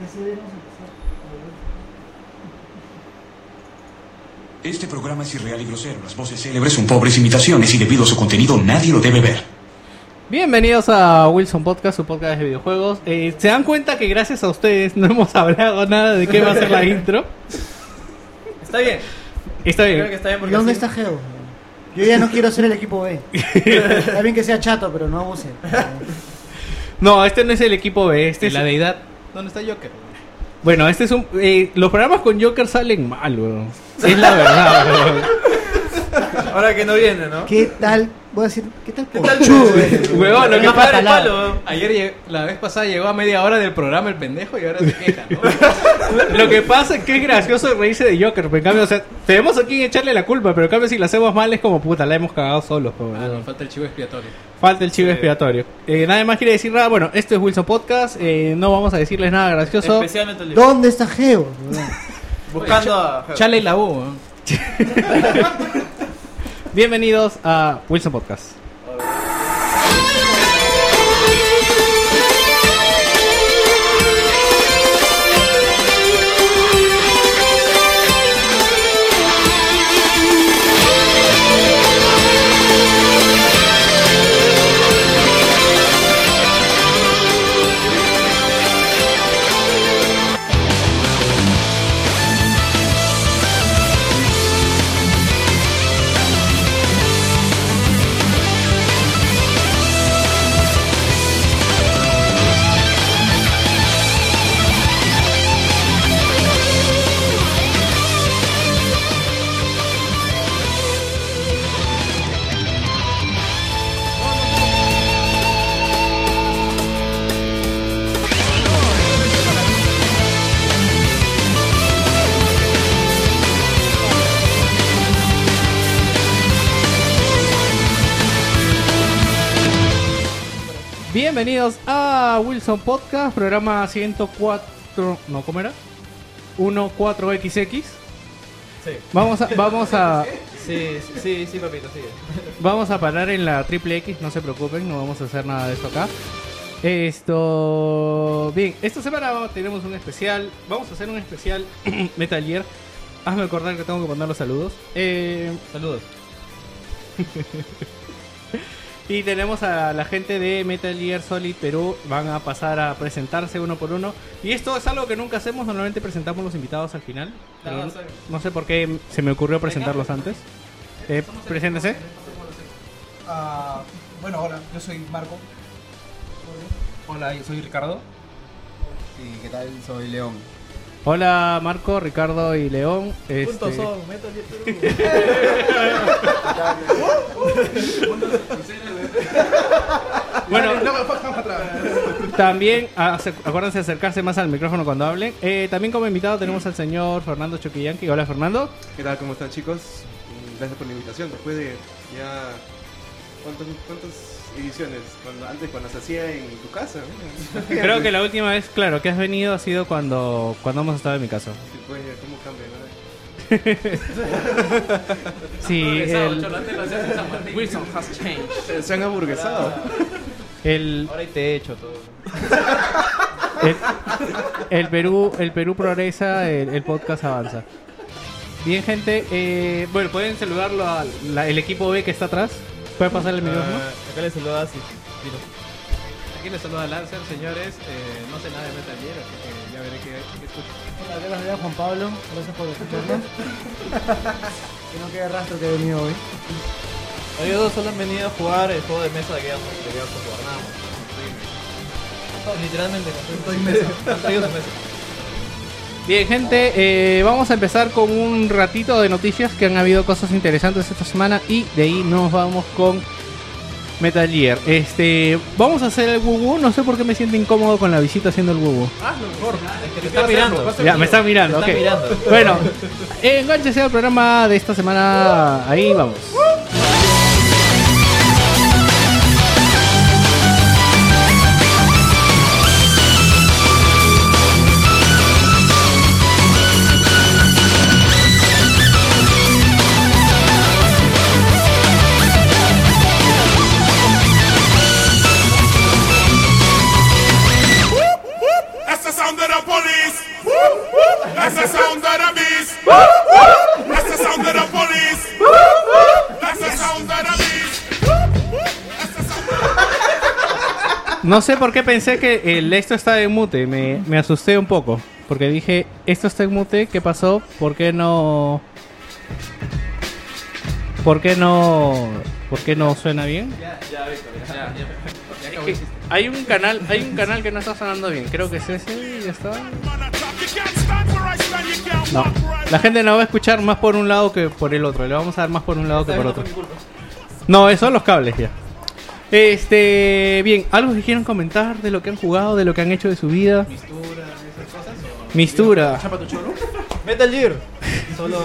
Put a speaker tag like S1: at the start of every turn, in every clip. S1: ¿Qué serie vamos a empezar? A
S2: Este programa es irreal y grosero. Las voces célebres son pobres imitaciones y debido a su contenido nadie lo debe ver.
S3: Bienvenidos a Wilson Podcast, su podcast de videojuegos. Eh, ¿Se dan cuenta que gracias a ustedes no hemos hablado nada de qué va a ser la intro?
S4: Está bien.
S3: Está
S4: Creo que
S3: bien.
S4: está
S1: ver. ¿Y
S4: bien porque
S1: dónde
S4: así-
S1: está Geo? Yo ya no quiero ser el equipo B. Está bien que sea chato, pero no abuse.
S3: No, este no es el equipo B, este es
S4: La
S3: deidad.
S4: ¿Dónde está Joker?
S3: Bueno, este es un. eh, los programas con Joker salen mal, weón. Es la verdad, weón.
S4: Ahora que no viene, ¿no?
S1: ¿Qué tal? Voy a decir, ¿qué tal
S4: ¿Qué tal?
S1: pochudo eres?
S3: Huevón, lo
S4: Hay
S3: que
S4: que pagar el
S1: pasa-
S4: palo. weón.
S5: Ayer, lle- la vez pasada, llegó a media hora del programa el pendejo y ahora se queja, ¿no?
S3: Lo que pasa es que es gracioso reírse de Joker, pero en cambio, o sea, tenemos a quien echarle la culpa, pero en cambio si la hacemos mal es como puta, la hemos cagado solos, po,
S5: Ah,
S3: weón.
S5: nos falta el chivo expiatorio.
S3: Falta el chivo expiatorio. Eh, nada más quiere decir nada, bueno, esto es Wilson Podcast, eh, no vamos a decirles nada gracioso.
S4: Especialmente el libro.
S1: ¿Dónde está Geo?
S4: Buscando a.
S5: Chale la U, ¿no?
S3: Bienvenidos a Wilson Podcast. Bienvenidos a Wilson Podcast, programa 104. ¿No, cómo era? 14XX. Vamos a, vamos a,
S4: Sí, sí, sí, sí, papito, sigue.
S3: vamos a parar en la triple X, no se preocupen, no vamos a hacer nada de esto acá. Esto. Bien, esta semana vamos- tenemos un especial. Vamos a hacer un especial Metal Gear. Hazme acordar que tengo que mandar los saludos. Eh,
S5: Saludos.
S3: Y tenemos a la gente de Metal Gear Solid Perú, van a pasar a presentarse uno por uno. Y esto es algo que nunca hacemos, normalmente presentamos los invitados al final. pero
S5: Ah,
S3: no,
S5: sí.
S3: no sé por qué se me ocurrió presentarlos antes. Eh, preséntese.
S6: Ah, bueno, hola, yo soy Marco. Hola, yo soy Ricardo. ¿Y qué tal? Soy León.
S3: Hola Marco, Ricardo y León.
S4: Punto
S3: Este,
S4: son, Metal Gear Perú.
S3: bueno,
S6: No, vamos atrás.
S3: también hace- acuérdense de acercarse más al micrófono cuando hablen. Eh, también como invitado tenemos al señor Fernando Choquillanqui. Hola Fernando.
S7: ¿Qué tal? ¿Cómo están chicos? Mm, Gracias por la invitación. Después de ya... ¿Cuántos, cuántas ediciones? Cuando, antes cuando se hacía en tu casa. ¿no?
S3: Creo que la última vez, claro, que has venido ha sido cuando, cuando hemos estado en mi casa.
S7: Sí, pues, ya, ¿Cómo cambia? no?
S3: Sí, el-
S4: Wilson has changed.
S7: Eh, Se han hamburguesado.
S3: el,
S4: Ahora hay techo, todo.
S3: El, el Perú, el Perú progresa, el, el podcast avanza. Bien, gente. eh, bueno, pueden saludarlo al la- el equipo B que está atrás. Pueden pasar el micrófono.
S4: Ah, acá le saluda así. Mira.
S5: Aquí les saluda Lancer, señores. Eh, no sé nada de Metal Gear, así que ya veré qué, qué escucho.
S1: Hola, acá los veo Juan Pablo, gracias por escucharnos. que no quede rastro que he venido hoy.
S4: Ellos dos solo han venido a jugar el juego de mesa de Gears of de Gears of War, nada más. No, Literalmente, estoy mesa. Han traído su mesa.
S3: Bien, gente. eh, vamos a empezar con un ratito de noticias que han habido cosas interesantes esta semana y de ahí nos vamos con Metal Gear. Este, vamos a hacer el Gugu. No sé por qué me siento incómodo con la visita haciendo el Gugu.
S4: Que te está mirando.
S3: Ya, me está mirando, ok.
S4: Te está mirando.
S3: Bueno, enganchese al programa de esta semana. Ahí vamos.
S8: That's the sound of the police.
S3: No sé por qué pensé que el esto está en mute. Me, me asusté un poco. Porque dije, esto está en mute, ¿qué pasó? ¿Por qué no...? ¿Por qué no...? ¿Por qué no suena bien?
S5: Ya, ya, Víctor, ya. Ya, ya acabó,
S3: Eh,
S5: hiciste.
S3: Hay un canal, hay un canal que no está sonando bien. Creo que es ese y ya está. No. La gente no va a escuchar más por un lado que por el otro. Le vamos a dar más por un lado que por otro. No, esos son los cables ya. Este, bien, algo que quieran comentar de lo que han jugado, de lo que han hecho de su vida. Mistura, esas cosas. Mistura.
S5: Chapa tu choro.
S4: Metal Gear. Solo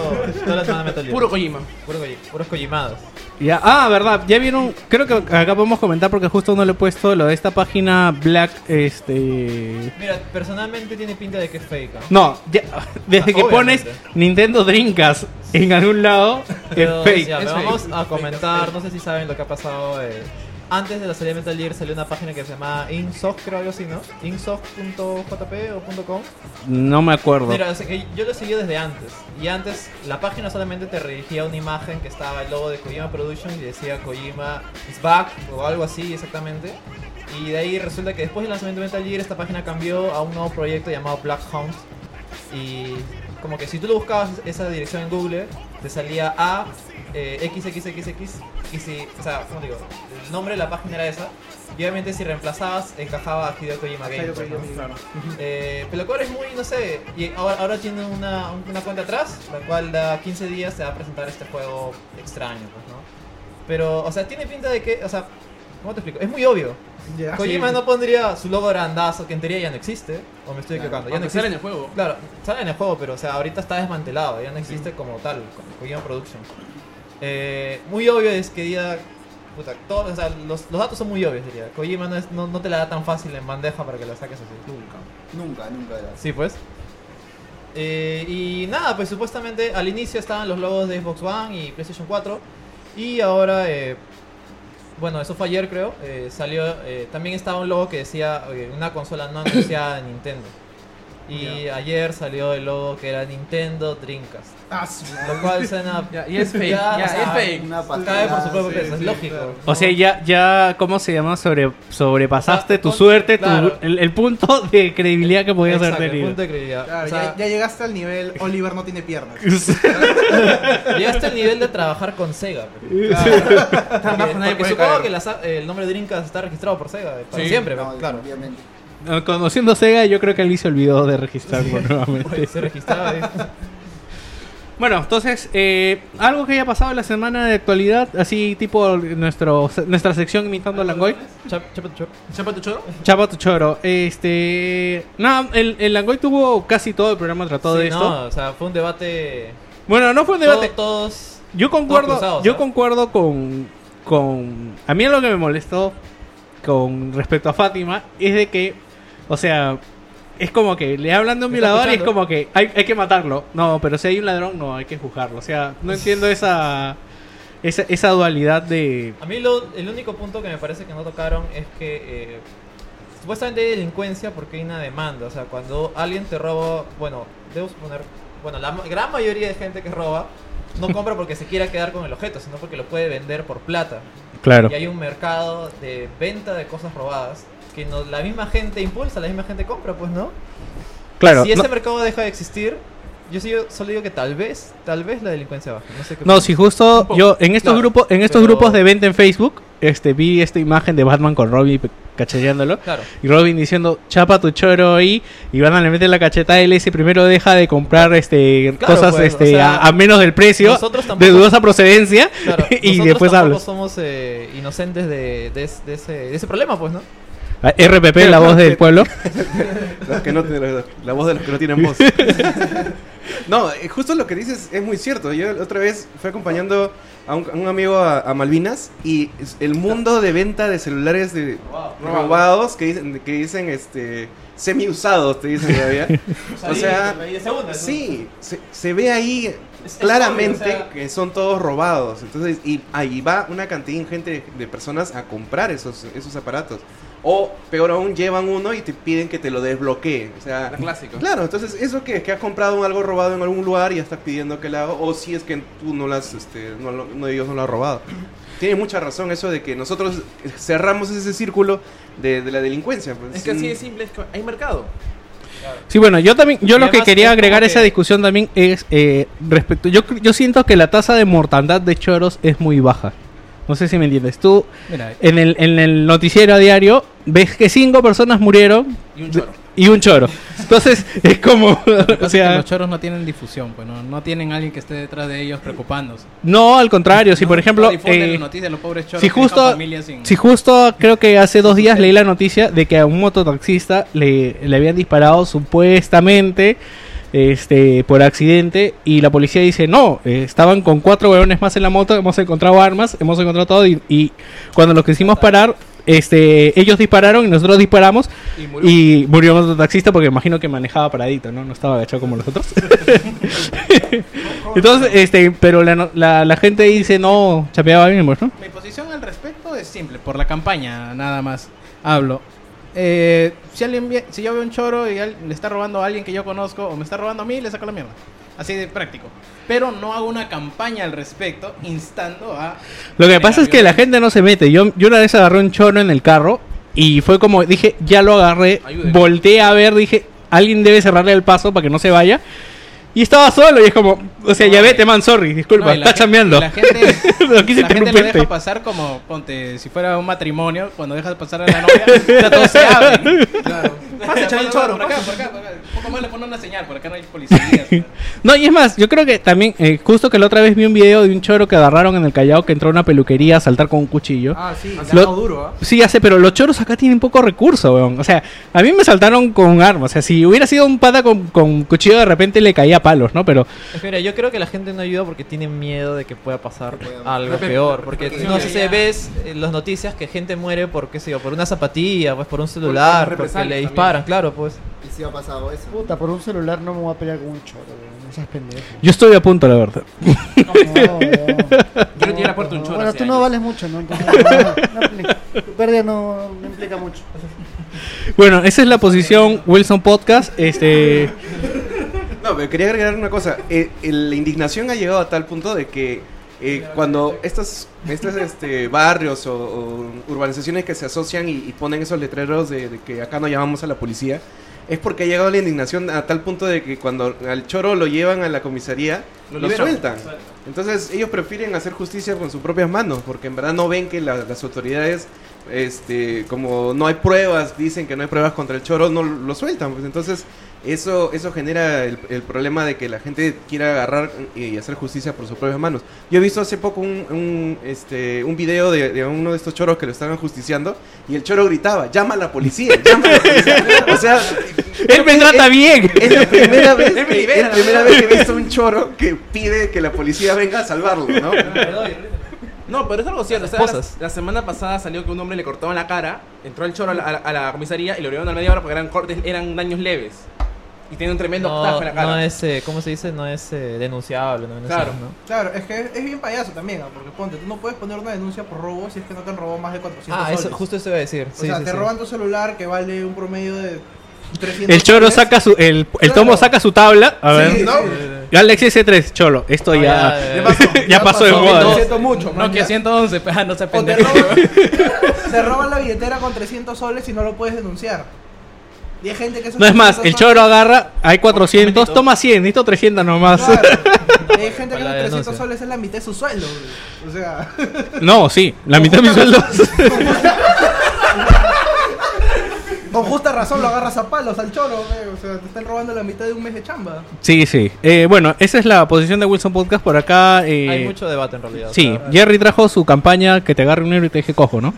S4: toda la semana Metal Gear.
S5: Puro Kojima.
S4: Puro Koji- puros Kojimadas.
S3: Ya, ah, verdad, ya vieron, creo que acá podemos comentar porque justo no le he puesto lo de esta página Black este
S4: Mira, personalmente tiene pinta de que es fake. ¿ah?
S3: No, ya- desde que pones
S4: Obviamente.
S3: Nintendo Drinkas en algún lado, es
S4: Pero,
S3: fake.
S4: ya,
S5: es
S4: pero
S5: fake.
S4: vamos a comentar, no sé si saben lo que ha pasado. eh, antes de la salida de Metal Gear salió una página que se llama Insoft, creo algo así, ¿no? Insoft.jp o punto .com.
S3: No me acuerdo.
S4: Mira, o sea que yo lo seguí desde antes. Y antes la página solamente te redirigía a una imagen que estaba el logo de Kojima Productions y decía Kojima is back o algo así exactamente. Y de ahí resulta que después del lanzamiento de Metal Gear esta página cambió a un nuevo proyecto llamado Black Hound. Y como que si tú lo buscabas esa dirección en Google, te salía a eh, XXXX. Y si, o sea, ¿cómo digo? El nombre de la página era esa. Y obviamente si reemplazabas, encajaba a Hideo Kojima Games. ¿no? Eh, pero Core es muy, no sé, y ahora, ahora tiene una, una cuenta atrás, la cual da 15 días se va a presentar este juego extraño, pues, ¿no? Pero, o sea, tiene pinta de que, o sea, ¿cómo te explico? Es muy obvio.
S6: Ya.
S4: Kojima no pondría su logo grandazo, que en teoría ya no existe, o me estoy equivocando, ya no
S5: Aunque sale en el
S4: existe.
S5: juego.
S4: Claro, sale en el juego, pero, o sea, ahorita está desmantelado, ya no existe como tal, como Kojima Productions. Eh, muy obvio es que diga, puta, todo- o sea, los, los datos son muy obvios, diría. Kojima no, es- no, no te la da tan fácil en bandeja para que la saques así.
S6: Nunca, nunca era.
S4: Sí, pues. Eh, y nada, pues supuestamente al inicio estaban los logos de Xbox One y PlayStation 4. Y ahora, eh, bueno, eso fue ayer creo. eh, salió, eh, también estaba un logo que decía eh, una consola no anunciada de Nintendo. Y ayer salió el logo que era Nintendo Dreamcast.
S6: Ah, su-
S4: Lo cual suena.
S5: Ya, y es fake.
S4: Ya,
S5: Ya,
S4: o sea,
S5: es fake.
S6: Una
S4: Cae por
S6: patada.
S4: su propio peso, es lógico.
S3: O sea, ya, ya, ¿cómo se llama? Sobre, sobrepasaste tu
S4: Con-
S3: suerte, tu-
S4: Ah, claro.
S3: el, el punto de credibilidad que podías
S4: Exacto,
S3: haber
S4: el
S3: tenido.
S4: punto de credibilidad.
S6: Claro,
S4: O sea,
S6: ya, ya llegaste al nivel Oliver no tiene piernas.
S4: Llegaste al nivel de trabajar con Sega. pues. Porque,
S5: nadie
S4: porque
S5: puede
S4: supongo
S5: caer.
S4: que la sa- el nombre de Dreamcast está registrado por Sega eh, para siempre, pues.
S6: No,
S4: claro.
S6: Obviamente.
S3: No, Conociendo Sega, yo creo que él se olvidó de registrarlo nuevamente.
S4: Oye, Se registraba. eh.
S3: Bueno, entonces, eh, algo que haya pasado en la semana de actualidad, así tipo nuestro, nuestra sección imitando a Langoy.
S4: Chap- chap- chap.
S5: Chapa tu choro.
S3: Chapa tu choro. Este. Nada, el, el Langoy tuvo casi todo el programa tratado
S4: Sí,
S3: de esto.
S4: No, o sea, fue un debate.
S3: Bueno, no fue un debate.
S4: todo- todos.
S3: Yo concuerdo,
S4: todos cruzados,
S3: yo
S4: ¿ah?
S3: concuerdo con, con. A mí lo que me molestó con respecto a Fátima es de que, o sea, es como que le hablan de un
S4: ¿Me está
S3: violador y es
S4: escuchando?
S3: como que hay, hay que matarlo. No, pero si hay un ladrón, no, hay que juzgarlo. O sea, no entiendo esa, esa, esa dualidad de.
S4: A mí lo- el único punto que me parece que no tocaron es que eh, supuestamente hay delincuencia porque hay una demanda. O sea, cuando alguien te roba, bueno, debo suponer, bueno, la ma- gran mayoría de gente que roba no compra porque se quiera quedar con el objeto, sino porque lo puede vender por plata.
S3: Claro.
S4: Y hay un mercado de venta de cosas robadas que no- la misma gente impulsa, la misma gente compra, pues, ¿no? si ese mercado deja de existir, yo sí- solo digo que tal vez, tal vez la delincuencia baja. No sé qué
S3: No,
S4: opinas.
S3: si justo yo en estos
S4: Claro,
S3: grupos, en estos
S4: pero-
S3: grupos de venta en Facebook, este vi esta imagen de Batman con Robin pe- cacheteándolo
S4: Claro.
S3: y Robin diciendo chapa tu choro ahí y Batman le mete la cachetada y le dice primero deja de comprar este
S4: Claro,
S3: cosas
S4: pues,
S3: este
S4: o sea,
S3: a, a menos del precio
S4: nosotros
S3: oh, de
S4: tampoco-
S3: dudosa procedencia
S4: Claro,
S3: y
S4: nosotros
S3: después
S4: tampoco
S3: hablas.
S4: somos eh, inocentes de, de es- de ese, de ese problema, pues, ¿no?
S3: Ah, RPP la voz del pueblo.
S7: Los que no te- los- la voz de los que no tienen voz. no, eh, justo lo que dices es muy cierto. Yo la otra vez fui acompañando a un, a un amigo a, a Malvinas y es- el mundo de venta de celulares de robados que dicen, que dicen este semi usados, te dicen todavía. o sea, sí, se, se ve ahí
S4: Es- es
S7: claramente
S4: obvio, o sea-
S7: que son todos robados. Entonces, y ahí va una cantidad ingente de, de personas a comprar esos, esos aparatos. O peor aún, llevan uno y te piden que te lo desbloqueen. O sea,
S5: Era clásico.
S7: Claro, entonces eso que, que has comprado algo robado en algún lugar y ya estás pidiendo que la haga, o si es que tú no las, este, no, lo- no, ellos no lo han robado. Tiene mucha razón eso de que nosotros cerramos ese círculo de, de la delincuencia. pues.
S5: Es que así de simple, es que hay mercado.
S3: Sí, bueno, yo también, yo
S4: Y
S3: lo que
S4: además
S3: quería
S4: es
S3: agregar a
S4: como
S3: esa
S4: que-
S3: discusión también es eh, respecto, yo, cre- yo siento que la tasa de mortandad de choros es muy baja. No sé si me entiendes. Tú
S6: Mira,
S3: en el, en el noticiero a diario ves que cinco personas murieron
S5: Y un choro.
S3: y un choro. Entonces es como,
S6: Lo que pasa
S3: o
S6: es que
S3: sea,
S6: los choros no tienen difusión, pues no, no tienen alguien que esté detrás de ellos preocupándose.
S3: no al contrario. Si
S6: No-
S3: por ejemplo,
S6: no difunden
S3: eh,
S6: la noticia de los pobres choros
S3: si
S6: que dejan
S3: justo-
S6: familias sin-
S3: si justo creo que hace dos días leí la noticia de que a un mototaxista le, le habían disparado supuestamente este por accidente y la policía dice no eh, estaban con cuatro huevones más en la moto hemos encontrado armas hemos encontrado todo y, y cuando los quisimos parar este ellos dispararon y nosotros disparamos
S5: Y murió.
S3: y murió el mototaxista porque imagino que manejaba paradito, ¿no? No estaba agachado como nosotros. Entonces, este, pero la, no- la, la gente dice, no, chapeaba bien, pues, ¿no?
S6: Mi posición al respecto es simple, por la campaña nada más hablo. Eh, si alguien vie- si yo veo un choro y al- le está robando a alguien que yo conozco o me está robando a mí, le saco la mierda. Así de práctico. Pero no hago una campaña al respecto instando a...
S3: Lo que pasa es que la gente no se mete. Yo, yo una vez agarré un choro en el carro y fue como, dije, ya lo agarré,
S5: Ayúdenme.
S3: volteé a ver, dije, alguien debe cerrarle el paso para que no se vaya. Y estaba solo y es como, o sea, ya vete, man, sorry, disculpa,
S6: No, y la
S3: está
S6: gen-
S3: chambeando.
S6: y La gente,
S3: No quise
S6: la gente lo
S3: interrumpirte.
S6: deja pasar como, ponte, si fuera un matrimonio, cuando dejas pasar a la novia, ya todos se abren. Claro.
S5: Pasa, echa el choro,
S6: Por acá, por acá, por acá. Un poco más le ponen una señal, por acá no hay policía.
S3: No, y es más, yo creo que también, eh, justo que la otra vez vi un video de un choro que agarraron en el Callao que entró a una peluquería a saltar con un cuchillo.
S6: Ah, sí,
S3: Lo- ganado
S6: duro,
S3: Sí, ya sé, pero los choros acá tienen poco recurso, weón. O sea, a mí me saltaron con armas. O sea, si hubiera sido un pata con, con cuchillo, de repente le caía a palos, ¿no? Pero
S4: Es que mira, yo creo que la gente no ayuda porque tiene miedo de que pueda pasar algo
S5: Repente,
S4: peor. Porque
S5: porque
S4: no
S5: sí,
S4: sé
S5: ya.
S4: si ves en las noticias que gente muere por, qué sé yo, por una zapatilla, pues por un celular, porque le
S5: represalias
S4: disparan, claro, pues.
S8: Y si ha pasado eso.
S1: Puta, por un celular no me voy a pelear con un choro, weón. No seas pendejo.
S3: yo estoy a punto, la verdad.
S1: No, weón.
S5: Yo le tiré la
S1: No,
S5: puerta a
S1: no.
S5: un choro
S1: Bueno,
S5: hace
S1: tú no
S5: años.
S1: vales mucho, ¿no? Entonces, no, no, no, tu pérdida no, no implica mucho.
S3: Bueno, esa es la posición Wilson Podcast. Este,
S7: No, pero quería agregar una cosa. Eh, eh, la indignación ha llegado a tal punto de que eh, cuando estos, estos este, barrios o, o urbanizaciones que se asocian y, y ponen esos letreros de, de que acá no llamamos a la policía, es porque ha llegado la indignación a tal punto de que cuando al choro lo llevan a la comisaría,
S5: Lo
S7: lo,
S5: liberan.
S7: sueltan. Entonces ellos prefieren hacer justicia con sus propias manos, porque en verdad no ven que la- las autoridades, este, como no hay pruebas, dicen que no hay pruebas contra el choro, no lo sueltan. Pues entonces eso, eso genera el, el problema de que la gente quiera agarrar y hacer justicia por sus propias manos. Yo he visto hace poco un, un, este, un video de, de uno de estos choros que lo estaban justiciando y el choro gritaba, llama a la policía, llama a la policía. O sea,
S3: él me trata bien.
S7: es la primera vez, es la primera vez que he visto un choro que pide que la policía venga a salvarlo, ¿no?
S5: No, pero es algo cierto. o sea, la,
S4: Esposas.
S5: la semana pasada salió que un hombre le cortaban la cara, entró el choro a la, a la- a la comisaría y lo llevaron a media hora porque eran cortes, eran daños leves. Y tenía un tremendo tajo
S4: No,
S5: en la cara.
S4: no es, eh, ¿cómo se dice? No es eh, denunciable, no, no es-
S5: Claro.
S4: ¿no?
S6: Claro, es que es, es bien payaso también, ah, porque ponte, tú no puedes poner una denuncia por robo si es que no te han robado más de 400
S4: Ah, eso,
S6: soles.
S4: justo eso iba a decir.
S6: O
S4: Sí,
S6: sea,
S4: sí,
S6: te
S4: sí.
S6: roban tu celular que vale un promedio de 300
S3: El choro
S6: soles.
S3: saca su, el, el tomo
S6: Claro.
S3: saca su tabla. A ver.
S6: Sí, ¿no?
S3: Galaxy S3, cholo, esto
S4: No,
S3: ya,
S4: Ah, ya,
S3: ya
S4: ya
S3: pasó, de moda.
S6: Lo siento mucho, man,
S9: Nokia
S6: ya.
S9: 111, pues, ah, no se
S6: O te
S9: pendejo.
S6: roban, te roban la billetera con 300 soles y no lo puedes denunciar. Y hay gente que esos
S3: No es más,
S6: 300
S3: el
S6: soles-
S3: choro agarra, hay 400, toma 100, necesito 300 nomás.
S6: Claro. Y hay gente que esos
S4: Para la
S6: 300
S4: denuncia.
S6: soles es la mitad de su sueldo, güey. O sea,
S3: No, sí, la mitad de mi sueldo.
S6: con justa razón lo agarras a palos al choro, güey. O sea, te están robando la mitad de un mes de chamba.
S3: Sí, sí. Eh, bueno, esa es la posición de Wilson Podcast por acá. eh,
S4: Hay mucho debate en realidad. o
S3: Sí,
S4: sea,
S3: Jerry trajo su campaña que te agarre un negro y te deje cojo, ¿no?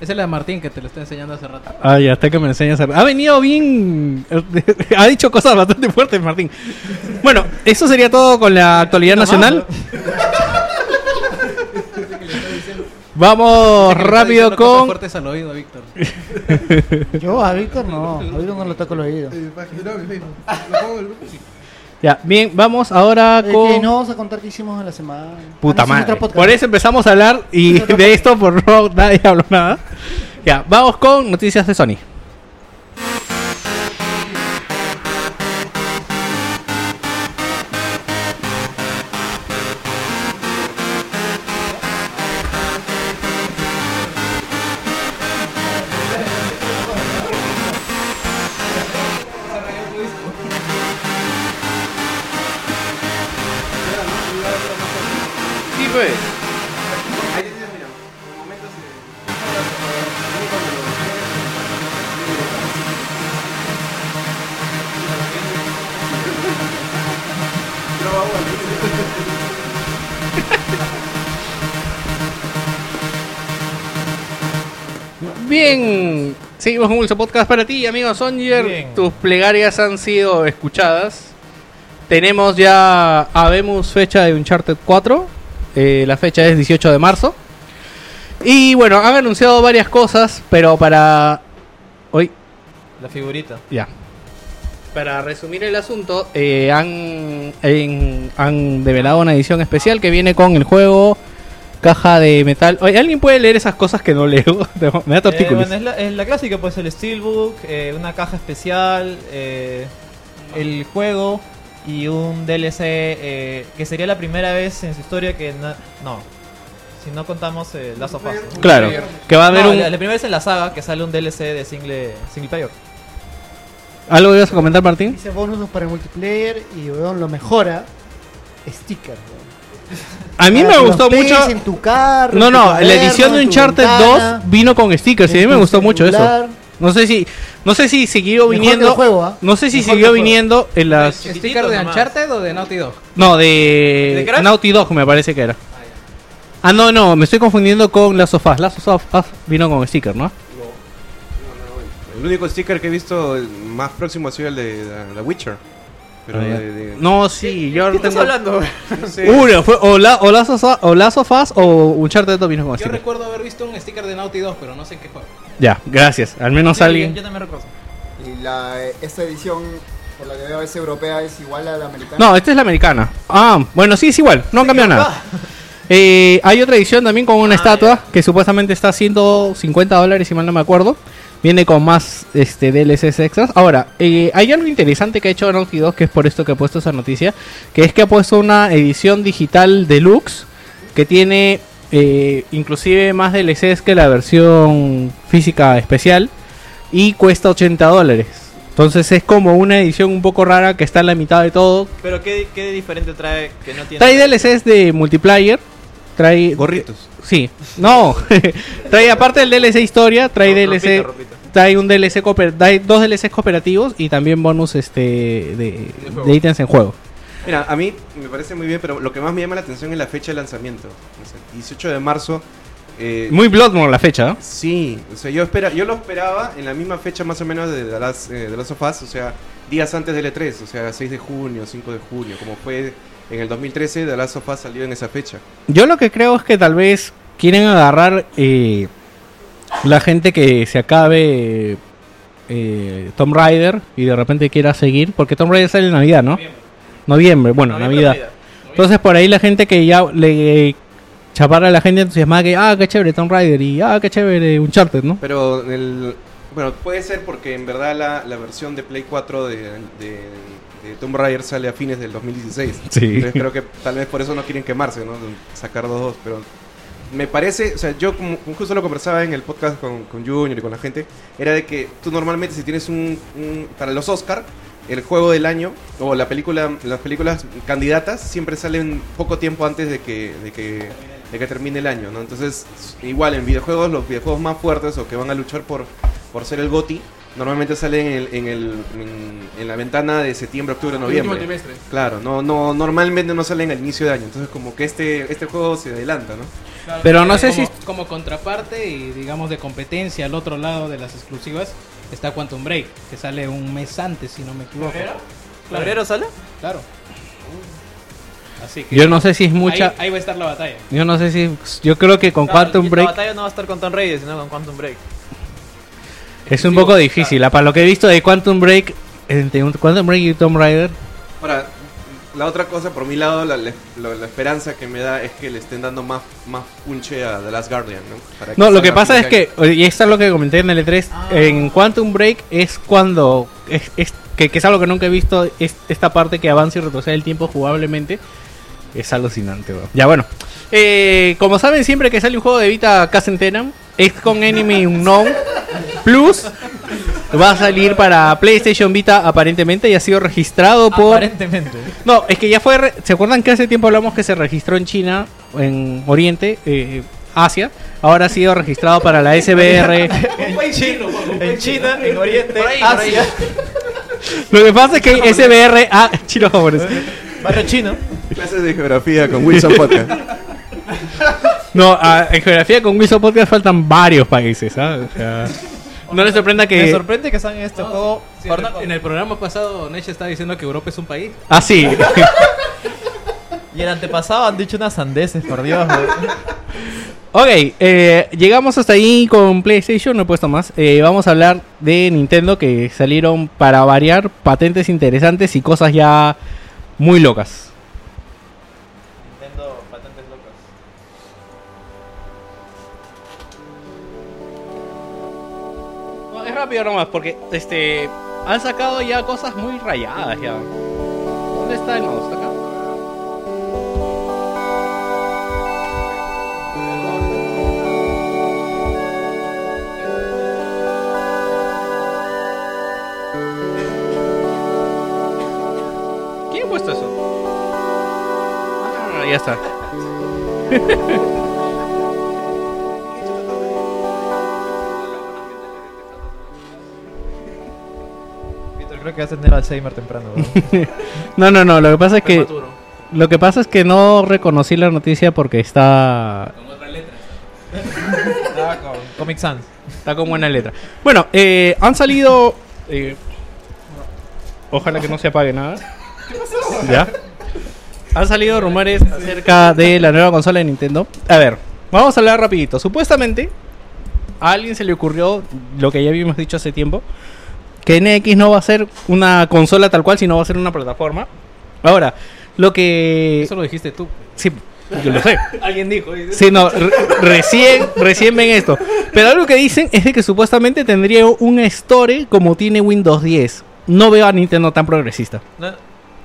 S9: Esa es la de Martín que te lo está enseñando hace rato.
S3: Ah, ya, hasta que me enseñas a... Ha venido bien... ha dicho cosas bastante fuertes, Martín. Bueno, eso sería todo con la actualidad nacional. Vamos rápido con...
S9: Cortes al oído, Víctor.
S1: Yo a Víctor no, a Víctor no le toco el oído.
S4: pues,
S6: Eh, para que- no, mi Facebook. Lo pongo en el grupo, sí.
S3: Ya, bien, vamos ahora
S1: Eh,
S3: con.
S1: que no vamos a contar qué hicimos en la semana. Ah, no, ese
S3: Puta
S1: es
S3: madre.
S1: otro podcast.
S3: Por eso empezamos a hablar y
S1: Es otro
S3: de esto por no nadie habló nada. Ya, vamos con noticias de Sony.
S5: Sí, pues.
S3: Bien, seguimos con Ulso Podcast para ti, amigo Songer.
S4: Bien.
S3: Tus plegarias han sido escuchadas. Tenemos ya, habemos fecha de Uncharted 4. Eh, la fecha es 18 de marzo. Y bueno, han anunciado varias cosas, pero para... Hoy,
S4: La figurita.
S3: ya. Para resumir el asunto, eh, han, en- han develado una edición especial que viene con el juego caja de metal. Oye, ¿alguien puede leer esas cosas que no leo? Me da
S4: Eh,
S3: artículos.
S4: bueno, es la, es la clásica, pues el Steelbook, eh, una caja especial, eh, el juego y un DLC eh, que sería la primera vez en su historia que no. no, si no contamos eh, Last of Us. ¿no?
S3: Claro, que va a haber
S4: No,
S3: un...
S4: la, la primera vez en la saga que sale un DLC de single, single player.
S3: ¿Algo ibas a comentar, Martín?
S1: Dice bonos para el multiplayer y weón, lo mejora. Sticker. weón.
S3: A
S1: Para
S3: mí me
S1: que los
S3: gustó
S1: pegues
S3: mucho...
S1: En tu carro,
S3: No,
S1: en tu
S3: no, la edición
S1: cuaderno,
S3: de
S1: en tu
S3: Uncharted
S1: ventana,
S3: 2 vino con stickers y a mí
S1: en
S3: me
S1: tu
S3: gustó mucho eso.
S1: celular.
S3: No sé si no sé si siguió
S1: Mejor que el
S3: viniendo
S1: juego, ¿ah?
S3: No sé si
S4: Mejor que el
S3: siguió
S4: juego.
S3: viniendo en las
S9: ¿Sticker de Uncharted o de Naughty Dog?
S3: no
S5: ¿De
S3: de
S5: Crash?
S3: Naughty Dog me parece que era. Ah, no, no, me estoy confundiendo con Last of Us. Last of Us ah, vino con sticker, ¿no?
S7: El único sticker que he visto más próximo ha sido el de The- The Witcher. Pero de- de-
S3: No, sí, yo
S5: ¿Qué estás
S3: tengo
S5: hablando?
S7: no sé.
S3: Uno, fue o, la, o, Last of Us, o Last of Us o Uncharted 2 vino con
S6: Yo
S3: sticker.
S6: recuerdo haber visto un sticker de Naughty 2, pero no sé en qué juego.
S3: Ya, gracias. Al menos
S4: Sí,
S3: alguien.
S4: Yo, yo también recuerdo.
S8: Y la, eh, esta edición, por la que veo, es europea, es igual a la americana.
S3: No, esta es la americana. Ah, bueno, sí, es igual. No han cambiado nada. Eh, hay otra edición también con una estatua que supuestamente está a 150 dólares, si mal no me acuerdo. Viene con más este, DLCs extras. Ahora, eh, hay algo interesante que ha hecho Naughty 2, que es por esto que ha puesto esa noticia, que es que ha puesto una edición digital deluxe que tiene eh, inclusive más DLCs que la versión física especial y cuesta 80 dólares. Entonces es como una edición un poco rara que está en la mitad de todo,
S4: Pero ¿qué, qué diferente trae que no tiene.
S3: Trae DLCs de multiplayer. Trae.
S7: Gorritos.
S3: Sí. No. trae aparte del DLC historia, trae
S5: No,
S3: DLC.
S5: ropita, ropita.
S3: Trae un DLC cooper- trae dos DLCs cooperativos y también bonus este de,
S5: juego.
S3: de ítems en juego.
S7: Mira, a mí me parece muy bien, pero lo que más me llama la atención es la fecha de lanzamiento. O sea, 18 de marzo. eh,
S3: Muy Bloodborne la fecha, ¿no?
S7: Sí, o sea, yo, espera, yo lo esperaba en la misma fecha más o menos de The Last, eh, The Last of Us, o sea, días antes del E3, o sea, 6 de junio, 5 de junio, como fue en el 2013, The Last of Us salió en esa fecha.
S3: Yo lo que creo es que tal vez quieren agarrar eh, la gente que se acabe eh, Tomb Raider y de repente quiera seguir, porque Tomb Raider sale en Navidad, ¿no? Noviembre, bueno,
S5: Noviembre,
S3: Navidad.
S5: Navidad.
S3: Entonces por ahí la gente que ya le chaparra a la gente entusiasmada que, ah, qué chévere Tomb Raider y, ah, qué chévere Uncharted, ¿no?
S7: Pero, el, bueno, puede ser porque en verdad la, la versión de Play 4 de, de- de Tomb Raider sale a fines del 2016.
S3: Sí.
S7: Entonces creo que tal vez por eso no quieren quemarse, ¿no? Sacar los dos, pero me parece, o sea, yo como justo lo conversaba en el podcast con, con Junior y con la gente, era de que tú normalmente si tienes un, un- para los Oscar, el juego del año o la película, las películas candidatas siempre salen poco tiempo antes de que, de que, de que termine el año, ¿no? Entonces, igual en videojuegos, los videojuegos más fuertes o que van a luchar por, por ser el GOTI, normalmente salen en, el- en, el- en- en la ventana de septiembre, octubre,
S5: Último
S7: noviembre.
S5: trimestre.
S7: Claro, no, no, normalmente no salen al inicio de año, entonces como que este, este juego se adelanta, ¿no?
S3: Pero no
S6: Eh,
S3: sé
S6: como-
S3: si-
S6: Como contraparte y digamos de competencia al otro lado de las exclusivas está Quantum Break, que sale un mes antes, si no me equivoco.
S4: ¿Febrero sale?
S6: Claro. Así que.
S3: Yo no sé si es
S6: ahí-
S3: mucha...
S6: Ahí, va a estar la batalla.
S3: Yo no sé si... Yo creo que con
S4: Claro,
S3: Quantum
S4: Ah, la
S3: Break
S4: batalla no va a estar con Tom Raider, sino con Quantum Break.
S3: es un poco difícil. ah, Para lo que he visto de Quantum Break, entre un- Quantum Break y Tomb Raider...
S7: Ahora, la otra cosa, por mi lado, la, la- la- la esperanza que me da es que le estén dando más, más punche a The Last Guardian, ¿no? Para
S3: No, lo que
S7: salga
S3: pasa es
S7: bien.
S3: que, y esto es lo que comenté en el E3, en Quantum Break es cuando, es, es- que, que es algo que nunca he visto, es esta parte que avanza y retrocede el tiempo jugablemente, es alucinante, bro. Ya bueno, Eh, como saben siempre que sale un juego de Vita Casentenam, es con Enemy Unknown Plus, va a salir para PlayStation Vita aparentemente y ha sido registrado Ah, por...
S4: Aparentemente.
S3: No, es que ya fue. re- ¿Se acuerdan que hace tiempo hablamos que se registró en China, en Oriente, eh, Asia? Ahora ha sido registrado para la SBR.
S4: En China, en China, en Oriente,
S5: Por ahí, por ahí.
S4: Asia.
S3: Lo que pasa es que SBR. Ah, chino japonés.
S4: Barrio chino.
S7: Clases de geografía con Wilson Podcast.
S3: No, ah, en geografía con Wilson Podcast faltan varios países, ¿ah? O sea, no les sorprenda
S4: Me
S3: que.
S4: sorprende que salgan este juego.
S9: Perdón, en el programa pasado Neche estaba diciendo que Europa es un país.
S3: Ah, sí.
S4: Y el antepasado han dicho unas sandeces, por Dios. güey.
S3: ok, eh, llegamos hasta ahí con PlayStation, no he puesto más. Eh, vamos a hablar de Nintendo que salieron para variar patentes interesantes y cosas ya muy locas.
S4: Nintendo patentes locas.
S3: No, es rápido nomás, porque este han sacado ya cosas muy rayadas ya. ¿Dónde está el mouse? ¿Está acá? ¿Quién ha puesto eso? Ah, no, no, ya está.
S4: Víctor, creo que vas a tener Alzheimer temprano. güey.
S3: No, no, no, lo que pasa es que
S5: Prematuro.
S3: lo que pasa es que no reconocí la noticia porque está
S4: Ah, con Comic Sans.
S3: Está con buena letra. Bueno, eh, han salido. eh, ojalá que no se apague nada. ¿Ya? Han salido rumores acerca de la nueva consola de Nintendo. A ver, vamos a hablar rapidito. Supuestamente, a alguien se le ocurrió lo que ya habíamos dicho hace tiempo. Que NX no va a ser una consola tal cual, sino va a ser una plataforma. Ahora, lo que...
S9: Eso lo dijiste tú.
S3: Sí, yo lo sé. Alguien dijo. Sí, no, re- recién, recién ven esto. Pero algo que dicen es de que supuestamente tendría un store como tiene Windows 10. No veo a Nintendo tan progresista.
S4: No,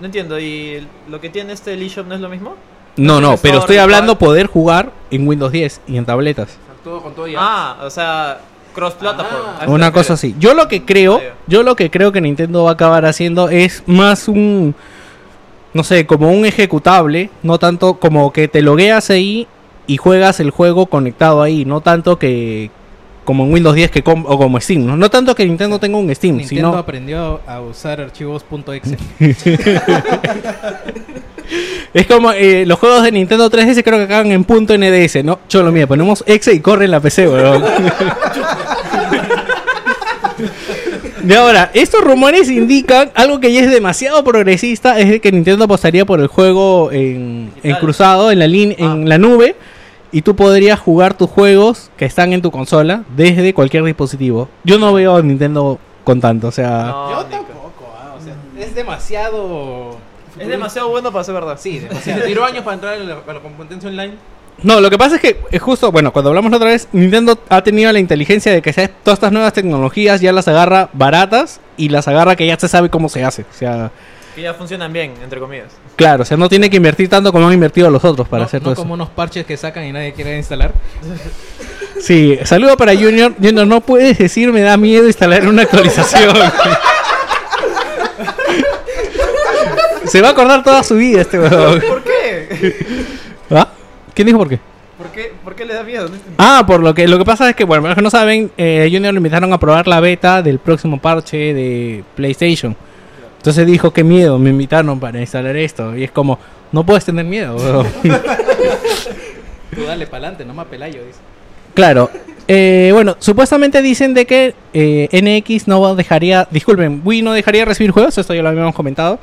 S4: no entiendo, ¿y lo que tiene este el eShop no es lo mismo?
S3: No, no,
S4: Store
S3: pero estoy
S4: igual.
S3: hablando poder jugar en Windows 10 y en tabletas.
S5: Todo con todo y
S4: Ah, o sea, cross platform.
S5: Ah.
S3: Una cosa así. Yo lo que creo, yo lo que creo que Nintendo va a acabar haciendo es más un no sé, como un ejecutable, no tanto como que te logueas ahí y juegas el juego conectado ahí, no tanto que como en Windows 10 que com- o como Steam, no, No tanto que Nintendo tenga un Steam,
S9: Nintendo
S3: sino
S9: aprendió a usar archivos.exe.
S3: es como eh, los juegos de Nintendo 3DS creo que acaban en punto .nds, ¿no? Cholo, mira, ponemos exe y corre en la PC, weón. De ahora, estos rumores indican algo que ya es demasiado progresista, es de que Nintendo apostaría por el juego en, en
S4: Digital. Ah.
S3: cruzado, en la, lin- en la nube, y tú podrías jugar tus juegos que están en tu consola desde cualquier dispositivo. Yo no veo a Nintendo con tanto, o sea...
S4: No,
S6: Yo
S4: Nico.
S6: tampoco, ah, o sea, es demasiado.
S4: Es demasiado bueno para ser verdad.
S6: Sí, demasiado.
S5: Se tiró años para entrar a la, a la competencia online.
S3: No, lo que pasa es que eh, justo, bueno, cuando hablamos la otra vez, Nintendo ha tenido la inteligencia de que se- todas estas nuevas tecnologías ya las agarra baratas y las agarra que ya se sabe cómo se hace. O sea,
S4: Que ya funcionan bien, entre comillas.
S3: claro, o sea, no tiene que invertir tanto como han invertido los otros para
S9: no,
S3: hacer
S9: no
S3: todo
S9: como unos parches que sacan y nadie quiere instalar.
S3: eso. Sí, saludo para Junior. Junior, no puedes decir, me da miedo instalar una actualización. se va a acordar toda su vida este weón.
S4: ¿Por qué?
S3: ¿Ah? ¿Quién dijo por qué?
S4: ¿Por qué, por qué le da miedo? No entiendo.
S3: Ah, por lo que lo que pasa es que, bueno, para los que no saben, eh, Junior lo invitaron a probar la beta del próximo parche de PlayStation. Entonces dijo, qué miedo, me invitaron para instalar esto. Y es como, no puedes tener miedo. weón".
S9: Tú dale para adelante, no más pelayo, dice.
S3: claro. Eh, bueno, supuestamente dicen de que eh, NX no dejaría, disculpen, Wii no dejaría de recibir juegos, esto ya lo habíamos comentado.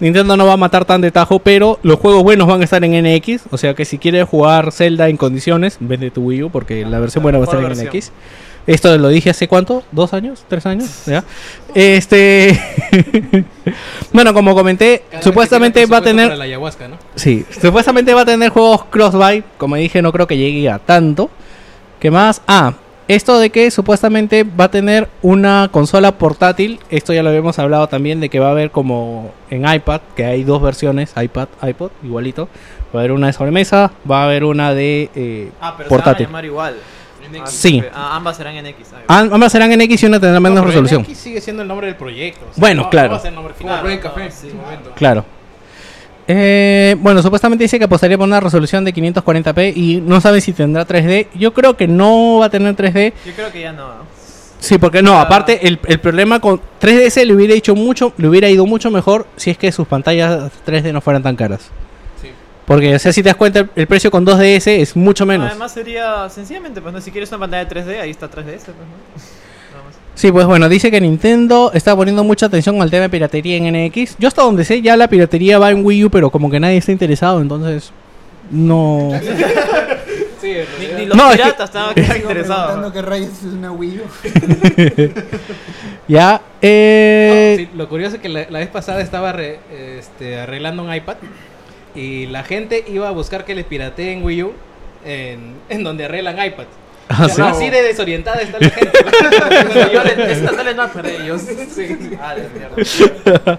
S3: Nintendo no va a matar tan de tajo, pero los juegos buenos van a estar en NX. O sea que si quieres jugar Zelda en condiciones, vende tu Wii U porque la versión buena va a estar en
S4: mejor versión.
S3: NX. Esto lo dije hace cuánto, dos años, tres años, ¿ya? Este, bueno, como comenté, supuestamente va a tener,
S9: La ayahuasca, ¿no?
S3: sí, supuestamente va a tener juegos cross-buy. Como dije, no creo que llegue a tanto. ¿Qué más? Ah, esto de que supuestamente va a tener una consola portátil. Esto ya lo habíamos hablado también de que va a haber como en iPad, que hay dos versiones, iPad, iPod, igualito. Va a haber una de sobremesa, va a haber una de eh,
S4: Ah, pero se
S3: portátil.
S4: van a llamar igual. Ah,
S3: Sí.
S4: ah, ambas serán en X. ah, ya.
S3: Am- Ambas serán en X y una tendrá menos
S6: pero
S3: resolución.
S6: NX sigue siendo el nombre del proyecto. o sea,
S3: Bueno,
S6: no-
S3: claro.
S6: no va a ser el nombre final.
S4: Claro,
S5: Rubén
S4: no,
S5: Café.
S4: sí.
S3: Claro. Eh, bueno, supuestamente dice que apostaría por una resolución de 540p y no saben si tendrá 3D. Yo creo que no va a tener 3D.
S4: Yo creo que ya no. ¿no?
S3: Sí, porque no,
S4: Ah.
S3: aparte el, el problema con 3DS le hubiera hecho mucho, le hubiera ido mucho mejor si es que sus pantallas 3D no fueran tan caras.
S5: Sí.
S3: Porque, o sea, si te das cuenta, el, el precio con 2DS es mucho menos.
S4: Además sería sencillamente, pues no, si quieres una pantalla 3D, ahí está 3DS, pues, ¿no? Nada más.
S3: Sí, pues bueno, dice que Nintendo está poniendo mucha atención al tema de piratería en NX. Yo hasta donde sé, ya la piratería va en Wii U, pero como que nadie está interesado, entonces no...
S4: Ni, ni los
S3: No, es que-
S4: piratas estaban
S8: Sigo
S4: interesados.
S8: preguntando qué rayos es una Wii U.
S3: Ya, eh...
S9: Sí, lo curioso es que la, la vez pasada estaba re- este, arreglando un iPad y la gente iba a buscar que les pirateen Wii U en, en donde arreglan iPad.
S3: Ah,
S9: Y
S3: sí.
S9: Así de desorientada está la gente.
S4: Esta sale no para ellos. Ah, de mierda.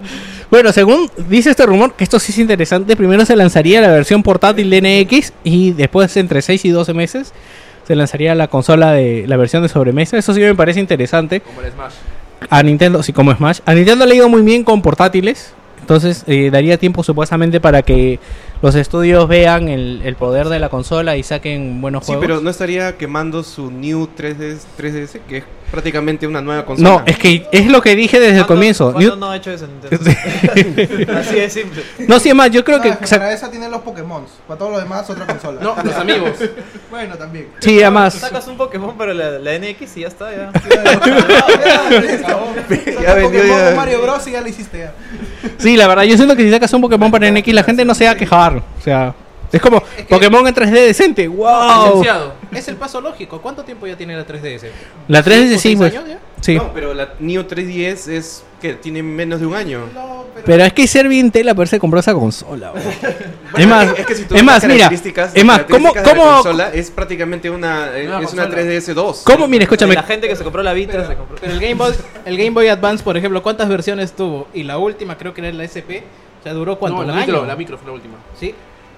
S3: Bueno, según dice este rumor, que esto sí es interesante, primero se lanzaría la versión portátil de NX y después entre 6 y 12 meses se lanzaría la consola de la versión de sobremesa. Eso sí me parece interesante.
S5: Como el Smash.
S3: A Nintendo, sí, como Smash. A Nintendo le ha ido muy bien con portátiles. Entonces eh, daría tiempo supuestamente para que los estudios vean el, el poder de la consola y saquen buenos
S7: Sí,
S3: juegos.
S7: pero no estaría quemando su New 3DS, 3DS, que es prácticamente una nueva consola.
S3: no, es que es lo que dije desde el
S4: ¿Cuándo-
S3: comienzo.
S4: ¿Cuándo
S3: Yo-
S4: no ha hecho eso Nintendo? Así de simple.
S3: no, sí, es más, yo creo
S10: No,
S3: que...
S10: es que
S3: sa-
S10: para eso tienen los Pokémon. Para todo lo demás, otra consola.
S5: No, los amigos.
S10: Bueno, también.
S3: sí, además...
S4: Sacas un Pokémon para la, la NX y ya está, ya.
S10: ya
S7: vendió,
S10: Pokémon
S7: ya.
S10: con Mario Bros y ya lo hiciste ya.
S3: Sí, la verdad, yo siento que si sacas un Pokémon para NX, la gente no se va a quejar. O sea, es como Pokémon en 3D decente. ¡Wow!
S5: Licenciado.
S9: Es el paso lógico. ¿Cuánto tiempo ya tiene la 3DS?
S3: La 3D de
S9: ¿Cinco, seis
S3: 6
S9: años ya?
S3: Sí.
S7: No, pero la New 3DS es que tiene menos de un año.
S3: Pero es que ser bien tela, pero se compró esa consola. bro. es más,
S7: que si tú
S3: es
S7: ves
S3: más,
S7: las
S3: mira,
S7: características-
S3: es más,
S7: las
S3: ¿cómo,
S7: características de la
S3: cómo,
S7: consola es prácticamente una, eh,
S5: Una
S7: es una
S5: consola.
S7: 3DS 2.
S3: cómo, mira,
S4: Y
S3: escúchame,
S4: La gente que se compró la Vita se compró.
S9: Pero el Game, Boy, el Game Boy Advance, por ejemplo, ¿cuántas versiones tuvo? Y la última creo que era la SP. O sea, duró cuánto?
S5: No, la
S9: ¿Un
S5: micro,
S9: año?
S5: la micro fue la última.
S9: Sí,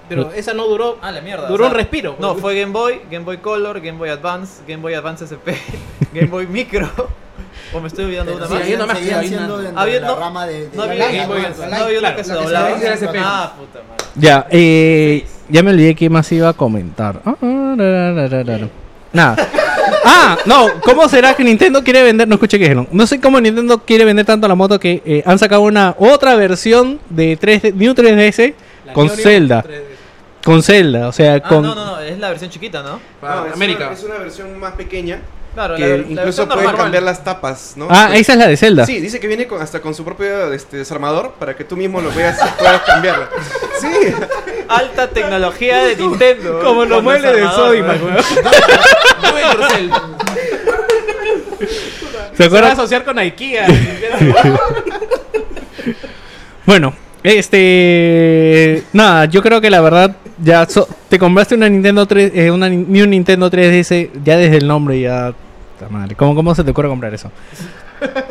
S9: pero esa no duró.
S4: Ah, la mierda.
S9: Duró
S4: o sea,
S9: un respiro.
S4: No, fue Game Boy, Game Boy Color, Game Boy Advance, Game Boy Advance SP, Game Boy Micro. o me estoy olvidando de una
S5: Sí,
S4: más.
S5: hay una más que
S8: Seguían
S5: hay
S8: siendo
S5: una-
S8: dentro
S4: Había-
S8: de la
S4: no-
S8: rama de, de
S4: No
S8: la
S4: había,
S8: Light,
S10: Game Boy
S8: pues,
S10: Advance.
S4: no había una
S10: Claro,
S4: que se
S10: la que se
S4: doblaba.
S10: veía
S5: en SP.
S4: Ah, puta madre.
S3: ya, eh, ya me olvidé qué más iba a comentar. Ah, ah, ra, ra, ra, ra, ra. Nada. Ah, no, ¿cómo será que Nintendo quiere vender? No escuché que dijeron. No sé cómo Nintendo quiere vender tanto la moto que eh, han sacado una otra versión de 3D, New 3DS
S9: La
S3: con
S9: Neo Neo
S3: Zelda.
S9: 3DS.
S3: Con Zelda, o sea,
S4: Ah,
S3: con.
S4: no, no, no, es la versión chiquita, ¿no?
S5: Para
S7: es
S5: América.
S7: Una, es una versión más pequeña
S4: Claro,
S7: que
S4: la, la
S7: incluso
S4: versión
S7: puede
S4: normal.
S7: cambiar las tapas, ¿no?
S3: Ah,
S7: Pues-
S3: esa es la de Zelda.
S7: Sí, dice que viene con- hasta con su propio este, desarmador para que tú mismo lo veas puedas cambiarlo. Sí.
S4: Alta tecnología de Nintendo.
S3: Como los
S4: Con
S3: muebles de
S4: desarmador,
S3: Sodimac,
S4: ¿no?
S3: ¿Se
S9: Se va a
S4: Ah,
S3: acuerdan?
S9: asociar con IKEA.
S3: Bueno, este. Nada, yo creo que la verdad, ya so- te compraste una Nintendo 3, eh, una Ni- New Nintendo 3DS, ya desde el nombre, ya. puta Madre, ¿cómo, ¿Cómo se te ocurre comprar eso?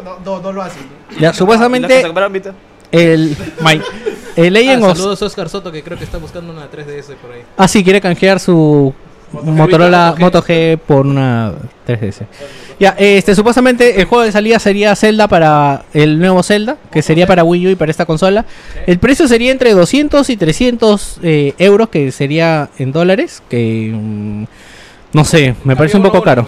S10: No, no, no lo hacen.
S3: Ya,
S4: ¿Y las que se
S3: supuestamente
S4: compraron, Vita?
S3: el. my- el Legend
S9: Ah,
S3: of.
S9: saludos a Oscar Soto que creo que está buscando una 3DS por ahí.
S3: Ah, sí, quiere canjear su Motorola Moto G por una 3DS. Ya, este, supuestamente el juego de salida sería Zelda para el nuevo Zelda, que sería para Wii U y para esta consola. El precio sería entre 200 y 300 eh, euros, que sería en dólares, que mm, no sé, me parece un poco caro.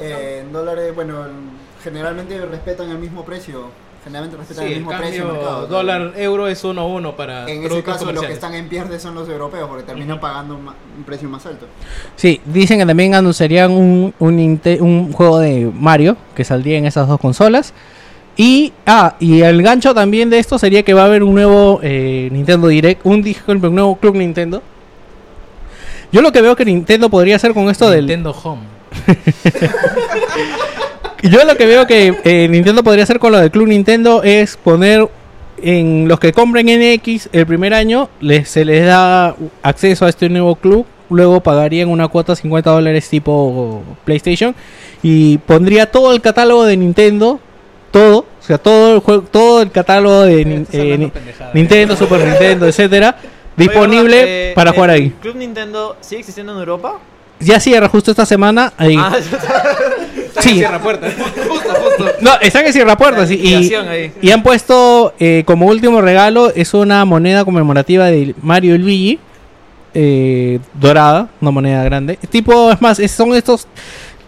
S8: eh, en dólares, bueno, en- generalmente respetan el mismo precio. Generalmente respetan
S9: Sí,
S8: el
S9: el
S8: mismo precio. de
S9: cambio
S8: mercado,
S9: dólar euro es 1-1 para
S8: En ese
S9: productos
S8: caso, los que
S9: comerciales.
S8: están en pierde son los europeos, porque terminan pagando un, ma- un precio más alto.
S3: Sí, dicen que también anunciarían un, un, inte- un juego de Mario que saldría en esas dos consolas. Y, ah, y el gancho también de esto sería que va a haber un nuevo eh, Nintendo Direct, un, disculpe, un nuevo Club Nintendo. Yo lo que veo que Nintendo podría hacer con esto del...
S9: Nintendo Home.
S3: Yo lo que veo que eh, Nintendo podría hacer con lo del Club Nintendo es poner en los que compren NX el primer año, les, se les da acceso a este nuevo club, luego pagarían una cuota de 50 dólares tipo PlayStation y pondría todo el catálogo de Nintendo, todo, o sea, todo el juego, todo el catálogo de Nin-
S5: estás
S3: eh,
S5: hablando
S3: Ni-
S5: pendejadas.
S3: Nintendo, Super Nintendo, etcétera, disponible
S4: Oye, Rafa, eh,
S3: para jugar
S4: ¿el
S3: ahí.
S4: ¿Club Nintendo sigue existiendo en Europa?
S3: Ya cierra justo esta semana. ahí.
S4: Ah,
S3: sí,
S11: Cierra puerta. Justo, justo.
S3: No, están que cierra puertas y, y,
S4: liquidación ahí.
S3: y han puesto eh, como último regalo es una moneda conmemorativa de Mario y Luigi eh, dorada, una moneda grande. Tipo, es más, es- son estos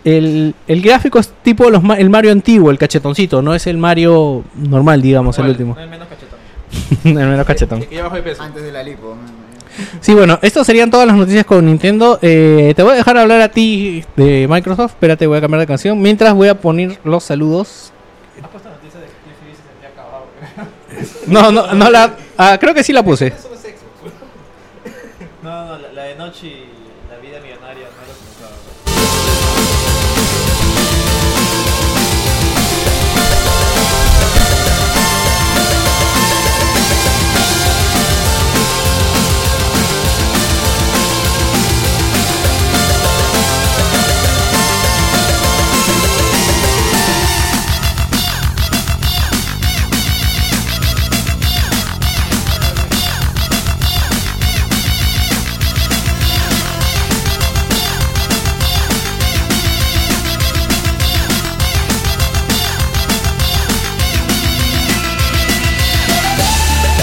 S3: el, el gráfico es tipo los, ma- el Mario antiguo, el cachetoncito, no es el Mario normal, digamos, el
S4: Vale,
S3: último,
S4: no hay menos cachetón.
S3: el menos cachetón.
S11: Y que ya bajó de peso.
S10: Antes de la lipo.
S3: Sí, bueno, estas serían todas las noticias con Nintendo. Eh, te voy a dejar hablar a ti de Microsoft, espérate, voy a cambiar de canción, mientras voy a poner los saludos
S4: ¿Has puesto noticias de que Cliff Lee se sentía
S3: No,
S4: acabado?
S3: no, no la. ah, creo que sí la puse.
S4: No, no, la, la de noche y la vida millonaria no lo he pensado.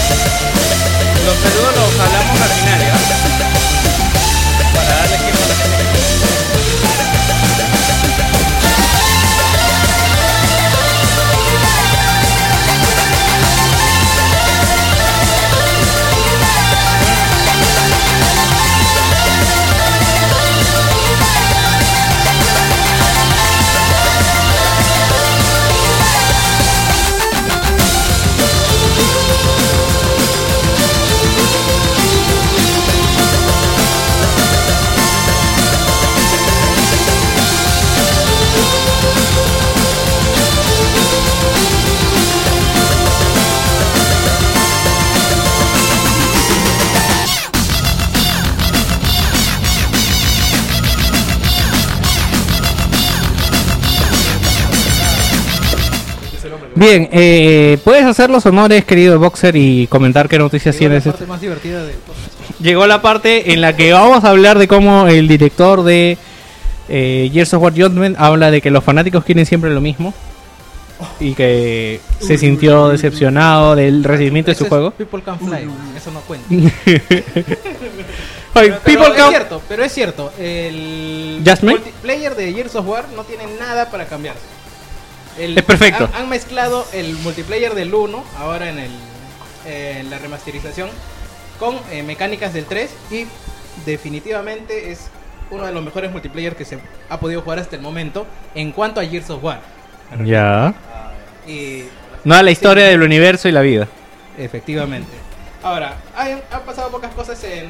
S11: Los saludos los hablamos al final, ¿ya? Para darle tiempo a la gente.
S3: Bien, eh, puedes hacer los honores, querido Boxer, y comentar qué noticias
S5: Llegó
S3: tienes.
S5: la parte más divertida del podcast.
S3: Llegó la parte en la que vamos a hablar de cómo el director de eh, Gears of War Judgment habla de que los fanáticos quieren siempre lo mismo y que se sintió decepcionado del recibimiento de
S5: Ese
S3: su
S5: es
S3: juego.
S5: People Can Fly, eso no cuenta.
S3: Ay,
S5: Pero
S3: People
S5: es
S3: Count-
S5: cierto, pero es cierto. El
S3: ¿Jasmine?
S5: multiplayer de Gears of War no tiene nada para cambiarse. El-
S3: Es perfecto.
S5: Han, han mezclado el multiplayer del 1, ahora en, el, en la remasterización, con eh, mecánicas del 3 y definitivamente es uno de los mejores multiplayer que se ha podido jugar hasta el momento en cuanto a Gears of War.
S3: Ya.
S5: Y
S3: No a la historia del universo y la vida.
S5: Efectivamente. Ahora, han, han pasado pocas cosas en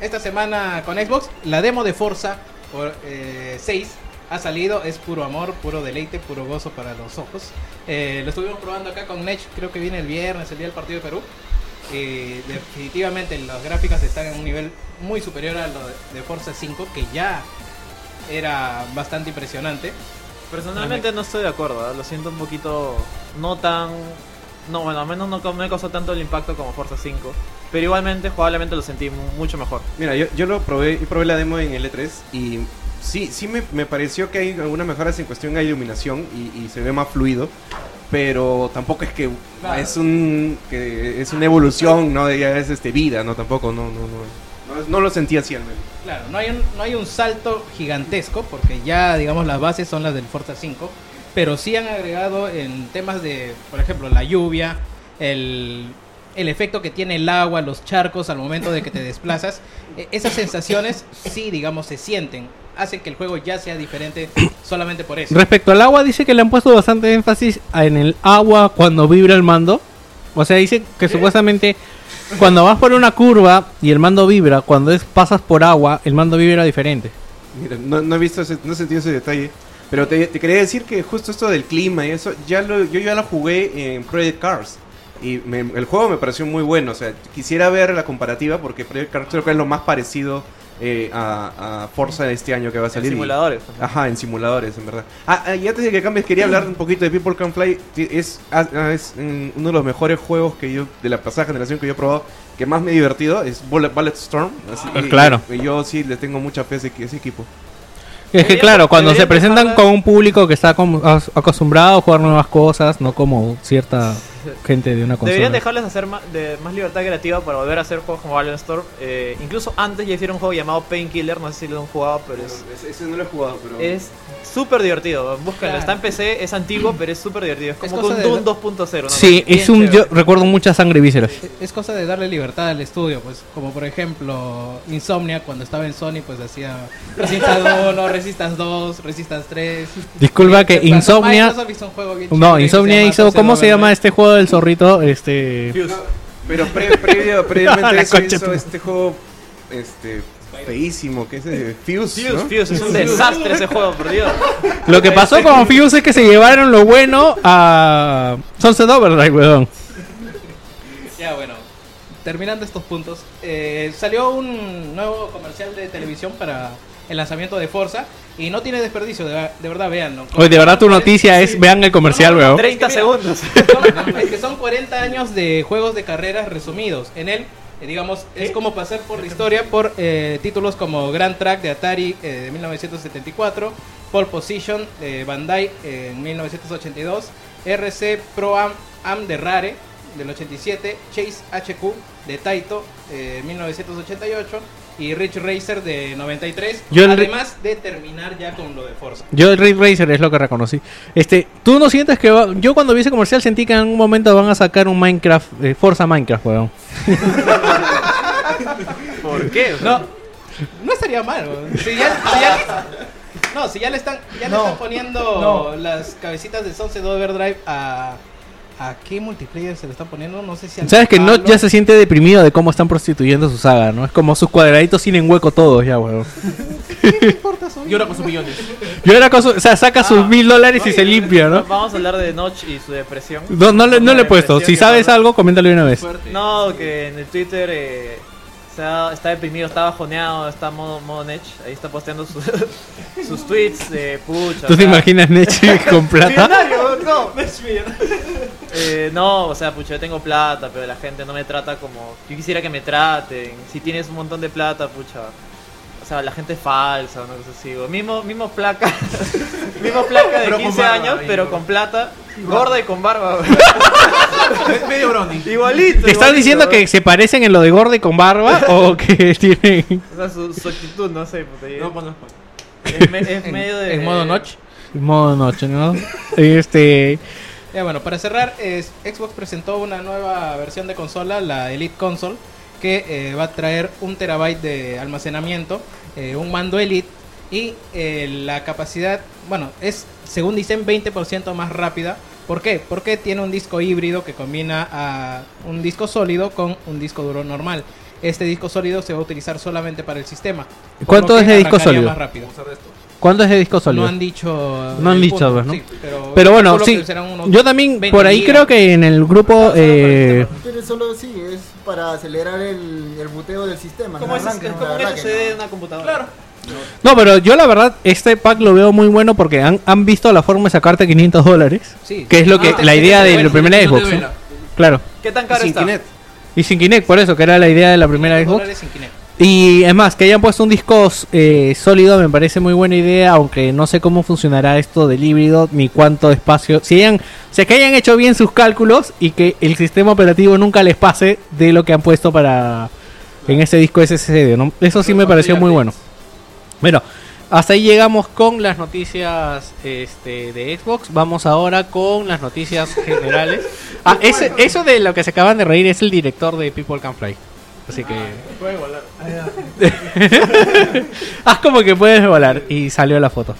S5: esta semana con Xbox. La demo de Forza o, eh, 6 ha salido, es puro amor, puro deleite, puro gozo para los ojos. Eh, lo estuvimos probando acá con Nech, creo que viene el viernes, el día del partido de Perú. Y definitivamente las gráficas están en un nivel muy superior a lo de, de Forza 5, que ya era bastante impresionante.
S4: Personalmente no estoy de acuerdo, ¿eh? lo siento un poquito no tan... No, bueno, al menos no co- me causó tanto el impacto como Forza 5. Pero igualmente, jugablemente lo sentí mu- mucho mejor.
S7: Mira, yo, yo lo probé, yo probé la demo en el E3 y sí, sí me, me pareció que hay algunas mejoras en cuestión a iluminación y, y se ve más fluido, pero tampoco es que es un que es una evolución, no ya es este vida, no tampoco, no, no, no, no, es- no lo sentí así al menos.
S5: Claro, no hay, un, no hay un salto gigantesco porque ya, digamos, las bases son las del Forza 5, pero sí han agregado en temas de, por ejemplo, la lluvia, el, el efecto que tiene el agua, los charcos al momento de que te desplazas. Eh, Esas sensaciones sí, digamos, se sienten, hacen que el juego ya sea diferente solamente por eso.
S3: Respecto al agua, dice que le han puesto bastante énfasis a- en el agua cuando vibra el mando. O sea, dice que supuestamente cuando vas por una curva y el mando vibra, cuando es, pasas por agua, el mando vibra diferente.
S7: Mira, no, no he visto ese, no he sentido ese detalle. Pero te, te quería decir que justo esto del clima y eso, ya lo, yo ya lo jugué en Project Cars. Y me- el juego me pareció muy bueno. O sea, quisiera ver la comparativa porque Project Cars creo que es lo más parecido eh, a, a Forza de este año que va a salir. y-
S4: simuladores.
S3: Ah,
S7: Ajá, en simuladores, en verdad. Ah, ah, y antes de que cambies, quería hablar un poquito de People Can Fly. Sí, Es, ah, ah, es mm, uno de los mejores juegos que yo, de la pasada generación que yo he probado, que más me he divertido, es Bullet, Bullet Storm. Así
S3: Ah,
S7: que-
S3: claro.
S7: que yo sí le tengo mucha fe a ese, a ese equipo.
S3: Es que
S4: Deberían-
S3: claro, cuando se
S4: deberían
S3: presentan
S4: dejarla-
S3: con un público que está acom- as- acostumbrado a jugar nuevas cosas, no como cierta gente de una consola.
S4: Deberían dejarles hacer ma- de- más libertad creativa para volver a hacer juegos como Alien Storm. Eh, incluso antes ya hicieron un juego llamado Painkiller, no sé si lo han jugado, pero es
S7: Ese no lo he jugado, pero.
S4: es súper divertido. Búscalo, está en PC, es antiguo, pero es súper divertido. Es como que
S5: cosa
S4: un
S5: de-
S4: Doom 2.0. ¿no?
S3: Sí,
S4: Bien
S3: es un yo
S4: chévere.
S3: recuerdo mucha sangre y vísceras.
S5: Es cosa de darle libertad al estudio, pues como por ejemplo Insomnia cuando estaba en Sony pues hacía Resistance 1, Resistance 2. Resistance 3.
S3: Disculpa que
S5: Mientras tanto,
S3: Insomnia
S5: Microsoft hizo un juego bien chévere
S3: No,
S5: que se
S3: Insomnia
S5: llama
S3: hizo
S5: Torcelo
S3: ¿cómo se
S5: Verde.
S3: llama este juego del zorrito? Este
S7: Pero pre- previo, previamente
S3: La
S7: eso
S3: concha
S7: hizo
S3: de-
S7: este juego este, feísimo, que es eh, Fuse.
S4: Fuse,
S7: ¿no?
S4: Fuse, es un desastre ese juego, por Dios.
S3: Lo que pasó con Fuse es que se llevaron lo bueno a Sunset Overdrive, weón. este?
S5: Ya bueno, terminando estos puntos, eh, salió un nuevo comercial de televisión para el lanzamiento de Forza y no tiene desperdicio, de, de verdad véanlo.
S3: Oye, de verdad tu noticia es vean el comercial, weón.
S4: 30 segundos.
S5: No, es que son 40 años de juegos de carreras resumidos. En él, eh, digamos, es como pasar por la historia por eh, títulos como Grand Track de Atari eh, de 1974, Pole Position de Bandai eh, en 1982, RC Pro Am, Am de Rare del 87, Chase HQ de Taito eh, 1988 y Rich Racer de 93.
S3: Yo el-
S5: además de terminar ya con lo de Forza.
S3: Yo el Ridge Racer es lo que reconocí. Este, tú no sientes que va- yo cuando vi ese comercial sentí que en algún momento van a sacar un Minecraft, eh, Forza Minecraft, weón.
S4: ¿Por qué?
S5: No, no estaría mal. weón. Si ya, si ya- no, si ya le están, ya le
S10: No,
S5: están poniendo
S10: no.
S5: las cabecitas de Sunset Overdrive a. ¿A qué multiplayer se le están poniendo? Ah, No sé si al
S3: Sabes que no
S5: Halo.
S3: ya se siente deprimido de cómo están prostituyendo su saga, ¿no? Es como sus cuadraditos tienen hueco todos ya, weón.
S12: Llora con sus millones.
S3: Yo era cosa, o sea, saca sus
S4: Ah,
S3: mil dólares y se limpia, ¿no?
S4: Vamos a hablar de Notch y su depresión.
S3: No, no le, no
S4: La
S3: le he puesto.
S4: depresión
S3: Si
S4: que
S3: sabes
S4: pasó.
S3: algo, coméntale una vez.
S4: No, que en el Twitter eh, se ha- está deprimido, está bajoneado, está modo, modo Nech. Ahí está posteando sus- sus tweets de
S3: ¿Tú
S4: pucha.
S3: te
S4: o sea,
S3: imaginas Nechi con plata?
S4: millonario, no. Eh, no, o sea, pucha, yo tengo plata, pero la gente no me trata como yo quisiera que me traten. Si tienes un montón de plata, pucha. O sea, la gente es falsa, no sé si digo. Mismo, mismo placa. mismo placa de
S10: Pero con
S4: 15
S10: barba,
S4: años,
S10: ahí,
S4: pero
S10: ¿no?
S4: con plata. Gorda y con barba.
S12: Medio brownie.
S4: igualito.
S3: ¿Te estás
S4: igualito,
S3: diciendo que se parecen en lo de gordo y con barba o que tienen
S4: O sea, su, su actitud, no sé, puta. y-
S12: No conozco.
S4: Es, me- es medio de.
S5: en modo Notch.
S3: modo noche, no? Este,
S5: Ya bueno, para cerrar, es- Xbox presentó una nueva versión de consola, la Elite Console, que eh, va a traer un terabyte de almacenamiento, eh, un mando Elite y eh, la capacidad, bueno, es según dicen 20% más rápida. ¿Por qué? Porque tiene un disco híbrido que combina a un disco sólido con un disco duro normal. Este disco sólido se va a utilizar solamente para el sistema. por
S3: ¿Cuánto
S5: lo
S3: es
S5: que
S3: de disco
S5: arrancaría
S3: sólido?
S5: más rápido.
S3: ¿cuánto es de disco
S5: No
S3: sólido?
S5: han dicho.
S3: No han
S5: el
S3: dicho,
S5: punto,
S3: pues, ¿no?
S5: sí, pero,
S3: Pero bueno,
S5: calculo que
S3: sí.
S5: serán unos
S3: Yo también
S5: 20
S3: por ahí
S5: gigas.
S3: creo que en el grupo eh,
S5: este
S1: Pero solo sí, es para acelerar el, el buteo del sistema.
S4: Como
S1: ¿no?
S4: es, es
S1: Arranque, ¿no?
S4: como que
S1: Arranque,
S4: sucede en
S1: ¿no?
S4: una computadora. Claro.
S3: No, pero yo la verdad este pack lo veo muy bueno porque han, han visto la forma de sacarte 500 dólares,
S5: Sí.
S3: que es lo que
S5: Ah,
S3: la
S5: sí,
S3: idea
S5: sí,
S3: de
S5: bueno,
S3: la primera
S5: sí, no te
S3: Xbox.
S5: duela.
S3: ¿no? Claro.
S4: ¿Qué tan caro
S7: Sin
S4: está?
S7: Kinect.
S3: Y sin Kinect, por eso que era la idea de la primera Xbox.
S5: dólares sin Kinect.
S3: Y es más, que hayan puesto un disco eh, sólido me parece muy buena idea, aunque no sé cómo funcionará esto del híbrido ni cuánto espacio. Si hayan, o sea, que hayan hecho bien sus cálculos y que el sistema operativo nunca les pase de lo que han puesto para en ese disco SSD. ¿no? Eso sí me pareció muy bueno. Bueno, hasta ahí llegamos con las noticias este, de Xbox. Vamos ahora con las noticias generales. Ah, ese- eso de lo que se acaban de reír es el director de People Can Fly. Así que... Haz como que puedes volar. Y salió la foto.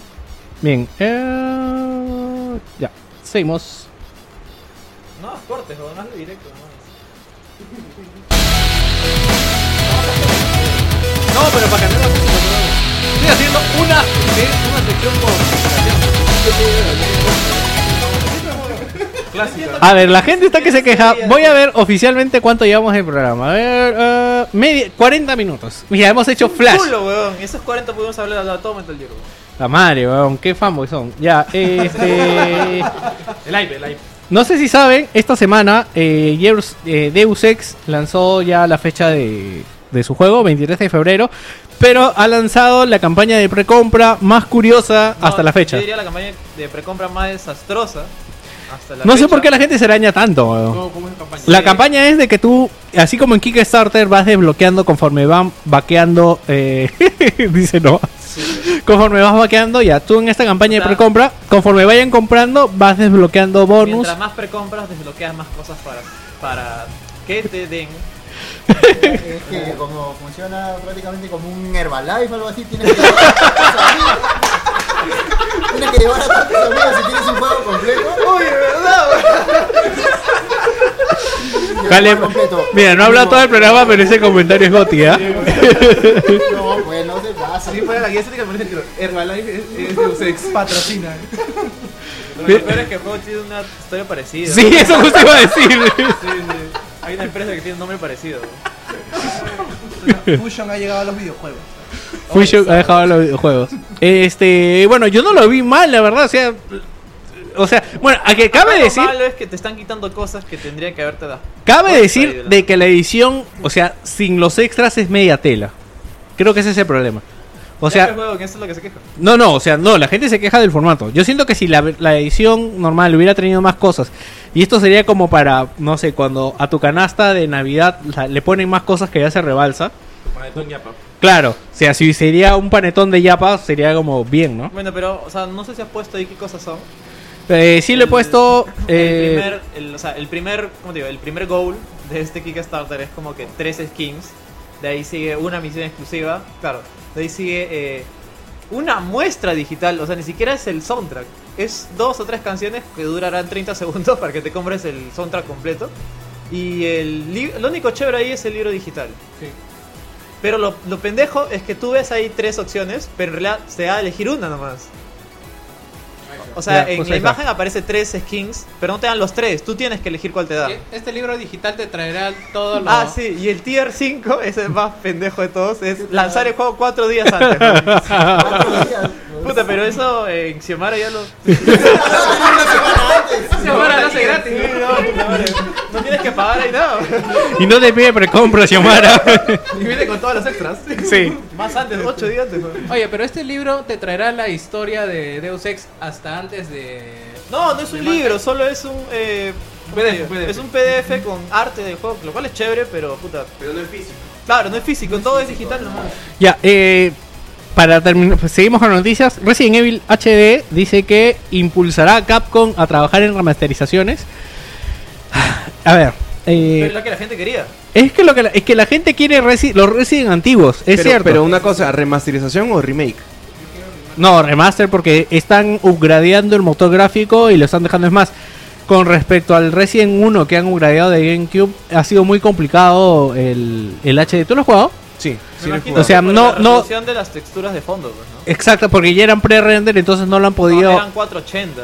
S3: Bien. eh, ya. Seguimos.
S4: No, cortes, o más directo. nomás. No, pero para cambiar la música, ¿no? Estoy haciendo
S3: haciendo una, ¿sí? una sección por. A ver, la gente está que se queja. Voy a ver oficialmente cuánto llevamos de programa. A ver, eh, media, 40 minutos. Mira, hemos hecho flash.
S4: Culo, weón. Esos 40 pudimos hablar de todo Metal Gear, weón.
S3: La madre, weón, qué fanboy son. Ya, este.
S5: El hype, el hype.
S3: No sé si saben, esta semana eh, Yeus- eh, Deus Ex lanzó ya la fecha de, de su juego, 23 de febrero, pero ha lanzado la campaña de precompra más curiosa
S4: No,
S3: hasta la fecha.
S4: Yo diría la campaña de precompra más desastrosa. Hasta la
S3: No sé
S4: fecha.
S3: por qué la gente se araña tanto. weón. La campaña es de que tú, así como en Kickstarter, vas desbloqueando conforme van vaqueando. eh, dice no. Conforme vas vaqueando, ya tú en esta campaña de
S4: Puta.
S3: precompra, conforme vayan comprando, vas desbloqueando bonus.
S4: Mientras más precompras, desbloqueas más cosas para, para que te den.
S8: Es que como funciona prácticamente como un Herbalife o algo así, tienes que llevar a tus amigos. Tienes que llevar a tus amigos si tienes un juego completo. Uy, ¿verdad?
S3: Jale- Mira, no ha hablado todo el programa, pero ese comentario es Goti, ¿ah?
S8: No, pues no se pasa.
S10: Sí, fuera la guía estética, me parece que Herbalife es, es Deus Ex. Patrocina.
S4: Lo que peor es que el juego tiene una historia parecida.
S3: Sí, eso justo iba a decir.
S4: Sí, sí. Hay una empresa que tiene un nombre parecido.
S10: Fusion ha llegado a los videojuegos.
S3: Fusion ha dejado los videojuegos. Este, bueno, yo no lo vi mal, la verdad, o sea. O sea, bueno, a que cabe
S4: Lo
S3: decir.
S4: malo es que te están quitando cosas que tendrían que haberte dado.
S3: Cabe
S4: Oye,
S3: decir
S4: Tidal.
S3: de que la edición, o sea, sin los extras es media tela. Creo que ese es el problema. O
S4: Ya que el
S3: sea,
S4: juego, que eso es lo que se queja.
S3: no, no, o sea, no, la gente se queja del formato. Yo siento que si la, la edición normal hubiera tenido más cosas, y esto sería como para, no sé, cuando a tu canasta de Navidad la- le ponen más cosas que ya se rebalsa.
S5: Panetón Yapa.
S3: Claro, o sea, si sería un panetón de yapa, sería como bien, ¿no?
S4: Bueno, pero, o sea, no sé si has puesto ahí qué cosas son.
S3: Eh, sí le he
S4: El-
S3: puesto... eh,
S4: El primer, el, o sea, el primer, ¿cómo te digo? El primer goal de este Kickstarter es como que tres skins. De ahí sigue una misión exclusiva. Claro, de ahí sigue eh, una muestra digital. O sea, ni siquiera es el soundtrack. Es dos o tres canciones que durarán 30 segundos para que te compres el soundtrack completo. Y el li- lo único chévere ahí es el libro digital. Pero lo, lo pendejo es que tú ves ahí tres opciones, pero en realidad se va a elegir una nomás. O sea,
S3: Ya,
S4: en
S3: pues
S4: la
S3: ahí está.
S4: imagen aparece tres skins, pero no te dan los tres, tú tienes que elegir cuál te da.
S9: Este libro digital te traerá todos los.
S4: Ah, sí, y el tier 5, ese es el más pendejo de todos, es lanzar el juego cuatro días antes. ¿no?
S8: Cuatro días, pues.
S4: Puta, pero eso eh, en Xiomara ya lo...
S8: Una semana antes.
S4: Xiomara lo hace gratis. No, no tienes que pagar ahí nada.
S3: Y no te pide precompra, Xiomara.
S4: Y viene con todas las extras.
S3: sí.
S4: Más antes, ocho días antes. ¿no?
S9: Oye, pero este libro te traerá la historia de Deus Ex hasta antes de.
S4: No, no es un libro, solo es un eh, ¿cómo te digo? Es un PDF con arte del juego, lo cual es chévere, pero puta.
S5: Pero no es físico.
S4: Claro, no es físico, todo es digital nomás.
S3: Ya, eh, para terminar, pues, seguimos con las noticias. Resident Evil HD dice que impulsará a Capcom a trabajar en remasterizaciones. A ver, eh,
S4: Pero es lo que la gente quería.
S3: es que lo que la, es que la gente quiere Resi- los Resident antiguos, es
S7: pero,
S3: cierto.
S7: Pero una cosa, ¿remasterización o remake?
S3: No, remaster porque están upgradeando el motor gráfico y lo están dejando. Es más, con respecto al Resident 1 que han upgradeado de GameCube, ha sido muy complicado el, el HD. ¿Tú lo has jugado?
S7: Sí, sí lo he
S3: O
S7: jugado.
S3: sea,
S4: Por
S3: no-
S4: La
S3: no-
S4: resolución de las texturas de fondo, pues, ¿no?
S3: Exacto, porque ya eran pre-render, entonces no lo han podido.
S4: No, eran 480.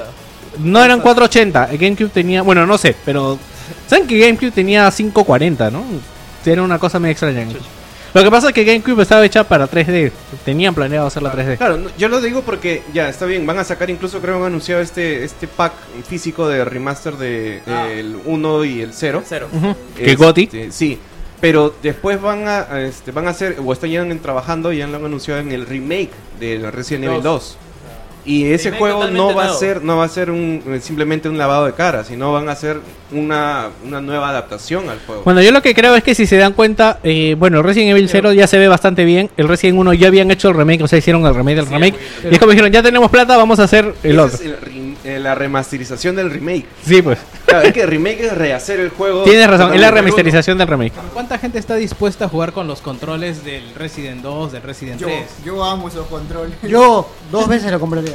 S3: No eran 480, el GameCube tenía, bueno, no sé, pero saben que GameCube tenía 540, ¿no? Era una cosa muy extraña. Lo que pasa es que GameCube estaba hecha para 3D, tenían planeado hacerla 3D.
S7: Claro, no, yo lo digo porque ya está bien, van a sacar incluso creo han anunciado este este pack físico de remaster de
S4: Ah.
S7: el 1 y el 0.
S4: Cero.
S3: Que Gotti.
S7: Sí. Pero después van a, a, este, van a hacer o están ya en- trabajando ya lo han anunciado en el remake de Resident Evil 2. Y ese
S4: Ah. Remake
S7: juego no
S4: totalmente
S7: va a
S4: nuevo.
S7: ser no va a ser un eh, simplemente un lavado de cara, sino van a hacer una, una nueva adaptación al juego.
S3: Bueno, yo lo que creo es que si se dan cuenta, eh, bueno, Resident Evil 0 ya se ve bastante bien, el Resident 1 ya habían hecho el remake, o sea, hicieron el remake del remake, y es como dijeron, ya tenemos plata, vamos a hacer el
S7: Ese
S3: otro.
S7: es el rem- eh, la remasterización del remake.
S3: Sí, pues,
S7: Claro, es que remake es rehacer el juego.
S3: tienes razón, es la
S7: totalmente del uno.
S3: remasterización del remake.
S9: ¿Cuánta gente está dispuesta a jugar con los controles del Resident 2, del Resident
S8: Yo,
S9: 3?
S8: yo amo esos controles.
S1: Yo dos veces lo compraría.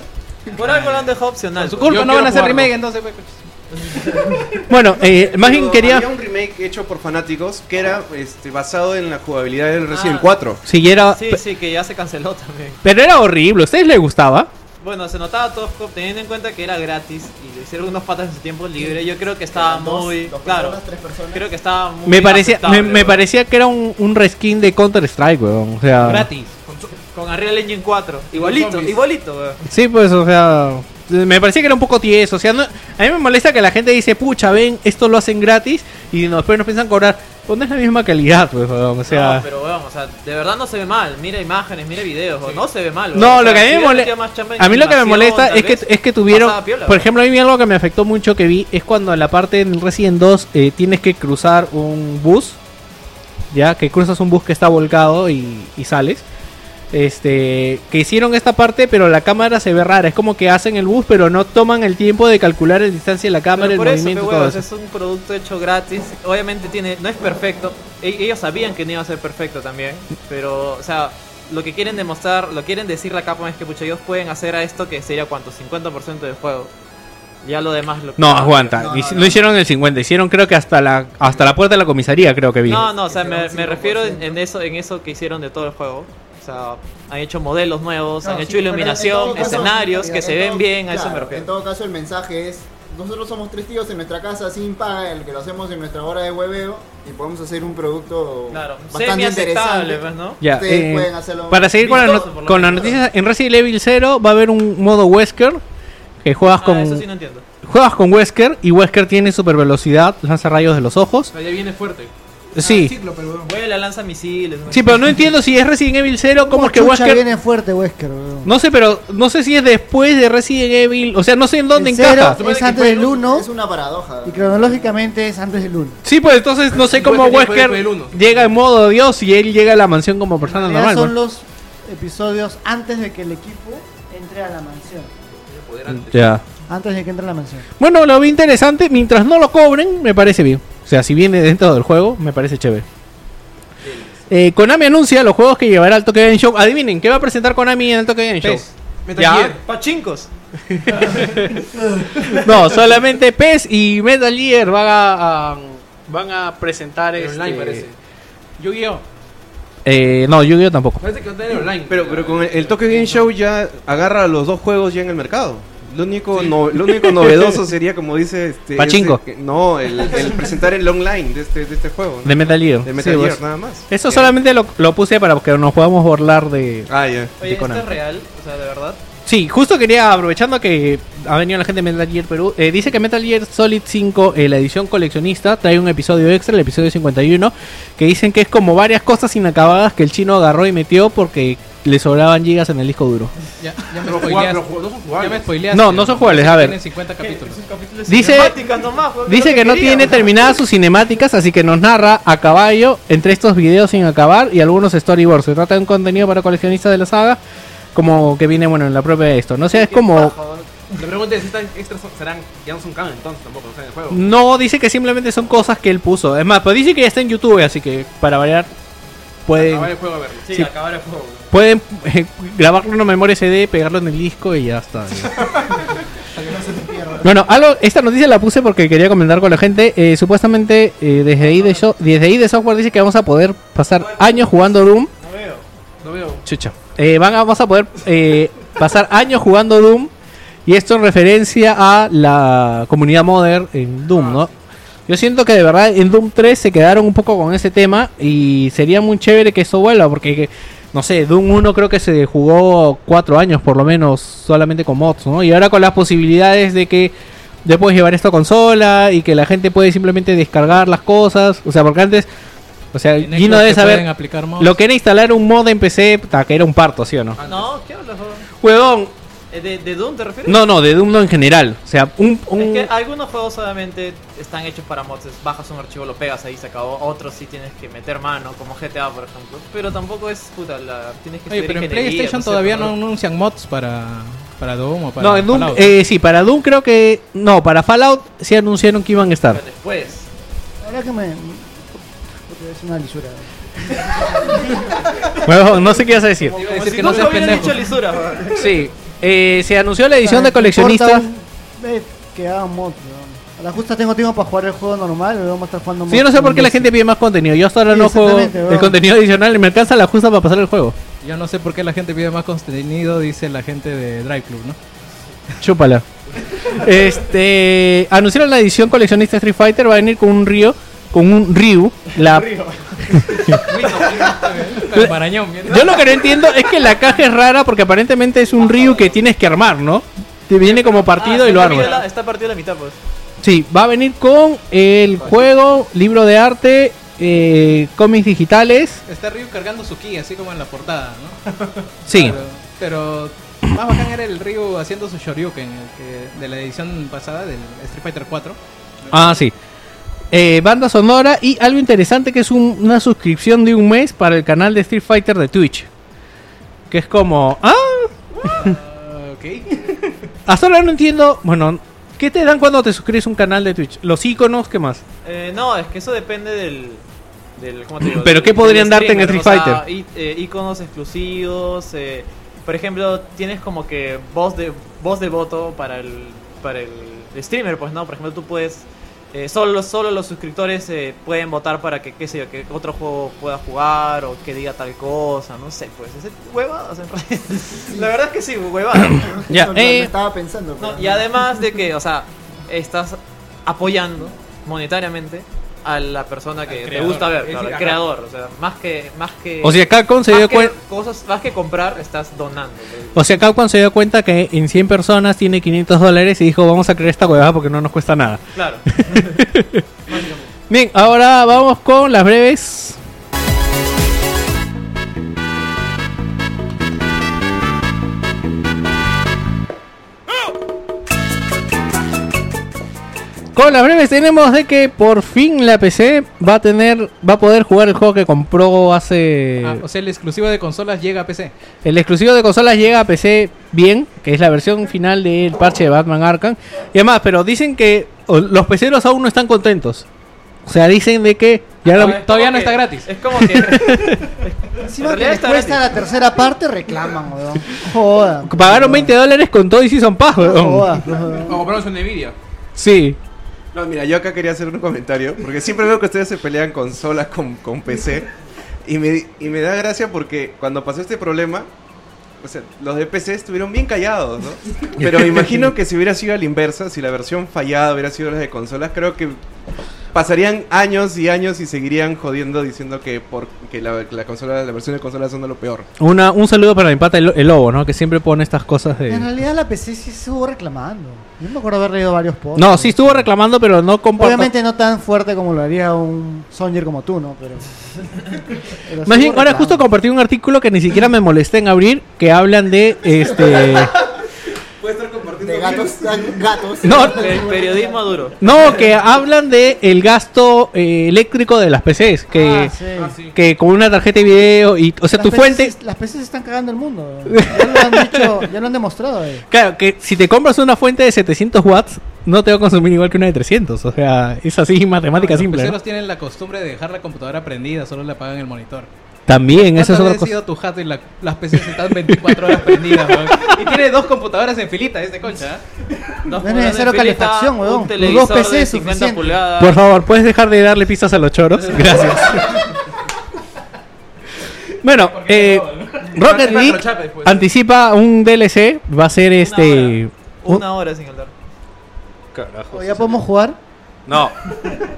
S4: Por algo lo han dejado opcional.
S9: Su
S4: pues.
S9: culpa
S5: Yo
S9: no van
S5: quiero
S9: a hacer
S5: jugarlo.
S9: remake, entonces. pues,
S3: Bueno, eh, más bien
S7: Pero
S3: quería.
S7: Había un remake hecho por fanáticos que era este, basado en la jugabilidad del
S5: Ah,
S7: Resident 4.
S3: si era-
S4: Sí,
S3: pe-
S4: sí, que ya se canceló también.
S3: Pero era horrible. ¿A ustedes les gustaba?
S4: Bueno, se notaba Tosco teniendo en cuenta que era gratis y le hicieron unos patas en su tiempo libre. Yo creo que estaba
S8: Eran dos,
S4: muy.
S8: dos
S4: claro,
S8: personas, tres personas.
S4: creo que estaba muy.
S3: Me parecía,
S4: aceptable,
S3: me, me
S4: weón.
S3: parecía que era un, un reskin de Counter Strike, weón. O sea.
S9: Gratis.
S4: Con Unreal Engine 4. Igualito,
S9: zombies.
S4: igualito, weón.
S3: Sí, pues, o sea, me parecía que era un poco tieso. O sea, no- a mí me molesta que la gente dice, pucha, ven, esto lo hacen gratis y no, después nos piensan cobrar. Pues no es la misma calidad, pues, weón, o sea.
S4: no, pero weón, o sea, de verdad no se ve mal. Mira imágenes, mira videos, weón, no se ve mal. weón.
S3: No,
S4: O
S3: lo
S4: sea,
S3: que a mí
S4: si
S3: me
S4: hubiera
S3: molesta,
S4: metido más chamba en
S3: a mí lo que me
S4: animación,
S3: molesta
S4: tal
S3: es que,
S4: vez,
S3: es que tuvieron,
S4: pasaba piola,
S3: por
S4: weón.
S3: ejemplo, a mí me algo que me afectó mucho que vi es cuando en la parte en Resident 2 eh, tienes que cruzar un bus, ya que cruzas un bus que está volcado y, y sales. Este, que hicieron esta parte, pero la cámara se ve rara. Es como que hacen el bus, pero no toman el tiempo de calcular la distancia de la cámara,
S4: Pero
S3: el
S4: por eso,
S3: movimiento,
S4: pe,
S3: todo
S4: huevos,
S3: eso.
S4: es un producto hecho gratis. Obviamente tiene, no es perfecto. E- ellos sabían que no iba a ser perfecto también. Pero, o sea, lo que quieren demostrar, lo quieren decir la capa es que pucha, ellos pueden hacer a esto que sería cuánto, 50% del juego. Ya lo demás lo
S3: No, aguanta.
S8: No,
S3: hic-
S8: no,
S3: no,
S8: no.
S3: hicieron el 50, hicieron creo que hasta la hasta la puerta de la comisaría, creo que vi.
S4: No, no, o sea,
S8: Que
S4: me,
S8: sea un
S4: me refiero en,
S8: 5%.
S4: en eso en eso que hicieron de todo el juego. O sea, han hecho modelos nuevos,
S8: No,
S4: han
S8: sí,
S4: hecho
S8: pero en todo
S4: iluminación,
S8: caso-
S4: escenarios que
S8: en
S4: se
S8: todo-
S4: ven bien, a eso
S8: claro,
S4: me refiero.
S8: En todo caso, el mensaje es: nosotros somos tres tíos en nuestra casa sin paga, el que lo hacemos en nuestra hora de hueveo y podemos hacer un producto
S4: Claro,
S8: bastante
S4: semi-aceptable,
S8: interesante.
S4: pues, ¿no?
S3: Ya,
S8: Ustedes
S3: eh,
S8: pueden hacerlo
S3: para seguir con, la
S4: vistoso,
S3: not-
S4: por lo
S3: con las
S4: menos.
S3: noticias, en Resident Evil 0 va a haber un modo Wesker que juegas
S4: Ah,
S3: con
S4: eso sí no entiendo.
S3: juegas con Wesker y Wesker tiene super velocidad, lanza rayos de los ojos.
S5: Allá viene fuerte.
S3: Sí.
S4: Vuela, lanza misiles.
S3: Sí, pero no entiendo si es Resident Evil 0, cómo es que
S1: Chucha
S3: Wesker
S1: viene fuerte Wesker, weón.
S3: No sé, pero no sé si es después de Resident Evil, o sea, no sé en dónde
S1: El cero
S3: encaja.
S1: Es antes del 1
S8: Es una paradoja.
S1: y cronológicamente es antes del 1.
S3: Sí, pues entonces no sé cómo Wesker
S5: Wesker llega después del uno.
S3: llega en modo Dios y él llega a la mansión como persona normal. pues.
S1: son
S3: bueno.
S1: los episodios antes de que el equipo entre a la mansión.
S3: Ya.
S1: Antes de que entre a la mansión.
S3: Bueno, lo vi interesante. Mientras no lo cobren, me parece bien. O sea, si viene dentro del juego, me parece chévere. Eh, Konami anuncia los juegos que llevará al Tokyo Game Show. Adivinen, ¿qué va a presentar Konami en el Tokyo Game Show?
S5: Metal
S3: Ya.
S5: Gear.
S4: Pachincos.
S3: No, solamente PES y Metal Gear van a, a- van a presentar
S5: En
S3: este-
S5: online parece.
S9: Yu-Gi-Oh!
S3: Eh, no, Yu-Gi-Oh tampoco.
S5: Parece que va a tener online.
S7: Pero, pero con el, el Tokyo Game Show ya agarra los dos juegos ya en el mercado. Lo único, no- lo único novedoso sería, como dice... Este,
S3: Pachinko.
S7: ese- que- no, el, el presentar el online de este, de este juego. ¿no?
S3: De Metal Gear.
S7: De Metal
S3: Sí,
S7: Gear,
S3: pues.
S7: nada más.
S3: Eso
S7: Ya.
S3: solamente lo, lo puse para que nos podamos burlar de,
S7: Ah, ya.
S4: Oye, ¿esto
S3: Konami.
S4: es real? O sea, de verdad.
S3: Sí, justo quería, aprovechando que ha venido la gente de Metal Gear Perú, eh, dice que Metal Gear Solid 5, eh, la edición coleccionista, trae un episodio extra, el episodio 51, que dicen que es como varias cosas inacabadas que el chino agarró y metió porque le sobraban gigas en el disco duro.
S9: Ya, ya me
S5: Pero jugaba-
S9: spoileaste.
S5: pero jugaba- no son
S9: Ya
S5: jugables.
S9: me spoileaste.
S3: No, no son jugables, a ver.
S9: Tienen 50 capítulos.
S3: Dice, dice que no tiene terminadas sus cinemáticas, así que nos narra a caballo entre estos videos sin acabar y algunos storyboards. Se trata de un contenido para coleccionistas de la saga, como que viene, bueno, en la propia de esto. No sé, es como...
S5: La pregunta es: ¿estas extras son- serán, ya no son canon entonces tampoco? No están en el juego.
S3: No, dice que simplemente son cosas que él puso. Es más, pues dice que ya está en YouTube, así que para variar pueden,
S5: Acabar el Ah, juego a verlo.
S4: Sí,
S3: Sí.
S4: acabar el juego.
S3: pueden eh, grabarlo en una memoria CD, pegarlo en el disco y ya está. bueno, algo, esta noticia la puse porque quería comentar con la gente. Eh, supuestamente eh, desde, ahí de Sho- desde ahí de software dice que vamos a poder pasar años jugando Doom.
S4: No veo.
S5: No veo.
S3: Chucha. Eh, van a, vas a poder eh, pasar años jugando Doom. Y esto en referencia a la comunidad modder en Doom, ¿no? Yo siento que de verdad en Doom 3 se quedaron un poco con ese tema. Y sería muy chévere que eso vuelva. Porque, no sé, Doom 1 creo que se jugó cuatro años por lo menos solamente con mods, ¿no? Y ahora con las posibilidades de que ya puedes llevar esto a consola y que la gente puede simplemente descargar las cosas. O sea, porque antes. O sea,
S9: En
S3: Gino
S9: Xbox
S3: debe
S9: te
S3: saber.
S9: pueden aplicar mods.
S3: Lo que era instalar un mod en PC, puta, que era un parto, ¿sí o no?
S4: Ah, No, ¿qué hablas? joven?
S3: Huevón,
S4: Eh, ¿De, ¿De Doom te refieres?
S3: no, no, de Doom no en general. O sea, un. un-
S4: Es que algunos juegos solamente están hechos para mods. es Bajas un archivo, lo pegas ahí, se acabó. Otros sí tienes que meter mano, como GTA, por ejemplo. Pero tampoco es puta, la, tienes que
S9: Oye,
S4: estudiar
S9: pero en
S4: ingeniería,
S9: PlayStation
S4: sé,
S9: todavía
S4: para-
S9: no anuncian mods para, para Doom o para
S3: no, en Doom,
S9: Fallout.
S3: eh, sí, para Doom creo que. No, para Fallout sí anunciaron que iban a estar.
S4: Pero después.
S1: La verdad que me. puta, Es una lisura.
S3: Huevón, no sé qué ibas a decir.
S9: Iba a
S4: Como
S9: decir
S4: si
S9: que no
S4: nunca
S9: seas
S4: hubieran
S9: pendejo.
S4: hecho lisura, joven.
S3: Sí, eh, se anunció la edición
S1: O sea,
S3: de coleccionistas.
S1: importa un- eh, Que hagan mod, weón. A la justa tengo tiempo para jugar el juego normal, lo vamos a estar jugando
S3: Sí, yo no sé por qué la gente pide más contenido. Yo hasta ahora
S1: Sí,
S3: no juego
S1: exactamente,
S3: el
S1: weón.
S3: contenido adicional y me alcanza la justa para pasar el juego.
S6: Yo no sé por qué la gente pide más contenido, dice la gente de Drive Club, ¿no?
S3: Chúpala. este. Anunciaron la edición coleccionista Street Fighter. Va a venir con un Ryu. Con un Ryu. La...
S6: Con Marañón, mierda.
S3: Yo lo que no entiendo es que la caja es rara porque aparentemente es un Ryu que tienes que armar, ¿no? Te viene como partido
S4: Ah,
S3: y lo
S4: está partido
S3: armas.
S4: la- Está partido la mitad, pues.
S3: Sí, va a venir con el juego, libro de arte, eh, cómics digitales.
S6: Está Ryu cargando su ki, así como en la portada, ¿no?
S3: Sí.
S6: Pero, pero más bacán era el Ryu haciendo su Shoryuken, el que- de la edición pasada del Street Fighter 4.
S3: Ah, sí. Eh, banda sonora y algo interesante que es un- una suscripción de un mes para el canal de Street Fighter de Twitch. Que es como... Ah,
S6: ok.
S3: hasta ahora no entiendo... Bueno, ¿qué te dan cuando te suscribes a un canal de Twitch? Los iconos, ¿qué más?
S4: Eh, no, es que eso depende del. del ¿cómo te digo?
S3: Pero,
S4: Del-
S3: ¿qué
S4: del
S3: podrían darte en
S4: streamer,
S3: Street
S4: o sea, i- eh, iconos exclusivos. eh, por ejemplo, tienes como que voz de voz de voto para el, para el streamer, pues no. Por ejemplo, tú puedes. eh, solo, solo los suscriptores eh, pueden votar para que, qué sé yo, que otro juego pueda jugar o que diga tal cosa, no sé, pues. Ese, huevadas, en realidad. La verdad es que sí, huevadas.
S3: Ya,
S8: Eso no-
S3: eh.
S8: no estaba pensando.
S4: No,
S8: pero-
S4: y además de que, o sea, estás apoyando monetariamente a la persona que te gusta ver, claro, al creador, o sea, más que más que
S3: O sea, Capcom se
S4: más
S3: dio
S4: que
S3: cuenta...
S4: cosas, más que comprar, estás donando. pues.
S3: O sea, Capcom se dio cuenta que en 100 personas tiene 500 dólares y dijo, vamos a crear esta huevada porque no nos cuesta nada.
S4: Claro.
S3: Bien, ahora vamos con las breves. Con las breves tenemos de que por fin la PC va a tener, va a poder jugar el juego que compró hace.
S6: Ah, o sea, el exclusivo de consolas llega a PC.
S3: El exclusivo de consolas llega a PC bien, que es la versión final del parche de Batman Arkham. Y además, pero dicen que o, los peceros aún no están contentos. O sea, dicen de que ya
S4: No,
S3: la-
S4: es
S6: todavía no
S4: como que-
S6: está gratis.
S4: Es como que
S1: Encima que
S4: En realidad
S1: les cuesta
S4: está gratis.
S1: la tercera parte, reclaman, weón. Joda.
S3: pagaron 20 dólares con todo y Season Pass,
S1: No
S3: weón.
S1: joda, no joda.
S5: O compramos un Nvidia.
S3: Sí.
S7: No, mira, yo acá quería hacer un comentario, porque siempre veo que ustedes se pelean consolas con, con PC, y me, y me da gracia porque cuando pasó este problema, o sea, los de PC estuvieron bien callados, ¿no? Pero me imagino que si hubiera sido a la inversa, si la versión fallada hubiera sido la de consolas, creo que pasarían años y años y seguirían jodiendo diciendo que, por, que la, la consola, la versión de consolas son de lo peor.
S3: Una, un saludo para mi pata el, el lobo, ¿no? Que siempre pone estas cosas
S1: En
S3: de.
S1: realidad la PC sí estuvo reclamando. Yo me acuerdo haber leído varios posts.
S3: No, sí estuvo reclamando, pero no comparto.
S1: Obviamente no tan fuerte como lo haría un Songer como tú, ¿no? Pero. pero
S3: Más
S1: sí
S3: bien,
S1: hubo
S3: ahora
S1: reclamo.
S3: justo compartí un artículo que ni siquiera me molesté en abrir, que hablan de este.
S8: De gatos. gatos.
S3: No,
S4: el periodismo duro.
S3: No, que hablan de el gasto eh, eléctrico de las PCs, que,
S1: Ah, sí.
S3: que con una tarjeta de video y, o sea,
S1: Las
S3: tu
S1: PCs
S3: fuente,
S1: Las PCs están cagando el mundo. weón. Ya lo han dicho, ya lo han demostrado. eh.
S3: claro, que si te compras una fuente de 700 watts, no te va a consumir igual que una de 300, o sea, es así matemática
S6: Los
S3: simple. ¿no?
S6: peceros tienen la costumbre de dejar la computadora prendida, solo le apagan el monitor.
S3: También, esa es
S6: ¿Cuántas
S3: otra
S6: veces has
S3: cosa.
S6: ido a tu jato y la- las PCs están 24 horas prendidas, weón? Y tiene dos computadoras en filita este concha. ¿eh?
S4: Dos
S1: No es
S4: pulgadas de
S1: necesario
S4: filita,
S1: calefacción,
S4: un
S1: huevón. Los dos
S4: televisor
S1: PC
S4: de
S1: es
S4: 50
S1: suficiente.
S4: pulgadas.
S3: Por favor, ¿puedes dejar de darle pistas a los choros? Gracias. bueno, eh, Rocket
S5: Van a
S3: League
S5: trochar después.
S3: anticipa un DLC, va a ser este...
S4: Una hora sin hablar.
S1: O ya podemos jugar.
S5: No.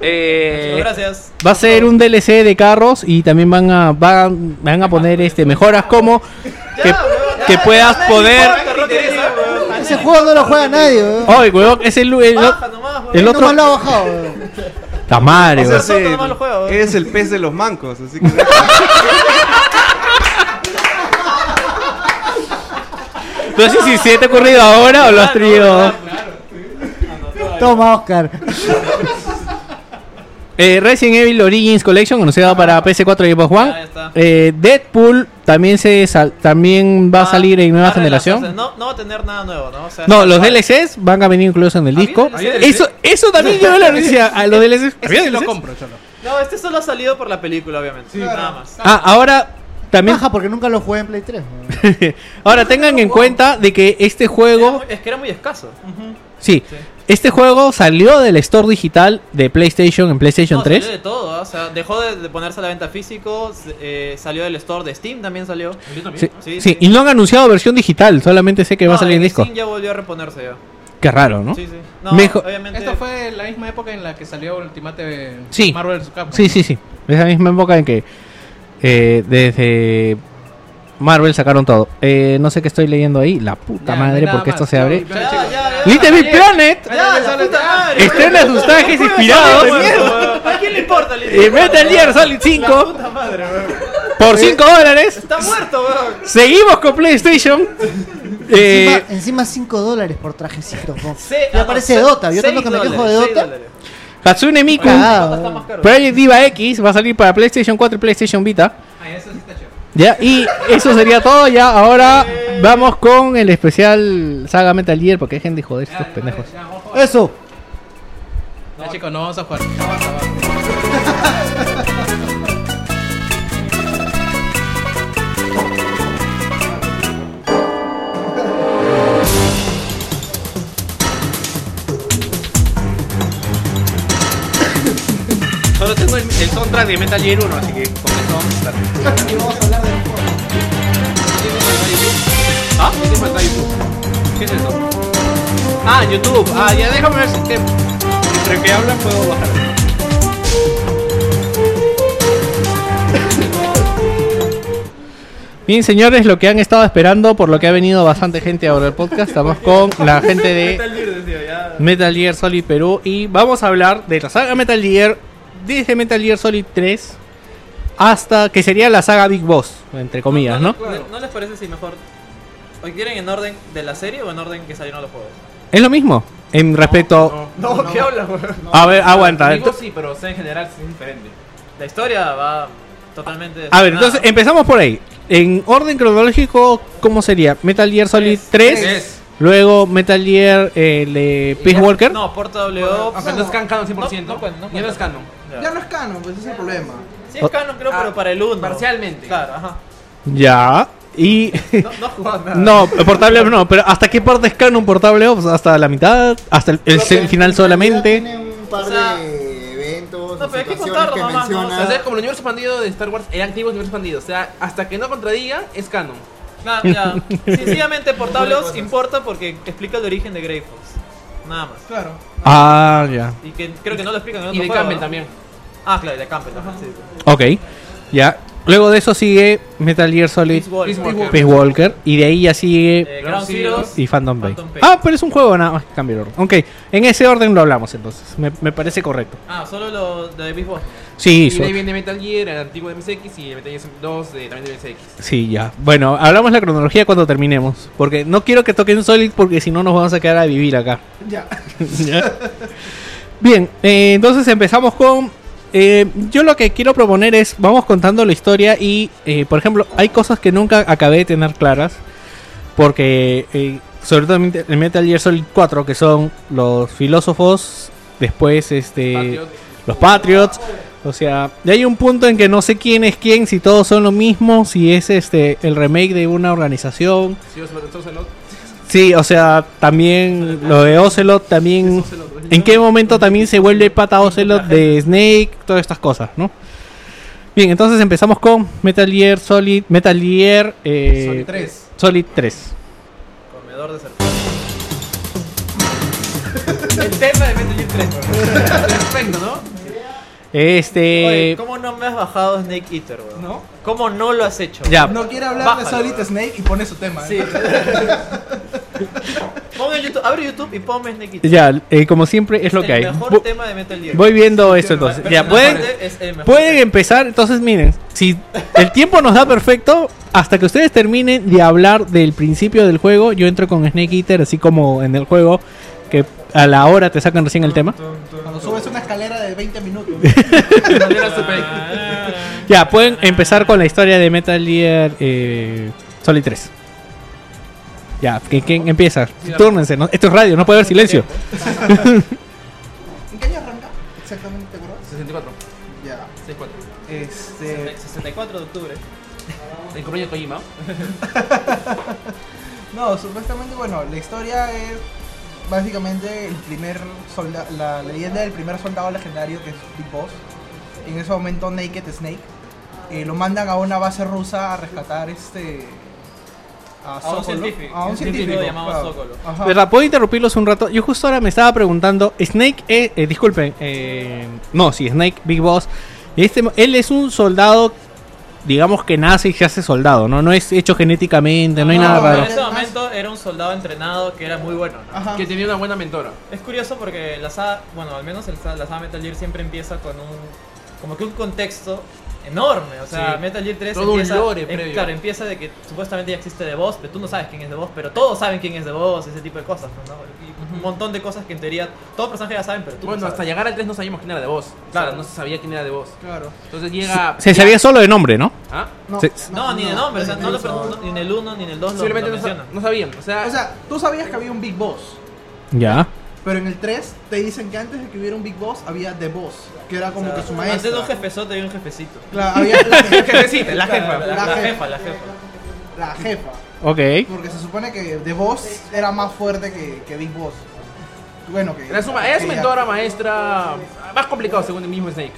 S3: Eh,
S4: Muchas Gracias.
S3: Va a ser un DLC de carros y también van a van, van a poner este mejoras como que, que puedas poder.
S1: Ese juego no lo juega nadie, weón.
S3: Oye, huevón, es el, el,
S4: Baja nomás, huevón.
S3: el
S1: Él
S3: otro.
S1: nomás lo ha bajado, weón.
S3: Ta madre,
S7: O sea,
S3: huevón.
S4: nosotros
S7: se-
S4: nomás lo juego, ¿eh?
S7: eres el pez de los mancos, así que...
S3: No sé si se te ha ocurrido ahora o lo has tenido.
S1: Toma, Oscar.
S3: Eh, Resident Evil Origins Collection anunciado para PS4 y Xbox
S4: Ah. Ya
S3: One.
S4: está.
S3: Eh, Deadpool también se sal- también va a salir en nueva
S4: Ah,
S3: generación.
S4: relajarse. No, no va a tener nada nuevo, ¿no? O sea,
S3: No,
S4: está
S3: los
S4: igual.
S3: DLCs van a venir incluidos en el
S4: ¿Había
S3: disco.
S4: DLC?
S3: Eso, eso también yo lo decía a los DLCs. ¿Había
S6: Ese sí lo
S3: DLCs?
S6: compro, cholo.
S4: No, este solo ha salido por la película, obviamente. Nada más.
S3: Ah, ahora también
S1: Baja porque nunca lo jugué en Play 3. weón.
S3: Ahora tengan en cuenta de que este
S4: Era
S3: juego,
S4: muy- es que era muy escaso.
S3: sí, Este juego salió del store digital de PlayStation en PlayStation
S4: No, salió
S3: 3.
S4: de todo, ¿ah? o sea, dejó de, de ponerse a la venta físico, se- eh, salió del store de Steam también salió.
S3: Sí,
S4: Sí,
S3: sí,
S4: sí.
S3: y no han anunciado versión digital, solamente sé que va a
S4: No,
S3: salir en disco.
S4: Steam ya volvió a reponerse ya.
S3: Qué raro, ¿no?
S4: Sí, sí. No,
S3: Mejo-
S4: obviamente
S6: Esto fue la misma época en la que salió Ultimate
S3: Sí.
S6: Marvel vs. Capcom.
S3: Sí, sí, sí. Esa misma época en que eh, desde Marvel sacaron todo. Eh, no sé qué estoy leyendo ahí. La puta
S6: Ya, no hay
S3: madre,
S6: nada
S3: porque esto
S6: más.
S3: se
S6: Ya,
S3: abre.
S6: ya,
S4: Ya,
S6: chicos.
S4: ya, ya.
S3: Little Big Planet
S4: Ya, la puta madre.
S3: estrena sus trajes inspirados.
S4: ¿A quién le importa?
S3: Y Metal Gear Solid 5 por 5 dólares.
S4: Está muerto, weón.
S3: Seguimos con PlayStation. Eh,
S1: Encima 5 dólares por trajecito. po.
S4: Se-
S1: Ya
S4: ah,
S1: parece
S4: no,
S1: Dota. Yo
S4: seis
S1: tanto que me quejo de
S4: dólares, seis
S1: Dota.
S4: dólares.
S3: Hatsune Miku.
S1: Cagado.
S4: Está más caro.
S3: Project Diva X va a salir para PlayStation 4 y PlayStation Vita. Ya, y eso sería todo. Ya, ahora vamos con el especial Saga Metal Gear. Porque hay gente, joder, estos pendejos.
S1: Eso.
S6: Ya, chicos, no vamos a jugar.
S5: Solo tengo el, el soundtrack de Metal Gear 1, así que con eso vamos a estar. ¿Ah? ¿Qué te falta YouTube? ¿Qué es eso? Ah, YouTube. Ah, ya déjame ver si te... Entre que hablan puedo bajar.
S3: Bien, señores, lo que han estado esperando, por lo que ha venido bastante gente ahora al podcast, estamos con la gente de Metal Gear Solid Perú y vamos a hablar de la saga Metal Gear desde Metal Gear Solid 3 hasta que sería la saga Big Boss, entre comillas, ¿no?
S4: ¿No, no les parece si mejor... ¿Hoy quieren en orden de la serie o en orden que salieron los juegos?
S3: Es lo mismo en respecto
S10: No, ¿qué hablas, weón?
S3: a ver, aguanta.
S10: Digo
S3: ento-
S10: sí, pero o sea, en general sí es diferente.
S4: La historia va totalmente...
S3: A ver,
S4: desordenada,
S3: entonces em-
S4: ¿no?
S3: empezamos por ahí. En orden cronológico, ¿cómo sería? Metal Gear Solid 3,
S5: Tres.
S3: luego Metal Gear eh, el de Peace Walker.
S4: No, Porta W.
S5: Aunque no es can- canon 100%.
S4: No,
S6: pues,
S4: no cuenta, no
S5: Ya no
S4: cuenta.
S5: es canon.
S4: Ya.
S10: Ya no es canon, pues ese es el problema.
S4: Sí es canon, creo, pero para el 1.
S5: Ah, Parcialmente.
S4: Claro, ajá.
S3: Ya. Y
S4: No, no has jugado nada.
S3: No, portable off no, pero ¿hasta qué parte es canon portable off? ¿Hasta la mitad? ¿Hasta el, el
S8: Creo que en
S3: final
S8: realidad
S3: solamente?
S8: Tiene un par
S4: O sea,
S8: de eventos.
S4: no, pero hay que
S8: situaciones
S4: contarlo
S8: que
S4: nomás, ¿no? O sea,
S8: menciona.
S5: O sea, es como el universo expandido de Star Wars, el antiguo universo expandido. O sea, hasta que no contradiga, es canon.
S4: Claro, ya. Sencillamente, Portable Ops importa porque explica el origen de Grey Fox. Nada más.
S10: Claro.
S3: Ah, ya.
S4: Y que creo que no lo explican en otro
S5: Y de
S4: juego,
S5: Campbell
S4: ¿no?
S5: también.
S4: Ah, claro, y de Campbell también. sí, sí.
S3: Ok, ya. Luego de eso sigue Metal Gear Solid
S4: Peace Walker.
S5: Peace Walker.
S3: Peace Walker y de ahí ya sigue
S4: Eh, Ground Zeroes.
S3: y Phantom Bay.
S4: Phantom Pain.
S3: Ah, pero es un juego nada más que cambia el orden. Ok, en ese orden lo hablamos entonces. Me, me parece correcto.
S4: Ah, solo lo de Peace Walker.
S3: Sí,
S5: Y de ahí
S3: so-
S5: viene Metal Gear, el antiguo de MSX y el Metal Gear 2 de, también de MSX.
S3: sí, ya. Bueno, hablamos la cronología cuando terminemos. Porque no quiero que toquen Solid porque si no nos vamos a quedar a vivir acá.
S10: Ya.
S3: ¿Ya? Bien, eh, entonces empezamos con... eh, yo lo que quiero proponer es, vamos contando la historia y, eh, por ejemplo, hay cosas que nunca acabé de tener claras, porque eh, sobre todo en Met- en Metal Gear Solid 4, que son los filósofos, después este
S5: Patriot.
S3: los Patriots, o sea, y hay un punto en que no sé quién es quién, si todos son lo mismo, si es este el remake de una organización,
S5: Sí, los Patriots son los-
S3: Sí, o sea, también lo de Ocelot, también... ¿En qué momento también se vuelve pata Ocelot de Snake? Todas estas cosas, ¿no? Bien, entonces empezamos con Metal Gear Solid... Metal Gear... eh,
S5: Solid 3.
S3: Solid 3.
S4: Comedor de serpientes. El tema de Metal Gear 3. weón.
S5: Perfecto, ¿no?
S3: Este...
S4: Oye, ¿cómo no me has bajado Snake Eater, weón?
S10: ¿No?
S4: ¿Cómo no lo has hecho?
S3: Ya,
S10: No quiere hablar de
S4: Bájalo,
S10: Solid
S4: bro.
S10: Snake y pone su tema.
S4: Sí.
S10: ¿eh?
S4: Pon el YouTube, abre YouTube y ponme Snake Eater.
S3: ya, eh, como siempre es lo
S4: el
S3: que hay.
S4: mejor
S3: Vo-
S4: tema de Metal Gear.
S3: Voy viendo esto entonces. Ya, pueden...
S4: Aparte, es el mejor
S3: Pueden
S4: tema.
S3: empezar, entonces miren, si el tiempo nos da perfecto, hasta que ustedes terminen de hablar del principio del juego, yo entro con Snake Eater, así como en el juego, que a la hora te sacan recién el tema.
S10: Cuando subes una escalera de 20 minutos.
S3: Ya, pueden empezar con la historia de Metal Gear eh, Solid 3. Ya, ¿quién, quién empieza? Túrnense, ¿no? esto es radio, no puede haber silencio.
S10: ¿En qué año arranca? Exactamente, bro.
S5: 64.
S10: Ya.
S5: 64.
S4: Eh,
S10: Este.
S4: 64 de octubre.
S5: El cumpleaños de Kojima.
S10: No, supuestamente, bueno, la historia es. básicamente el primer solda- la, la leyenda del primer soldado legendario que es Big Boss. En ese momento Naked Snake eh, lo mandan a una base rusa a rescatar este a,
S4: un
S10: Sokolov.
S4: científico.
S10: a un
S4: Un científico
S10: científico
S4: llamado
S10: claro.
S4: Sokolov.
S10: Ajá.
S3: Ah. ¿Verdad? ¿Puedo interrumpirlos un rato? Yo justo ahora me estaba preguntando, Snake, eh, eh, disculpen, eh, no, sí, Snake, Big Boss, este, él es un soldado, digamos que nace y se hace soldado, ¿no? No es hecho genéticamente, no hay
S4: No,
S3: nada
S4: En
S3: raro.
S4: ese momento era un soldado entrenado que era muy bueno. ¿no?
S10: Ajá.
S5: Que tenía una buena mentora.
S4: Es curioso porque la saga, bueno, al menos el sa- la saga Metal Gear siempre empieza con un, como que un contexto enorme. O sea,
S5: Sí.
S4: Metal Gear 3
S5: Todo un
S4: empieza,
S5: lore
S4: em-
S5: previo.
S4: claro, empieza de que supuestamente ya existe The Boss, pero tú no sabes quién es The Boss, pero todos saben quién es The Boss, ese tipo de cosas, ¿no? Y un montón de cosas que en teoría todos los personajes ya saben, pero tú
S5: Bueno,
S4: no
S5: hasta
S4: sabes.
S5: llegar al 3 no sabíamos quién era de voz. Claro,
S4: Claro.
S5: no se sabía quién era de voz.
S10: Claro.
S5: Entonces llega.
S3: Se sabía solo de nombre, ¿no?
S5: ¿Ah?
S10: No,
S3: Se-
S4: No, ni de nombre, o sea, no lo
S8: no.
S4: preguntan, ni en el 1 ni en el 2 lo, lo
S5: Simplemente no, sa-
S4: mencionan.
S5: no sabían. O sea,
S10: O sea, tú sabías que había un Big Boss,
S3: Ya.
S10: pero en el 3 te dicen que antes de que hubiera un Big Boss había The Boss, que era como
S4: O sea,
S10: que su
S4: Antes de
S10: maestro.
S4: un jefezote y un jefecito.
S10: Claro, había la
S5: jefecita, la jefa.
S4: La, la
S10: La
S4: jefa,
S10: jefa.
S4: la jefa.
S10: La jefa.
S3: Ok.
S10: Porque se supone que The Boss era más fuerte que, que Big Boss. Bueno, que.
S5: Era su, ma- era su
S10: que ya-
S5: mentora, maestra. Más complicado según el mismo Snake.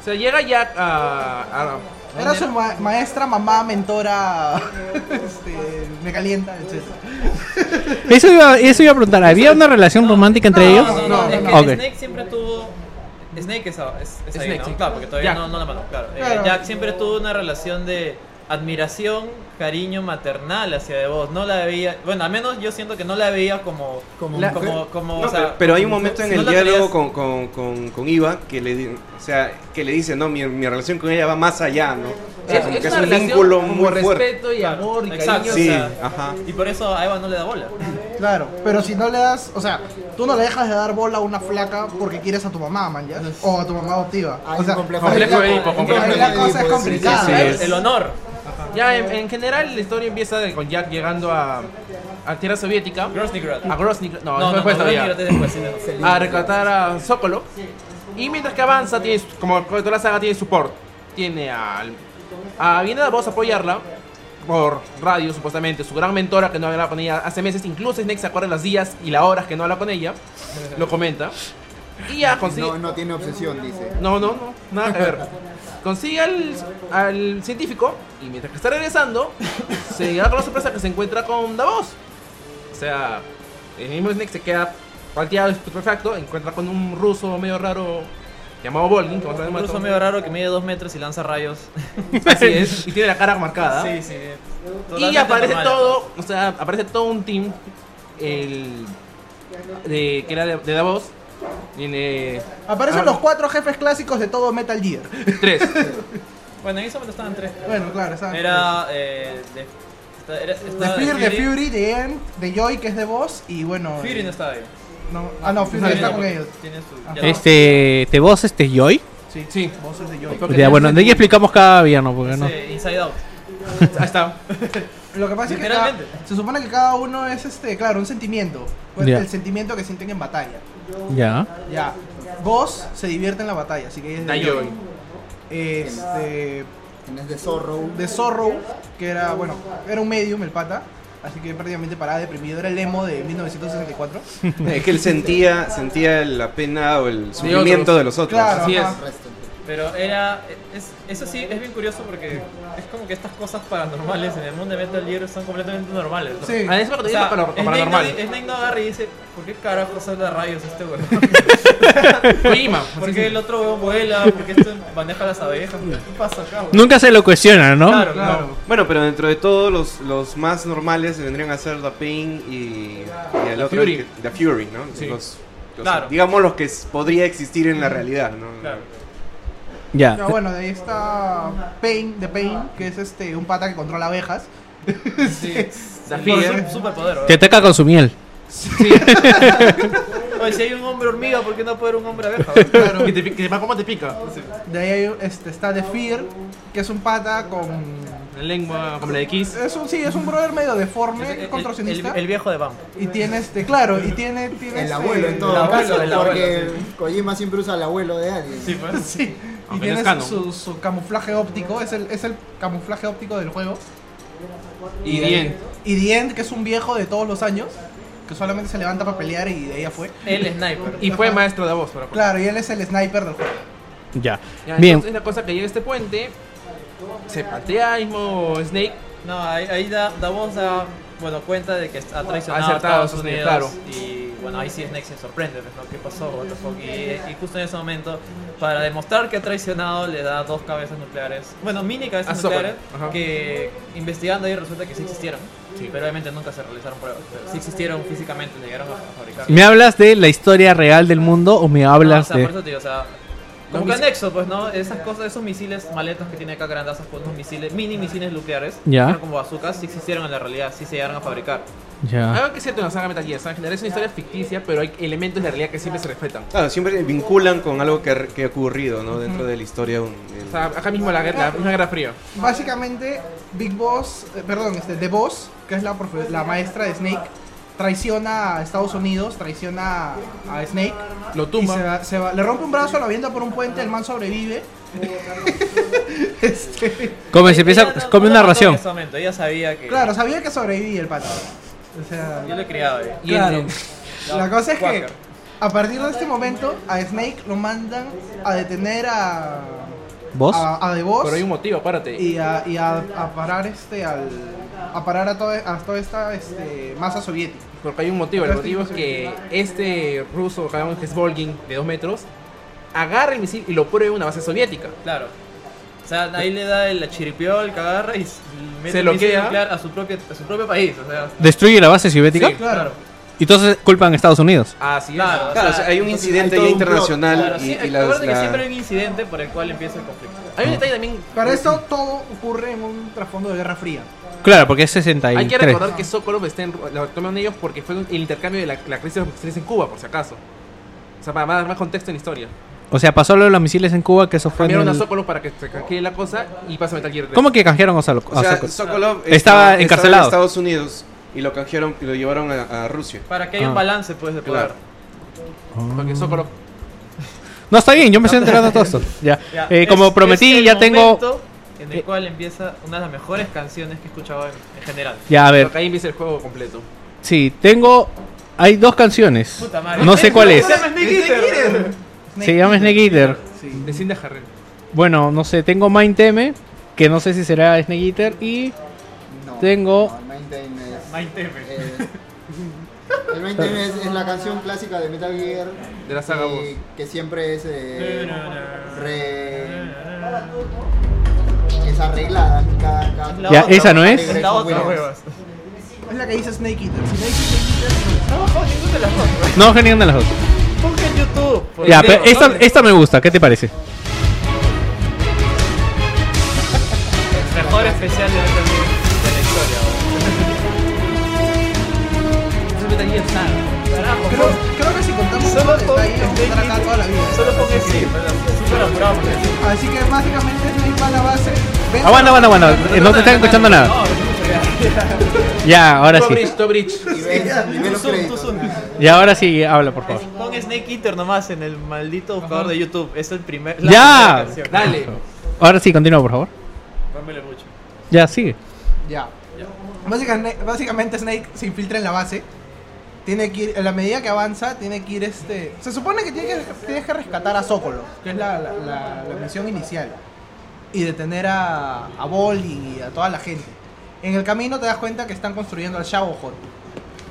S5: O sea, llega ya a. a-
S10: Era su ma- maestra, mamá, mentora. este, me calienta, etc.
S3: Eso iba, eso iba a preguntar, ¿había una relación romántica entre
S4: No,
S3: ellos?
S4: No, no, es que
S3: Ok.
S4: Snake siempre tuvo. Snake es, es, es ahí,
S5: Snake,
S4: ¿no?
S5: sí.
S4: Claro, porque todavía
S5: Jack.
S4: no, no la mandó, claro. Eh,
S10: Claro.
S4: Jack siempre tuvo una relación de admiración, cariño maternal hacia de vos. No la veía. Bueno, al menos yo siento que no la veía como. Como.
S7: La-
S4: como, como,
S7: No,
S4: o sea,
S7: pero, pero hay un momento en
S4: no
S7: el
S4: la
S7: diálogo
S4: querías-
S7: con, con, con, con Iva que le, di- o sea, que le dice, no, mi, mi relación con ella va más allá, ¿no? O sea,
S5: Es,
S7: como
S5: es
S7: que es
S5: una
S7: un
S5: relación
S7: vínculo
S5: como
S7: muy fuerte.
S5: respeto y amor y
S4: Exacto.
S5: cariño.
S7: Sí,
S4: o sea,
S7: ajá.
S4: Y por eso a Eva no le da bola.
S10: Claro, pero si no le das. O sea, tú no le dejas de dar bola a una flaca porque quieres a tu mamá, man, ¿ya? O a tu mamá adoptiva.
S8: Hay
S10: o
S8: un
S10: sea,
S8: complejo
S5: complejo
S8: Edipo,
S5: de Edipo,
S8: un
S5: complejo
S10: de
S8: la
S10: Edipo,
S8: cosa
S4: pues,
S8: es
S10: sí,
S8: complicada.
S7: sí, sí,
S10: ¿eh?
S4: El-
S7: es.
S4: El honor.
S5: Ya en, en general la historia empieza de- con Jack llegando a, a tierra soviética.
S4: Grosnigrad.
S7: Ah,
S5: A Grozny. No,
S4: No, no, no,
S5: después todavía.
S4: Grosnigrad es después, sí, no, no.
S5: a rescatar a Sokolov. Y mientras que avanza, tiene, su- como toda la saga tiene support. Tiene al. A, viene la voz a apoyarla por radio, supuestamente. Su gran mentora que no hablaba con ella hace meses. Incluso Snake se acuerda los días y las horas que no habla con ella. Lo comenta. Y ya consigue.
S8: No, no tiene obsesión, dice.
S5: No, no, no, nada que ver. Consigue al, al científico y mientras que está regresando, se da con la sorpresa que se encuentra con Davos. O sea, el mismo Snake se queda palteado, perfecto, encuentra con un ruso medio raro llamado Volgin, que
S4: Un ruso medio raro que mide dos metros y lanza rayos.
S5: Así es, y tiene la cara
S7: ¿Ah?
S5: marcada.
S4: Sí, sí.
S5: y
S4: Totalmente
S5: aparece
S4: normal.
S5: todo, o sea, aparece todo un team el, de, que era de, de Davos. Viene
S10: Aparecen
S5: Ah.
S10: los cuatro jefes clásicos de todo Metal Gear.
S5: tres.
S4: Bueno, en ese momento estaban tres.
S10: Bueno, claro, estaban
S4: Era. Eh, de, esta- era estaba
S10: The Fear, The
S4: Fury.
S10: Fury, The End, The Joy, que es de Boss, y bueno.
S4: Fury no está ahí.
S10: no- ah, no, Fury
S4: Fury
S10: está
S4: no,
S10: con
S4: porque
S10: ellos.
S4: tiene su-
S10: Ajá.
S4: ya no.
S5: Eh,
S3: Este, ¿te vos, este, Joy?
S10: Sí,
S5: Sí.
S10: Boss es de Joy.
S5: Porque
S3: Ya, bueno, de ahí explicamos cada villano, porque
S4: Ese
S3: no.
S4: Inside Out.
S5: Ahí está.
S10: Lo que pasa es que cada-
S4: Literalmente.
S10: se supone que cada uno es, este, claro, un sentimiento. Pues,
S3: Ya.
S10: El sentimiento que sienten en batalla.
S3: Ya.
S10: Ya. Boss se divierte en la batalla, así que ella es de
S5: Da
S10: Joy.
S5: Joy.
S10: Este.
S8: Tienes de zorro.
S10: De Zorro, que era, bueno, era un medium el pata. Así que prácticamente paraba deprimido. Era el emo de 1964.
S7: Es que él sentía, sentía la pena o el sufrimiento de, los otros.
S10: Claro,
S5: Así
S10: ajá.
S5: es.
S4: Pero era. Es, eso sí, es bien curioso porque es como que estas cosas paranormales en el mundo de Metal Gear son completamente normales. ¿no?
S10: Sí.
S5: Ah, es lo que
S4: O
S5: te
S4: sea,
S5: digo para lo
S4: Snake no-
S5: paranormal.
S4: Snake no agarra y dice: ¿Por qué carajo salta rayos este weón?
S5: Kojima.
S4: ¿Por qué el otro weón vuela? ¿Por qué este maneja las abejas? ¿Qué pasa acá, weón?
S3: Nunca se lo cuestionan, ¿no?
S4: Claro,
S10: Claro.
S7: Bueno, pero dentro de todos los, los más normales vendrían a ser The Pain y, y el otro,
S5: Fury.
S7: que- The Fury, ¿no?
S5: Sí.
S7: Los- los-
S4: Claro.
S7: Digamos los que s- podría existir en la realidad, ¿no?
S4: Claro.
S3: Ya.
S10: No, bueno, de ahí está Pain, de Pain, que es este un pata que controla abejas.
S4: Sí.
S5: Da
S4: Por
S3: ¿eh?
S5: Fear.
S4: su- superpoder, weón.
S3: Te ataca con su miel.
S4: Oye, si hay un hombre hormiga, ¿por qué no puede haber un hombre abeja? weón?
S5: Que te, pi- que te- ¿Cómo te pica?
S10: De ahí hay- este, está The Fear, que es un pata con.
S5: La lengua como la de Kiss.
S10: Es un, sí, es un brother medio deforme,
S4: El- el-
S10: contorsionista.
S4: el- el viejo de Bam.
S10: y tiene este, claro, y tiene. tiene
S8: El
S10: este-
S8: abuelo en todo
S4: el abuelo,
S8: caso,
S4: el abuelo,
S8: porque Kojima siempre usa el abuelo de alguien.
S4: Sí, pues.
S10: Sí. Y
S5: Aunque no
S10: tiene
S5: es canon.
S10: su, su camuflaje óptico, es el, es el camuflaje óptico del juego.
S5: Y
S10: de ahí-
S5: bien.
S10: Y Dient, que es un viejo de todos los años. que solamente se levanta para pelear y de ahí ya fue.
S4: El sniper.
S5: Y fue
S10: Ajá.
S5: maestro de voz, para
S10: Claro, y él es el sniper del juego.
S3: Ya.
S5: Ya,
S3: Bien.
S5: Entonces la cosa que llega a este puente, se patea mismo Snake.
S4: No, ahí, ahí da, Davos da, bueno, cuenta de que ha traicionado a
S5: Acertado,
S4: Estados
S5: Estados
S4: Unidos.
S5: Unidos,
S4: Y bueno, ahí sí Snake se sorprende, pues, ¿no? ¿Qué pasó? What the fuck? Y, y justo en ese momento, para demostrar que ha traicionado, le da dos cabezas nucleares. Bueno, mini cabezas
S5: A Zócalo,
S4: nucleares
S5: Ah, ajá.
S4: que investigando ahí resulta que sí existieron. Pero obviamente nunca se realizaron pruebas. Pero sí existieron físicamente, llegaron a fabricar.
S3: ¿Me hablas de la historia real del mundo o me
S4: No, o
S3: hablas
S4: sea, por
S3: de.?
S4: eso te digo, o sea, como que anexo, pues, ¿no? Esas cosas, esos misiles maletas que tiene acá grandazas con unos misiles, mini misiles nucleares,
S3: Ya.
S4: que son como bazookas, sí existieron en la realidad, sí se llegaron a fabricar.
S3: Ya.
S5: Algo que es cierto en la saga Metal Gear, San General es una historia ficticia, pero hay elementos de realidad que siempre se respetan.
S7: Claro, siempre vinculan con algo que, ha- que ha ocurrido, ¿no? Dentro de la historia. un- del-
S5: O sea, acá mismo la, la misma Guerra Fría.
S10: Básicamente, Big Boss, eh, perdón, este, The Boss, que es la, profe- la maestra de Snake, traiciona a Estados Unidos, traiciona a Snake.
S5: Lo
S10: y se
S5: tumba.
S10: va- se va- le rompe un brazo, lo avienta por un puente, el man sobrevive. Este,
S3: Come, se
S4: Ella
S3: empieza,
S4: no-
S3: come
S4: no
S3: una
S4: lo mató en
S3: ración.
S4: ese momento, ella sabía que.
S10: claro, sabía que sobrevivía el pata. O sea,
S4: Yo lo he criado, eh.
S5: Y
S10: claro.
S5: en-
S10: La cosa es que
S4: Quaker.
S10: a partir de este momento a Snake lo mandan a detener a
S3: ¿Vos?
S10: a, a The Boss
S5: Pero hay un motivo, párate.
S10: y, a, y a- a parar este al a parar a, todo- a toda esta este, masa soviética.
S5: Porque hay un motivo. El motivo es que este ruso, que llamamos que es Volgin, de dos metros, agarra el misil y lo prueba en una base soviética.
S4: Claro. O sea, ahí le da el chiripiol, que agarra y s- mete
S5: Se
S4: un
S5: lo
S4: misil
S5: queda.
S4: nuclear a su propio, a su propio país. O sea,
S3: ¿Destruye la base soviética?
S5: Sí.
S10: Claro.
S3: Y entonces culpan a Estados Unidos.
S5: Así es.
S4: claro.
S7: Claro, o sea, hay un
S8: Entonces,
S7: incidente
S8: hay todo
S7: ya
S8: un plot,
S7: internacional
S4: claro,
S7: y,
S4: sí,
S7: y la-
S4: acuérdate que
S7: la- Ah.
S4: siempre hay un incidente por el cual empieza el conflicto.
S5: Hay un detalle también.
S10: Para esto todo ocurre en un trasfondo de Guerra Fría.
S3: Claro, porque es 63.
S5: Hay que recordar que Sokolov está en, lo toman ellos porque fue el intercambio de la, la crisis de los misiles en Cuba, por si acaso. O sea, para dar más contexto en la historia.
S3: O sea, pasó lo de los misiles en Cuba, que eso fue. en
S5: Cambiaron a
S3: el-
S5: Sokolov para que se canjee la cosa y pasa Metal Gear 3.
S3: ¿Cómo que canjearon a Solo-
S7: O
S3: a
S7: sea,
S3: Sokolov?
S7: Sokolov
S3: Estaba
S7: en
S3: encarcelado.
S7: Estados Unidos y lo canjearon y lo llevaron a, a Rusia.
S4: Para que haya
S3: Ah.
S4: un balance, pues, de poder.
S7: Claro.
S5: Porque Sokolov
S3: No, está bien, yo me estoy enterando de todo esto. Ya.
S4: Ya,
S3: Eh,
S4: es-
S3: como
S4: es
S3: prometí,
S4: el
S3: ya tengo.
S4: momento En el
S3: Eh.
S4: cual empieza una de las mejores canciones que he escuchado en, en general.
S3: Ya, a ver.
S5: ahí empieza el juego completo.
S3: Sí, tengo. Hay dos canciones.
S4: Puta madre.
S3: No sé cuál es.
S4: Se llama Snake Eater.
S3: Se llama Snake Eater.
S5: De Cindy Harrell.
S3: Bueno, no sé, tengo Mind Teme, que no sé si será Snake Eater, y
S8: No,
S3: Tengo-
S8: no, el Main Theme es-
S4: Mind Theme.
S8: eh, el Main Theme es, es la canción clásica de Metal Gear.
S5: De la saga
S8: y-
S5: Boss.
S8: Que siempre es. eh, re- es arreglada. Cada, cada-
S4: La
S3: Ya,
S4: otra,
S3: esa no
S4: la
S3: es.
S4: otra, La otra, huevas.
S10: Es la que dice Snake Eater. Si no dice Snake Eater,
S4: No, no, ninguna de las dos. güey.
S3: no genial de las dos.
S4: Busca en YouTube. por
S3: Ya,
S4: video,
S3: pero esta,
S4: ¿dónde?
S3: esta me gusta, ¿qué te parece?
S4: Mejor especial de Metal Gear de la historia, güey. Eso me tenía Carajo,
S10: creo, creo que si contamos
S4: Solo
S10: todo
S4: con
S10: detalle, vamos a estar acá toda la vida.
S4: Solo pongo el sí, ¿verdad? Súper apurado. porque
S3: Eh,
S4: sí.
S10: Así que básicamente Snake va a la base. vence a
S3: Aguanta, aguanta, aguanta, eh, no te están escuchando
S4: No,
S3: nada.
S4: no te escucho, ya.
S3: Ya, ahora
S5: To
S3: sí.
S5: Bridge, To Bridge.
S8: Y ves, y ves los
S4: Tú zoom, tú
S8: créditos.
S4: zoom.
S3: Ya, ahora sí, habla, por favor.
S4: Pon Snake Eater nomás en el maldito buscador de YouTube. Es el primer. la primera
S3: Ya,
S4: canción.
S5: Dale.
S3: ahora sí, continúa, por favor.
S4: Dámele mucho.
S3: Ya, sigue.
S10: Ya. Básicamente, básicamente Snake se infiltra en la base. Tiene que ir, a la medida que avanza, tiene que ir este... Se supone que tiene que, tienes que rescatar a Zócolo, que es la, la- la- la misión inicial. Y detener a, a Bolin y a toda la gente. En el camino te das cuenta que están construyendo al Shadowhawk,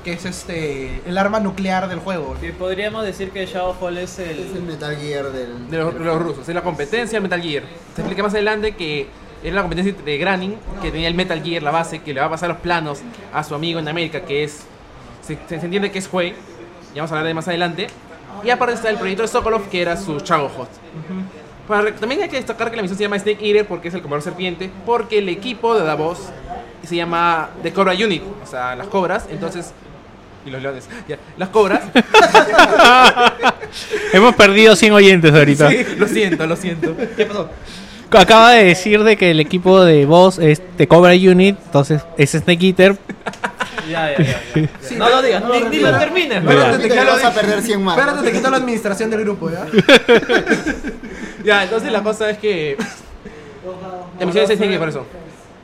S10: que es este el arma nuclear del juego.
S4: Sí, Podríamos decir que Shadow Hall es
S8: Es el
S4: el.
S8: Metal Gear del.
S5: De los, de los rusos. Es la competencia del Metal Gear. Se explica más adelante que era la competencia de Granin, que tenía el Metal Gear, la base, que le va a pasar los planos a su amigo en América, que es. Se, se entiende que es Huey. Ya vamos a hablar de más adelante. Y aparte está el proyecto de Sokolov, que era su Chavo Hot. Para rec- también hay que destacar que la misión se llama Snake Eater porque es el comedor serpiente, porque el equipo de Davos se llama The Cobra Unit, o sea, las cobras, entonces... Y los leones, ya, las cobras.
S3: Hemos perdido 100 oyentes ahorita.
S5: Sí, lo siento, lo siento.
S4: ¿Qué pasó?
S3: Acaba de decir de que el equipo de Boss es de Cobra Unit, entonces es Snake Eater.
S4: Ya, ya, ya. ya. no lo digas, ni, ni lo termines.
S8: No,
S4: ¿verdad?
S8: no, te vas a perder 100 más.
S10: Espérate, te quito la administración del grupo, ¿ya?
S5: Ya, entonces la cosa es que... La misión es Snake Eater por eso.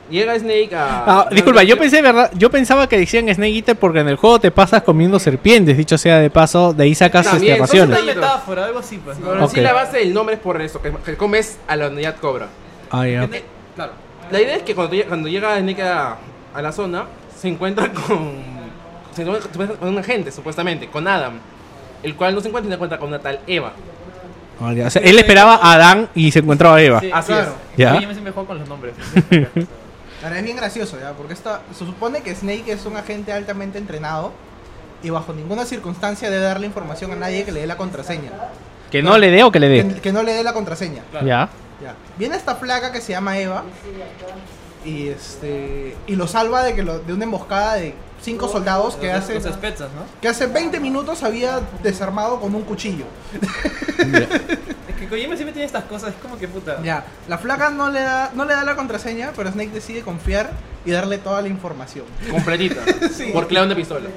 S5: Llega Snake a.
S3: Ah, disculpa, yo pensé, ¿verdad? Yo pensaba que decían Snake Eater porque en el juego te pasas comiendo serpientes, dicho sea de paso, de ahí sacas este,
S5: También, son
S3: raciones.
S5: detalles.
S4: Una metáfora, algo así, pues.
S5: Pero en sí
S3: Ok.
S5: la base del nombre es por eso, que, que comes a la unidad cobra.
S3: Ah, ya.
S5: Tiene- Claro. La idea es que cuando, llega- cuando llega Snake a, a la zona, se encuentra con. Se encuentra con un agente, supuestamente, con Adam. El cual no se encuentra y se encuentra con una tal Eva.
S3: Ah, ya. O sea, él esperaba a Adán y se encontraba a Eva.
S4: Sí,
S5: Así
S4: claro.
S5: es.
S3: Ya.
S4: Oye, Yo me siempre juego con los nombres. pues.
S10: Ahora es bien gracioso, ¿ya? Porque esta, se supone que Snake es un agente altamente entrenado y bajo ninguna circunstancia debe darle información a nadie que le dé la contraseña.
S3: Que no le dé o que le dé.
S10: Que, que no le dé la contraseña.
S3: Ya.
S10: Ya. Viene esta placa que se llama Eva y este y lo salva de que lo- de una emboscada de cinco soldados que hace
S4: Los espezas, ¿no?
S10: que hace 20 minutos había desarmado con un cuchillo.
S4: Es que Kojima siempre tiene estas cosas, es como que puta.
S10: Ya, la flaca no le da no le da la contraseña, pero Snake decide confiar y darle toda la información.
S5: Completita.
S10: Sí.
S5: Por cleón de pistola.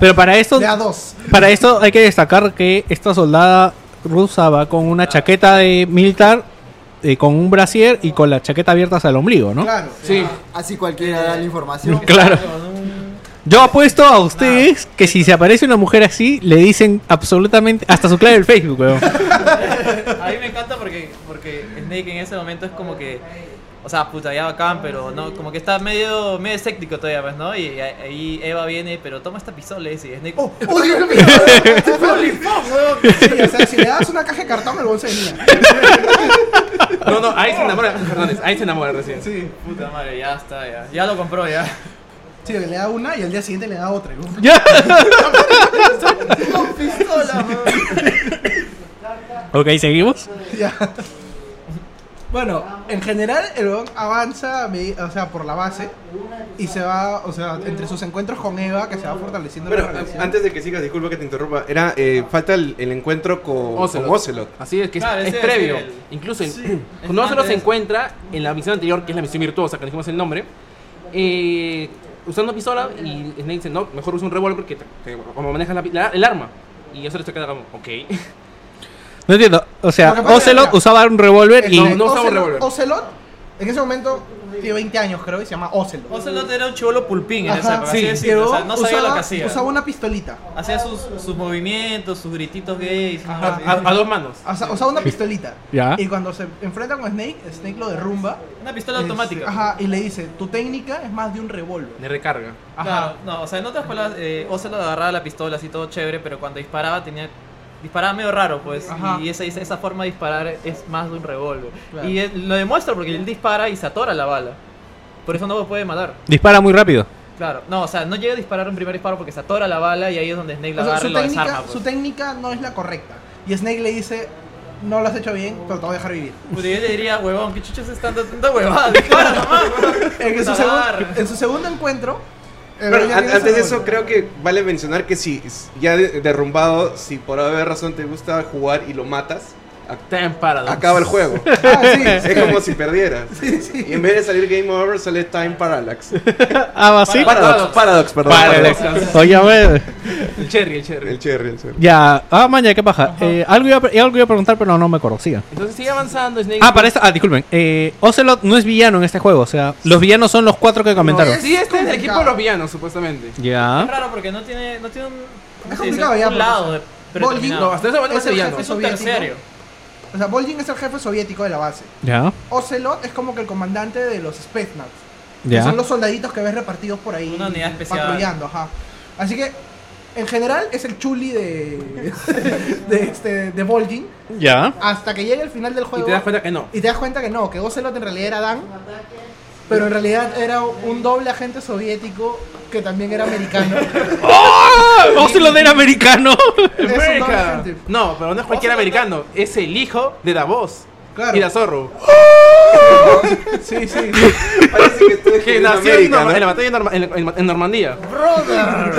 S3: Pero para esto,
S10: De a dos.
S3: para esto hay que destacar que esta soldada rusa va con una chaqueta de militar, eh, con un brasier y con la chaqueta abierta hasta el ombligo, ¿no?
S10: Claro.
S5: Sí.
S8: Así cualquiera da la información.
S3: Claro.
S4: Con un-
S3: Yo apuesto a ustedes que si se aparece una mujer así, le dicen absolutamente hasta su clave del Facebook, weón.
S4: A mí me encanta porque, porque Snake en ese momento es como que. O sea, puta, ya bacán, pero no, como que está medio, medio escéptico todavía, pues, ¿no? Y a- ahí Eva viene, pero toma esta pistola y dice, Snake.
S10: ¡Oh! ¡Oh, Dios mío! Sí, o sea, si le das una caja de cartón, el bolso venía.
S5: No, no, ahí se enamora Fernández. Ahí se enamora recién.
S10: Sí.
S4: "Oh". Puta madre, ya está, ya. Ya lo compró, ya.
S10: Sí, le da una y al día siguiente le da otra. ¿no?
S3: Ya.
S10: Con pistola, weón.
S3: Ok, seguimos.
S10: Ya. Bueno, en general el weón avanza a medi- o sea, por la base y se va, o sea, entre sus encuentros con Eva, que se va fortaleciendo
S7: Bueno,
S10: la relación.
S7: antes de que sigas, disculpa que te interrumpa. Era, eh, falta el, el encuentro con con
S5: Ocelot.
S7: Ocelot.
S5: Así es que es-
S4: Claro,
S5: es,
S4: ese es
S5: previo.
S4: el-
S5: Incluso en-
S4: es
S5: no solo
S4: antes.
S5: se encuentra en la misión anterior, que es la misión virtuosa, que le dijimos el nombre, eh, usando pistola y Snake dice, no, mejor usa un revólver que, te- que como manejas la pi- la- el arma. Y eso le queda como, ok.
S3: No entiendo. O sea,
S10: Lo que pasa es que,
S3: Ocelot
S10: mira, eh,
S3: usaba un revólver y.
S5: no, no usaba un
S10: Ocelot-
S5: revólver.
S10: Ocelot, en ese momento, tiene 20 años creo y se llama Ocelot.
S4: Ocelot era un chivolo pulpín en esa
S10: Ajá,
S4: época,
S10: sí,
S4: así
S10: pero
S4: decirlo, o sea, no sabía
S10: usaba,
S4: lo que hacía.
S10: usaba una pistolita.
S4: Hacía sus, sus movimientos, sus grititos gays. ¿no?
S5: A, a- a dos manos.
S10: O sea, usaba una pistolita.
S3: Ya.
S10: Y cuando se enfrenta con Snake, Snake lo derrumba.
S4: Una pistola
S10: Es-
S4: automática.
S10: Ajá, y le dice, tu técnica es más de un revólver.
S5: De recarga.
S10: Ajá.
S4: Claro, no, o sea, en otras palabras, eh, Ocelot agarraba la pistola así todo chévere, pero cuando disparaba tenía... Disparaba medio raro, pues,
S10: Ajá.
S4: y esa, esa- esa forma de disparar es más de un revólver.
S10: Claro.
S4: Y él lo demuestra porque él dispara y se atora la bala. Por eso no lo puede matar.
S3: Dispara muy rápido.
S4: Claro, no, o sea, no llega a disparar un primer disparo porque se atora la bala y ahí es donde Snake la
S10: O sea,
S4: agarra
S10: su,
S4: y lo
S10: técnica,
S4: desarma.
S10: su
S4: Pues.
S10: técnica no es la correcta. Y Snake le dice, no lo has hecho bien, pero te voy a dejar vivir.
S4: Puta, yo le diría, huevón, ¿qué chuchas es tanta, tanta huevada? Dispara nomás, huevón.
S10: En, que su,
S4: Puta,
S10: segun-
S4: agarra.
S10: en su segundo encuentro... el
S7: Bueno,
S10: Rey
S7: an-
S10: Arena
S7: antes de
S10: se
S7: eso,
S10: devuelve.
S7: creo que vale mencionar que si s- ya de- derrumbado, si por haber razón te gusta jugar y lo matas,
S5: Time Paradox.
S7: acaba el juego.
S10: Ah, sí, sí.
S7: Es como si perdieras. Y en vez de salir Game Over, sale Time Parallax.
S3: Ah, ¿va así?
S7: Paradox, Paradox, perdón.
S3: Paradox. Oye, a ver.
S5: El cherry, el cherry.
S7: El cherry, el cherry.
S3: Ya. Ah, maña, qué paja. Eh, algo, iba a, pre- algo iba a preguntar, pero no me acuerdo. Siga.
S5: Entonces sigue avanzando Snake.
S3: Ah, para esta. Ah, disculpen. Eh, Ocelot no es villano en este juego. O sea, los villanos son los cuatro que comentaron.
S5: Sí, este es el equipo
S10: complicado.
S5: de los villanos, supuestamente.
S4: Es
S3: Ya.
S4: raro porque no tiene, no tiene un... ¿cómo
S10: Es
S4: se dice?
S10: complicado ya,
S4: Un lado de...
S10: Bolín,
S4: predeterminado.
S5: No, hasta ese momento
S10: Es
S5: es
S10: el
S5: villano.
S10: jefe
S4: Es un
S10: soviético.
S4: terciario.
S10: O sea, Bolgin es el jefe soviético de la base.
S3: Ya.
S10: Ocelot es como que el comandante de los Spetsnaz. Que
S3: Ya.
S10: son los soldaditos que ves repartidos por ahí.
S4: Una unidad especial.
S10: Patrullando, ajá. Así que, en general, es el chuli de. de este. de Volgin.
S3: Ya.
S10: Hasta que llegue el final del
S5: Y
S10: juego.
S5: te das cuenta que no.
S10: y te das cuenta que no, que Ocelot en realidad era Dan. Pero en realidad era un doble agente soviético que también era americano.
S3: ¡Ah! Ocelot era americano.
S10: es un doble
S5: America.
S10: agente.
S5: No, pero no es cualquier americano. Es el hijo de Davos.
S10: Claro.
S5: Y la Zorro.
S10: Sí, sí.
S7: Parece que estoy
S5: Que
S7: descubriendo
S5: nació en,
S7: América,
S5: Norma-
S7: ¿no?
S5: en la batalla de Norma- en, en- en Normandía.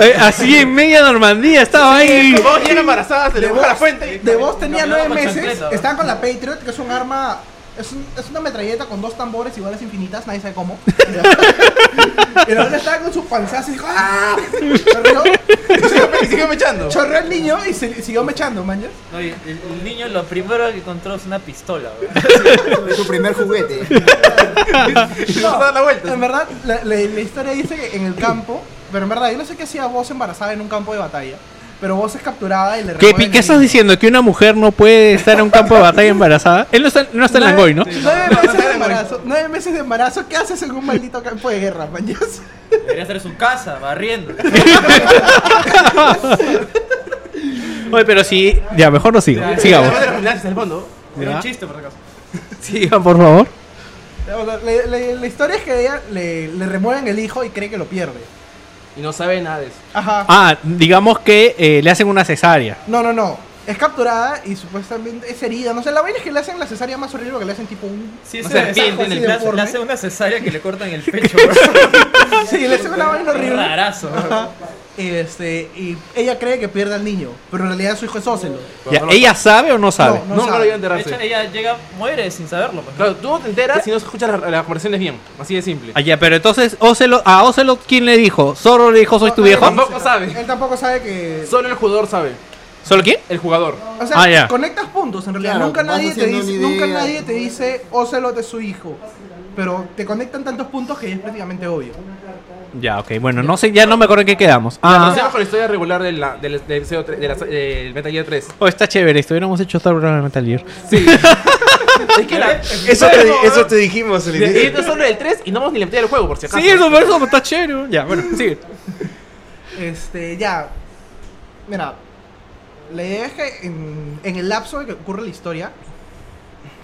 S3: Eh, así en media Normandía estaba ahí.
S5: Vos llega embarazada, se le
S10: De
S5: moja la
S10: vos,
S5: fuente.
S10: de vos tenía
S4: Caminaba
S10: nueve
S4: con
S10: meses.
S4: chancleta, ¿verdad?
S10: Estaban con la Patriot, que es un arma Es, un- es una metralleta con dos tambores iguales infinitas, nadie sabe cómo. y la otra estaba con sus panzas y dijo, ¡ah! Chorreó,
S9: Y sigue mechando.
S10: chorreó el niño y se, siguió mechando, man. ¿ya?
S4: No, y el, el niño lo primero que encontró es una pistola. weón.
S8: Tu primer juguete.
S10: No, En verdad, la, la- la historia dice que en el campo, pero en verdad, yo no sé qué hacía vos embarazada en un campo de batalla. Pero vos es capturada y le
S3: ¿Qué,
S10: remueven
S3: ¿Qué
S10: el
S3: estás
S10: niño.
S3: diciendo? ¿Que una mujer no puede estar en un campo de batalla embarazada? Él no está, no está en
S10: Nueve-
S3: Langoy, ¿no?
S10: Nueve meses de embarazo. Nueve meses de embarazo. ¿Qué haces en un maldito campo de guerra, man? Ya sé.
S4: Debería ser su casa, barriendo.
S3: Oye, pero sí. Ya, mejor no sigo. Sigamos.
S5: Además de los gimnasios, en el fondo.
S4: Era un chiste, por si acaso.
S3: Sigan, por favor.
S10: O sea, La, la- la historia es que ella le, le remueven el hijo y cree que lo pierde.
S5: Y no sabe nada de eso.
S10: Ajá.
S3: Ah, digamos que eh, le hacen una cesárea.
S10: No, no, no. Es capturada y supuestamente es herida. No sé, la vaina es que le hacen la cesárea más horrible que le hacen tipo un.
S4: Sí,
S5: No
S4: ese
S5: se
S4: desajo
S5: arrepiente en
S4: así
S5: el
S4: de
S5: plazo.
S4: forma. Le hace una cesárea que le cortan el pecho. weón.
S10: Sí, le hacen una vaina horrible.
S4: Rarazo.
S10: Ajá. Este, y ella cree que pierde al niño, pero en realidad su hijo es óselo.
S3: Ya, ¿Ella sabe o no sabe?
S10: No
S5: No, no
S10: sabe.
S5: lo iba a
S4: De hecho,
S5: enterarse.
S4: ella llega, muere sin saberlo. pues, ¿no?
S5: Claro, tú no te enteras si no escuchas la- las conversaciones bien. Así de simple.
S3: Ah, ya, pero entonces, Ocelot, ¿a Ocelot quién le dijo? ¿Zorro le dijo soy tu viejo?
S5: Tampoco sabe.
S10: Él tampoco sabe que.
S5: Solo el jugador sabe.
S3: ¿Solo quién?
S5: El jugador.
S10: O sea,
S3: Ah, ya.
S10: conectas puntos en realidad.
S8: Claro,
S10: nunca,
S8: vas
S10: nadie te
S8: haciendo
S10: dice,
S8: una
S10: nunca
S8: idea.
S10: nadie te dice Ocelot es su hijo. Pero te conectan tantos puntos que ya es prácticamente obvio.
S3: Ya, ok, bueno, no sé, ya no me acuerdo en qué quedamos. Ah,
S5: Empecemos con la historia regular de la- del, del CO3 de la- del Metal Gear 3.
S3: oh, está chévere esto, hubiéramos hecho Star Wars en Metal Gear.
S5: Es que la,
S7: Eso te, di- eso te dijimos al
S5: Y
S7: inicio.
S5: esto es solo del 3 y no vamos ni la mitad del juego, por si acaso.
S3: Sí, eso, pero eso está chévere. Ya, bueno, sigue.
S10: Este, ya. Mira, la idea es que en, en el lapso de que ocurre la historia,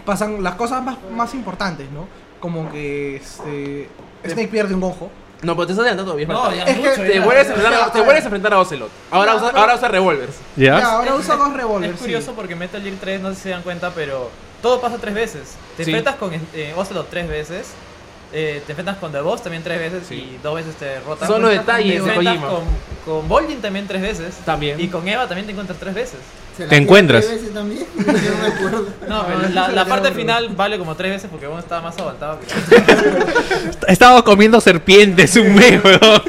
S10: pasan las cosas más, más importantes, ¿no? Como que este, Snake pierde un ojo.
S5: No, pero te estás adelantando bien.
S4: No, ya
S10: Es que
S4: mucho,
S5: Te
S4: ya.
S5: vuelves, a
S10: ya,
S5: enfrentar, a-
S10: ya,
S5: te vuelves a enfrentar a Ocelot. Ahora
S10: Ya,
S5: usa,
S10: pero-
S5: ahora usa revólveres.
S10: Ya,
S3: Ya.
S10: ahora usa dos
S4: Es
S10: revólveres. sí.
S4: curioso porque Metal Gear 3, no sé si se dan cuenta, pero todo pasa tres veces. Te
S5: Sí.
S4: enfrentas con eh, Ocelot tres veces, eh, te enfrentas con The Boss también tres veces y dos veces te rotan.
S5: Son los
S4: Te enfrentas
S5: detalles de
S4: con-
S5: Kojima.
S4: con, con Bolin también tres veces.
S5: También.
S4: Y con Eva también te encuentras tres veces.
S8: Se la
S3: Te encuentras.
S8: tiré tres veces también. Yo no me acuerdo.
S4: No,
S7: Ah,
S4: pero
S10: eso
S4: la,
S10: se
S4: la
S10: lo
S4: parte
S10: tengo,
S4: final vale como tres veces porque uno estaba más avanzado. que-
S3: He estado comiendo serpientes un mes, weón.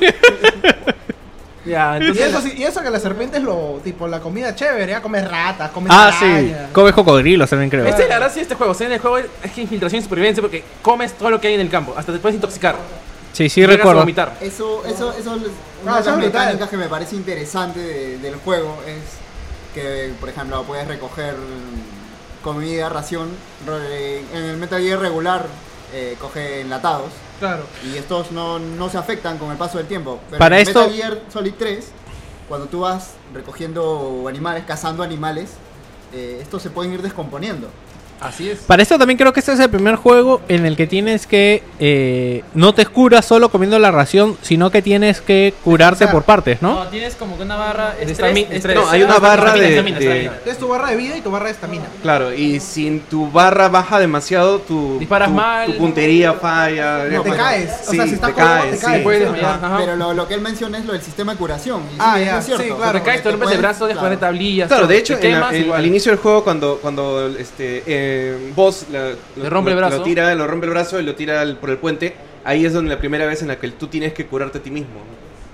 S5: Ya,
S10: Y
S5: entonces.
S10: eso, sí- y eso que la serpiente es lo tipo la comida chévere, ya comes ratas, comes
S3: Ah, sí.
S10: arañas.
S3: Comes cocodrilos también, creo.
S5: Esta es la gracia de este juego. O sea, en el juego es es que infiltración y supervivencia porque comes todo lo que hay en el campo. Hasta te puedes intoxicar.
S3: Sí, sí,
S5: Llegas a
S3: recuerdo.
S5: vomitar.
S8: Eso, eso, eso es una
S10: Ah,
S8: de
S10: eso es
S8: las
S10: brutal.
S8: mecánicas que me parece interesante de- del juego es que, por ejemplo, puedes recoger comida, ración. re- En el Metal Gear regular eh, coge enlatados
S10: Claro.
S8: y estos no, no se afectan con el paso del tiempo. Pero
S3: Para
S8: en
S3: esto-
S8: Metal Gear Solid 3, cuando tú vas recogiendo animales, cazando animales, eh, estos se pueden ir descomponiendo.
S5: Así es.
S3: Para esto también creo que este es el primer juego en el que tienes que eh, no te curas solo comiendo la ración, sino que tienes que curarte
S10: Descansar.
S3: por partes,
S4: ¿No?
S3: ¿no?
S4: tienes como que una barra
S5: De
S4: estrés-
S5: estami- estrés.
S4: estrés-
S7: No, hay una barra de-
S5: Estamina,
S7: de-
S5: estamina.
S10: Es tu barra de vida y tu barra de estamina.
S7: Claro, y si tu barra baja demasiado, tu,
S5: Disparas
S7: tu,
S5: mal.
S7: tu puntería falla.
S8: No,
S10: te
S8: pero-
S10: caes. O sea,
S7: sí,
S10: si estás
S7: te
S10: colgado,
S7: caes,
S10: te
S7: sí.
S10: caes.
S5: Puedes
S10: Sí,
S5: desmayar,
S10: ajá.
S5: ajá.
S8: Pero lo, lo que él menciona es lo del sistema de curación. y
S10: Ah,
S8: sí,
S10: ya,
S8: es cierto,
S10: sí, claro.
S8: porque
S5: Te caes, te rompes el
S8: puedes-
S5: brazo, dejas
S8: claro.
S5: poner tablillas.
S7: Claro,
S5: te-
S7: de hecho,
S5: te
S7: en la-
S5: quemas
S7: en-
S5: igual.
S7: al inicio del juego, cuando, cuando este, eh, Boss la- lo,
S5: rompe el
S7: lo- lo
S5: brazo.
S7: tira, lo rompe el brazo y lo tira al- por el puente, ahí es donde la primera vez en la que tú tienes que curarte a ti mismo.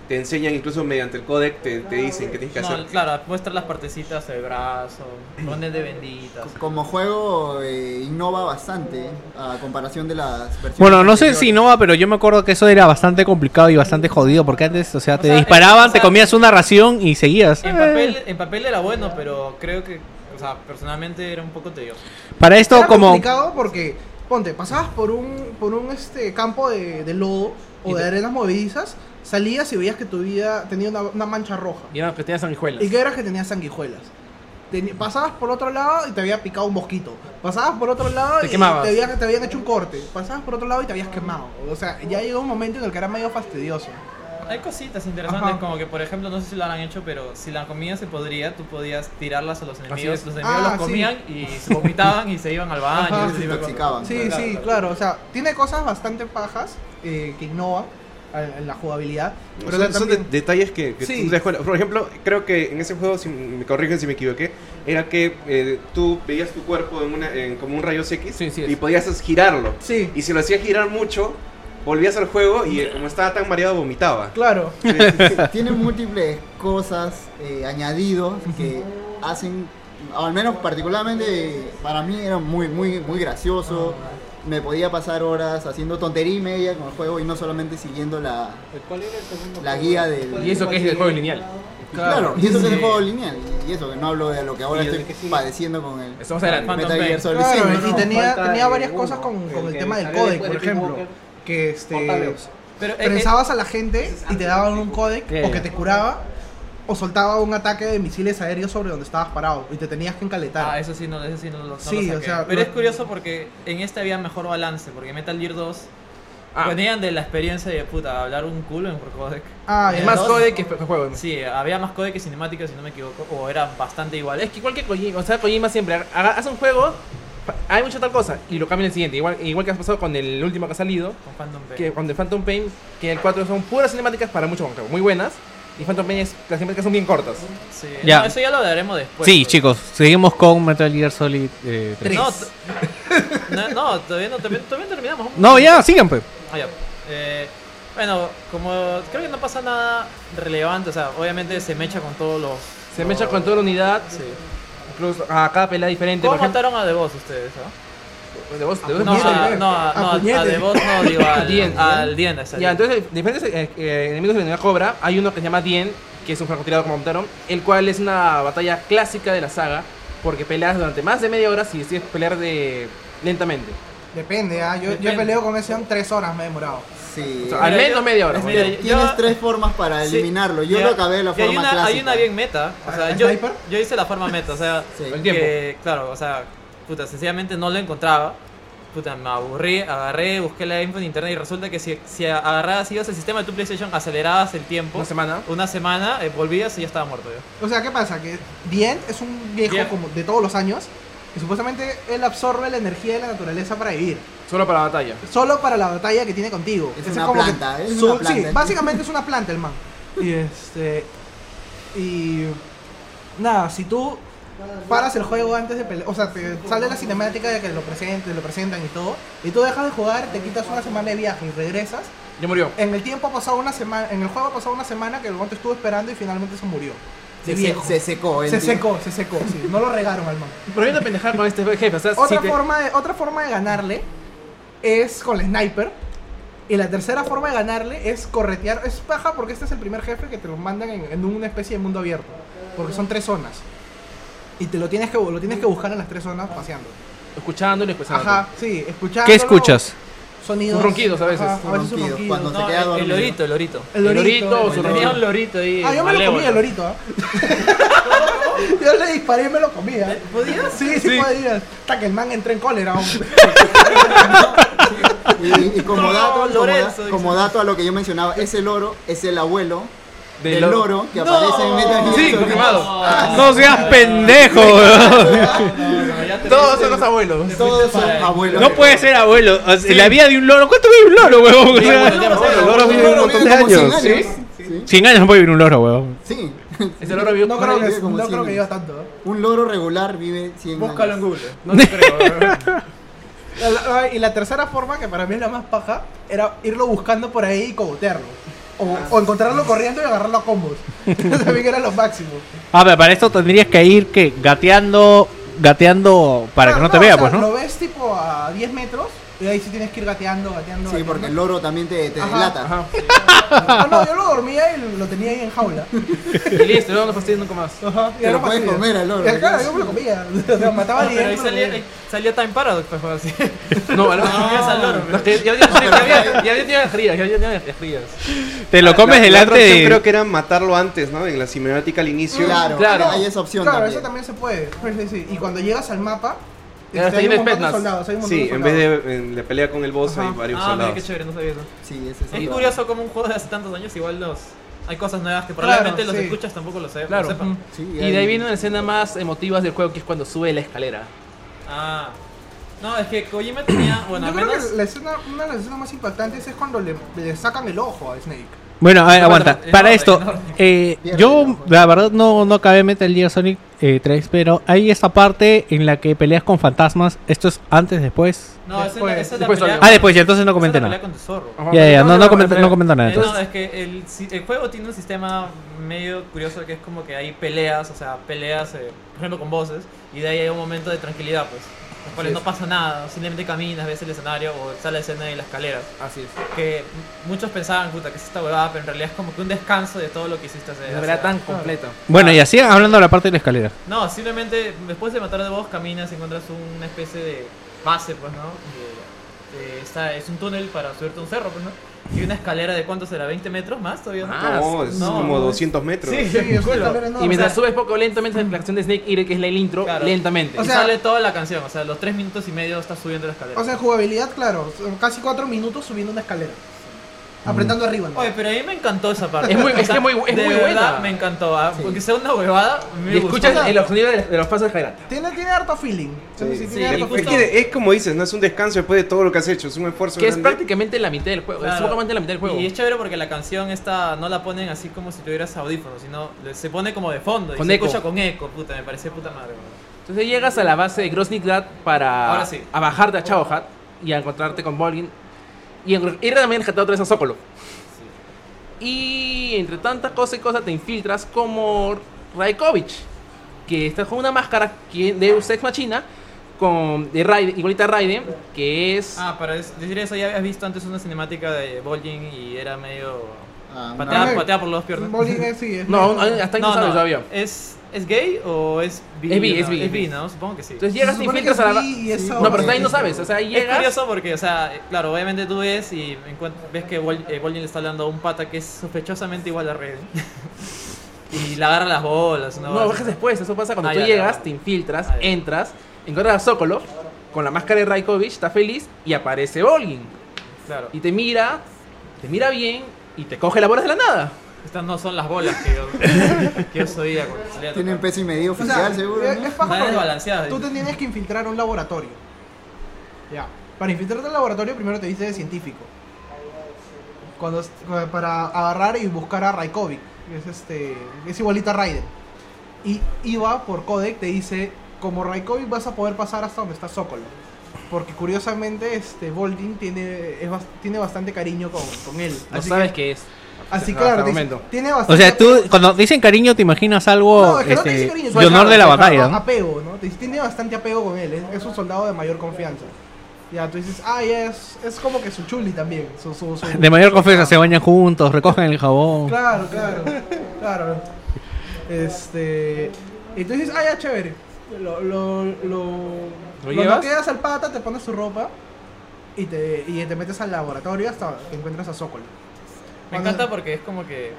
S7: Te enseñan incluso mediante el codec, te, te dicen qué tienes que hacer.
S4: No, claro, muestra las partecitas del brazo, pones de benditas.
S8: Como juego eh, innova bastante eh, a comparación de las versiones.
S3: Bueno, no sé
S8: anteriores.
S3: si no, pero yo me acuerdo que eso era bastante complicado y bastante jodido, porque antes, o sea,
S4: O
S3: te
S4: sea,
S3: disparaban,
S4: o sea,
S3: te comías una ración y seguías.
S4: En
S3: Eh.
S4: papel, en papel era bueno, pero creo que, o sea, personalmente era un poco tedioso.
S3: Para esto,
S10: Era
S3: como...
S10: complicado porque, ponte, pasabas por un, por un este, campo de, de lodo o de arenas movedizas, salías y veías que tu vida tenía una, una mancha roja.
S5: Y no, que tenías sanguijuelas.
S10: Y que eras que tenías sanguijuelas. Teni- pasabas por otro lado y te había picado un mosquito. Pasabas por otro lado
S5: Te
S10: y
S5: quemabas.
S10: te habían, te habían hecho un corte. Pasabas por otro lado y te habías quemado. O sea, ya llegó un momento en el que era medio fastidioso.
S4: Hay cositas interesantes,
S10: Ajá.
S4: como que, por ejemplo, no sé si lo han hecho, pero si la comida se podría, tú podías tirarlas a los enemigos.
S5: es.
S4: Los enemigos
S10: Ah,
S4: las
S10: sí.
S4: comían y se vomitaban y se iban al baño.
S10: Ajá.
S4: y
S8: Se
S4: se iban-
S8: intoxicaban.
S10: Sí,
S8: claro.
S10: sí, claro. O sea, tiene cosas bastante pajas eh, que innovan eh, en la jugabilidad. Pero
S7: son,
S10: también-
S7: son de- detalles que, que
S10: Sí.
S7: tú te das cuenta. Por ejemplo, creo que en ese juego, si me corrigen si me equivoqué, era que eh, tú veías tu cuerpo en, una, en como un rayo X
S5: Sí, sí es.
S7: y podías girarlo.
S10: Sí.
S7: Y si lo hacías girar mucho, volvías al juego y eh, como estaba tan mareado vomitaba.
S10: Claro.
S8: Tiene múltiples cosas eh, añadidos que hacen, o al menos particularmente para mí era muy, muy, muy gracioso. Me podía pasar horas haciendo tontería y media con el juego y no solamente siguiendo la, la guía del...
S5: Y eso que es el juego lineal.
S8: Claro, y eso que es el juego lineal. Y eso que no hablo de lo que ahora
S9: Y el
S8: estoy
S9: que sigue.
S8: padeciendo con el
S5: Estamos adelante.
S8: Metal Gear Solid
S10: Claro,
S8: cinco,
S10: y
S8: ¿no?
S10: tenía,
S9: falta
S10: tenía
S9: de
S10: varias
S9: uno,
S10: cosas con,
S9: el
S10: con el
S9: que
S10: tema del
S9: salió
S10: codec,
S9: después de
S10: por
S9: Peace
S10: ejemplo.
S9: Walker.
S10: Que este,
S9: Portable.
S4: Pero eh, eh,
S10: prensabas a la gente y te daban un codec
S9: Ya,
S10: o que
S9: ya.
S10: te curaba o soltaba un ataque de misiles aéreos sobre donde estabas parado y te tenías que encaletar.
S4: Ah, eso sí, no, eso sí no, lo- no lo
S10: Sí, o
S4: saqué.
S10: sea,
S4: Pero
S10: lo-
S4: es curioso porque en este había mejor balance, porque Metal Gear 2
S5: Ah.
S4: venían de la experiencia de puta, hablar un culo en por codec.
S10: Ah,
S4: Eh,
S10: ya.
S5: Más
S4: Dos.
S5: codec que que juego.
S4: Sí, había más codec que cinemáticas, si no me equivoco, o eran bastante iguales.
S5: Es que igual que Kojima, o sea, Kojima siempre haga- hace un juego, fa- hay mucha tal cosa, y lo cambia en el siguiente. Igual, igual que ha pasado con el último que ha salido,
S4: Con Phantom Pain.
S5: que cuando el Phantom Pain, que el 4 son puras cinemáticas para mucho juego, muy buenas, y Phantom Pain es, las cinemáticas son bien cortas.
S4: Sí.
S3: Ya.
S4: No, eso ya lo hablaremos después.
S3: sí,
S4: pero-
S3: chicos, seguimos con Metal Gear Solid eh, 3.
S4: No, t- no, no, todavía no todavía- todavía no terminamos.
S3: No, ya, sigan, pues.
S4: Ah, ya. Eh, bueno, como creo que no pasa nada relevante, o sea, obviamente se mecha con todos los.
S5: Se mecha con toda la unidad,
S4: Sí.
S5: incluso a cada pelea diferente.
S4: ¿Cómo
S5: por ejemplo-
S4: mataron a The Boss ustedes? ah?
S5: de voz- de ¿eh? voz-
S4: No,
S5: de voz-
S4: a, no, a,
S10: a
S4: no, a- a
S10: puñete.
S4: The Boss no, digo al
S5: Dien,
S4: Dien. Al Dien, exacto.
S5: Ya, entonces, diferentes eh, eh, enemigos de la unidad Cobra, hay uno que se llama Dien, que es un francotirador como mataron, el cual es una batalla clásica de la saga, porque peleas durante más de media hora si decides pelear de lentamente.
S10: Depende, ah, yo,
S4: Depende.
S10: yo peleo con ese en tres horas, me he demorado.
S8: Sí.
S5: O sea, al
S4: Mira,
S5: menos
S4: yo-
S5: media hora.
S4: es
S5: ¿no?
S4: mira,
S5: Yo-
S8: Tienes
S4: Yo-
S8: tres formas para
S4: Sí.
S8: eliminarlo. Yo
S4: Ya,
S8: lo acabé de la
S4: y hay
S8: forma
S4: una-
S8: clásica.
S4: Hay una bien meta. O
S5: ¿Ah,
S4: sea,
S10: ¿El
S4: yo,
S10: sniper?
S4: yo hice la forma meta. O sea,
S8: Sí.
S5: El
S4: que,
S5: tiempo.
S4: claro, o sea, puta, sencillamente no lo encontraba. Puta, me aburrí, agarré, busqué la info en internet y resulta que si, si agarrabas, ibas el sistema de tu PlayStation, acelerabas el tiempo.
S5: Una semana.
S4: Una semana, eh, volvías y ya estaba muerto yo.
S10: O sea, ¿qué pasa? Que Dien es un viejo
S4: Bien.
S10: como de todos los años que supuestamente él absorbe la energía de la naturaleza para vivir.
S5: Solo para la batalla.
S10: solo para la batalla que tiene contigo.
S8: Es
S10: Ese
S8: una
S10: como
S8: planta,
S10: que
S8: es
S10: su-
S8: una planta. ¿eh?
S10: Sí, básicamente es una planta el man. Y este. Y. Nada, si tú paras el juego antes de pelear, o sea, te sale la cinemática de que lo presenten, lo presentan y todo, y tú dejas de jugar, te quitas una semana de viaje y regresas.
S5: Ya murió.
S10: En el tiempo ha pasado una semana, en el juego ha pasado una semana que el guante estuvo esperando y finalmente se murió.
S8: se,
S10: De
S8: se-
S10: viejo.
S8: se secó. el
S10: Se
S8: tío.
S10: secó, se secó, sí. No lo regaron al man.
S5: Pero hay una pendejada con este jefe. O sea,
S10: Otra,
S5: si te-
S10: forma de, otra forma de ganarle es con el sniper. Y la tercera forma de ganarle es corretear. Es paja porque este es el primer jefe que te lo mandan en, en una especie de mundo abierto. Porque son tres zonas. Y te lo tienes que, lo tienes que buscar en las tres zonas paseando.
S5: Escuchándolo y
S4: Ah,
S5: escuchándolo.
S10: Ajá, sí, escuchando.
S3: ¿Qué escuchas?
S10: Sonidos.
S5: Ronquidos a veces.
S10: Ajá, a veces un
S8: Ronquidos,
S10: ronquido. Ah,
S8: cuando- Se
S4: No,
S8: queda
S4: el, el
S8: dormido.
S4: lorito, el lorito.
S10: El lorito.
S5: lorito, su
S4: Tenía un lorito ahí.
S10: Ah, yo me lo
S4: malévolo.
S10: comía el lorito. ¿ah? yo le disparé y me lo comía.
S4: ¿Podías?
S10: Sí, sí, podía. Hasta que el man entró en cólera. hombre.
S8: Y, y como,
S4: No,
S8: dato, como da-
S4: Lorenzo, dice.
S8: como dato a lo que yo mencionaba, ese loro es el abuelo
S5: Del
S8: del
S5: loro.
S8: loro, que aparece en Metal
S5: Sí,
S8: Gear Solid.
S5: confirmado.
S3: No
S4: Ah,
S3: seas pendejo, weón.
S5: Todos son los abuelos.
S8: Todos son abuelos.
S3: No puede ser abuelo. O sea, La vida de un loro. ¿Cuánto vive un loro, huevón? O
S5: Sí,
S3: sea,
S5: bueno, tenemos-
S7: El loro vive un montón de
S8: Como cien
S7: años. ¿sí?
S8: Sí.
S3: 100 años no puede vivir un loro, huevón.
S8: Sí.
S5: Ese loro vio.
S10: No creo que,
S8: Vive como
S10: no
S8: cien
S10: creo que
S8: años.
S10: iba tanto. ¿eh?
S8: Un loro regular vive 100
S4: Búscalo en
S8: años.
S4: Google.
S5: No te creo.
S10: La- la- Y la tercera forma, que para mí es la más paja, era irlo buscando por ahí y cogotearlo. O, o encontrarlo corriendo y agarrarlo a combos. Eso también era lo máximo.
S3: Ah, pero para esto tendrías que ir que gateando, gateando para que no te vea,
S10: o sea,
S3: pues, ¿no?
S10: Lo ves tipo a 10 metros y ahí sí tienes que ir gateando, gateando.
S8: Sí,
S10: gateando.
S8: porque el loro también te, te
S10: Ajá,
S8: delata.
S5: Ajá.
S10: Ah, no, yo lo dormía y lo tenía ahí en jaula.
S5: Y listo, no nos fastidies nunca más.
S10: Ajá, y
S8: Te
S10: era
S8: lo puedes
S10: fastidio.
S8: comer al loro.
S10: Y Claro, yo me lo comía. O sea, mataba a
S4: Ah, pero ahí
S10: 10.
S4: salía, ahí salía Time Paradox, pues, juego así.
S5: No, a lo
S4: Comías al loro, pero-
S5: No, que Ya ya- ya- ya había- ya había tenido frías, ya había tenido frías.
S3: Te lo comes
S7: La- la
S3: delante
S7: otra opción
S3: de.
S7: creo que era matarlo antes, ¿no? En la cinemática al inicio.
S8: Claro,
S5: Claro.
S8: hay esa opción
S10: Claro,
S8: también.
S10: eso también se puede. Sí, sí, sí. Y cuando llegas al mapa, este,
S5: Ya está
S10: hay
S5: lleno de
S10: un montón de
S5: petnas.
S10: soldados. hay un montón
S7: Sí,
S10: de
S7: en vez
S10: soldados.
S7: de en la pelea con el boss
S10: Ajá.
S7: hay varios
S4: Ah, mira,
S7: soldados.
S4: qué chévere, no sabía eso.
S8: Sí, ese es
S4: Es
S8: el loro.
S4: curioso como un juego de hace tantos años igual los... Hay cosas nuevas que
S10: Claro,
S4: probablemente los
S10: sí.
S4: escuchas tampoco lo sepas.
S5: Claro.
S4: lo sepan.
S8: Sí,
S5: Y
S8: hay-
S5: de ahí viene una escena más emotiva del juego, que es cuando sube la escalera.
S4: Ah. No, es que Kojima tenía... Bueno,
S10: Yo
S4: al
S10: creo
S4: menos...
S10: que la escena, una de las escenas más impactantes es cuando le, le sacan el ojo a Snake.
S3: Bueno, a ver,
S4: No,
S3: aguanta.
S4: no, no,
S3: Para
S4: no,
S3: esto,
S4: no, no.
S3: eh,
S8: Pierde,
S3: yo
S8: no, pues.
S3: la verdad no, no acabé Metal Gear Sonic eh, 3, pero hay esta parte en la que peleas con fantasmas. Esto es antes, después.
S4: No, esa es la-
S5: Después,
S4: esa es la
S5: después
S4: pelea-
S5: salió.
S3: Ah, después, ya, entonces no
S4: esa es la
S3: comenté
S4: pelea
S3: nada.
S4: con tu zorro.
S3: Ya, ya, no, no,
S5: comenté
S3: comento, no comento nada.
S4: Eh, no,
S3: Entonces,
S4: es que el, si- el juego tiene un sistema medio curioso que es como que hay peleas, o sea, peleas, eh, por ejemplo, con voces, y de ahí hay un momento de tranquilidad, pues, en los cuales no pasa nada, simplemente caminas, ves el escenario o sale la escena de la escalera.
S5: Así es.
S4: Que m- muchos pensaban, puta, que es esta huevada, pero en realidad es como que un descanso de todo lo que hiciste hace.
S5: Una
S4: hace-
S5: pelea tan completa.
S3: bueno, y así hablando de la parte de la escalera.
S4: No, simplemente después de matar de vos caminas y encuentras una especie de base, pues, ¿no? Y, eh, está, es un túnel para subirte a un cerro, pues, ¿no? Y una escalera de cuánto será, 20 metros más todavía, ¿no?
S5: Ah,
S7: No, es
S4: no,
S7: como
S4: no.
S7: 200 metros.
S4: Sí, sí, culo.
S5: y mientras subes poco lentamente la canción de Snake Eater, que es la intro,
S4: Claro.
S5: lentamente.
S4: O
S10: O sea-
S4: sale toda la canción, o sea, los tres minutos y medio estás subiendo la escalera.
S10: O sea, jugabilidad, claro. son Casi cuatro minutos subiendo una escalera. Apretando arriba. ¿no?
S4: Oye, pero a mí me encantó esa parte.
S5: Es muy- es
S4: O sea,
S5: que muy- es
S4: de
S5: muy
S4: verdad
S5: buena.
S4: Me encantó, ¿ah? porque sea una huevada, me
S5: y escuchas
S4: gustó.
S5: el sonido de, de los pasos de Jairata.
S10: Tiene, tiene harto feeling.
S7: Sí,
S10: Sí,
S7: sí,
S10: tiene harto
S7: Es,
S10: feeling.
S7: que es como dices, no es un descanso después de todo lo que has hecho, es un esfuerzo.
S5: Que es
S7: grande.
S5: prácticamente la mitad del juego.
S4: Claro.
S5: Es prácticamente la mitad del juego.
S4: Y es chévere porque la canción esta no la ponen así como si tuvieras audífonos, sino le- se pone como de fondo
S5: Con
S4: y se
S5: eco.
S4: escucha con eco, puta, me parece puta madre. weón.
S5: Entonces llegas a la base de Grosnigrad para
S4: Ahora sí.
S5: a bajarte a Chao Hat y a encontrarte con Volgin y en- ir también rescatado otra vez a Zócolo. Y entre tantas cosas y cosas te infiltras como Raikovich, que está con una máscara que de Ex Machina con de Raiden, igualita a Raiden, que es
S4: Ah, para es- decir eso, ya habías visto antes una cinemática de Bolgin y era medio
S8: Ah,
S4: pateada,
S10: no.
S4: pateada por los dos piernas.
S10: Bowling es- sí, es-
S5: no, aún- aún- hasta ahí no, sabes todavía.
S4: ¿Es, ¿Es gay o es bi?
S5: Es bi, es
S4: ¿no?
S5: bi, es
S4: Es
S5: bi.
S4: bi, ¿no? Supongo que sí.
S5: Entonces
S10: Se
S5: llegas te
S10: supone que
S5: infiltras a la
S10: sí,
S5: base.
S10: y es
S5: No, pero hasta ahí no
S10: ahora.
S5: sabes, o sea, ahí
S4: Es
S5: llegas
S4: curioso porque, o sea, eh, claro, obviamente tú ves y encuent- ves que Bol- eh, Bolin le está hablando a un pata que es sospechosamente igual a Red. y le agarra las bolas, ¿no?
S5: No, bajas después, eso pasa cuando
S4: Ah,
S5: tú
S4: ya,
S5: llegas,
S4: ya.
S5: te infiltras,
S4: Ah, ya.
S5: entras, encuentras a Sokolov con la máscara de Raikovich, está feliz y aparece Volgin.
S4: Claro.
S5: Y te mira, te mira bien y te coge la bola de la nada.
S4: Estas no son las bolas que yo, que yo sabía cuando salía a
S8: Tienen
S4: tocar.
S8: peso y medida
S10: O
S8: oficial,
S10: sea, eh,
S8: seguro.
S10: es,
S8: ¿no?
S10: es paja
S4: Está
S10: porque
S4: desbalanceado,
S10: Tú
S4: dice.
S10: te tienes que infiltrar a un laboratorio. Ya. Para infiltrarte al laboratorio, primero te dice de científico. Cuando, es- cu- para agarrar y buscar a Raikovic. que Es, este, es igualito a Raiden. Y Iva, por codec, te dice: Como Raikovic vas a poder pasar hasta donde está Sokolov. Porque curiosamente, este Boldin tiene, es bas- tiene bastante cariño con, con él.
S5: No
S10: así
S5: sabes
S10: que,
S5: qué es.
S10: así
S5: hasta
S10: claro,
S5: el
S10: te dice,
S5: momento.
S10: tiene
S3: O
S10: bastante
S3: sea, tú, cuando dicen cariño, te imaginas algo
S10: no, es que no te
S3: este,
S10: dice cariño,
S3: de honor de la
S10: suelta,
S3: batalla.
S10: a-
S3: ¿no?
S10: Apego, ¿no? Te dice, tiene bastante apego con él, es, es un soldado de mayor confianza. Ya, tú dices, ay, es, es como que su chuli también. Su, su, su-
S3: De mayor confianza, se bañan juntos, recogen el jabón.
S10: Claro, claro, claro. Este. Y tú dices, ay, ya, chévere. Lo, lo, lo, lo
S5: llevas?
S10: noqueas al pata, te pones su ropa y te, y te metes al laboratorio hasta que encuentras a Sokol.
S4: Me encanta porque es como que.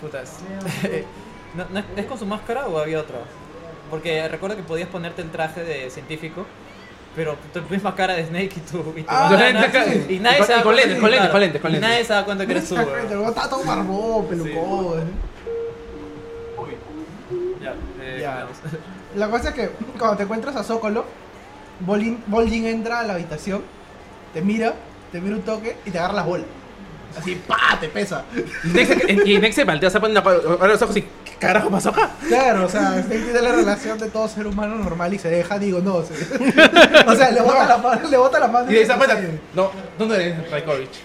S4: Putas. no, no es, ¿es con su máscara o había otra? Porque recuerdo que podías ponerte el traje de científico, pero tu misma cara de Snake y tú. Y, tu
S10: Ah,
S4: bandana,
S5: claro.
S4: y nadie
S5: Y con-
S4: se da
S5: y
S4: cuenta-
S5: con lentes, con lentes, con lentes, con
S4: y
S5: lentes. eh,
S4: nadie se da cuenta que eres tú, weón.
S10: Está todo barbón, pelucón. ¿eh?
S4: Ya, eh,
S10: Ya.
S4: vamos.
S10: La cosa es que cuando te encuentras a Zócolo, Bolin, Bolin entra a la habitación, te mira, te mira un toque y te agarra las bolas. Así, pa, te pesa.
S5: Nex- y Nex se voltea, se pone la- ahora los ojos y ¿qué carajo pasó acá?
S10: Claro, o sea, este tiene la relación de todo ser humano normal y se deja, digo, no. se- o sea, le bota la mano, le bota la mano.
S5: Y le dice, cuenta,
S10: Sí.
S5: no, ¿dónde eres Raikovich?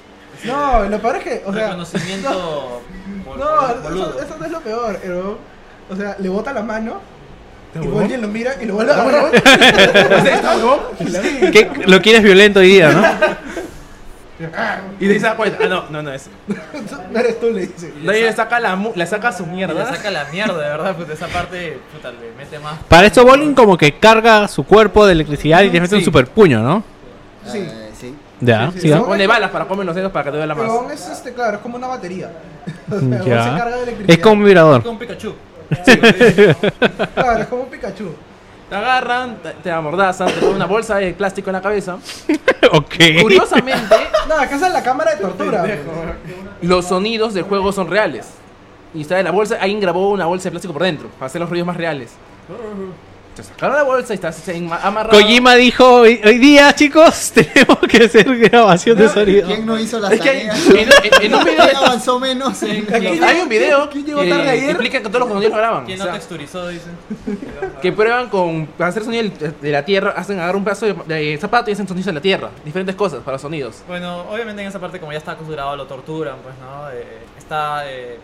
S10: No, lo peor es que, o sea,
S4: Reconocimiento. bol-
S10: no,
S4: boludo.
S10: eso, eso no es lo peor, pero, o sea, le bota la mano y Bolin lo mira y lo vuelve a agarrar.
S3: ¿Qué- lo quieres violento hoy día, ¿no?
S5: Y le dice, cuenta, ah, no, no, no es.
S10: No eres tú, le dice.
S5: Nadie le saca la, mu- le saca su
S4: Y Le
S5: mierda.
S4: saca la mierda, de verdad, puta, esa parte, puta, le mete más.
S3: Para esto, Bolin como que carga su cuerpo de electricidad y te mete un
S5: Sí.
S3: super puño, ¿no?
S10: Sí.
S8: Eh, sí.
S3: Ya,
S10: Sí, sí,
S3: sí, ¿no?
S10: sí.
S5: Pone balas para comer los dedos para que te duela más.
S10: Pero aún es este, claro, es como una batería. O sea, aún se
S3: Ya.
S10: carga de
S3: Es
S10: electricidad.
S3: como un vibrador.
S4: Con Pikachu.
S10: Claro, es como un Pikachu.
S5: Te agarran, te, te amordazan, te ponen una bolsa de plástico en la cabeza.
S3: ok.
S5: Curiosamente,
S10: No, acá es la cámara de tortura.
S5: los sonidos del juego son reales. Y está de la bolsa, alguien grabó una bolsa de plástico por dentro, para hacer los ruidos más reales. Te sacaron la bolsa y estás en- amarrado.
S3: Kojima dijo, hoy, hoy día chicos tenemos que hacer grabación de sonido.
S8: ¿Quién no hizo las
S5: Es que hay-
S8: tareas?
S5: en, en- en un video.
S8: ¿Quién avanzó menos? en-
S5: Hay un video que
S10: ¿Quién llegó tarde ayer?
S5: explica que todos los colombianos graban.
S4: ¿Quién
S5: Ah, o
S4: no
S5: sea,
S4: texturizó? Dice.
S5: que prueban con para hacer sonido del- de la tierra, hacen agarrar un pedazo de, de zapato y hacen sonidos de la tierra. Diferentes cosas para sonidos.
S4: Bueno, obviamente en esa parte como ya está acostumbrado lo torturan, pues, ¿no? Eh, está, eh,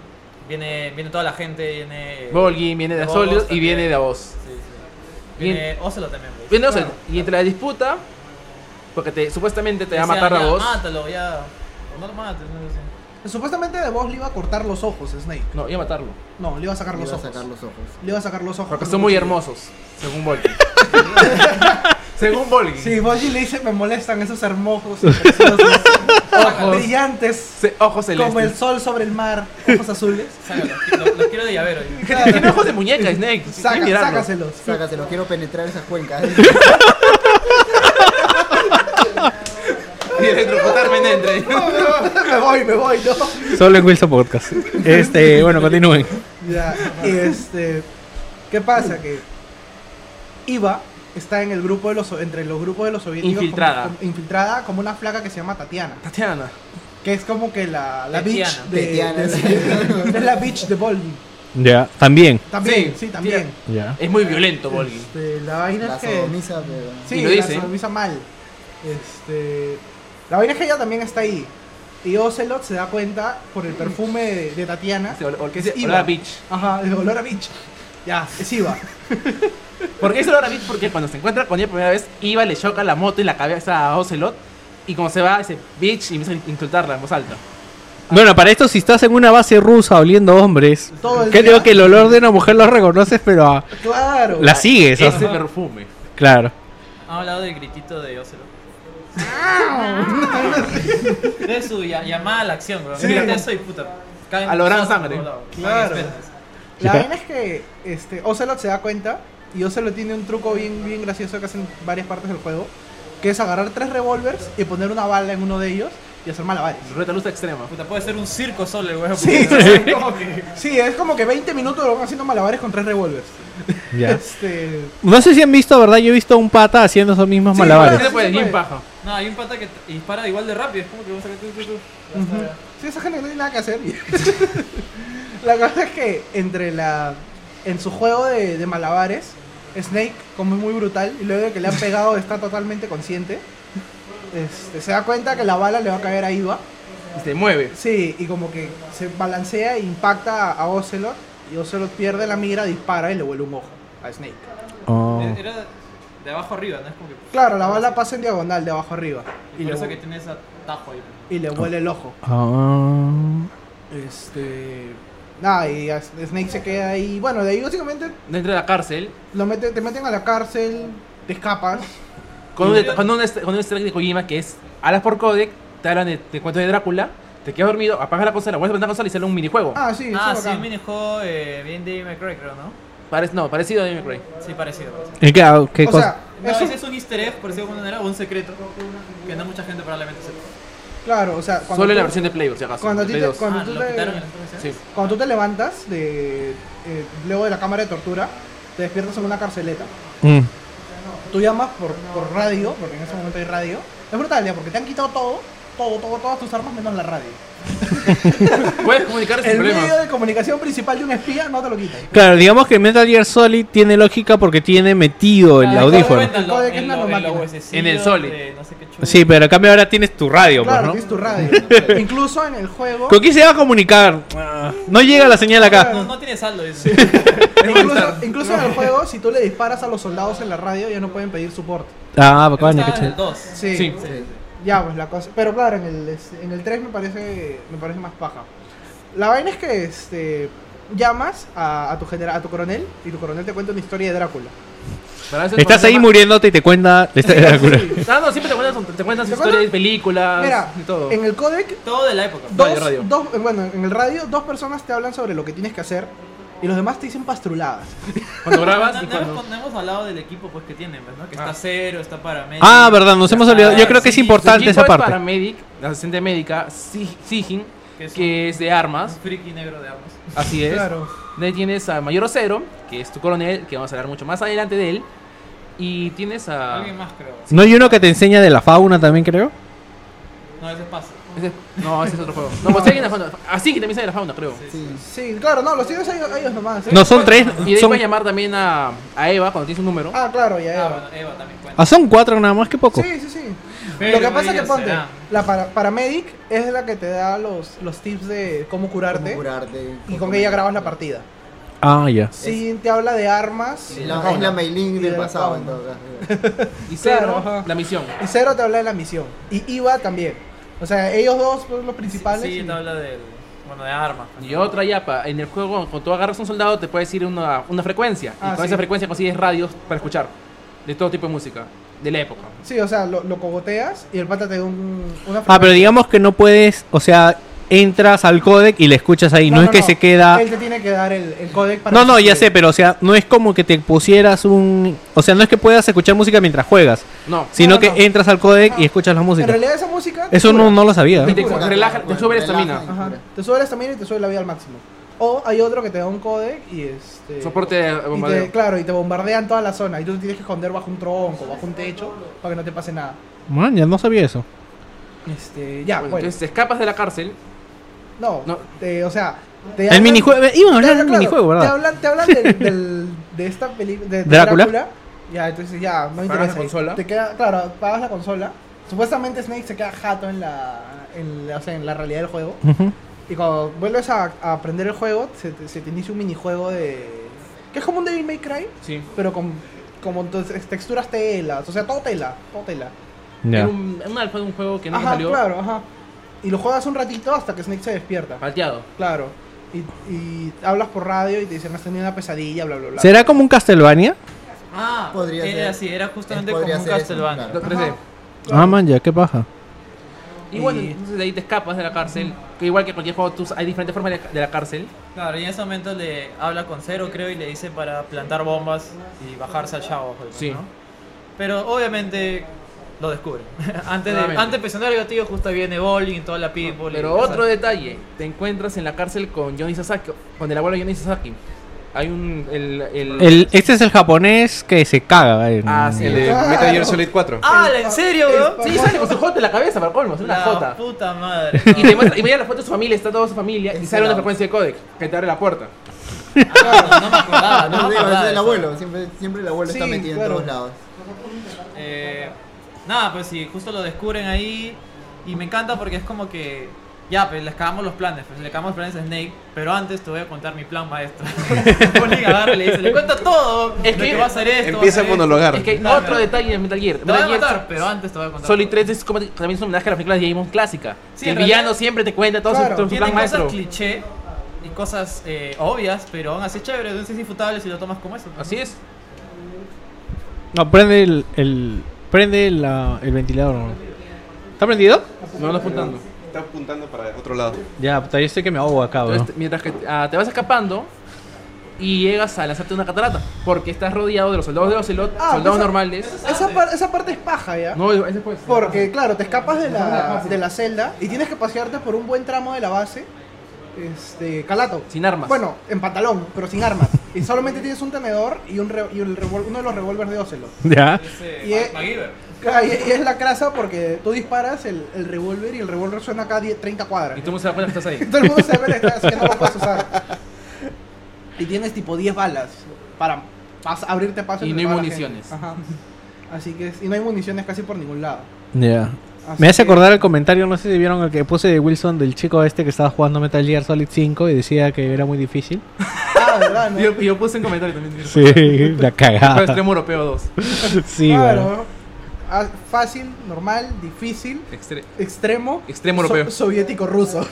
S4: viene, viene toda la gente, viene... eh,
S5: Volgin viene de
S4: Davos
S5: Solid y
S4: también.
S5: viene de voz.
S4: Sí, sí. Viene Ocelot también, pues.
S5: Viene Ocelot. Y entre la disputa, porque te, supuestamente te va a
S4: Decía,
S5: matar a
S4: ya, ah,
S5: vos.
S4: Mátalo, ya. O No lo mates, no lo sé.
S10: Supuestamente de vos le iba a cortar los ojos, Snake.
S5: No, iba a matarlo.
S10: No, le iba a sacar
S8: Iba
S10: los
S8: a
S10: ojos.
S8: sacar los ojos.
S10: Le iba a sacar los ojos.
S5: Porque
S10: con
S5: son
S10: un
S5: muy
S10: cuchillo.
S5: hermosos, según Volgin. según Volgin.
S10: Sí, Boji le dice, me molestan esos hermosos, preciosos,
S5: Ojos.
S10: brillantes,
S5: Se- ojos
S10: como el
S5: celestes.
S10: sol sobre el mar, ojos azules.
S4: Sácalo, los, los quiero de llavero. yo.
S10: Claro.
S5: Tiene ojos de muñeca, Snake. Hay que
S10: Saca,
S5: mirarlo.
S10: sácaselos.
S8: Sácatelo, quiero penetrar esas cuencas.
S5: Y electrocutarme en entre.
S10: me voy, me voy, no.
S3: Solo en Wilson Podcast. Este, bueno, continúen.
S10: Ya, y este. ¿Qué pasa? Que Iva está en el grupo de los entre los grupos de los soviéticos como-
S5: Infiltrada.
S10: como- infiltrada como una flaca que se llama Tatiana,
S5: Tatiana.
S10: que es como que la la bitch
S4: Tatiana.
S10: de,
S8: Tatiana,
S10: de-
S8: sí.
S10: es la bitch de Bolgi.
S3: Ya, también.
S10: También, sí,
S5: Sí,
S10: también.
S3: Ya.
S5: Es muy violento, Volgin.
S10: Este, la vaina
S8: La
S10: es que
S8: sodomisa, pero...
S10: Sí,
S5: Y lo
S10: la
S5: dice. ¿eh?
S10: sodomiza mal. Este, la vaina es que ella también está ahí. Y Ocelot se da cuenta por el perfume de, de Tatiana.
S5: Sí, ol- ol- que
S10: Es
S5: dice,
S10: Iva.
S5: olor a bitch.
S10: Ajá, el olor a bitch. Ya, es Iva.
S5: ¿Por qué dice olor a bitch? Porque cuando se encuentra con ella por primera vez, Iva le choca la moto y la cabeza a Ocelot. Y como se va, dice bitch y empieza a insultarla en voz alta.
S3: Bueno, para esto si estás en una base rusa oliendo hombres,
S10: Todo el
S3: que
S10: día.
S3: creo que el olor de una mujer lo reconoces, pero ah,
S10: Claro.
S3: la sigues.
S5: Ese
S3: así-
S5: perfume.
S3: Claro.
S4: Han hablado del gritito de Ocelot. de su ll- llamada a la acción, bro.
S10: Sí.
S4: Mírate eso y puta. caen
S5: A lo gran
S4: todos por
S5: sangre.
S4: todos lados.
S10: Claro.
S4: Caen especies.
S10: La vaina es que este, Ocelot se da cuenta. Y Ocelot tiene un truco bien, bien gracioso que hacen en varias partes del juego. Que es agarrar tres revólveres y poner una bala en uno de ellos y hacer malabares.
S5: Reta luz extrema.
S4: Puta, puede ser un circo solo el huevo.
S10: Sí.
S4: puta. Como que-
S10: Sí, es como que 20 minutos lo van haciendo malabares con tres revólveres.
S3: Ya.
S10: Este.
S3: No sé si han visto, ¿verdad? Yo he visto a un pata haciendo esos mismos
S10: Sí,
S3: malabares.
S10: claro.
S5: Se puede,
S10: sí
S5: bien
S10: puede.
S5: paja.
S4: No, hay un pata que t- dispara igual de rápido. Es como que vos sacas tú, tú, tú. Ya está.
S10: Sí, esa gente no tiene nada que hacer. la cosa es que entre la. En su juego de, de malabares, Snake, como es muy brutal, y luego de que le han pegado está totalmente consciente. este, se da cuenta que la bala le va a caer a Iva.
S5: Y se mueve.
S10: Sí, y como que se balancea e impacta a Ocelot. Y Ocelot pierde la mira, dispara y le vuelve un ojo a Snake.
S3: Oh.
S4: Eh, Era de abajo arriba, ¿no? Es como que.
S10: Claro, la bala pasa en diagonal, de abajo arriba.
S4: Y por
S10: Y, le,
S4: eso
S10: vu-
S4: que tiene ese atajo ahí.
S10: y le vuelve el ojo.
S3: Ah.
S10: Este. Nada, y a- Snake se queda ahí. Bueno, de ahí básicamente
S5: Dentro de la cárcel.
S10: lo mete- te meten a la cárcel, te escapas.
S5: Con un, con un, est- con un este strike de Kojima que es alas por codec, te hablan de, de cuentos de Drácula, te quedas dormido, apagas la consola, vuelves a prender la consola y sale un minijuego.
S10: Ah, sí,
S4: Ah,
S10: sí,
S4: sí,
S10: bacán.
S4: un minijuego eh, bien de McRae, creo, ¿no?
S5: Parec- no, parecido a David McRae.
S4: Sí, parecido. parecido.
S10: Eh,
S3: ¿Y qué, ah, qué
S10: O
S3: cosa?
S10: sea,
S4: No,
S10: es un-
S4: ese es un easter egg, por decirlo de alguna manera, o un secreto que no mucha gente probablemente sepa.
S10: claro, o sea, cuando
S5: Solo en
S10: tú,
S5: la versión de Play, por si acaso.
S10: cuando a
S5: de
S10: ti
S5: Play
S10: te-
S5: 2.
S10: Cuando
S4: ah,
S10: tú
S4: lo
S10: te-
S4: quitaron en la actualización.
S5: Sí.
S10: cuando tú te levantas de eh, luego de la cámara de tortura, te despiertas en una carceleta.
S3: Mm.
S10: Tú llamas por, por radio, porque en ese momento hay radio. Es brutal, ya, porque te han quitado todo, todo, todo, todas tus armas menos la radio.
S5: Puedes comunicar sin
S10: El medio
S5: problemas.
S10: de comunicación principal de un espía no te lo quitan.
S3: Claro, digamos que Metal Gear Solid tiene lógica porque tiene metido el
S4: Ah,
S3: audífono.
S4: cuéntalo,
S10: El código que es
S4: en lo- en lo
S10: nanomáquina.
S4: huesecillo
S5: En el Solid.
S4: de no sé qué chulo.
S3: Sí, pero a cambio ahora tienes tu radio, pues,
S10: Claro,
S3: ¿no?
S10: tienes tu radio. Incluso en el juego.
S3: ¿Con quién se va a comunicar? Ah, No llega la señal
S4: No,
S3: acá.
S4: no tiene saldo eso.
S10: Incluso, incluso en el juego, si tú le disparas a los soldados en la radio, ya no pueden pedir soporte.
S3: Ah, bacán,
S4: Eso
S3: qué
S4: estaba en el
S3: chévere.
S4: 2.
S10: Sí.
S5: Sí.
S10: Ya, pues la cosa. Pero claro, en el, en el 3 me parece, me parece más paja. La vaina es que este, llamas a, a tu genera- a tu coronel y tu coronel te cuenta una historia de Drácula.
S5: Para veces
S3: Estás
S5: cuando
S3: ahí
S5: llama-
S3: muriéndote y te cuenta la historia de Drácula.
S5: Ah, no, siempre te cuentan, te cuentan
S10: ¿Te
S5: historias
S10: cuentan?
S5: de películas
S10: Mira,
S5: y Ah, todo.
S10: en el codec,
S4: Todo de la época.
S10: dos,
S5: Radio, radio.
S10: dos- eh, bueno, en el radio, dos personas te hablan sobre lo que tienes que hacer y los demás te dicen pastruladas.
S5: Cuando grabas
S4: No,
S5: y
S4: no hemos,
S5: cuando...
S4: no hemos hablado del equipo pues que tienen, pues, ¿no? Que
S5: Ah.
S4: está cero, está para medio.
S3: Ah, verdad, nos hemos olvidado. Yo creo que es
S4: Sí,
S3: importante
S5: Su equipo
S3: esa
S5: es
S3: parte.
S5: paramedic, la asistente médica, Si- Sijin,
S4: Que es
S5: que es de armas.
S4: un friki negro de armas.
S5: Así es.
S10: Claro.
S5: De ahí tienes a Mayor Ocero, que es tu coronel, que vamos a hablar mucho más adelante de él. Y tienes a.
S10: Ah.
S4: Alguien más, creo.
S3: ¿No hay uno que te enseña de la fauna también, creo?
S4: No, ese es paso.
S5: ese- no, ese es otro juego. No, pues alguien de la fauna. Así que también sale de la fauna, creo.
S8: Sí.
S10: Sí, claro, no, los tíos ellos, ellos nomás. ¿eh?
S3: No, son tres.
S5: Y de ahí
S3: Son,
S5: puedes llamar también a, a Eva cuando tienes un número.
S10: Ah, claro, ya, ya.
S4: Ah, bueno, Eva también cuenta.
S3: ah, son cuatro nada más, que poco.
S10: Sí, sí, sí.
S4: Pero
S10: lo que pasa es que
S4: ella
S10: ponte,
S4: será.
S10: la para, paramedic es la que te da los, los tips de cómo curarte,
S8: Cómo curarte.
S10: y con ella grabas la partida.
S3: Ah, ya.
S10: Sí, te habla de armas.
S8: Es
S10: y
S8: la, es la mailing
S10: de
S8: del
S10: la
S8: pasado,
S10: fauna.
S8: en todo caso.
S5: Y cero,
S10: Claro, ajá.
S5: la misión.
S10: Y Cero te habla de la misión. Y Iva también. O sea, ellos dos son los principales.
S4: Sí,
S10: y-
S4: te habla del. Bueno, de armas. pues,
S5: Y otra yapa, en el juego, cuando tú agarras a un soldado, te puedes ir a una, una frecuencia.
S10: Ah,
S5: y con
S10: sí.
S5: esa frecuencia consigues radios para escuchar. De todo tipo de música. De la época.
S10: Sí, o sea, lo, lo cogoteas y el pata te da un, una
S3: Ah, pero digamos que no puedes, o sea, entras al codec y le escuchas ahí. No, es que se queda.
S10: Él te tiene que dar el, el codec para.
S3: No,
S10: que
S3: no, ya
S10: juegue.
S3: sé, pero o sea, no es como que te pusieras un. O sea, no es que puedas escuchar música mientras juegas,
S5: No.
S3: sino
S10: no,
S3: que
S10: no.
S3: entras al codec y
S10: Ah.
S3: escuchas la
S10: En
S3: música.
S10: realidad esa música. te
S3: Eso
S10: cura.
S3: no, no lo sabía.
S5: Y te
S10: Cura.
S5: relaja, te sube la estamina.
S8: Relaja.
S10: Ajá. Te sube la estamina y te sube la vida al máximo. O hay otro que te da un codec y este.
S5: Soporte de
S10: y
S5: bombardeo.
S10: te, claro, y te bombardean toda la zona y tú te tienes que esconder bajo un tronco, bajo un techo, para que no te pase nada.
S3: Man, ya no sabía eso.
S10: Este, ya,
S5: Bueno,
S10: bueno.
S5: Entonces te escapas de la cárcel.
S10: no,
S5: no.
S10: te- o sea, te
S3: El minijuego. Iban a hablar del
S10: claro,
S3: minijuego,
S10: Te
S3: ¿verdad?
S10: hablan, te hablan del, del- de esta película de, de
S3: ¿Drácula?
S10: Ya, entonces ya, no
S5: Pagas
S10: me
S5: la
S10: interesa.
S5: consola.
S10: Te queda, claro, pagas la consola. Supuestamente Snake se queda jato en la, en la, o sea, en la realidad del juego.
S3: Ujú.
S10: Y cuando vuelves a, a aprender el juego, se te, se te inicia un minijuego de. que es como un Devil May Cry,
S5: Sí.
S10: pero con como entonces, texturas telas, o sea, todo tela, todo tela.
S3: Ya.
S5: Era un, era un alfa de un juego que no
S10: Ajá,
S5: salió.
S10: claro, ajá. Y lo juegas un ratito hasta que Snake se despierta.
S5: Palteado.
S10: Claro. Y, y hablas por radio y te dicen, has tenido una pesadilla, bla, bla, bla.
S3: ¿Será como un Castlevania?
S4: Ah,
S8: Podría
S4: era
S8: ser.
S4: así, era justamente como
S8: Podría
S4: un
S8: ser eso,
S4: Castlevania.
S8: claro.
S5: 3D.
S3: Ah, man, ya, qué paja.
S5: Y bueno,
S4: Y-
S5: entonces de ahí te escapas de la cárcel. Que igual que cualquier juego, tú, hay diferentes formas de, de la cárcel.
S4: Claro, y en ese momento le habla con Cero, creo, y le dice para plantar bombas y bajarse al chavo. pues,
S5: Sí.
S4: ¿no? Pero obviamente lo descubre. antes, de,
S5: Nuevamente.
S4: antes de presionar el gatillo, justo viene Bowling y toda la people. y-
S5: Pero otro detalle, te encuentras en la cárcel con Johnny Sasaki, con el abuelo de Johnny Sasaki. Hay un... El, el,
S3: El, este es el japonés que se caga. eh.
S5: Ah, sí.
S7: El de Metal Gear Solid 4.
S4: ¡Ah, en serio,
S10: El-
S4: bro!
S5: Sí, sale con su jota en la cabeza, para colmo, es una
S4: la
S5: jota.
S4: puta madre.
S5: Y te muestra, y mira la foto de su familia, está toda su familia, y
S8: Ese
S5: sale una
S8: lado.
S5: frecuencia de codec, que te abre la puerta.
S4: Ah, no me acordaba, no
S8: No,
S4: me
S8: digo,
S4: acordaba
S8: es
S4: de
S8: el
S4: eso.
S8: abuelo. Siempre, siempre el abuelo está
S10: Sí,
S8: metido
S10: claro.
S8: en todos lados.
S4: Eh, nada, pues sí, justo lo descubren ahí. Y me encanta porque es como que. Ya, pues les cagamos los planes, pues le cagamos los planes a Snake, pero antes te voy a contar mi plan maestro. Ponen a darle, le dice, le cuento todo,
S5: Es
S4: es que,
S5: que
S4: va a hacer esto.
S7: Empieza a
S4: vas hacer esto.
S7: monologar.
S5: Es que hay
S4: Claro.
S5: Eh, otro detalle de Metal Gear.
S4: Te voy a
S5: Metal
S4: matar,
S5: Gear
S4: pero antes te voy a contar.
S5: Solid 3 es como, también es un homenaje a las películas de James Bond
S4: Sí,
S5: clásica. que
S4: en
S5: el
S4: realidad-
S5: villano siempre te cuenta todo
S10: Claro.
S5: su, todo su
S4: Tiene
S5: plan
S4: cosas
S5: maestro.
S4: cliché y cosas eh, obvias, pero aún así chévere, entonces disfrutable si lo tomas como eso.
S5: Así es.
S3: No, prende el. el- prende la- el ventilador. ¿no? ¿Está prendido?
S5: No lo apuntando.
S7: Está apuntando para otro lado.
S3: Ya, puta, yo estoy que me ahogo acá, bro.
S5: Entonces, te- mientras que ah, te vas escapando y llegas a lanzarte una catarata, porque estás rodeado de los soldados de Ocelot,
S10: Ah,
S5: soldados
S10: esa-
S5: normales.
S10: Esa, par- esa parte es paja, ¿ya?
S5: No, es después.
S10: Porque, claro, te escapas de la, de la celda y tienes que pasearte por un buen tramo de la base, este, calato.
S5: Sin armas.
S10: Bueno, en pantalón, pero sin armas. y solamente tienes un tenedor y, un re- y el revol- uno de los revólveres de Ocelot.
S3: Ya.
S4: Ese,
S10: Y es-
S4: MacGyver.
S10: Claro, y, e-, y es la crasa porque tú disparas el, el revólver y el revólver suena cada 10 30 cuadras.
S5: Y tú no se das cuenta que estás ahí.
S10: Todo el mundo se ve que estás- que no lo puedes usar. Y tienes tipo 10 balas para pas- abrirte paso.
S5: Y
S10: entre
S5: no hay
S10: toda la gente.
S5: municiones.
S10: Ajá. Así que es- y no hay municiones casi por ningún lado.
S3: Ya.
S10: Así
S3: Me hace
S10: que-
S3: acordar el comentario, no sé si vieron el que puse de Wilson del chico este que estaba jugando Metal Gear Solid 5 y decía que era muy difícil.
S10: Ah, ¿verdad? no?
S5: Y yo, y yo puse en comentario también.
S3: Sí, la
S5: Para
S3: cagada.
S5: extremo europeo 2.
S3: Sí,
S10: claro.
S3: bueno.
S10: Ah, fácil, normal, difícil,
S5: Extre-
S10: extremo.
S5: Extremo europeo.
S10: soviético ruso.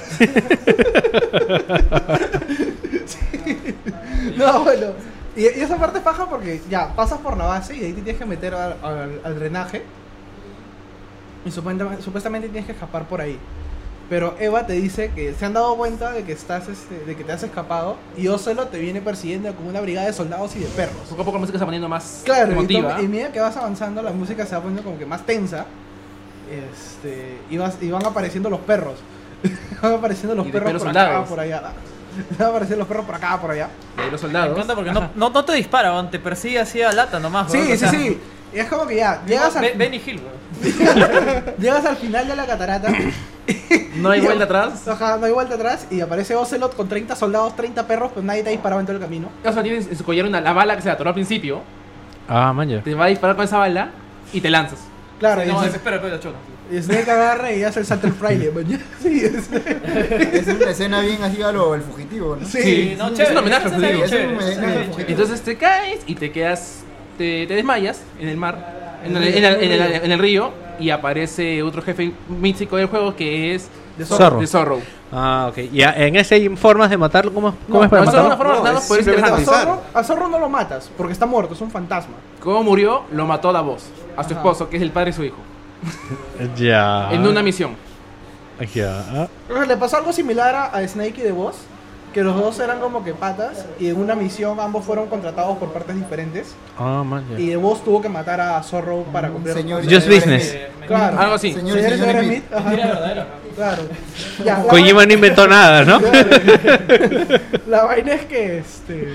S10: No, bueno. Y, y esa parte es paja porque ya pasas por la base y de ahí te tienes que meter al, al- al drenaje. Y supuestamente, supuestamente tienes que escapar por ahí. Pero Eva te dice que se han dado cuenta de que estás este, de que te has escapado y Ocelot te viene persiguiendo como una brigada de soldados y de perros.
S5: Poco a poco la música se va poniendo más
S10: Claro, y,
S5: emotiva.
S10: to- y medida que vas avanzando, la música se va poniendo como que más tensa. Este, y, vas- y van apareciendo los perros. Van apareciendo los
S5: Y de
S10: perros por
S5: pelos soldados.
S10: acá, por allá. Van apareciendo los perros por acá, por allá.
S5: Y ahí los
S4: Me
S5: soldados.
S4: encanta porque no, no, no te dispara, weón, te persigue así a lata nomás. weón, Ah,
S10: Sí,
S4: o
S10: sí,
S4: sea,
S10: sí. Y es como que ya, llegas
S4: Ve-
S10: al,
S4: Benny Hill, weón.
S10: llegas al final de la catarata.
S5: No hay vuelta atrás.
S10: Ajá, no hay vuelta atrás. Y aparece Ocelot con 30 soldados, 30 perros, pero nadie te ha disparado en todo el camino.
S5: O sea, tiene en su collar una, la bala que se le atoró al principio.
S3: Ah, man, ya.
S5: Te va a disparar con esa bala y te lanzas.
S10: Claro,
S4: No,
S10: y,
S4: desespera, pero choca.
S10: y Snake agarra y hace el Santa Friday. mañana. sí, es-
S8: Es una escena bien así a lo el fugitivo, ¿no?
S10: sí.
S4: no,
S5: es
S4: chévere,
S5: un homenaje
S4: esa es la
S5: fugitivo.
S4: chévere, esa
S8: Es un
S4: es la
S8: homenaje
S4: chévere.
S8: fugitivo.
S5: Entonces te caes y te quedas. Te, te desmayas en el mar, en el, en el- en el- en el río, y aparece otro jefe místico del juego que es. De
S3: Zorro.
S5: De Zorro.
S3: Ah, ok. Y ah, en ese hay formas de matarlo. ¿Cómo, cómo
S5: No,
S3: es para
S5: no, solo
S3: matarlo?
S5: una forma de
S7: No,
S5: matarlo,
S7: es
S5: pero es
S7: simplemente
S10: A
S5: interesante.
S7: avisar.
S10: Zorro, a Zorro no lo matas porque está muerto, es un fantasma.
S5: Cómo murió, lo mató la voz. A su esposo, que es el padre de su hijo.
S3: Ya.
S5: En una misión.
S3: Ya.
S10: Ajá, Le pasó algo similar a, a Snake y The Boss, que los dos eran como que patas y en una misión ambos fueron contratados por partes diferentes
S3: Ah, man, ya.
S10: y The Boss tuvo que matar a Zorro para cumplir.
S8: Señor-
S3: Just business.
S4: Eh, me-
S10: Claro.
S5: Algo así.
S8: Señor,
S10: Señor,
S8: señor,
S10: y señora
S8: Smith.
S10: Smith, ajá,
S4: Mentira verdadera.
S10: claro. Ya, la,
S3: Kojima no inventó nada, ¿no?
S10: la vaina es que este,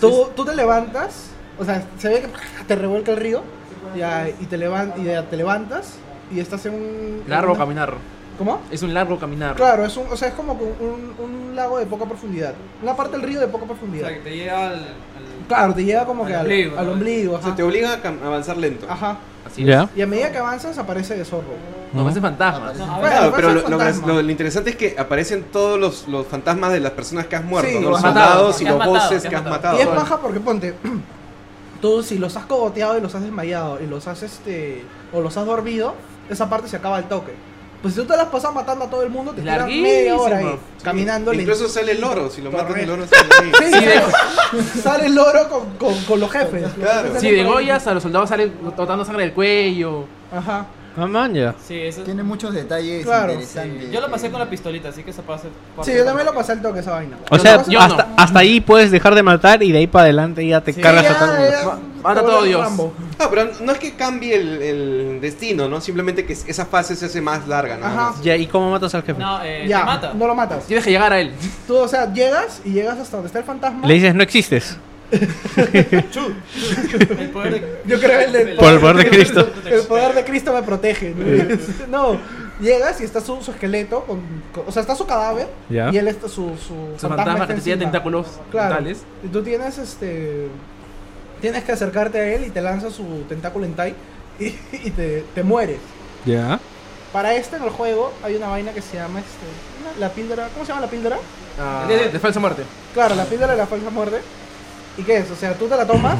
S10: tú, tú te levantas, o sea, se ve que te revuelca el río ya, y, te levan- y ya te levantas y estás en un...
S5: Largo
S10: en una-
S5: caminar.
S10: ¿Cómo?
S5: Es un largo caminar.
S10: Claro, es un, o sea, es como que un, un lago de poca profundidad. Una parte del río de poca
S4: O
S10: profundidad.
S4: sea, que te llega al. al-
S10: Claro, te lleva como
S4: Al
S10: que al
S4: ombligo,
S10: ombligo.
S4: ¿no?
S10: Al ombligo
S7: Se
S10: ajá.
S7: te obliga a cam- avanzar lento.
S10: Ajá.
S5: Así es.
S3: Ya.
S10: Y a medida que avanzas aparece de zorro.
S5: No, ese fantasma.
S8: Aparece.
S10: Bueno,
S7: Claro,
S10: aparece
S7: pero
S10: el
S7: lo, lo gra-
S10: fantasma.
S7: lo- lo interesante es que aparecen todos los, los fantasmas de las personas que has muerto,
S10: Sí,
S7: ¿no? los
S10: los matado,
S7: soldados y
S4: que has
S7: los
S4: matado,
S7: voces
S4: que has
S7: que has
S4: matado.
S7: matado.
S10: Y es paja porque ponte. Tú si los has cogoteado y los has desmayado y los has este. o los has dormido, esa parte se acaba al toque. Pues si tú te las pasas matando a todo el mundo, te tiras media
S5: Larguísimo.
S10: hora ahí,
S5: Sí.
S10: caminando
S7: Incluso sale el loro, si lo matas el
S10: Correcto.
S7: loro sale ahí.
S10: Sí, sale el loro con, con- con los jefes.
S7: Claro.
S5: Si degollas, a los soldados salen botando sangre del cuello.
S10: Ajá.
S3: Ah, man, ya.
S4: Sí, eso
S8: Tiene muchos detalles
S10: Claro.
S8: interesantes.
S4: Yo lo pasé con la pistolita, así que esa pase.
S10: Sí, yo también lo pasé al toque esa vaina.
S3: O
S5: Yo
S3: sea, ah,
S5: no, yo
S3: hasta,
S5: no.
S3: hasta ahí puedes dejar de matar y de ahí para adelante ya te cargas a todo el mundo.
S5: mata a todo Dios.
S7: Ah, pero no es que cambie el, el destino, ¿no? Simplemente que esa fase se hace más larga,
S5: Ah,
S7: ¿no?
S10: Ajá.
S3: Ya, ¿y cómo matas al jefe?
S4: No, eh,
S10: Ya,
S4: te mata.
S10: no lo matas.
S5: Tienes que llegar a él.
S10: Tú, o sea, llegas y llegas hasta donde está el fantasma.
S3: Le dices, no existes.
S4: El poder de-
S10: Yo creo el de-
S3: Por el poder de Cristo.
S10: El poder de Cristo me protege. No, llegas y está su, su esqueleto, con, con- o sea, está su cadáver
S3: Ya.
S10: y él está su, su
S5: Su fantasma que
S10: está
S5: te tiene
S10: encima.
S5: tentáculos
S10: Claro.
S5: mentales.
S10: Y tú tienes este. Tienes que acercarte a él y te lanza su tentáculo en Tai y, y te, te mueres.
S3: Ya.
S5: Ah,
S10: Para este en el juego hay una vaina que se llama este, una- la píldora. ¿Cómo se llama la píldora? Ah.
S5: De, de falsa muerte.
S10: Claro, la píldora de la falsa muerte. ¿Y qué es? O sea, tú te la tomas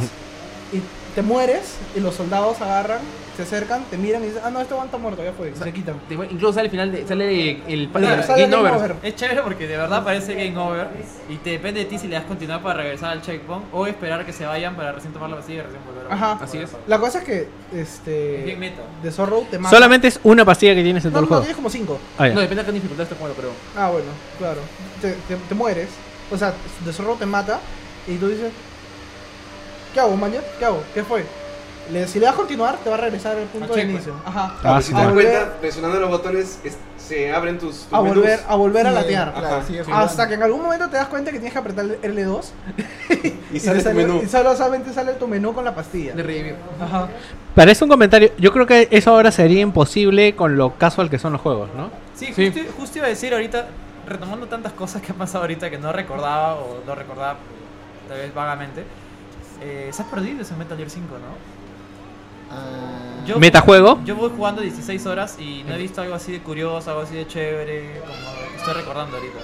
S10: y te mueres y los soldados agarran, se acercan, te miran y dicen, ah, no, este guante está muerto, ya fue, y se quitan.
S5: Te- Incluso sale al final, de- sale el, el,
S10: Claro,
S5: el
S10: sale
S5: game
S10: Game
S5: over.
S10: Over.
S4: Es chévere porque de verdad parece game over y te depende de ti si le das continuar para regresar al checkpoint o esperar que se vayan para recién tomar la pastilla y recién volver a
S10: Ajá.
S5: Así es.
S10: La cosa es que,
S4: Es bien
S10: este...
S4: meta.
S10: De Zorro te mata.
S3: Solamente es una pastilla que tienes en
S10: No,
S3: todo
S10: no,
S3: el juego.
S10: tienes como cinco.
S3: Ah, ya.
S5: No, depende de qué dificultad esté jugando, pero.
S10: Ah, bueno, claro. Te, te- te mueres. O sea, de Zorro te mata y tú dices, ¿qué hago, mañana? ¿Qué hago? ¿Qué fue? Le- si le das a continuar, te va a regresar al punto de
S4: checkpoint.
S10: inicio. Ajá.
S5: pues,
S7: Ah,
S3: Ah,
S7: si
S3: sí,
S7: te das
S10: ya.
S7: cuenta, presionando los botones es- se abren tus, tus
S10: A
S7: menús.
S10: volver, a volver a
S8: Sí,
S10: latear.
S8: claro,
S7: Ajá.
S8: sigue jugando.
S10: Hasta que en algún momento te das cuenta que tienes que apretar el L2
S7: Y
S10: te
S7: sale tu menú.
S10: y solo- solamente sale tu menú con la pastilla.
S5: De revivir.
S10: Ajá.
S3: Parece un comentario. Yo creo que eso ahora sería imposible con lo casual que son los juegos, ¿no?
S4: Sí,
S5: Sí.
S4: Justo, justo iba a decir ahorita, retomando tantas cosas que han pasado ahorita que no recordaba o no recordaba tal vez vagamente. Eh, se ha perdido ese Metal Gear 5, ¿no?
S8: Ah,
S4: Yo-
S3: ¿Metajuego?
S4: Yo voy jugando 16 horas y no he visto algo así de curioso, algo así de chévere, como estoy recordando ahorita.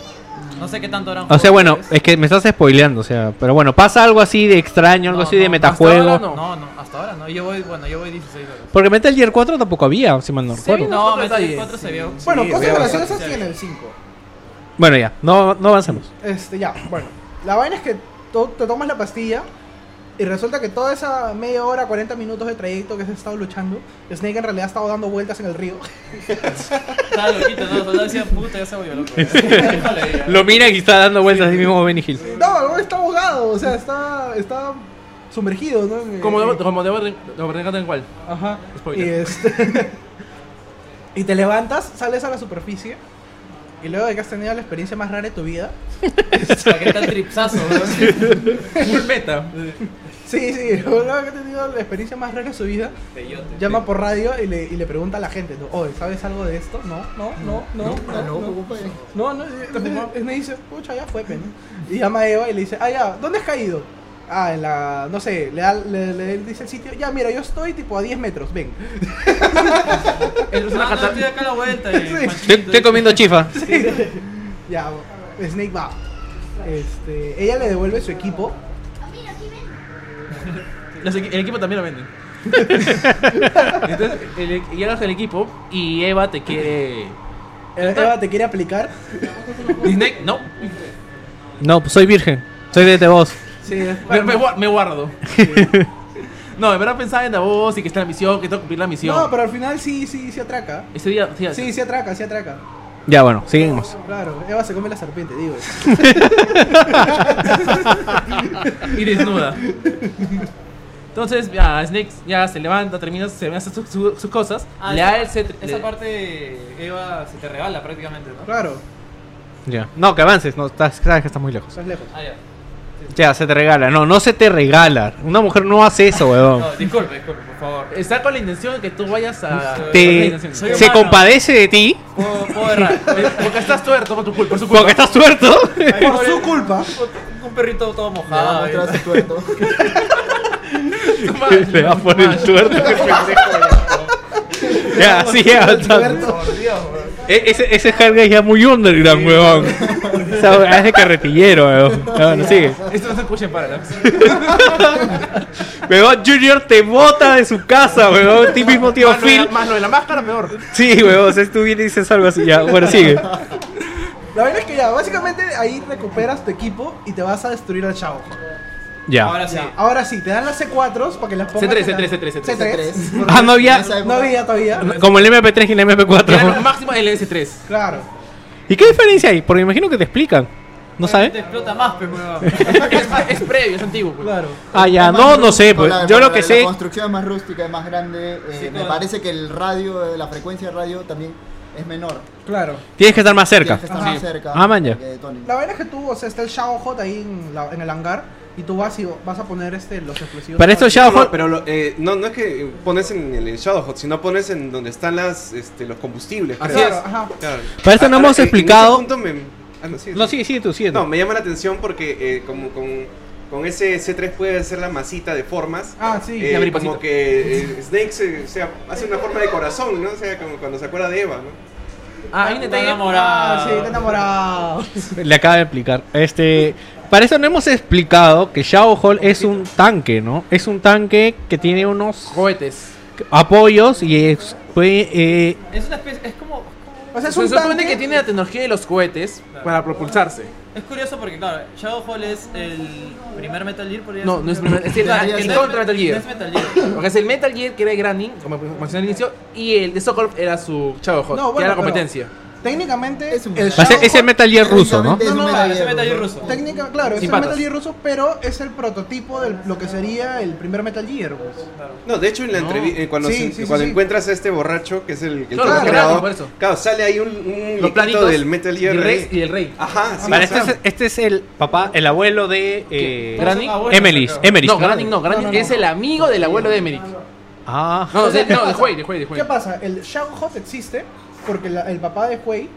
S4: No sé qué tanto eran.
S3: O sea, bueno, es que me estás spoileando, o sea, pero bueno, pasa algo así de extraño, algo así de
S5: hasta
S3: metajuego.
S5: ahora no.
S4: No, no, hasta ahora no. Yo voy, bueno, yo voy 16 horas.
S3: Porque Metal Gear 4 tampoco había, si mal no recuerdo.
S4: No,
S5: Otro
S4: Metal Gear
S5: detalle,
S4: 4 se vio.
S10: Bueno,
S7: Sí, voy
S10: cosas
S7: a
S10: graciosas
S4: avanzar.
S10: tiene el 5.
S3: Bueno, ya, no, no avancemos.
S10: Este, ya, bueno. La vaina es que to- te tomas la pastilla y resulta que toda esa media hora, 40 minutos de trayecto que has estado luchando, Snake en realidad ha estado dando vueltas en el río.
S4: Estaba loquito, ¿no? Los soldados decían, puta, ya se volvió loco. Déjale ya.
S3: Lo mira y está dando vueltas así mismo como Benny Hill.
S10: No, el güey está ahogado, o sea, está, está sumergido, ¿no? En-
S5: Como
S10: en-
S5: debo, como debo, debo renegar tal cual.
S10: Ajá. Y,
S5: Spoiler.
S10: este- y te levantas, sales a la superficie Y luego de que has tenido la experiencia más rara de tu vida.
S4: ¿Para qué tal tripsazo, weón?
S5: Full meta.
S10: Sí, sí, luego de que has tenido la experiencia más rara de su vida.
S4: Peyote.
S10: Llama por radio y le, y le pregunta a la gente, ¿no? oye, ¿sabes algo de esto? No, no, no, no, no, no, no, no, no, y- y me dice, pucha, ya fue, pena. Y llama a Eva y le dice, ah, ya, ¿dónde has caído? Ah, en la, no sé, le, da- le, le dice el sitio, ya, mira, yo estoy tipo a 10 metros, ven.
S4: Es una carta. Estoy acá a la vuelta. y Panchito,
S3: Estoy, estoy comiendo chifa.
S10: Ya, Snake va. Este, ella le devuelve su equipo.
S5: Los equi- el equipo también lo venden. Entonces, el, llegas al equipo y Eva te quiere.
S10: Eh, Eva te quiere aplicar.
S5: Disney, no,
S3: No, pues soy virgen. Soy de Tebos.
S10: Sí,
S5: me,
S10: bueno,
S5: me gua- me guardo. no, en verdad pensaba en la voz y que está la misión, que tengo que cumplir la misión.
S10: no, pero al final sí, sí, sí atraca.
S5: Ese día, sí,
S10: Sí, sí atraca, sí atraca.
S3: Ya, bueno, seguimos.
S10: Claro, Eva se come la serpiente, digo.
S5: y desnuda. Entonces, ya, Snake ya se levanta, termina, se hace sus sus- sus cosas.
S4: Ah,
S5: le
S4: esa-
S5: da el set-
S4: Esa
S5: le-
S4: parte, Eva, se te regala prácticamente, ¿no?
S10: Claro,
S3: Ya. No, que avances. No, estás, sabes que estás muy lejos.
S10: estás lejos.
S4: Ah, ya.
S3: Ya, se te regala. No, no se te regala. Una mujer no hace eso, weón.
S4: No, disculpe, disculpe, por favor.
S5: Está con la intención de que tú vayas a.
S3: Te-
S5: con la
S4: Soy
S5: intención.
S3: se
S4: humano.
S3: compadece de ti
S4: Puedo, puedo errar.
S5: Eh, Porque estás tuerto por tu culpa, por su culpa.
S3: porque estás tuerto.
S10: Por su culpa.
S4: Un- Un perrito todo
S8: Le va a
S4: mojado. ahí.
S8: mostrar su tuerto.
S3: Le va a
S5: Ah,
S3: poner tuerto. ya, sigue avanzando.
S4: Por Dios, weón.
S3: E- ese, ese hardcore es ya muy underground, weón. O sea, es de carretillero, weón. No, no sigue.
S5: Esto no se escucha en Parallax.
S3: Weón, Junior te bota de su casa, weón. Ti mismo tío
S5: Más lo de
S3: Phil.
S5: la- más lo de la máscara, peor.
S3: Sí, weón. O sea, tú vienes y dices algo así. Ya, bueno, sigue.
S10: La verdad es que ya, básicamente ahí recuperas tu equipo y te vas a destruir al chavo.
S3: Ya.
S4: Ahora sí.
S10: Ya, ahora sí, te dan las C4s para que las pongas.
S5: C3,
S10: en la-
S5: C3, C3, C3.
S10: C3.
S3: Ah, no había-
S8: En esa época-
S10: No había todavía.
S3: Como el MP3 y el
S5: Era lo
S3: MP4.
S5: máximo el S3.
S10: Claro.
S3: ¿Y qué diferencia hay? Porque me imagino que te explican. ¿No sabes?
S4: Te explota más, pe, weón.
S5: Es, es previo, es antiguo. pues.
S10: Claro.
S3: Ah, ya,
S8: Más
S3: no, no
S8: rústico,
S3: sé, pues
S8: la-
S3: yo lo que
S8: la
S3: sé.
S8: construcción es más rústica, es más grande. eh,
S4: Sí,
S8: me
S4: claro.
S8: parece que el radio, eh, la frecuencia de radio también es menor.
S10: Claro.
S3: Tienes que estar más cerca.
S8: Tienes que estar más cerca.
S3: Ah, man, ya.
S8: que detonen.
S10: La verdad es que tú, o sea, está el Shadow Hot ahí en, la- en el hangar y tú vas y vas a poner este, los explosivos.
S3: Para esto
S7: No,
S3: Shadowhawk.
S7: pero lo- eh, no, no es que pones en el en Shadowhot, sino pones en donde están las, este, los combustibles.
S5: Así
S7: creo.
S10: Claro, ajá.
S7: Claro.
S3: Para esto este no hemos
S7: Ah, en- en ese
S3: explicado-
S7: punto me- ah, no, sí,
S3: No,
S7: sí.
S3: sigue, sigue tú, sigue tú.
S7: No, me llama la atención porque eh, como con, con ese C3 puede hacer la masita de formas.
S10: Ah, sí.
S7: Eh,
S5: la bripacita.
S7: como que eh, Snake se, o sea, hace una forma de corazón, ¿no? O sea, como cuando se acuerda de Eva, ¿no?
S5: Ah, hay un
S4: Está
S5: detalle.
S10: Ah,
S4: enamorado.
S10: sí, está enamorado.
S3: Le acaba de explicar. Este, para eso no hemos explicado que Shadow Hall es un tanque, ¿no? Es un tanque que tiene unos
S5: Cohetes.
S3: apoyos y es- puede, eh,
S4: Es una especie. Es como. como-
S10: O sea, es
S5: Se
S10: un
S5: supone
S10: tanque
S5: que tiene la tecnología de los cohetes para propulsarse.
S4: Es curioso porque, claro, Shadowfall es el primer Metal Gear, podría
S5: No,
S4: decir,
S5: no es el
S4: pero-
S5: primer. Es el,
S4: Ah,
S5: el
S4: no es-
S5: contra Metal
S4: no
S5: Gear.
S4: es Metal Gear.
S5: Porque es el Metal Gear que era de Granny, como mencioné al inicio, y el de Sokolov era su Chavo Hot,
S10: No,
S5: que
S10: bueno,
S5: era la
S10: pero-
S5: competencia.
S10: Técnicamente
S8: Es un-
S10: el
S3: va a ser-
S10: Shadow
S3: ese
S10: Hot-
S3: Metal Gear ruso, ¿no?
S8: Técnicamente
S10: No, no,
S8: es
S4: es
S8: un
S4: Metal Gear ruso.
S10: Técnica, claro, es
S5: Sin
S10: el
S5: patas.
S10: Metal Gear ruso, pero es el prototipo de lo que sería el primer Metal Gear. pues.
S7: No, de hecho en la entrevista, cuando,
S10: Sí,
S7: se-
S10: sí, sí,
S7: cuando
S10: sí.
S7: encuentras a este borracho, que es el,
S5: Claro,
S7: el que lo ha
S10: claro,
S7: creado,
S5: por eso.
S7: claro, sale ahí un, un
S5: Los
S7: muñequito
S5: planitos
S7: del Metal Gear.
S5: y el
S7: ahí.
S5: rey. Y el rey.
S7: Ajá, sí.
S3: para
S7: o sea,
S3: este, es, este es el papá, el abuelo de eh,
S5: ¿Granny?
S4: Ah, bueno,
S3: Emelis.
S4: pero-
S3: Emelis.
S5: no, Granny no, Granny
S10: No, no, no.
S5: es el amigo del abuelo de Emerick.
S3: Ah,
S5: No, de, no, de Huey, de Huey, de Huey.
S10: ¿Qué pasa? El Shadow Hot existe porque la- el papá de Huey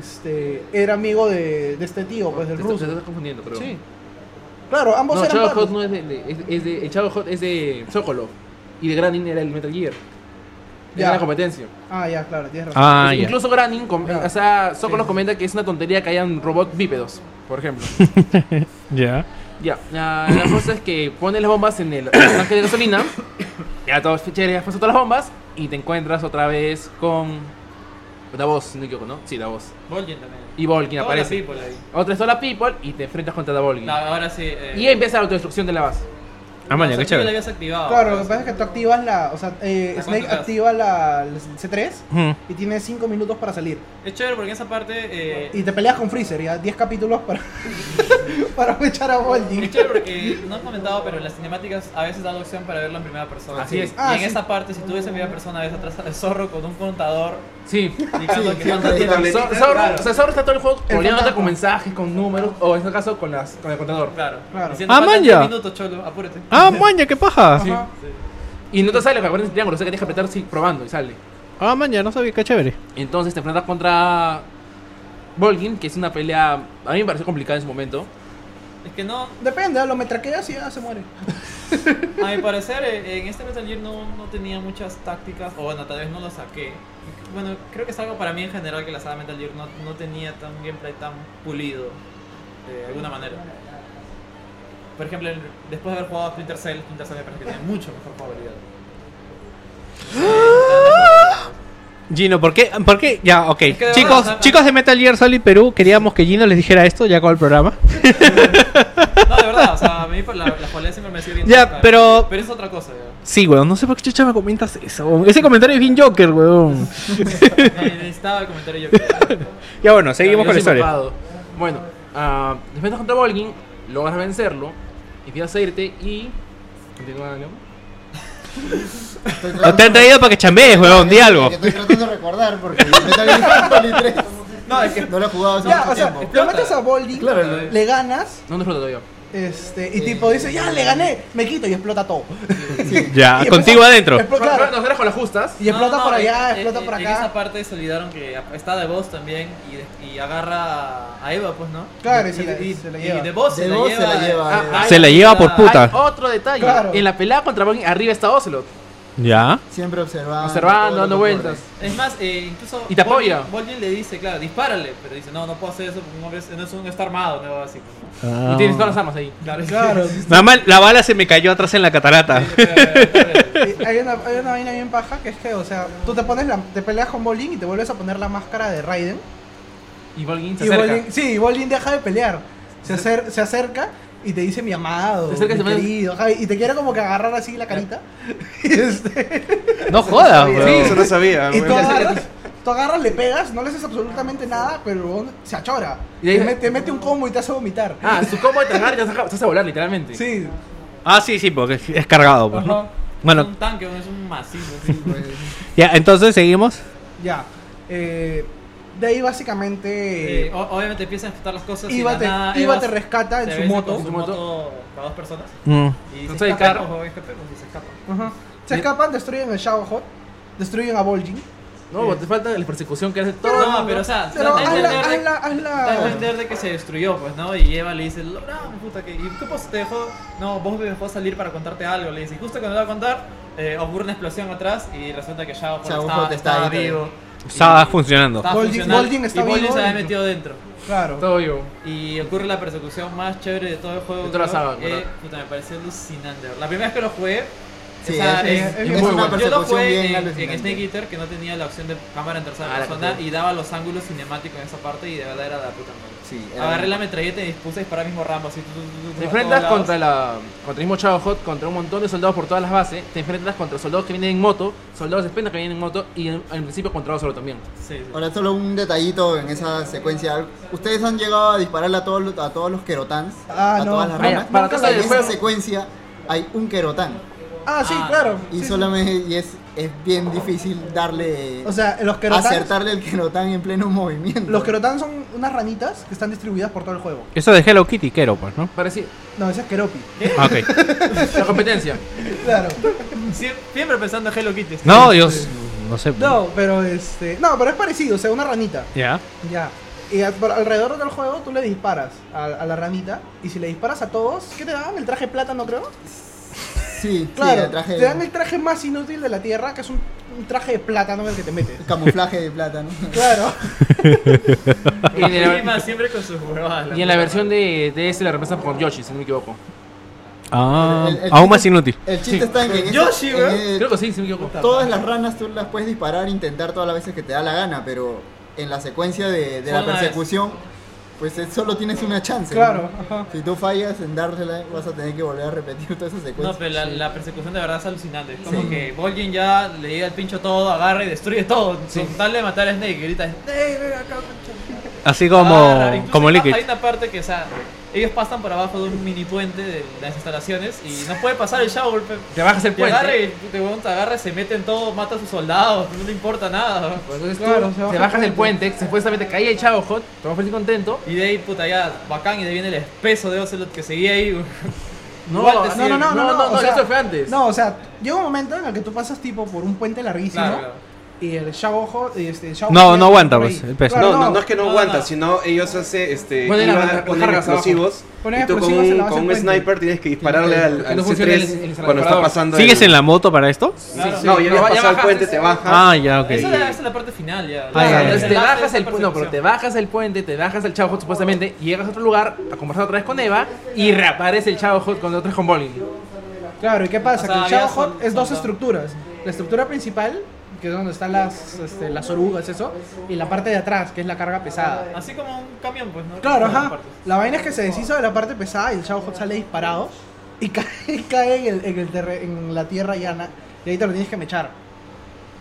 S10: este, era amigo de, de este tío, pues del
S5: Te- Te
S10: ruso.
S5: estás confundiendo, creo.
S10: Sí. Claro, ambos
S5: No,
S10: eran
S5: Chavo
S10: pardos.
S5: Hot no es de, de- es, es de. El Chavo Hot es de Sokolov. Y de Granny era el Metal Gear.
S10: Ya.
S5: Era la competencia.
S10: Ah, ya, claro, tienes razón.
S3: ah, ya.
S5: Incluso Granin, com-
S10: Ya.
S5: o sea, Sokolov comenta que es una tontería que hayan robots bípedos, por ejemplo.
S3: Ya.
S5: Ya, la, la cosa es que pones las bombas en el tanque de gasolina, ya todo es chévere, has puesto todas las bombas y te encuentras otra vez con Davos, si no me equivoco, ¿no? Sí, Davos.
S4: Volgin también.
S5: Y Volkin
S4: Todas las
S5: aparece.
S4: people ahí.
S5: Otra es Solar People y te enfrentas contra The Volkin.
S4: No, ahora sí. eh,
S5: Y empieza la autodestrucción de la base.
S13: Ah, maña, qué
S4: tú ya la
S13: chévere.
S4: habías activado.
S10: Claro, lo que pasa es que tú activas la. O sea, eh,
S4: ¿La
S10: Snake
S4: cuánto te
S10: activa la, la C3
S13: Mm.
S10: y tiene 5 minutos para salir.
S4: Es chévere porque en esa parte. eh,
S10: Y te peleas con Freezer, ya 10 capítulos para. para echar a Golding.
S4: Es chévere porque no he comentado, pero en las cinemáticas a veces da la opción para verlo en primera persona.
S13: Así es.
S4: Y
S10: Ah,
S4: en
S10: sí.
S4: esa parte, si tú ves en primera persona, ves atrás al zorro con un contador
S5: Sí.
S4: indicando
S8: Sí,
S4: que
S8: sí,
S4: cuánto
S8: sí.
S4: tiempo.
S5: Zorro,
S4: Claro,
S5: Zorro- o sea, Zorro está todo el juego poniéndote
S10: fantasma.
S5: con mensajes, con números, o en este caso con, las, con el contador.
S4: Claro,
S10: Claro.
S4: Diciendo,
S3: Ah,
S4: "Faltan
S3: manja.
S4: 10 minutos, cholo, apúrate.
S3: Ah, maña, qué paja.
S10: Ajá.
S5: Y no te sale para poner el triángulo, o sea que tienes que apretar sí, probando y sale.
S3: Ah, maña, no sabía, qué chévere.
S5: Entonces te enfrentas contra Volgin, que es una pelea. A mí me pareció complicada en su momento.
S4: Es que no,
S10: Depende, ¿eh? lo metraqueas y ya se muere.
S4: a mi parecer, eh, en este Metal Gear no, no tenía muchas tácticas, o bueno, tal vez no lo saqué. Bueno, creo que es algo para mí en general que la saga Metal Gear no, no tenía tan gameplay tan pulido, de alguna manera. Por ejemplo, el- después de haber jugado a Splinter Cell, Splinter Cell me parece que tiene mucho mejor jugabilidad.
S3: Gino, ¿por qué? ¿Por qué? Ya, ok.
S4: que de
S3: chicos,
S4: verdad,
S3: chicos de Metal Gear Solid Perú, queríamos que Gino les dijera esto ya con el programa.
S4: No, de verdad, o sea, a mí por la, la jugabilidad siempre me sigue bien.
S3: Ya,
S4: tostada.
S3: pero-
S4: Pero es otra cosa, ya.
S3: Sí, weón, no sé por qué chucha me comentas eso. weón. Ese comentario es bien Joker, weón.
S4: Ne- Necesitaba el comentario yo. creo.
S3: Ya bueno, seguimos con
S5: Yo
S3: la
S5: soy
S3: historia.
S5: malvado. Bueno, ah, te enfrentas contra Volgin, logras vencerlo, empiezas a irte y. Continúa, ¿no?
S8: Estoy
S3: Te han traído para que chambees, weón, di algo.
S8: Que Estoy tratando de recordar porque Metal Gear Solid 3 no, es que no lo he jugado hace
S10: Ya,
S8: mucho
S10: o sea,
S8: tiempo.
S10: lo metes a Golding,
S8: Claro.
S5: eh.
S10: le ganas,
S5: No disfruta todavía.
S10: este, y tipo dice, ya le gané, me quito y explota todo.
S3: Ya,
S10: Y
S3: contigo
S10: empieza-
S3: adentro.
S10: explo- claro,
S5: Nos dejas con las justas.
S10: y explota
S4: No, no,
S10: por allá,
S4: en-
S10: explota
S4: en-
S10: por
S4: en
S10: acá.
S4: esa parte se olvidaron que está The Boss también y, y agarra a Eva, pues, ¿no?
S10: Claro, y se
S4: y,
S10: la-
S4: y-
S10: se la
S4: y
S10: lleva.
S4: The Boss
S8: The
S4: se,
S8: Boss
S4: la
S8: se
S4: lleva,
S8: la lleva,
S4: Ah,
S8: eh.
S4: hay
S3: Se la lleva por
S4: otra-
S5: Hay
S3: puta.
S5: otro detalle.
S10: Claro.
S5: En la pelea contra Volgin, arriba está Ocelot,
S3: Ya.
S8: Siempre observando.
S5: observando,
S8: todo lo
S5: dando
S8: que
S5: vueltas.
S4: Es más, eh, incluso.
S5: Y te apoya.
S4: Bolin- Bolin le dice, claro, dispárale. Pero dice, no, no puedo hacer eso porque un hombre es- no es un está armado, no así. pues, ¿no?
S5: Y tienes todas las armas ahí.
S4: Claro,
S3: Nada más la bala se me cayó atrás en la catarata.
S10: Eh, hay, una, hay una vaina bien paja que es que, o sea, tú te pones la, te peleas con Bolin y te vuelves a poner la máscara de Raiden.
S5: Y Volgin se
S10: Y
S5: acerca.
S10: Bolin, sí, Bolin deja de pelear. Se, acer- se acerca y te dice mi amado,
S5: Se acerca y
S10: mi
S5: se pone-
S10: querido, ajá, y te quiere como que agarrar así la carita. Y, este,
S3: No jodas,
S7: Sí,
S3: weón.
S7: eso no sabía.
S10: y
S7: weón.
S10: tú, agarras, tú agarras, le pegas, no le haces absolutamente nada, pero el huevón se achora.
S5: Y ahí-
S10: te, mete, te mete un combo y te hace vomitar.
S5: Ah, su combo de tragar y te vas a volar, literalmente.
S10: Sí,
S3: Ah, sí, sí, porque es cargado, pues, ¿no?
S4: Es
S3: Bueno,
S4: un tanque, es un macizo.
S8: ocurre.
S4: así.
S8: Sí, pues.
S3: ya, entonces seguimos.
S10: ya. Eh, de ahí básicamente
S4: Eh, o- obviamente empiezan a explotar las cosas. y
S10: Iba
S4: la
S10: te,
S4: nada,
S10: Iba
S4: Eva
S10: te
S4: se-
S10: rescata Ah, en
S4: se
S10: su
S4: ve
S10: moto.
S4: Con su moto para dos personas.
S3: Mm.
S4: Y
S5: No
S4: se
S5: sé,
S4: escapan,
S5: claro.
S4: ojo, escapemos y se escapan.
S10: Ajá. Se escapan, destruyen el Shadow Hot, destruyen a Volgin.
S5: No, te falta la persecución que hace todo.
S4: No, pero, o sea,
S10: Pero
S4: da a
S10: hazla,
S4: entender de-
S10: hazla,
S4: da a
S10: hazla.
S4: entender de que se destruyó, pues, ¿no? Y Eva le dice, no, puta, que... ¿Y qué pasa? Te dejó... No, vos me dejó salir para contarte algo. Le dice, y justo cuando lo va a contar, eh, ocurre una explosión atrás y resulta que Shao Kahn
S8: Shao
S4: estaba,
S8: Kahn está
S4: estaba
S8: ahí,
S4: vivo.
S3: Estaba funcionando.
S4: Estaba
S10: Golding-
S4: funcional,
S10: Golding está
S4: y Golding
S10: vivo
S4: se había
S10: y-
S4: metido dentro.
S10: Claro.
S5: Todo yo.
S4: Y ocurre la persecución más chévere de todo el juego.
S5: De toda la
S4: creo.
S5: saga,
S4: Eh,
S5: ¿verdad?
S4: puta, me pareció alucinante. ¿verdad? La primera vez que lo jugué,
S8: Sí,
S4: o sea, eh,
S8: es-
S4: en- en-
S8: es muy
S4: yo
S8: buena
S4: lo
S8: persecución, bien
S4: jugué en, en
S8: alucinante.
S4: Snake Eater que no tenía la opción de cámara en tercera
S5: Ah, la
S4: persona
S5: captura.
S4: y daba los ángulos cinemáticos en esa parte y de verdad era la puta madre.
S8: Sí, era-
S4: Agarré la metralleta y dispuse a disparar mismo Rambo así. tu, tu, tu, tu,
S5: Te
S4: a
S5: enfrentas
S4: todos lados.
S5: contra la contra el mismo Chavo Hot, contra un montón de soldados por todas las bases, te enfrentas contra soldados que vienen en moto, soldados de espenda que vienen en moto y en, al principio contra solo también.
S4: Sí, sí.
S8: Ahora solo un detallito en esa secuencia. Ustedes han llegado a dispararle a todos los, a todos los querotans,
S10: Ah,
S8: a
S10: no.
S8: todas las
S5: Vaya,
S8: ramas.
S5: para
S8: Nunca
S5: todo el
S8: en esa
S5: juego.
S8: secuencia hay un querotán
S10: Ah, sí,
S4: Ah.
S10: claro.
S8: y
S10: Sí,
S8: solamente y es, es bien difícil darle
S10: sí. O sea, los querotans,
S8: acertarle el querotán en pleno movimiento.
S10: los querotans son unas ranitas que están distribuidas por todo el juego.
S3: Eso de Hello Kitty, quiero, pues, ¿no?
S5: Parece
S10: No, ese es Keropi.
S3: Ah, ok.
S5: la competencia.
S10: Claro.
S4: Sie- Siempre pensando en Hello Kitty.
S3: No, yo s- no sé.
S10: No, pero este, no, pero es parecido, o sea, una ranita.
S3: Ya.
S10: Ya. Y al- por alrededor del juego tú le disparas a, a la ranita y si le disparas a todos, ¿qué te dan? El traje plátano, creo.
S8: Sí,
S10: Claro.
S8: sí, el traje
S10: Te dan el traje más inútil de la Tierra, que es un, un traje de plátano en el que te metes.
S8: camuflaje de plátano.
S10: Claro.
S5: Y en, la-
S4: Kojima siempre con sus huevadas.
S5: y en la
S4: puta
S5: versión
S4: madre.
S5: de, de ese la reemplazan con Yoshi, si no me equivoco.
S3: Ah,
S8: El- el-
S3: aún más inútil.
S8: El chiste está en que en esa-
S4: Yoshi,
S8: en
S4: weón.
S8: el-
S5: Creo que sí, si no me equivoco.
S8: todas las ranas tú las puedes disparar, intentar todas las veces que te da la gana, pero en la secuencia de, de la
S4: Solo una vez.
S8: persecución pues es- solo tienes una chance.
S10: Claro,
S8: ¿no?
S10: ajá.
S8: Si tú fallas en dársela, vas a tener que volver a repetir toda esa secuencia.
S4: No, pero la, la persecución de verdad es alucinante. Es como
S8: Sí.
S4: que Bolgin ya le llega el pincho todo, agarra y destruye todo. Con tal de matar a Snake, y grita Snake, ven acá, concha".
S3: Así como,
S5: Ah,
S4: Agarra, Ah, incluso
S3: como
S4: hay-
S3: Liquid.
S4: Hay una parte que, o sea, ellos pasan por abajo de un mini puente de las instalaciones y no puede pasar el shower. pe.
S5: Te bajas el
S4: Y agarra
S5: puente.
S4: y te te agarra, se mete en todo, mata a sus soldados, no le importa nada.
S5: Entonces tú
S10: Claro, se baja
S5: te
S10: el
S5: bajas del puente, que supuestamente caía el chavo hot, te vas feliz contento.
S4: Y de ahí, puta, ya bacán, y de ahí viene el espeso de Ocelot que seguía ahí.
S5: No,
S4: Igual te
S5: no,
S4: sirve.
S5: no, no, no, no,
S10: o sea,
S5: eso fue antes.
S10: No, o sea, llega un momento en el que tú pasas tipo por un puente larguísimo
S4: Claro, claro.
S10: y el Shao Ho- y este Shao
S3: No,
S10: Ho-
S3: no aguanta,
S10: por ahí.
S3: pues, el peso.
S10: Claro,
S7: no, no, no es que no,
S4: no,
S7: aguanta,
S4: no.
S7: sino ellos hace, este,
S5: Ponen la-
S7: iban
S5: las
S7: a poner
S5: cargas abajo.
S7: explosivos
S10: Ponen
S7: y tú con
S10: explosivos en
S7: un,
S10: la base
S7: con un
S10: del puente.
S7: sniper tienes que dispararle
S5: que-
S7: al,
S5: que
S7: al
S5: no funcione el- el
S7: C3 cuando está
S5: separador.
S7: pasando.
S3: ¿Sigues
S7: el-
S3: en la moto para esto?
S4: Claro.
S7: No, ya
S5: No,
S7: habías
S5: ya
S7: pasado el
S5: bajaste,
S7: puente,
S5: sí.
S7: te baja.
S3: Ah, ya, ok.
S4: Esa, es la, esa es la parte final, ya.
S3: Ah, ya, ya.
S5: Entonces te
S4: Enlace
S5: bajas
S4: esa
S5: el pu- no, pero
S4: persecución.
S5: te bajas el puente, te bajas el chavo hot supuestamente, y llegas a otro lugar a conversar otra vez con Eva y reaparece el chavo hot cuando otra vez con Bolin.
S10: Claro, ¿y qué pasa?
S4: O sea,
S10: que el Shao
S4: había
S10: Hot
S4: sol-
S10: es dos
S4: soldado.
S10: estructuras. La estructura principal, que es donde están las, este, las orugas, eso, y la parte de atrás, que es la carga pesada.
S4: Así como un camión, pues, ¿no?
S10: Claro,
S4: Como
S10: ajá.
S4: partes.
S10: La vaina es que se deshizo de la parte pesada y el Shao Hot sale disparado y cae, y cae en, el, en, el terre- en la tierra llana y ahí te lo tienes que mechar.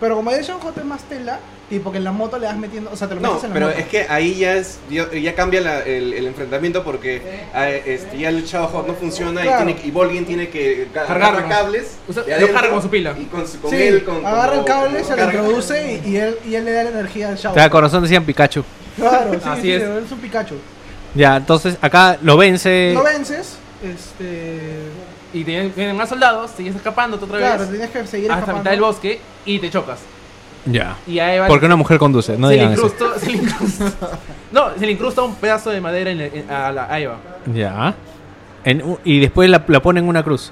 S10: Pero como el Shao Hot es más tela, tipo que en la moto le das metiendo, o sea, te lo
S7: No,
S10: metes en la
S7: pero
S10: moto.
S7: es que ahí ya es ya, ya cambia la- el, el enfrentamiento porque ah, este, ya el Chao Hot no funciona
S10: Claro.
S7: y, tiene, que- y Bolin tiene que ca-
S5: Cargarlo.
S7: agarrar cables.
S5: O sea,
S7: de
S5: lo
S7: adentro
S5: carga con su pila.
S7: Y con, su- con
S10: Sí,
S7: él, con,
S10: agarra el
S7: como-
S10: cable, se lo
S7: carga.
S10: introduce y, y él, y él le da la energía al Shao
S3: O sea, corazón decían Pikachu.
S10: Claro, sí,
S5: Así
S10: sí,
S5: es.
S10: es un Pikachu.
S3: Ya, entonces acá lo vence.
S10: Lo vences, este...
S5: Y te vienen más soldados, sigues escapando otra vez
S10: Claro, tenías que seguir
S5: hasta
S10: escapando.
S5: mitad del bosque y te chocas.
S3: Ya.
S5: Y a Eva
S3: Porque una mujer conduce, no
S5: se, le
S3: digan eso.
S5: incrustó, se le incrustó- No, se le incrusta un pedazo de madera en el- en- a, la, a Eva.
S3: Ya. En u- y después la, la ponen en una cruz.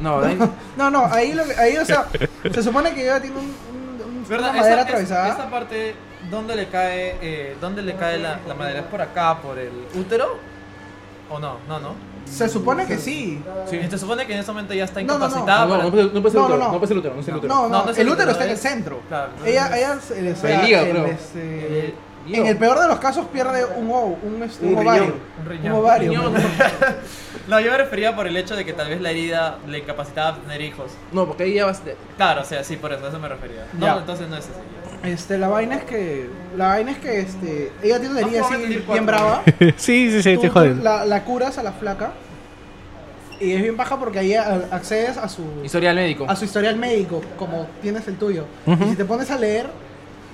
S5: No, de ahí-
S10: No, no, ahí, lo que- ahí o sea, se supone que Eva tiene un, un- un-
S4: ¿Verdad?
S10: una
S4: Esa-
S10: madera
S4: es-
S10: atravesada.
S4: esa parte, ¿dónde le cae, eh, dónde le cae la, la madera? ¿Es por acá, por el útero? ¿O no? No, no.
S10: Se supone que sí.
S5: sí.
S4: Se supone que en ese momento ya está
S10: No, no, no.
S4: incapacitada.
S5: No,
S4: para-
S5: no, puede- no puede ser
S10: No,
S5: útero,
S10: no, no.
S5: no puede ser útero, no puede ser útero.
S10: No, no,
S4: No, no es
S10: el
S4: el útero,
S10: útero está en el
S4: es-
S10: centro.
S4: Claro, no, no,
S10: ella,
S4: no.
S10: ella, se- o sea,
S5: El hígado, creo.
S10: este,
S4: Eh,
S10: en el peor de los casos pierde un ovo, un, este, un
S7: Un
S10: ovario.
S7: riñón.
S4: Un
S10: Un
S4: riñón.
S10: ovario.
S5: Riñón.
S4: No, yo me refería por el hecho de que tal vez la herida le incapacitaba a tener hijos.
S5: No, porque ahí ya vas. de-
S4: Claro, o sea, sí, por eso, a eso me refería. No,
S10: Ya.
S4: entonces no es así.
S10: Este, la vaina es que, la vaina es que, este, ella tiene una
S4: No,
S10: herida
S4: vamos a
S10: así
S4: tener cuatro.
S10: bien brava.
S3: sí, sí, sí,
S10: Tú-
S3: estoy
S10: tú
S3: jodiendo.
S10: la, la curas a la flaca y es bien baja porque ahí a- accedes a su
S5: Historial médico.
S10: a su historial médico, como tienes el tuyo. Y si te pones a leer,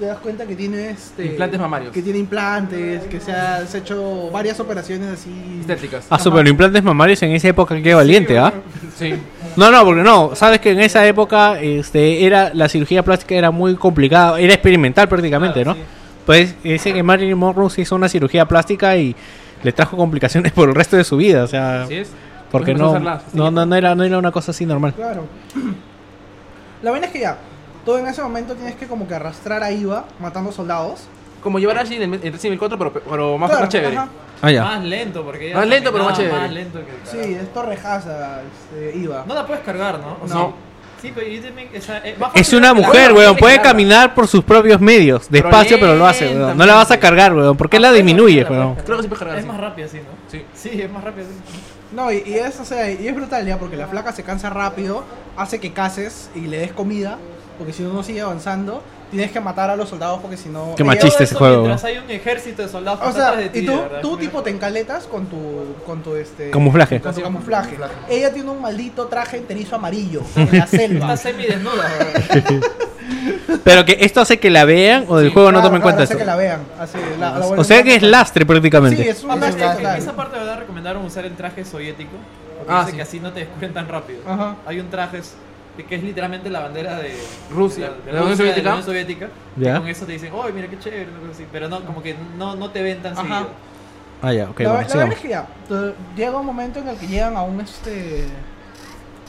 S10: te das cuenta que tiene este,
S5: Implantes mamarios.
S10: Que tiene implantes, que se ha, se ha hecho varias operaciones así.
S5: Estéticas.
S3: Ah, super implantes mamarios en esa época, qué valiente, ¿ah?
S5: Sí.
S3: No, no, porque no, sabes que en esa época este, era, la cirugía plástica era muy complicada, era experimental prácticamente,
S4: Claro,
S3: ¿no?
S4: sí.
S3: Pues dice que Marilyn Monroe se hizo una cirugía plástica y le trajo complicaciones por el resto de su vida, o sea,
S5: Así es.
S3: porque
S5: Pues empezó a
S3: no,
S5: usar las
S3: no, no, no era, no era una cosa así normal.
S10: Claro. La vaina es que ya, tú en ese momento tienes que como que arrastrar a Iva matando soldados.
S5: Como llevar a Ashley en el, en el Resident Evil 4, pero, pero más,
S10: Claro,
S5: más chévere.
S10: ajá.
S3: Ah, ya.
S4: Más lento, porque ella
S5: Más lento, pero más
S4: caminaba
S5: chévere.
S4: Más lento que el
S10: Sí, es torrejaza este, Iva.
S4: No la puedes cargar, ¿no? O
S5: No.
S4: sea, Sí, pero yo también. o sea, eh, más
S3: Es
S4: fácil
S3: una
S4: la-
S3: mujer,
S5: la-
S3: weón,
S5: la-
S3: puede
S5: la-
S3: caminar por sus propios medios, despacio, pero lo hace, weón. No la vas a
S4: lentamente.
S3: cargar, weón, ¿por qué la
S10: Ah,
S4: Apenas
S3: disminuyes,
S4: la puedes
S3: weón?
S4: cargar.
S5: Creo que sí puedes cargar,
S4: Es
S5: sí.
S4: más rápida, sí, ¿no?
S5: Sí.
S4: Sí, es más rápida. sí.
S10: No, y, y es, o sea, y es brutal ya, porque la flaca se cansa rápido, hace que cases y le des comida, porque si no, no sigue avanzando. Tienes que matar a los soldados porque si no...
S3: Qué
S10: ella-
S3: machista.
S4: Todo
S3: ese
S4: eso
S3: juego,
S4: Mientras hay un ejército de soldados
S10: O
S4: que está
S10: sea,
S4: atrás de
S10: y
S4: ti,
S10: tú,
S4: de verdad.
S10: tú tipo te encaletas con tu, con tu este...
S3: Camuflaje.
S10: Con tu camuflaje. Ella tiene un maldito traje enterizo amarillo en la selva.
S4: Está semidesnuda, ¿verdad?
S3: Pero que esto hace que la vean o del juego no
S10: Claro,
S3: tomen
S10: claro,
S3: cuenta
S10: hace
S3: eso.
S10: que la vean. hace- la- la
S3: O
S10: vuelven
S3: sea
S10: loca.
S3: que es lastre prácticamente.
S10: Sí, es un
S4: Aparte,
S10: lastre
S4: en
S10: total.
S4: esa parte de verdad recomendaron usar el traje soviético. Porque
S5: Ah,
S4: dice
S5: sí.
S4: que así no te descubren tan rápido.
S10: Ajá.
S4: Hay un traje es- que- que es literalmente la bandera de
S5: Rusia.
S4: de la, de
S5: ¿De
S4: la
S5: la Unión
S4: Rusia, de
S5: Soviética?
S4: la Unión Soviética.
S3: Ya.
S4: Y con eso te dicen, ¡ay, mira qué chévere! una cosa así. Pero no, como que no, no te ven tan
S10: Ajá.
S4: seguido.
S3: Ah, ya, ok,
S10: la,
S3: bueno,
S10: la verdad
S3: sigamos.
S10: es que ya, te- llega un momento en el que llegan a un este...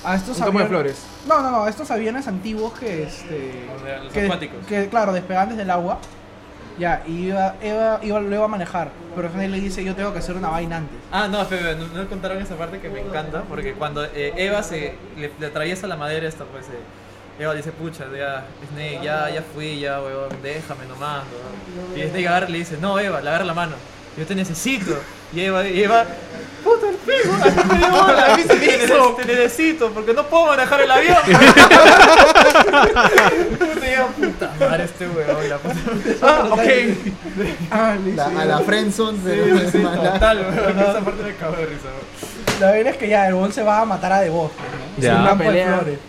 S10: A estos
S5: Un campo de
S10: aviones-
S5: flores.
S10: No, no, no, a estos aviones antiguos que este...
S4: Los
S10: que,
S4: acuáticos.
S10: que, claro, despegaban desde el agua. Ya, y iba, Eva, iba, lo iba a manejar. Pero Snake le dice, yo tengo que hacer una vaina antes.
S4: Ah, no, Febe, no, no contaron esa parte que me encanta, porque cuando eh, Eva se le, le atraviesa la madera esta, pues eh, Eva le dice, pucha, ya, Snake, ya, ya fui, ya, weón, déjame nomás, weón. Y Snake agarra y le dice, no, Eva, le agarra la mano, yo te necesito. Y Eva, y Eva, puta el pico, a mí me dio bola, a mí se me hizo. Te necesito, porque no puedo manejar el avión. puta, y Eva, puta madre este weón, la puta. Ah, ok.
S10: Ah, le
S8: La-
S10: hice-
S8: a la friendzone de los
S4: Sí,
S8: demás.
S4: total, weón, esa parte me cagó de risa, weón.
S10: La verdad es que ya, el bon se va a matar a The Boss. ¿no?
S3: Ya.
S10: Es un campo de
S5: Pelea.
S10: flores.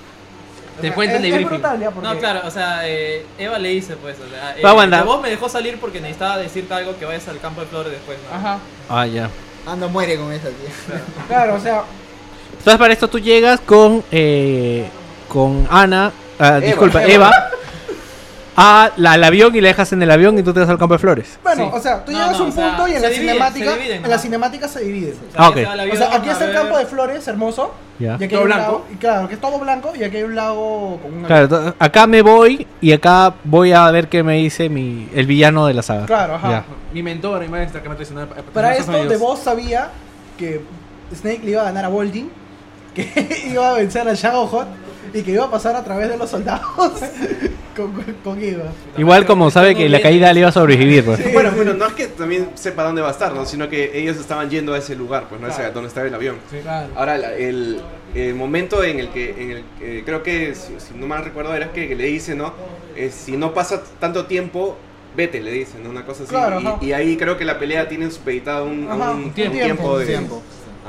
S5: Te cuentan
S10: Es-
S5: de
S10: es
S5: briefing.
S10: brutal, ya, porque-
S4: No, claro, o sea, eh, Eva le dice, pues, o sea, eh,
S3: Va, Wanda.
S4: que vos me dejó salir porque necesitaba decirte algo que vayas al campo de flores después, ¿no?
S10: Ajá.
S3: Ah, ya.
S8: Anda, muere con esa tía.
S10: Claro, o sea,
S3: Entonces para esto tú llegas con eh, con Ana, ah, disculpa, Eva, a la- al avión y la dejas en el avión y tú te vas al campo de flores.
S10: bueno, o sea, tú
S4: No,
S10: llegas a
S4: no,
S10: un
S4: o sea,
S10: punto y en
S4: se
S10: la
S4: dividen,
S10: cinemática,
S4: se dividen,
S10: en la
S4: ¿no?
S10: cinemática se divide.
S3: Ah, ok.
S4: ella se va al
S10: O
S4: avión,
S10: sea, aquí
S4: a
S10: está el
S4: ver-
S10: campo de flores, hermoso.
S3: Ya.
S10: Y aquí
S5: Todo
S10: hay un
S5: blanco.
S10: lago, y claro, que es todo blanco y aquí hay un lago con una...
S3: Claro, to- acá me voy y acá voy a ver qué me dice mi el villano de la saga.
S10: Claro, ajá.
S3: Ya.
S5: Mi mentor y maestra que me eh, traicionó.
S10: Para esto, The Boss sabía que Snake le iba a ganar a Bolding, que iba a vencer a Shadow Hot y que iba a pasar a través de los soldados con, con Eva.
S3: Igual como sabe que la caída le iba a sobrevivir, pues.
S7: Bueno, bueno, no es que también sepa dónde va a estar, ¿no? Sino que ellos estaban yendo a ese lugar, pues, ¿no? Ese- donde estaba el avión.
S10: Claro.
S7: Ahora, la- el, el momento en el que, en el, que creo que, si, si no mal recuerdo, era que le dice, ¿no? Eh, si no pasa tanto tiempo, vete, le dicen, ¿no? Una cosa así.
S10: Claro,
S7: Y-
S10: ajá.
S7: y, ahí creo que la pelea tiene supeditado un, a
S10: Ajá,
S7: un,
S10: un
S7: tiempo,
S10: tiempo,
S7: tiempo de...
S8: Tiempo.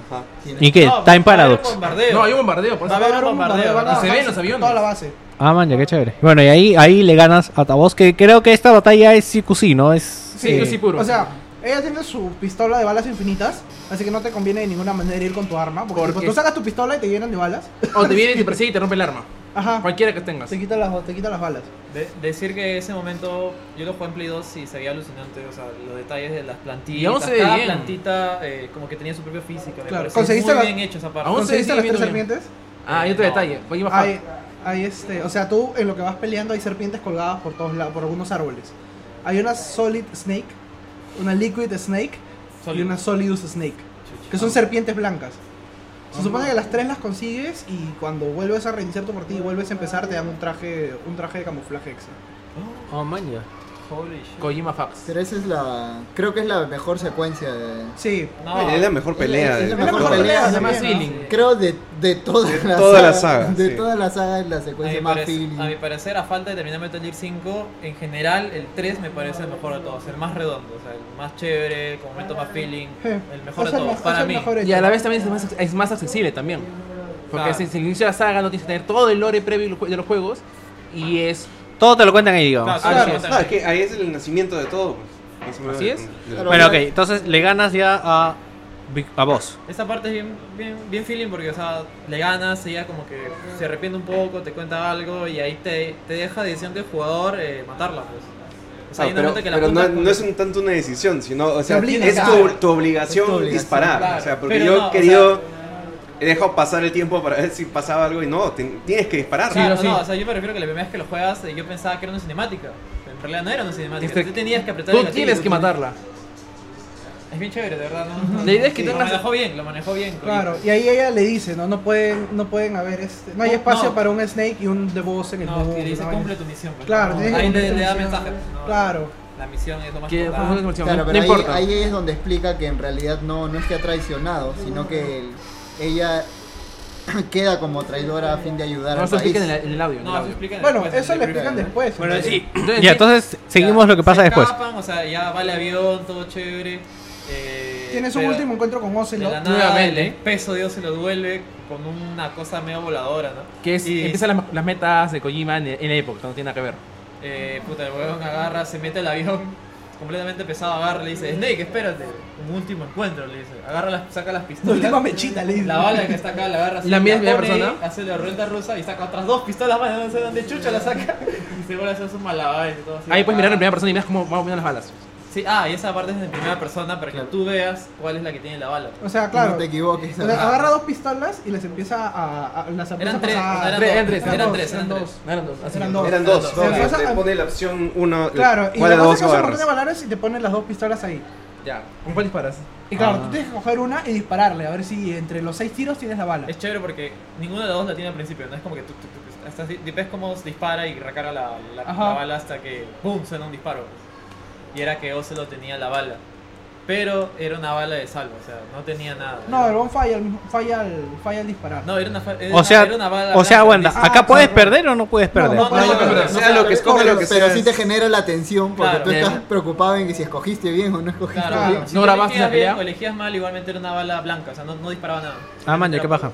S7: Ajá.
S3: ¿Y qué? Time
S4: No, va a haber
S3: Paradox.
S4: bombardeo.
S5: No, hay un bombardeo, por
S4: Va a
S5: eso.
S4: haber un bombardeo.
S10: van a
S5: Y se
S10: bajarse
S5: ven los aviones.
S10: Toda la base.
S3: Ah, man, ya qué chévere. Bueno, y ahí ahí le ganas a Tabos que creo que esta batalla es CQC, ¿no? Es eh,
S5: Sí, yo sí puro.
S10: O sea, ella tiene su pistola de balas infinitas, así que no te conviene de ninguna manera ir con tu arma. Porque,
S5: ¿Por
S10: tipo,
S5: qué?
S10: tú sacas tu pistola y te llenan de balas.
S5: o te viene y te persigue y te rompe el arma.
S10: Ajá.
S5: Cualquiera que tengas.
S10: Te quitan las, te quitan las balas.
S4: De- decir que ese momento yo lo jugué en Play 2 y se veía alucinante, o sea, los detalles de las plantitas.
S5: Y aún se ve
S4: cada
S5: bien.
S4: plantita eh, como que tenía su propia física. me
S10: Claro,
S4: pareció
S10: conseguiste
S4: muy
S10: la-
S4: bien hecho esa parte.
S5: Aún se
S10: ¿Conseguiste
S5: sigue
S10: las
S5: viendo
S10: tres
S5: bien.
S10: serpientes?
S5: Ah, hay otro
S4: No.
S5: detalle. Voy a bajar.
S10: Hay, hay este, o sea, tú en lo que vas peleando hay serpientes colgadas por todos lados, por algunos árboles. Hay una Solid Snake, una Liquid Snake y
S4: Solid. Ah.
S10: una Solidus Snake, que son serpientes blancas. Se supone que las tres las consigues y cuando vuelves a reiniciar tu partida y vuelves a empezar te dan un traje, un traje de camuflaje extra.
S5: Oh, man, ya.
S4: Holy shit.
S5: Kojima Fax.
S8: Pero esa es la. Creo que es la mejor secuencia de.
S10: Sí.
S4: No,
S7: Es la mejor pelea.
S8: es
S7: de-
S8: la
S10: Es la
S8: mejor
S10: mejor
S8: pelea,
S10: pelea,
S8: sí.
S5: Más
S10: también, ¿no?
S5: feeling.
S8: Creo de, de toda la
S7: toda la saga,
S8: De
S7: sí.
S8: toda la saga es la
S4: a mi,
S8: secuencia más
S4: parec-
S8: feeling.
S4: a mi parecer, a falta de terminar Metal Gear 5, en general el 3 me parece el mejor de todos, el más redondo, o sea, el más chévere, con momento más feeling,
S10: Eh,
S4: el mejor de
S10: es el
S4: todos,
S10: mej- es
S4: para
S10: el
S4: mí.
S10: mejor hecho.
S5: Y a la vez también es más, es más accesible también. Porque
S4: Claro.
S5: si se inicia la saga, no tienes que tener todo el lore previo de los juegos. Y es.
S3: Todo te lo cuentan ahí,
S4: Claro,
S3: digamos.
S4: sí,
S10: claro.
S4: sí, sí.
S7: Ah, es que ahí es el nacimiento de todo. pues. Más o menos
S5: Así
S7: de-
S5: es.
S7: de la-
S8: Claro.
S3: Bueno, ok, entonces le ganas ya a Vic- a vos.
S4: Esta parte es bien, bien, bien feeling porque, o sea, le ganas, ella como que se arrepiente un poco, te cuenta algo y ahí te, te deja decisión del jugador eh, matarla, pues. O sea,
S7: Ah,
S4: hay un
S7: pero
S4: momento que la
S7: pero no,
S4: apuntas con-
S7: no es un- tanto una decisión, sino, o sea,
S10: obliga,
S7: es tu,
S10: claro.
S7: tu obligación
S8: Es tu obligación,
S7: disparar.
S4: claro.
S7: O sea, porque
S4: Pero
S7: yo
S4: no, o
S7: he querido, he dejado pasar el tiempo para ver si pasaba algo y no, te- tienes que disparar.
S4: Claro,
S5: Sí, sí.
S4: no, o sea, yo me refiero que la primera vez que lo juegas eh, yo pensaba que era una cinemática. pero En realidad no era una cinemática.
S5: Este-
S4: Tú tenías que apretar
S5: Tú
S4: el gatillo,
S5: tienes que
S4: tenías-
S5: matarla.
S4: Es bien chévere, de verdad. ¿no?
S5: La idea es que
S4: lo
S5: tengas-
S4: manejó bien, lo manejó bien. Kojima.
S10: Claro, y ahí ella le dice, no, no pueden, no pueden haber, este, no hay
S4: No,
S10: espacio
S4: no.
S10: para un Snake y un The Boss en el
S4: No,
S10: mundo,
S4: que le dice
S10: ¿no?
S4: cumple tu misión. pues.
S10: Claro,
S4: No,
S10: tienes que
S4: ahí le,
S10: cumplir tu
S4: le da
S10: misión.
S4: mensaje. ¿no?
S10: Claro.
S4: La misión es lo más
S5: Que fue una
S4: importante.
S5: conexión.
S8: Claro,
S5: no
S8: pero ahí,
S5: importa.
S8: ahí es donde explica que en realidad no, no es que ha traicionado, sino que el- ella queda como traidora a fin de ayudar
S5: No
S8: al
S5: se
S8: país.
S5: explica en el, en el audio. en el
S4: No, eso
S5: audio.
S4: explican
S10: Bueno,
S4: después,
S10: eso
S4: en
S10: le
S4: el
S10: explican
S4: preview.
S10: después. en realidad.
S5: Entonces,
S3: Ya, entonces seguimos
S4: Ya,
S3: lo que pasa
S4: se
S3: después.
S4: escapan, o sea, ya va el avión, todo chévere. Eh,
S10: Tienes un
S4: pero
S10: último encuentro con
S4: De la
S10: Ocelot.
S4: nada,
S5: Nuevamente.
S4: el peso Dios se lo duele con una cosa medio voladora, ¿no?
S5: Que es,
S4: Y-
S5: empiezan las, las metas de Kojima en, en la época, no tiene nada que ver.
S4: Eh, puta, el huevón agarra, se mete el avión completamente pesado, agarra, le dice, Snake, espérate, un último encuentro, le dice, agarra, las, saca las
S10: La
S4: pistolas,
S10: última mechita le dice.
S4: la bala que está acá, la agarra, así,
S5: La misma
S4: pone
S5: persona.
S4: ahí, hace la ruleta rusa y saca otras dos pistolas más, no sé dónde chucha la saca, y se vuelve a hacer sus malabares y todo así.
S5: Ahí puedes mirar en
S4: Ah,
S5: primera persona y miras cómo van moviendo las balas.
S4: Sí, ah, y esa parte es en primera persona para que tú veas cuál es la que tiene la bala.
S10: O sea,
S8: No
S10: claro.
S8: te equivoques.
S10: o sea, agarra dos pistolas y les empieza a, a- las empieza
S4: Eran
S10: a
S4: tres,
S10: pasar-
S4: o sea, eran
S5: Tres,
S4: dos,
S5: eran tres,
S10: eran
S4: eran
S10: dos,
S4: tres, eran dos.
S5: No eran dos, así.
S10: Eran dos.
S7: Eran dos,
S10: Pero
S7: dos.
S10: pasa-
S7: Te pone la opción uno.
S10: Claro, y
S7: ¿cuál
S10: la
S7: de dos
S10: cosa es que un montón
S7: agarras?
S10: de valores y te ponen las dos pistolas ahí.
S5: Ya, ¿con cuál disparas?
S10: Y
S3: Ah.
S10: claro, tú tienes que coger una y dispararle, a ver si entre los seis tiros tienes la bala.
S4: Es chévere porque ninguna de las dos la tiene al principio, no es como que tú, tú, tú, Estás, di- ves cómo dispara y recarga la, la- la
S10: Ajá.
S4: bala hasta que ¡pum! suena un disparo. pues. Y era que Ocelot tenía la bala. Pero era una bala de salvo, o sea, no tenía nada.
S10: No, el Bon falla, al mismo- falla, al, falla al disparar.
S4: No, era una, fa- era
S3: O
S4: una-
S3: sea,
S4: era una bala
S3: o sea,
S4: blanca,
S3: Wanda,
S4: dice-
S10: Ah,
S3: acá puedes
S10: claro.
S3: perder o no puedes
S10: No,
S3: perder.
S10: no,
S4: no, no, no,
S7: sea
S4: no,
S7: lo que
S4: pero-
S7: escoge, lo que
S8: pero
S7: sea.
S8: sí te genera la atención porque
S4: Claro.
S8: tú estás preocupado en que si escogiste bien o no
S10: ah,
S8: escogiste
S4: Claro,
S8: bien.
S4: si
S5: No
S4: tú
S5: grabaste
S4: elegías
S5: la
S4: bien
S5: pelea.
S4: o elegías mal, igualmente era una bala blanca, o sea, no, no disparaba nada.
S3: Ah, man, ya, qué
S4: Era-
S3: baja.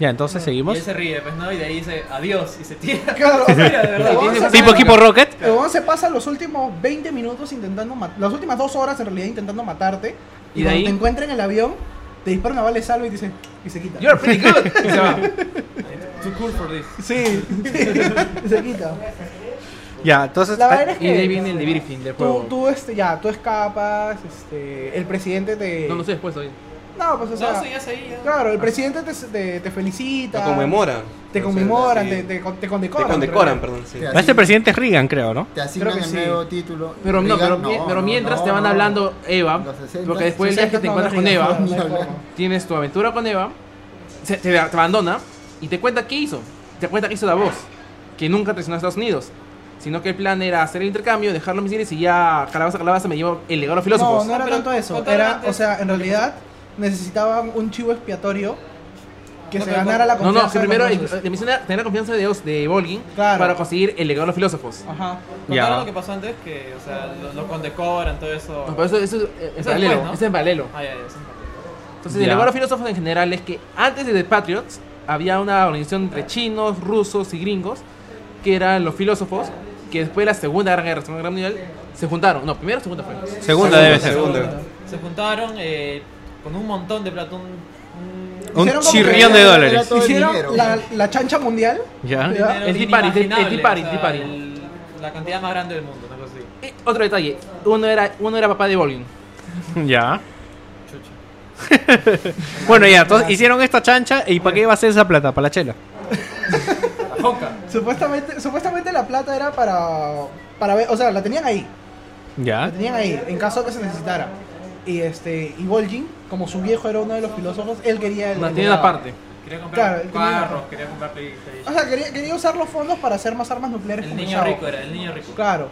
S3: Ya, entonces seguimos.
S4: Y él se ríe, pues, ¿no? Y de ahí dice adiós y se tira.
S10: Claro.
S4: Se tira, de verdad.
S10: Y tiene-
S3: Tipo equipo Rocket.
S10: El huevón se pasa los últimos 20 minutos intentando matar, las últimas dos horas en realidad intentando matarte. Y,
S3: ¿Y de
S10: cuando
S3: ahí?
S10: te encuentra en el avión, te dispara una bala de salvo y dice, y se quita.
S5: You're pretty good. Y se va.
S4: Too cool for this.
S10: Sí, y se quita.
S3: Ya, entonces.
S10: La verdad es que.
S5: Y de ahí viene el debriefing del
S10: Tú,
S5: juego.
S10: tú, este, ya, tú escapas, este, el presidente te...
S5: No, no sé después todavía.
S10: No, pues o sea...
S4: No, sí, ya se iba.
S10: Claro, el presidente te, te, te felicita.
S7: Te conmemora.
S10: Te conmemoran,
S7: Sí.
S10: te, te, con- te condecoran.
S7: Te condecoran, perdón. sí.
S8: Te
S3: Este
S8: asignan-
S3: presidente es Reagan, creo, ¿no?
S8: Te asignan
S10: Creo que
S8: el
S10: sí.
S8: nuevo título.
S5: Pero, no,
S8: Digan,
S5: pero, mie-
S8: no,
S5: pero
S8: no,
S5: mientras
S8: no,
S5: te van
S8: no.
S5: hablando Eva,
S8: Los 60,
S5: porque después el día que te encuentras con Eva,
S10: Reagan, no,
S8: Eva.
S5: tienes tu aventura con Eva, se, te, te abandona y te cuenta qué hizo. Te cuenta qué hizo la voz, que nunca traicionó a Estados Unidos, sino que el plan era hacer el intercambio, dejar los misiles y ya calabaza calabaza me llevo el legado de los
S10: No,
S5: filósofos.
S10: no era
S4: pero
S10: tanto eso.
S4: totalmente-
S10: Era, o sea, en realidad necesitaban un chivo expiatorio que
S4: No,
S10: se
S4: pero
S10: ganara la
S5: No,
S10: confianza.
S5: no, que
S10: de los
S5: primero
S10: rusos.
S5: la misión era tener la confianza de Dios, de Volgin,
S10: Claro.
S5: para conseguir el legado de los filósofos.
S10: Ajá.
S4: Contaron
S3: Ya.
S4: lo que pasó antes, que, o sea, lo, lo condecoran, todo eso.
S5: No, pero eso, eso es eh, en
S4: después,
S5: paralelo,
S4: ¿no?
S5: eso es en paralelo.
S4: Ay, ay, es un papel.
S5: Entonces,
S3: Ya.
S5: el legado de los filósofos en general es que antes de The Patriots había una organización entre chinos, rusos y gringos, que eran los filósofos, que después de la Segunda Gran Guerra, Segunda Guerra Mundial, se juntaron. No, primero, segunda fue.
S3: Segunda debe ser.
S7: Segunda.
S4: Se juntaron eh, con un montón de plata, un- un
S3: Un
S10: Hicieron como que
S3: chirrión de
S10: era-
S3: dólares.
S8: Todo el dinero.
S10: Hicieron la, la chancha mundial.
S3: Ya.
S10: ¿ya?
S4: dinero
S5: El Tea Party,
S4: inimaginable,
S5: el Tea Party,
S4: o sea,
S5: Tea Party.
S4: el- La cantidad más grande del mundo, una cosa así.
S5: Y otro detalle, uno era, uno era papá de Bolin.
S3: Ya.
S4: Chucha.
S3: Bueno, ya, entonces hicieron esta chancha y ¿para qué iba a ser esa plata? Para la chela.
S10: Supuestamente, supuestamente la plata era para, para ver, o sea, la tenían ahí, la
S3: Ya.
S10: tenían ahí, en caso de que se necesitara. Y este, y Volgin, como su viejo era uno de los filósofos, él quería el.
S5: Una
S10: el
S5: tiene
S10: legado.
S5: una parte.
S4: Quería comprar
S10: Claro,
S4: carros, quería comprar PlayStation.
S10: O sea, quería, quería usar los fondos para hacer más armas nucleares.
S4: El
S10: como
S4: niño
S10: Chao.
S4: rico era, el niño rico.
S10: Claro.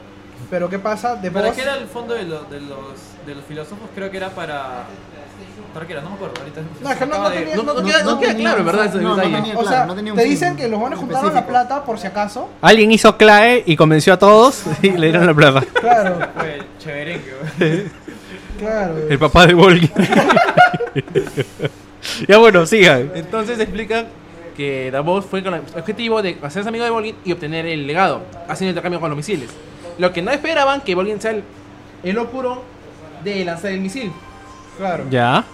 S10: Pero qué pasa, de
S4: ¿Para
S10: vos-
S4: qué era el fondo de, lo- de los, de los filósofos? Creo que era para. ¿Para qué era? No me acuerdo. Ahorita
S10: No, es que no-
S4: acaba
S10: no
S4: de-
S10: tenía-
S5: No, no, no queda, no queda
S8: tenía-
S5: claro, en ¿verdad? Ese
S8: no, no
S5: detalle.
S8: tenía
S10: O
S8: claro,
S10: sea,
S8: no tenía un
S10: te
S8: fin
S10: dicen que los van a juntar la
S8: específico.
S10: plata por si acaso.
S3: Alguien hizo clae y convenció a todos y le dieron la plata.
S10: Claro,
S4: Fue el cheverengue, güey.
S10: claro.
S3: El papá de Volgin. ya bueno, sigan.
S5: Entonces explican que Davos fue con el objetivo de hacerse amigo de Volgin y obtener el legado, haciendo intercambio con los misiles. Lo que no esperaban que Volgin sea el, el locuro de lanzar el misil.
S10: Claro.
S3: Ya.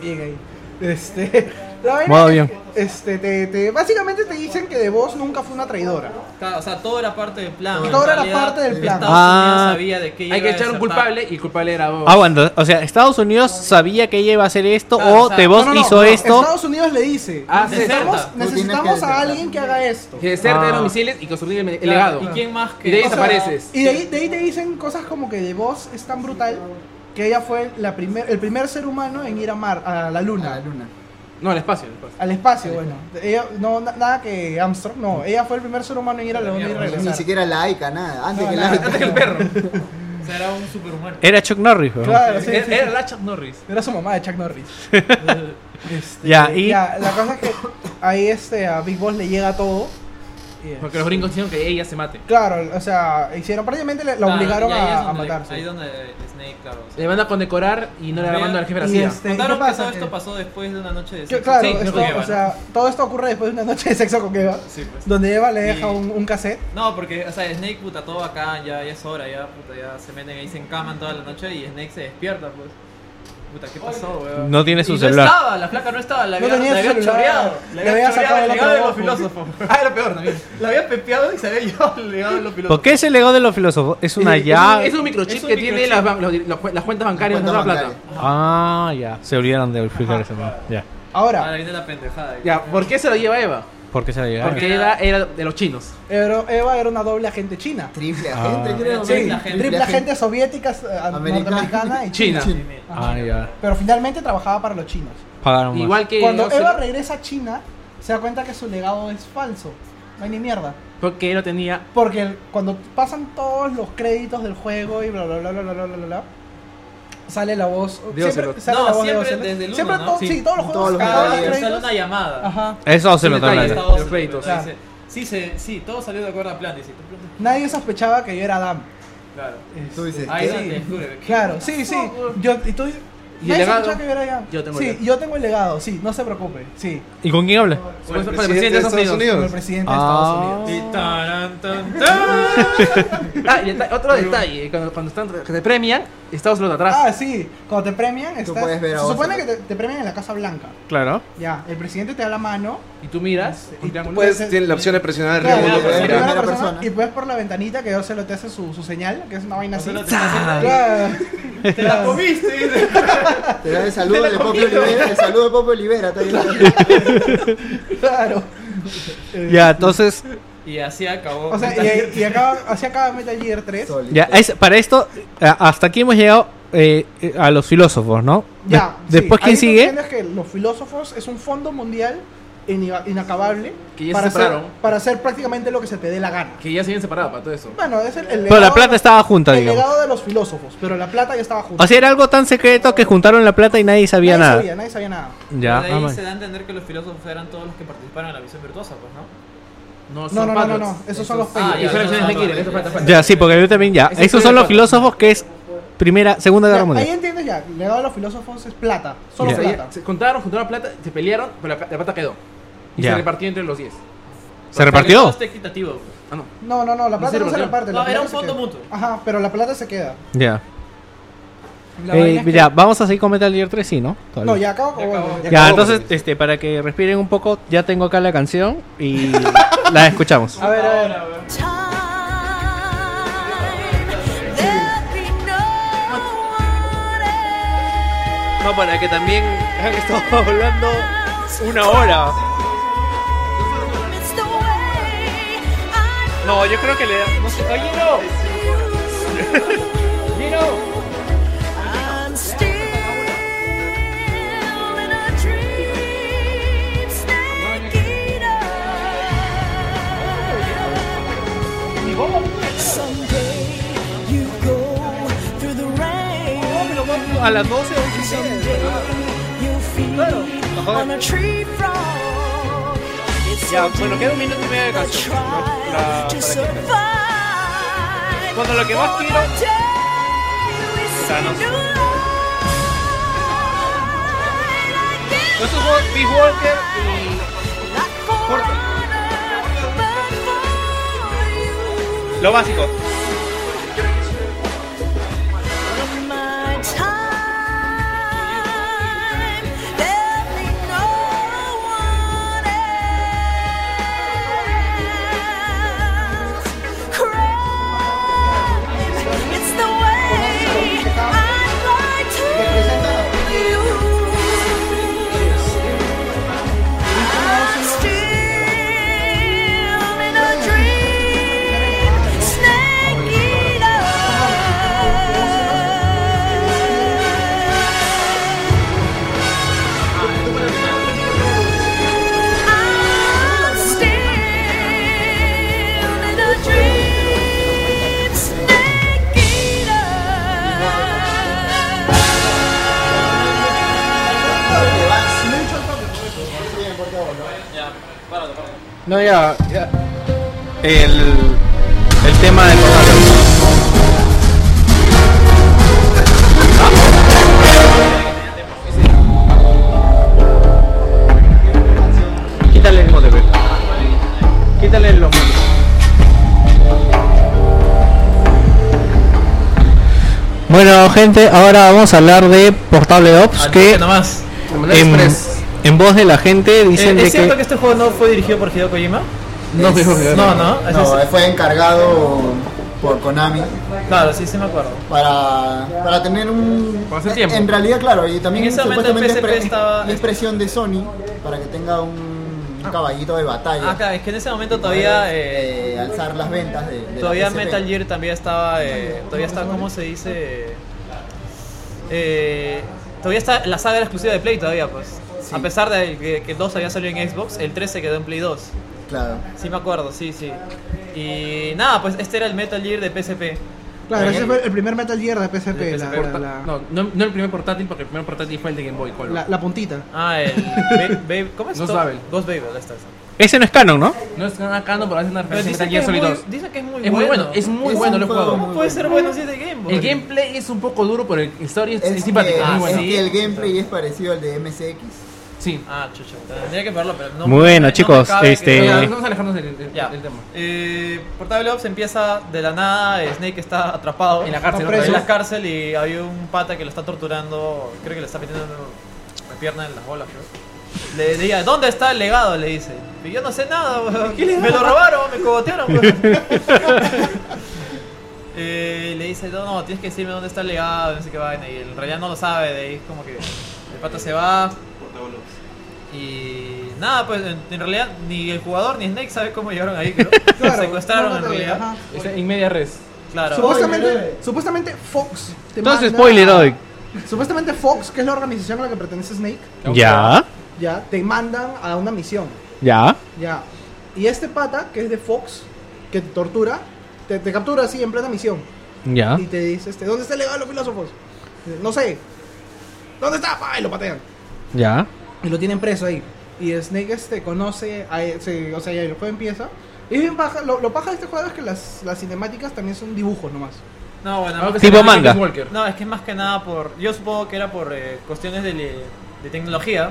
S10: Bien ahí. Este. La vaina
S3: Modo
S10: es que,
S3: avión.
S10: Este, te, te- básicamente te dicen que de vos nunca fue una traidora.
S4: Está- O sea, todo era parte del plan.
S10: Todo
S4: En
S10: era
S4: realidad,
S10: parte del plan.
S4: Estados
S3: Ah.
S4: Unidos sabía de qué iba
S5: Hay que
S4: a
S5: echar un
S4: desertar.
S5: culpable y el culpable era Davos.
S3: Ah, bueno, o sea, Estados Unidos sabía que ella iba a hacer esto
S4: Claro,
S3: o
S4: o sea,
S3: Te
S10: No,
S3: Vos
S10: no, no,
S3: hizo
S10: no,
S3: esto.
S10: Estados Unidos le dice.
S5: Ah,
S10: necesitamos
S4: deserta.
S10: necesitamos
S8: Tú tienes que
S10: a
S8: desertar.
S10: alguien que haga esto.
S5: Que deserte de
S3: Ah.
S5: los misiles y construir el, el
S4: Claro,
S5: legado.
S4: ¿Y quién más que.?
S5: Y de ahí
S10: O sea,
S5: desapareces.
S10: y de ahí, de ahí te dicen cosas como que de vos es tan brutal que ella fue la primer, el primer ser humano en ir a mar, a la
S8: A
S10: luna.
S8: la luna.
S5: No, el espacio. el espacio.
S10: Al espacio, bueno. Ella, no, na- nada que Armstrong, no. Ella fue el primer ser humano en ir a la luna y
S4: Ni
S8: Ni
S10: regresar.
S8: siquiera la AICA, nada. Antes
S10: No,
S8: que
S10: nada,
S8: la AICA.
S4: O sea, era un superhumano.
S3: Era Chuck Norris, weón.
S10: Claro, sí,
S4: Eh,
S5: Era-
S10: sí,
S5: Eh, Era
S10: sí.
S5: la Chuck Norris.
S10: Era su mamá de Chuck Norris. Este,
S3: Ya, y-
S10: la cosa es que ahí este, a Big Boss le llega todo. Y, eh,
S5: Porque los gringos hicieron que ella se mate.
S10: Claro, o sea, hicieron prácticamente le- la
S4: Claro,
S10: obligaron
S4: Ah, y ahí es
S10: a, a
S4: donde le-
S10: matarse.
S4: Ahí donde Snake, claro. o sea,
S5: Le van a condecorar y no le van a al jefe de la
S10: Y
S5: CIA.
S10: este-
S4: Contaron
S10: ¿qué
S4: que
S10: pasa?
S4: todo esto
S10: Que-
S4: pasó después de una noche de
S10: Que,
S4: sexo.
S10: claro,
S4: Sí, no
S10: esto,
S4: lo llevan.
S10: o sea, todo esto ocurre después de una noche de sexo con Eva,
S4: Sí, pues.
S10: donde Eva le deja
S4: Y-
S10: un, un cassette.
S4: No, porque, o sea, Snake puta todo acá, ya, ya es hora, ya, puta, ya se meten ahí, se encaman toda la noche y Snake se despierta, pues. Puta, ¿qué pasó, weón?
S3: No tiene
S4: Y
S3: su
S4: No
S3: celular.
S4: estaba, la placa no estaba, la
S10: No
S4: había,
S10: tenía
S4: la había
S10: celular,
S4: choreado.
S10: le había
S4: choreado
S10: sacado el
S4: el
S10: otro
S4: legado de los
S10: ojo.
S4: filósofos. Ah, era peor también. La había pepeado y se había llevado el legado de los filósofos.
S3: ¿Por qué ese legado de los filósofos? Es una
S5: Eh, Es un-
S3: llave.
S5: Es un microchip
S4: Es un
S5: que tiene
S4: microchip.
S5: las, ban- los- los cu- las cuentas bancarias de
S8: Cuentas
S5: la plata.
S8: bancarias.
S3: Ah, ya. Se olvidaron de explicar eso. ¿no? Ya.
S10: Ahora,
S4: Ahora Ah, viene la pendejada. ahí.
S5: Ya, ¿por qué se lo lleva Eva?
S3: ¿Por qué se olvidaron?
S5: Porque Eva era de los chinos.
S10: Ero- Eva era una doble agente china.
S8: Triple
S3: Ah.
S8: agente, creo.
S4: Sí,
S8: ¿no?
S4: la gente-
S10: Triple agente soviética, eh,
S8: Americana.
S10: norteamericana y
S5: China.
S10: china.
S3: Ah, ya.
S10: Pero finalmente trabajaba para los chinos.
S3: Pagaron más.
S5: Igual que.
S10: Cuando
S5: Ocelot-
S10: Eva regresa a China, se da cuenta que su legado es falso. No hay ni mierda.
S5: Porque no tenía.
S10: Porque el- cuando pasan todos los créditos del juego y bla bla bla bla bla bla bla, bla, sale la voz.
S7: De Ocelot.
S10: siempre sale
S4: No,
S10: la voz de
S4: siempre
S10: Ocelot.
S4: desde el
S10: Siempre
S4: uno,
S10: todo-
S4: ¿no?
S10: sí,
S4: Sí.
S10: todos los
S8: En
S10: juegos.
S8: todos los
S10: cada
S4: Cada
S10: vez
S4: vez
S8: créditos.
S4: sale
S10: créditos.
S4: una llamada.
S10: Ajá.
S3: Eso se lo
S5: Sin detalles,
S3: hablando.
S4: Está Ocelot,
S5: créditos.
S4: pero
S10: Ah.
S4: dice, Sí, se, sí, todo salió de acuerdo a plan, dice. tú, plan,
S10: Nadie sospechaba que yo era Adam.
S4: Claro.
S8: Tú dices,
S4: Ahí
S8: ¿qué?
S4: sí. te descubre.
S10: Claro, sí, sí. Yo, y tú,
S5: ¿Y
S10: nadie
S5: el legado?
S10: sospechaba que yo era Adam.
S5: Yo tengo el
S10: sí,
S5: legado.
S10: yo tengo el legado, sí, no se preocupe. Sí,
S3: ¿Y con quién habla?
S5: Por
S4: pues,
S5: eso-
S3: pues,
S5: por el presidente de Estados Unidos.
S10: como el presidente de Estados Unidos.
S4: Y taran, tan, tan.
S5: Ah, y deta- otro detalle, cuando, cuando están, que te premian, está Ocelot atrás.
S10: Ah, sí, cuando te premian, estás,
S8: puedes ver a
S10: se supone que
S8: Ocelot.
S10: te, te premian en la Casa Blanca.
S3: Claro.
S10: Ya, el presidente te da la mano
S5: y tú miras.
S10: y tú
S7: Puedes,
S10: puedes-
S7: tiene la opción de presionar el
S10: Claro,
S7: remoto
S10: claro,
S7: para
S10: en
S8: sí,
S7: mirar.
S10: primera
S8: Primera
S10: persona,
S8: persona.
S10: Y puedes por la ventanita que Ocelot te hace su, su señal, que es una vaina así.
S4: Ocelot te hace señal.
S10: Claro.
S4: Te la comiste. dice.
S8: Te da el saludo de Pope Olivera, el saludo de Pope Olivera. está bien.
S10: Claro.
S3: Ya, entonces,
S4: Y así acabó.
S10: O sea, y, y acaba, así acaba Metal Gear 3.
S8: Solito.
S3: ya, es, para esto, a- hasta aquí hemos llegado eh, eh, a los filósofos, ¿no? De-
S10: Ya. sí,
S3: Después,
S10: ahí
S3: ¿quién
S10: tú
S3: sigue?
S10: entiendes que los filósofos es un fondo mundial ina- inacabable
S5: Que ya se
S10: para, hacer,
S5: separaron.
S10: para hacer prácticamente lo que se te dé la gana.
S5: Que ya se habían separado para todo eso.
S10: Bueno, es el, el
S3: Pero la
S10: legado
S3: plata
S10: de los-
S3: estaba junta,
S10: El
S3: digamos.
S10: legado de los filósofos, pero la plata ya estaba junta.
S3: O sea, era algo tan secreto que juntaron la plata y nadie sabía
S10: nadie
S3: nada.
S10: Sabía, nadie sabía nada.
S3: Ya,
S4: de
S3: ah,
S4: ahí
S3: man.
S4: se da a entender que los filósofos eran todos los que participaron en la visión virtuosa, pues, ¿no?
S10: No,
S5: son
S10: no, no, no,
S5: patriots.
S10: no, esos son los
S4: Ah,
S10: patriots.
S4: ya,
S5: Eso
S4: esos
S5: es
S4: son
S5: de
S4: los
S5: Kira, eso falta, falta.
S3: ya, sí, porque yo también ya.
S5: Ese
S3: Esos
S5: fue
S3: son
S5: el
S3: los
S5: cuatro.
S3: filósofos que es primera, segunda
S10: Ya,
S3: guerra mundial.
S10: ahí entiendes ya, el legado de los filósofos es plata, solo
S5: O sea,
S10: plata.
S5: ya Se contaron, juntaron la plata, se pelearon, pero la, la plata quedó. Y
S3: Ya.
S5: se repartió entre los 10.
S3: ¿Se
S4: Todo
S3: repartió?
S4: está equitativo. pues.
S5: Ah, no.
S10: No, no, no, la
S5: se
S10: plata no se
S5: repartió.
S10: reparte. la
S4: No,
S10: plata
S4: era un
S10: se
S4: fondo
S10: queda.
S4: mutuo.
S10: Ajá, pero la plata se queda.
S3: Ya.
S10: La
S3: Eh,
S10: vaina es que-
S3: ya, vamos a seguir con Metal Gear 3, sí, ¿no? Todavía.
S10: No, ya acabo
S4: Ya acabó.
S10: con
S3: Ya,
S7: acabó,
S3: entonces,
S7: Patricio.
S3: este, para que respiren un poco, ya tengo acá la canción y la escuchamos.
S10: A ver, a ver.
S3: No, para que también vean que estamos hablando una hora. No, yo creo que le da. No sé, oye, no. A las 12
S13: On a tree frog, it's
S3: Ya,
S13: so
S3: bueno, queda un minuto y medio de
S13: I try
S3: canción. ¿no? La-
S13: to
S3: para que-
S13: survive.
S3: Cuando lo que más quiero. Thanos. Yo subo Big Walker y. Lo básico.
S13: It's the way I like to you. I'm still in a dream, snake eater. I'm still in a dream, snake eater.
S6: No, ya. ya. El, el tema del Quítale el mote, Quítale el mote.
S3: Bueno, gente, ahora vamos a hablar de Portable Ops. Ah, Que
S4: nomás.
S3: en, en voz de la gente dicen de
S4: ¿Es cierto
S3: que.
S4: que... este juego no fue dirigido por Hideo Kojima?
S8: No,
S4: No, no, ese
S8: No, fue encargado por Konami
S4: es- Claro, sí, sí me acuerdo.
S8: para, para tener un...
S5: Para hacer tiempo.
S8: En realidad, claro, y también
S4: En ese momento el
S8: supuestamente es pre-
S4: PSP estaba-
S8: la expresión de Sony para que tenga un caballito de batalla.
S4: Ah, claro, es que en ese momento todavía... eh,
S8: Eh, alzar las ventas de, de la
S4: Todavía
S8: PSP.
S4: Metal Gear también estaba, eh, todavía está, ¿cómo se dice? Eh, todavía está la saga era exclusiva de Play todavía, pues. A pesar de que, que el 2 había salido en Xbox, el 3 se quedó en Play 2.
S8: Claro.
S4: Sí me acuerdo, sí, sí. Y nada, pues este era el Metal Gear de PSP.
S10: Claro, ese fue el primer Metal Gear de PSP,
S4: De
S10: la,
S4: PSP.
S10: la- la-
S5: No, no, no el primer portátil, porque el primer portátil fue el de Game Boy Color.
S10: la- la puntita.
S4: Ah, el Babe, Babe- ¿Cómo es?
S5: Ghost
S4: To-
S5: Babel.
S4: Ghost Babel, ahí está. está.
S3: Ese no es canon, ¿no?
S5: No es tan acá, no, pero hacen una
S4: Pero
S5: referencia a
S4: dicen que,
S5: Metal Gear
S4: es muy,
S5: Solid 2.
S4: dicen que es muy
S5: Es muy bueno, es muy
S8: Es
S5: bueno,
S8: un
S5: lo he
S8: juego
S5: jugado.
S8: muy
S4: ¿Cómo puede ser bueno si es de Game Boy?
S5: El gameplay es un poco duro, pero el story es, es simpático.
S8: que,
S5: muy bueno.
S3: Eh,
S8: es que el gameplay es parecido al de MSX.
S5: Sí.
S4: Ah, chucha. Tendría que verlo, pero no.
S3: Bueno,
S4: no me
S3: chicos,
S4: cabe
S3: este-
S4: que-
S5: Oiga, vamos a alejarnos del, del-
S4: Ya.
S5: del tema.
S4: Eh, Portable Ops empieza de la nada. eh, Snake está atrapado
S5: En la cárcel,
S4: Está
S5: ¿no?
S4: preso. En
S5: Otra
S4: la cárcel y hay un pata que lo está torturando. Creo que le está metiendo la pierna en las bolas, creo. Le diga, ¿dónde está el legado? Le dice. Y yo no sé nada, weón. Me lo robaron, me cogotearon, weón. Eh, le dice, no, no, tienes que decirme dónde está el legado, no sé qué vaina. Y en realidad no lo sabe, de ahí es como que el pata se va. Y nada, pues en, en realidad ni el jugador ni Snake sabe cómo llegaron ahí, creo.
S10: Claro,
S4: secuestraron
S10: no,
S4: en
S10: no, no,
S4: realidad.
S10: ajá.
S5: Está en media res.
S4: Claro.
S10: Supuestamente, supuestamente Fox. te
S3: Entonces,
S10: manda-
S3: spoiler hoy.
S10: Supuestamente Fox, que es la organización a la que pertenece Snake,
S3: Ya,
S10: ya te mandan a una misión.
S3: ya.
S10: Ya. Y este pata, que es de Fox, que te tortura, te, te captura así en plena misión.
S3: Ya.
S10: Y te dice, este, ¿dónde está el legado de los filósofos? Dice, No sé. ¿Dónde está? Pa, Y lo patean.
S3: Ya.
S10: Y lo tienen preso ahí. Y Snake este conoce, a, se- o sea, ya el juego empieza. Y es bien paja, lo, lo paja de este juego es que las, las cinemáticas también son dibujos nomás.
S4: No, bueno,
S5: Algo que
S4: más-
S5: se
S3: Tipo
S5: llama
S3: manga.
S5: Jack Walker.
S4: no, es que más que nada por. Yo supongo que era por eh, cuestiones de, le- de tecnología.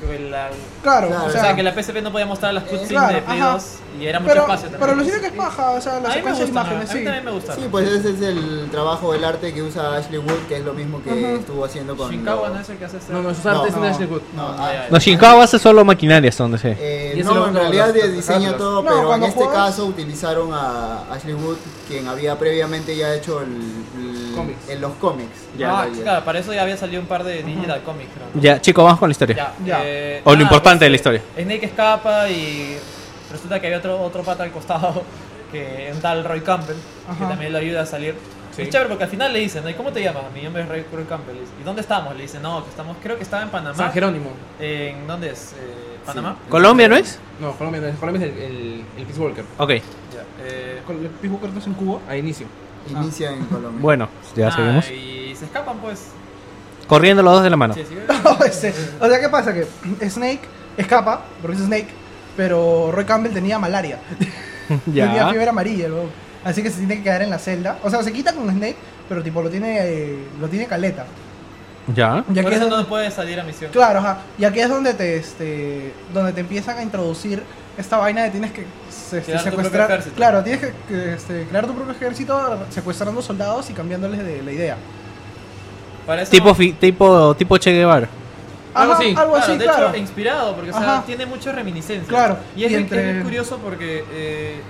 S4: Que la,
S10: Claro,
S8: Claro.
S10: Mm. o
S4: o
S10: sea,
S4: sea, que la PSP no podía mostrar las cutscenes
S10: claro,
S4: de Play
S10: ajá.
S4: 2 y era mucho
S10: pero,
S4: espacio también.
S10: pero lo cierto que es paja, o sea, la
S4: a mí me gusta,
S10: secuencia de imágenes,
S4: a mí
S10: sí.
S4: también me gusta.
S8: Sí, pues ese es el trabajo del arte que usa Ashley Wood, que es lo mismo que
S10: Ajá.
S8: estuvo haciendo con.
S4: Shinkawa
S8: los-
S4: no es el que hace este.
S5: No, no, sus artes
S8: No,
S5: en
S8: no,
S5: Ashley Wood.
S8: No,
S4: Ah, ya, ya.
S3: No, Shinkawa hace solo maquinarias donde se.
S8: Eh,
S5: Y eso lo-
S8: no, en
S5: lo-
S8: realidad
S5: lo-
S8: de
S5: lo-
S8: diseña
S5: lo-
S8: todo,
S10: No,
S8: pero en
S10: cuando
S8: este
S10: juegas-
S8: caso utilizaron a Ashley Wood, quien había previamente ya hecho el, el-
S5: Cómics.
S8: en los cómics.
S4: Ah,
S8: Vaya.
S4: claro, para eso ya había salido un par de Digital Comics, creo. ¿no?
S3: Ya, chicos, vamos con la historia.
S4: Ya,
S10: Ya.
S4: eh,
S3: O lo
S4: nada,
S3: importante
S4: pues,
S3: de la historia.
S4: Snake escapa y resulta que había otro, otro pata al costado, que un tal Roy Campbell, que
S10: Ajá.
S4: también lo ayuda a salir. Es chévere porque al final le dicen, ¿no? ¿y cómo te llamas? Mi nombre es Roy, Roy Campbell. Le dice, ¿Y dónde estamos? Le dicen, no, que estamos, creo que estaba en Panamá.
S5: San Jerónimo.
S4: ¿En dónde es? Eh, ¿Panamá?
S3: ¿Colombia no es?
S5: No, Colombia, no es- Colombia es el, el, el Peace Walker.
S3: Ok,
S4: Ya, eh,
S10: Con el Peace Walker no es en Cuba.
S5: A inicio.
S8: Inicia en Colombia.
S3: bueno, ya
S4: nada,
S3: seguimos.
S4: Ah, Y se escapan, pues.
S3: Corriendo los dos de la mano.
S4: Sí, sí.
S10: Ese- Oh, este, o sea, ¿qué pasa? Que Snake escapa, porque es Snake, pero Roy Campbell tenía malaria. Tenía
S3: Ya.
S10: fiebre amarilla, luego. Así que se tiene que quedar en la celda. O sea, se quita con Snake, pero tipo lo tiene, eh, lo tiene caleta.
S3: Ya.
S10: Y
S4: Por
S10: aquí es
S4: eso
S10: donde-
S4: no puede salir a misión.
S10: Claro, ajá. Y aquí es donde te, este, donde te empiezan a introducir esta vaina de tienes que se- este,
S4: Crear tu propio
S10: secuestrar.
S4: ejército.
S10: Claro, tienes que, que, este, crear tu propio ejército secuestrando soldados y cambiándoles de la idea.
S4: Para eso
S3: Tipo, fi- tipo, tipo Che Guevara.
S5: Algo
S10: Ajá,
S5: así.
S10: Algo
S4: Claro,
S10: así,
S4: de
S10: claro.
S4: hecho, inspirado, porque o sea,
S10: Ajá.
S4: tiene muchas reminiscencias.
S10: Claro,
S4: Y es,
S10: y
S4: bien-
S10: entre-
S4: es bien curioso porque eh,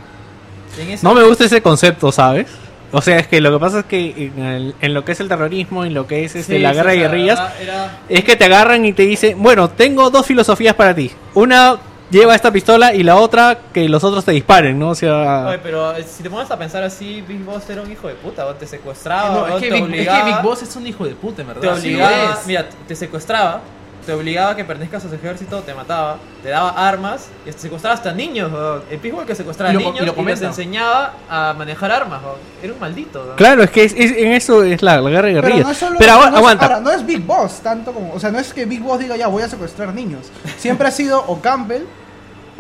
S4: en ese
S3: No me gusta ese concepto, ¿sabes? O sea, es que lo que pasa es que en, el- en lo que es el terrorismo, en lo que es este,
S4: Sí,
S3: la
S4: sí,
S3: guerra
S4: o
S3: de
S4: sea,
S3: guerrillas,
S4: era- era-
S3: es que te agarran y te dicen, bueno, tengo dos filosofías para ti. Una lleva esta pistola y la otra que los otros te disparen, ¿no? O
S10: Ah.
S3: sea...
S4: Oye, pero eh, si te pones a pensar así, Big Boss era un hijo de puta, o te secuestraba,
S5: No,
S4: o
S5: es, que
S4: Ah, te
S5: Big, es que
S4: obligaba,
S5: Big Boss es un hijo de puta, en verdad.
S4: te
S5: Sí
S4: obligaba,
S5: es.
S4: mira, te secuestraba, te obligaba a que pertenezcas a su ejército, te mataba, te daba armas, y te secuestraba hasta niños, weón. el Big Boss que secuestraba
S5: Y lo- y
S4: niños
S5: lo
S4: y, les
S5: comenta.
S4: enseñaba a manejar armas, weón. era un maldito. weón.
S3: Claro, es que es- es- en eso es la, la guerra de guerrillas. Pero,
S10: no es solo-
S3: agu-
S10: no es-
S3: aguanta.
S10: ahora, no es Big Boss tanto como. O sea, no es que Big Boss diga ya voy a secuestrar niños. Siempre ha sido o Campbell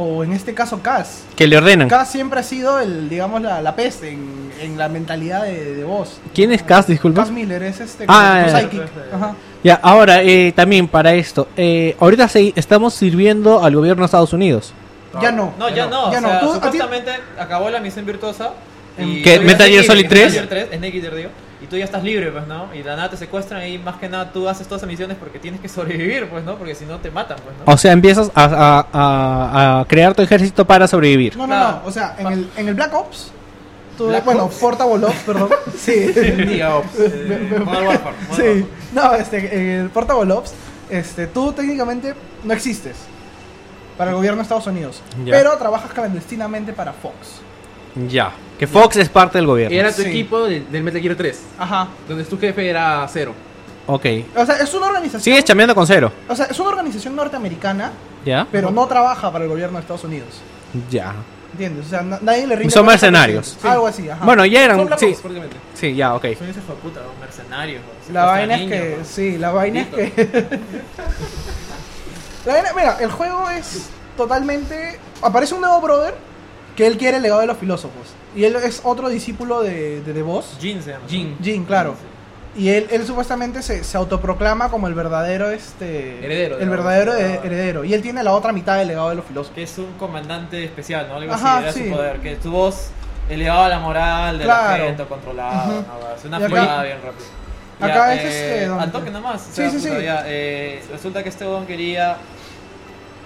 S10: o en este caso Cass.
S3: Que le ordenan.
S10: Cass siempre ha sido el, digamos, la, la peste en, en la mentalidad de, de Boss.
S3: ¿Quién es Cass? Disculpa.
S10: Cass Miller es este
S3: Ah,
S10: como
S3: ya,
S10: tipo
S4: ya,
S10: psychic.
S4: ya, ya.
S10: Ajá.
S3: Ya, ahora, eh, también para esto. eh, ahorita se- estamos sirviendo al gobierno de Estados Unidos.
S10: Ya no.
S4: No, ya no.
S10: Ya
S4: o
S10: no.
S4: sea,
S10: Tú- a ti-
S4: supuestamente acabó la misión virtuosa. y
S3: ¿Qué?
S4: tú ya
S3: ¿Metal
S4: estás
S3: Gear Solid
S4: libre, Metal
S3: 3?
S4: Gear 3, Snake Eater, digo. Y tú ya estás libre, pues, ¿no? Y de la nada te secuestran y más que nada tú haces todas esas misiones porque tienes que sobrevivir, pues, ¿no? Porque si no te matan, pues, ¿no?
S3: O sea, empiezas a, a- a- a crear tu ejército para sobrevivir.
S10: No, no,
S4: Claro.
S10: no. O sea, en el, en el Black Ops. tú-
S4: Black
S10: bueno,
S4: Ops.
S10: Portable Ops, perdón. sí.
S4: Eh, Modern Warfare, Modern
S10: Sí, no, este, en el Portable Ops, este, tú técnicamente no existes para el gobierno de Estados Unidos,
S3: Ya.
S10: pero trabajas clandestinamente para Fox.
S3: Ya. Que Fox es parte del
S5: Y
S3: gobierno.
S5: era tu
S10: Sí.
S5: equipo del, del Metal Gear 3,
S10: Ajá.
S5: donde tu jefe era cero.
S3: Ok.
S10: O sea, es una organización.
S3: Sigues chameando con cero.
S10: o sea, es una organización norteamericana,
S3: ¿Ya?
S10: pero no trabaja para el gobierno de Estados Unidos.
S3: Ya.
S10: ¿Entiendes? O sea, na- nadie le rinde.
S3: Son
S10: cuentas a los
S3: mercenarios.
S10: clientes. Algo así, ajá.
S3: Bueno, ya
S5: Son
S3: eran.
S5: blancos,
S3: Sí,
S5: prácticamente.
S3: sí, ya, ok.
S4: Son esos puta, los mercenarios. weón.
S10: La vaina es
S4: Niños,
S10: que.
S4: weón.
S10: Sí, la vaina es que. la vaina, mira, el juego es totalmente. Aparece un nuevo brother que él quiere el legado de los filósofos. Y él es otro discípulo de, de, de Boss.
S4: Jin se llama.
S5: Jin.
S10: Jin, claro. Y él, él supuestamente se, se autoproclama como el verdadero este.
S4: Heredero de
S10: El
S4: la-
S10: verdadero
S4: de la-
S10: he- heredero. Y él tiene la otra mitad del legado de los filósofos.
S4: Que es un comandante especial, ¿no? Algo
S10: Ajá,
S4: así, era
S10: sí.
S4: su poder. Que tu voz elevaba la moral de
S10: Claro.
S4: la gente, controlaba.
S10: Ujú.
S4: una weá así, una
S10: Y acá-
S4: fumada bien rápido. Y
S10: acá
S4: ya,
S10: es
S4: eh,
S10: este, donde-
S4: Al toque nomás.
S10: Sí,
S4: o sea,
S10: sí,
S4: puta,
S10: sí.
S4: ya, eh, resulta que este weón quería.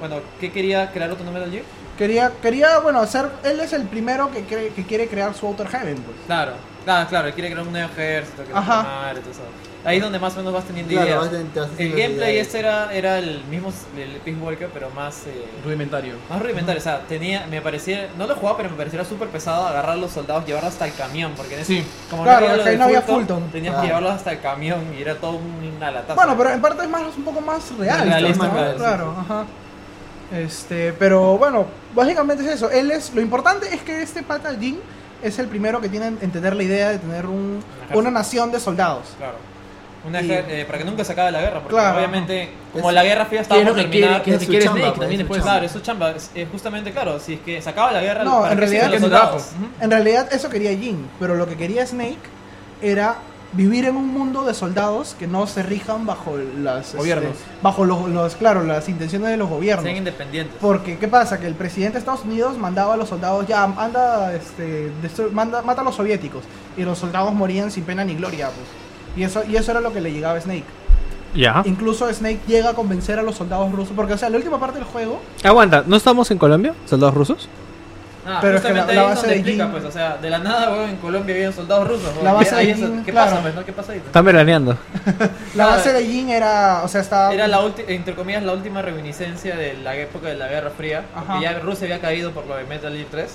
S4: Bueno, ¿qué quería crear otro número allí?
S10: Quería, quería, bueno, hacer. Él es el primero que, cree, que quiere crear su Outer Heaven, pues.
S4: Claro, claro, claro, él quiere crear un nuevo ejército, que
S10: Ajá.
S4: tomar y todo eso. Ahí es donde más o menos vas teniendo
S8: Claro,
S4: ideas.
S8: vas ten- te vas
S4: el
S8: haciendo
S4: gameplay
S8: ideas.
S4: este era, era el mismo, s- el Peace Walker, pero más... eh,
S5: Rudimentario.
S4: más rudimentario, o sea, tenía, me parecía, no lo jugaba, pero me pareciera súper pesado agarrar los soldados, llevarlos hasta el camión, porque en ese,
S5: Sí.
S4: como
S10: Claro,
S4: lo
S10: acá
S4: de
S10: no había Fulton.
S4: tenías
S8: Claro.
S4: que llevarlos hasta el camión y era todo una lataza.
S10: Bueno, pero en parte es más un poco más real.
S4: Realista,
S10: ¿no?
S4: claro,
S10: claro,
S4: sí,
S10: ajá. Este, pero bueno, básicamente es eso. Él es lo importante es que este pata Jin es el primero que tiene en tener la idea de tener un-
S4: ejército.
S10: una nación de soldados.
S4: Claro. Una
S10: Y-
S4: ejer- eh, para que nunca se acabe la guerra, porque
S10: Claro.
S4: obviamente, como
S8: Es-
S4: la guerra fría estaba
S5: ¿Qué es lo
S4: por
S5: que quiere,
S4: terminar,
S5: qué es lo que
S8: es su
S5: quiere
S8: chamba,
S5: Snake
S8: pues,
S5: también
S8: es su
S5: después?
S4: Claro, es su chamba. Es, es justamente, claro, si es que se acaba la guerra...
S10: No, en
S4: benefician
S10: realidad
S4: a los
S10: que es un
S4: soldados.
S5: trabajo.
S4: Ujú.
S10: En realidad eso quería Jin, pero lo que quería Snake era vivir en un mundo de soldados que no se rijan bajo las este,
S5: Gobiernos.
S10: bajo los, los- claro, las intenciones de los gobiernos.
S4: Sean independientes.
S10: Porque, ¿qué pasa? Que el presidente de Estados Unidos mandaba a los soldados, ya, anda, este, destru- manda, mata a los soviéticos. Y los soldados morían sin pena ni gloria, pues. Y eso, y eso era lo que le llegaba a Snake.
S3: Ya.
S10: Incluso Snake llega a convencer a los soldados rusos. Porque, o sea, la última parte del juego.
S3: Aguanta, ¿no estamos en Colombia? ¿Soldados rusos?
S4: Ah,
S10: Pero es que
S4: justamente
S10: la- la
S4: ahí es
S10: base
S4: donde
S10: de
S4: explica,
S10: Jin-
S4: pues, o sea, de la nada, weón, en Colombia viven soldados rusos, weón,
S10: La
S4: y
S10: base
S4: ahí
S10: de
S4: es-
S10: Jin,
S4: ¿Qué
S10: claro.
S4: pasa, pues, no? ¿Qué pasa ahí? pues?
S3: Están veraneando.
S10: La
S4: Claro.
S10: base de Jin era. O sea, estaba.
S4: Era la última, entre comillas, la última reminiscencia de la época de la Guerra Fría,
S10: Ajá.
S4: porque ya Rusia había caído por lo de Metal Gear 3,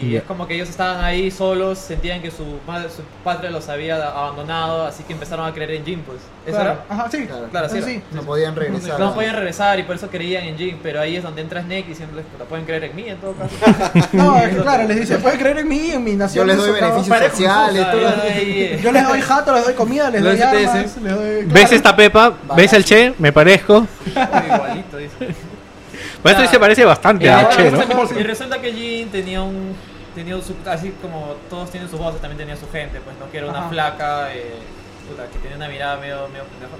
S4: y
S3: Ya.
S4: es como que ellos estaban ahí solos, sentían que su, madre, su patria los había abandonado, así que empezaron a creer en Jin, pues. ¿Eso
S10: claro.
S4: era?
S10: Ajá, sí.
S8: Claro.
S4: Claro, sí
S10: sí.
S4: era.
S8: No podían regresar.
S4: No podían regresar y por eso creían en Jin, pero ahí es donde entra Snake diciéndoles, puta, pueden creer en mí en todo caso.
S10: No, es que, claro, les dice, puede creer en mí, en mi
S8: Yo
S10: nación.
S8: les
S10: de
S8: doy
S10: soldados".
S8: beneficios sociales,
S4: Claro,
S8: todo.
S4: yo ahí, eh,
S10: Yo les doy jato, les doy comida, les
S5: Los
S10: doy
S5: STS.
S10: armas,
S4: E.
S10: les doy.
S3: ¿Ves
S10: claro.
S3: esta Pepa? ¿Ves al Che? Me parezco.
S4: Igualito, dice.
S3: Bueno, esto se parece bastante
S4: Y
S3: a
S4: ahora
S3: Che, ¿no?
S4: resulta- Y resulta que Jin tenía un. Tenía su, así como todos tienen sus voces, también tenía su gente, pues no que era una
S10: Ajá.
S4: flaca, eh, puta, que tenía una mirada medio, medio pendejo.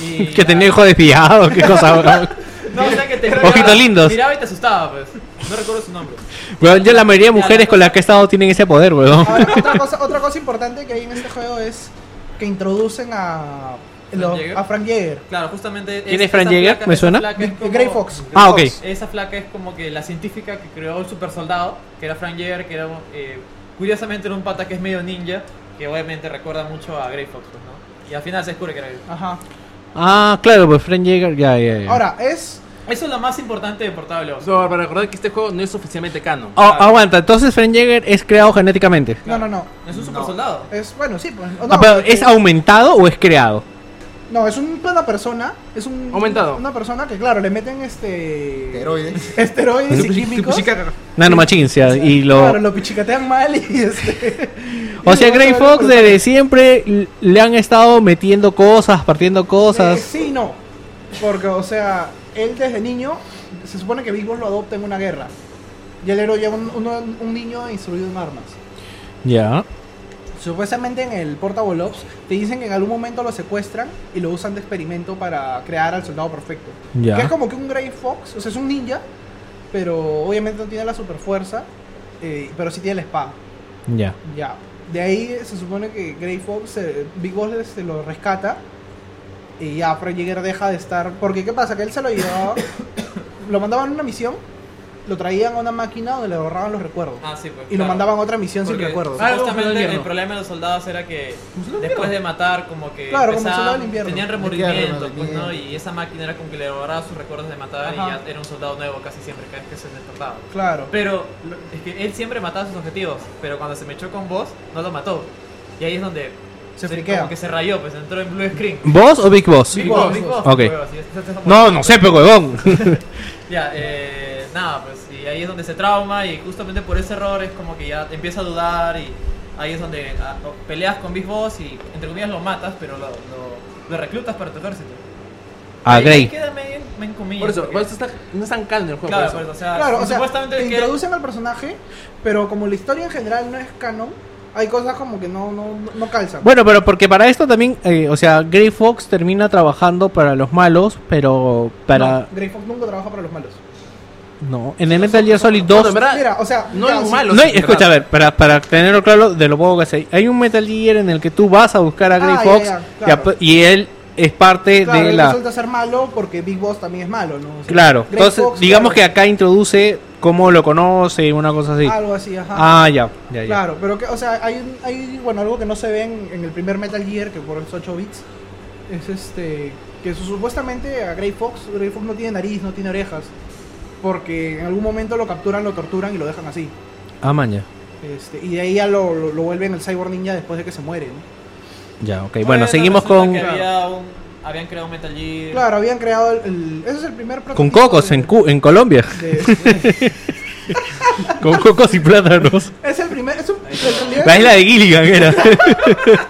S4: Y
S3: Que tenía
S4: nada.
S3: hijo desviado, qué cosa. weón.
S4: No, o sea que te
S3: Ojitos
S4: miraba-
S3: lindos.
S4: Miraba y te asustaba, pues. No recuerdo su nombre.
S3: Weón, ya la mayoría de mujeres con las que he estado tienen ese poder, weón.
S10: Ahora, otra, cosa, otra cosa importante que hay en este juego es que introducen a, lo-
S4: Jäger?
S10: a Frank Jäger.
S4: Claro, justamente.
S3: ¿Quién
S4: es-
S3: es Fran
S4: esa
S3: Jäger?
S4: flaca-
S3: ¿Me
S4: esa
S3: suena?
S4: flaca es como-
S10: Grey Fox.
S3: Ah,
S10: Grey
S3: ok.
S10: Fox.
S4: Esa flaca es como que la científica que creó el super soldado, que era Frank Jäger, que era eh, curiosamente era un pata que es medio ninja, que obviamente recuerda mucho a Grey Fox, pues, ¿no? Y al final se descubre que era Grey Fox.
S10: Ajá.
S3: Ah, claro, pues Frank Jäger, ya, ya, ya.
S10: Ahora, es.
S4: Eso es lo más importante de Portable Ops.
S5: So, para recordar que este juego no es oficialmente canon.
S3: Ah, aguanta, entonces Frank Jäger es creado genéticamente.
S10: No, no, no.
S4: Es un super soldado.
S10: Es, bueno, sí, pues. no,
S3: ah, pero
S10: porque-
S3: ¿es aumentado o es creado?
S10: No, es un- una persona. Es un.
S5: Aumentado.
S10: Una persona que, claro, le meten este.
S8: Esteroides.
S10: Esteroides y químicos.
S3: Nanomachines, ya, y lo...
S10: Claro, lo pichicatean mal y este.
S3: O sea,
S10: y lo
S3: Grey
S10: botan a
S3: Fox
S10: la
S3: desde siempre l- le han estado metiendo cosas, partiendo
S10: Eh,
S3: cosas.
S10: sí, no. Porque, o sea, él desde niño, se supone que Big Boss lo adopta en una guerra. Y él era ya un, un- un niño instruido en armas.
S3: Ya.
S10: Supuestamente en el Portable Ops te dicen que en algún momento lo secuestran y lo usan de experimento para crear al soldado perfecto.
S3: Ya.
S10: Que es como que un Grey Fox, o sea, es un ninja, pero obviamente no tiene la super fuerza, pero sí tiene la espada.
S3: Ya.
S10: Ya. De ahí se supone que Grey Fox, eh, Big Boss este, lo rescata. Y ya Frank Jäger deja de estar. Porque, ¿qué pasa? Que él se lo llevaba. lo mandaban a una misión. Lo traían a una máquina donde le borraban los recuerdos.
S4: Ah, sí, pues,
S10: y lo
S4: claro.
S10: mandaban a otra misión
S4: Porque
S10: sin recuerdos.
S5: Ah, Algo como el
S4: Justamente el
S5: invierno.
S4: problema de los soldados era que después de matar, como que
S10: Claro, como el soldado
S4: empezaban-
S10: del invierno.
S4: tenían
S8: Claro,
S4: remordimientos, pues,
S8: remordimiento.
S4: ¿no? Y esa máquina era como que le borraba sus recuerdos de matar
S10: Ajá.
S4: y ya era un soldado nuevo casi siempre, cada vez que se despertaba.
S10: Claro.
S4: Pero lo- es que él siempre mataba sus objetivos, pero cuando se mechó con vos, no lo mató. Y ahí es donde
S10: Se friquea.
S4: Como que se rayó, pues entró en blue screen.
S3: ¿Vos o Big Boss?
S4: Big Boss, Big Boss,
S3: Ok.
S4: huevos, y es- es- es-
S3: No, no sé, pero huevón.
S4: Ya, eh, nada, pues, y Y ahí es donde se trauma y justamente por ese error es como que ya te empieza a dudar y ahí es donde ah, o- peleas con Big Boss y entre comillas lo matas, pero lo, lo- lo reclutas para tu ejército.
S3: Ah,
S4: Y ahí
S3: Grey.
S4: queda medio en- medio en comillas,
S5: Por eso,
S4: porque-
S5: por eso está- no es tan calmo el juego.
S4: Claro,
S5: por
S4: pues,
S5: eso.
S4: o sea,
S10: Claro, o sea,
S4: supuestamente
S10: te
S4: que-
S10: introducen al personaje, pero como la historia en general no es canon, hay cosas como que no, no, no calzan.
S3: Bueno, pero porque para esto también, eh, o sea, Grey Fox termina trabajando para los malos, pero para...
S10: No, Grey Fox nunca trabaja para los malos.
S3: No, en el Metal Gear Solid 2...
S5: No, en verdad,
S10: Mira, o sea,
S5: no
S10: ya,
S5: es un
S10: sí,
S5: malo.
S3: No hay-
S5: en verdad.
S3: escucha, a ver, para, para tenerlo claro de lo poco que sé, hay un Metal Gear en el que tú vas a buscar a Grey
S10: Ah, ya,
S3: Fox
S10: ya,
S3: y
S10: claro.
S3: ap- y, él es parte
S10: Claro,
S3: de
S10: él
S3: la...
S10: resulta ser malo porque Big Boss también es malo, ¿no? O sea,
S3: Claro,
S10: Grey
S3: entonces
S10: Fox,
S3: digamos que
S10: claro,
S3: acá introduce cómo lo conoce, una cosa así.
S10: Algo así, ajá.
S3: Ah, ya, ya, ya.
S10: Claro, pero que, o sea, hay, un- hay bueno, algo que no se ve en, en el primer Metal Gear, que por los 8 bits, es este, que su- supuestamente a Grey Fox, Grey Fox no tiene nariz, no tiene orejas, porque en algún momento lo capturan, lo torturan y lo dejan así.
S3: Ah, maña.
S10: Este, y de ahí ya lo, lo, lo vuelven el Cyborg Ninja después de que se muere. ¿no?
S3: Ya, ok. Bueno,
S4: Bueno,
S3: seguimos
S4: resulta
S3: con,
S4: que había un- habían creado un Metal Gear.
S10: Claro, habían creado el, el- ese es el primer
S3: con
S10: prototipo
S3: Cocos
S10: de-
S3: en, Cu- en Colombia.
S10: de-
S3: con Cocos y plátanos.
S10: es el primer, es un, en realidad,
S3: La isla de Gilligan era.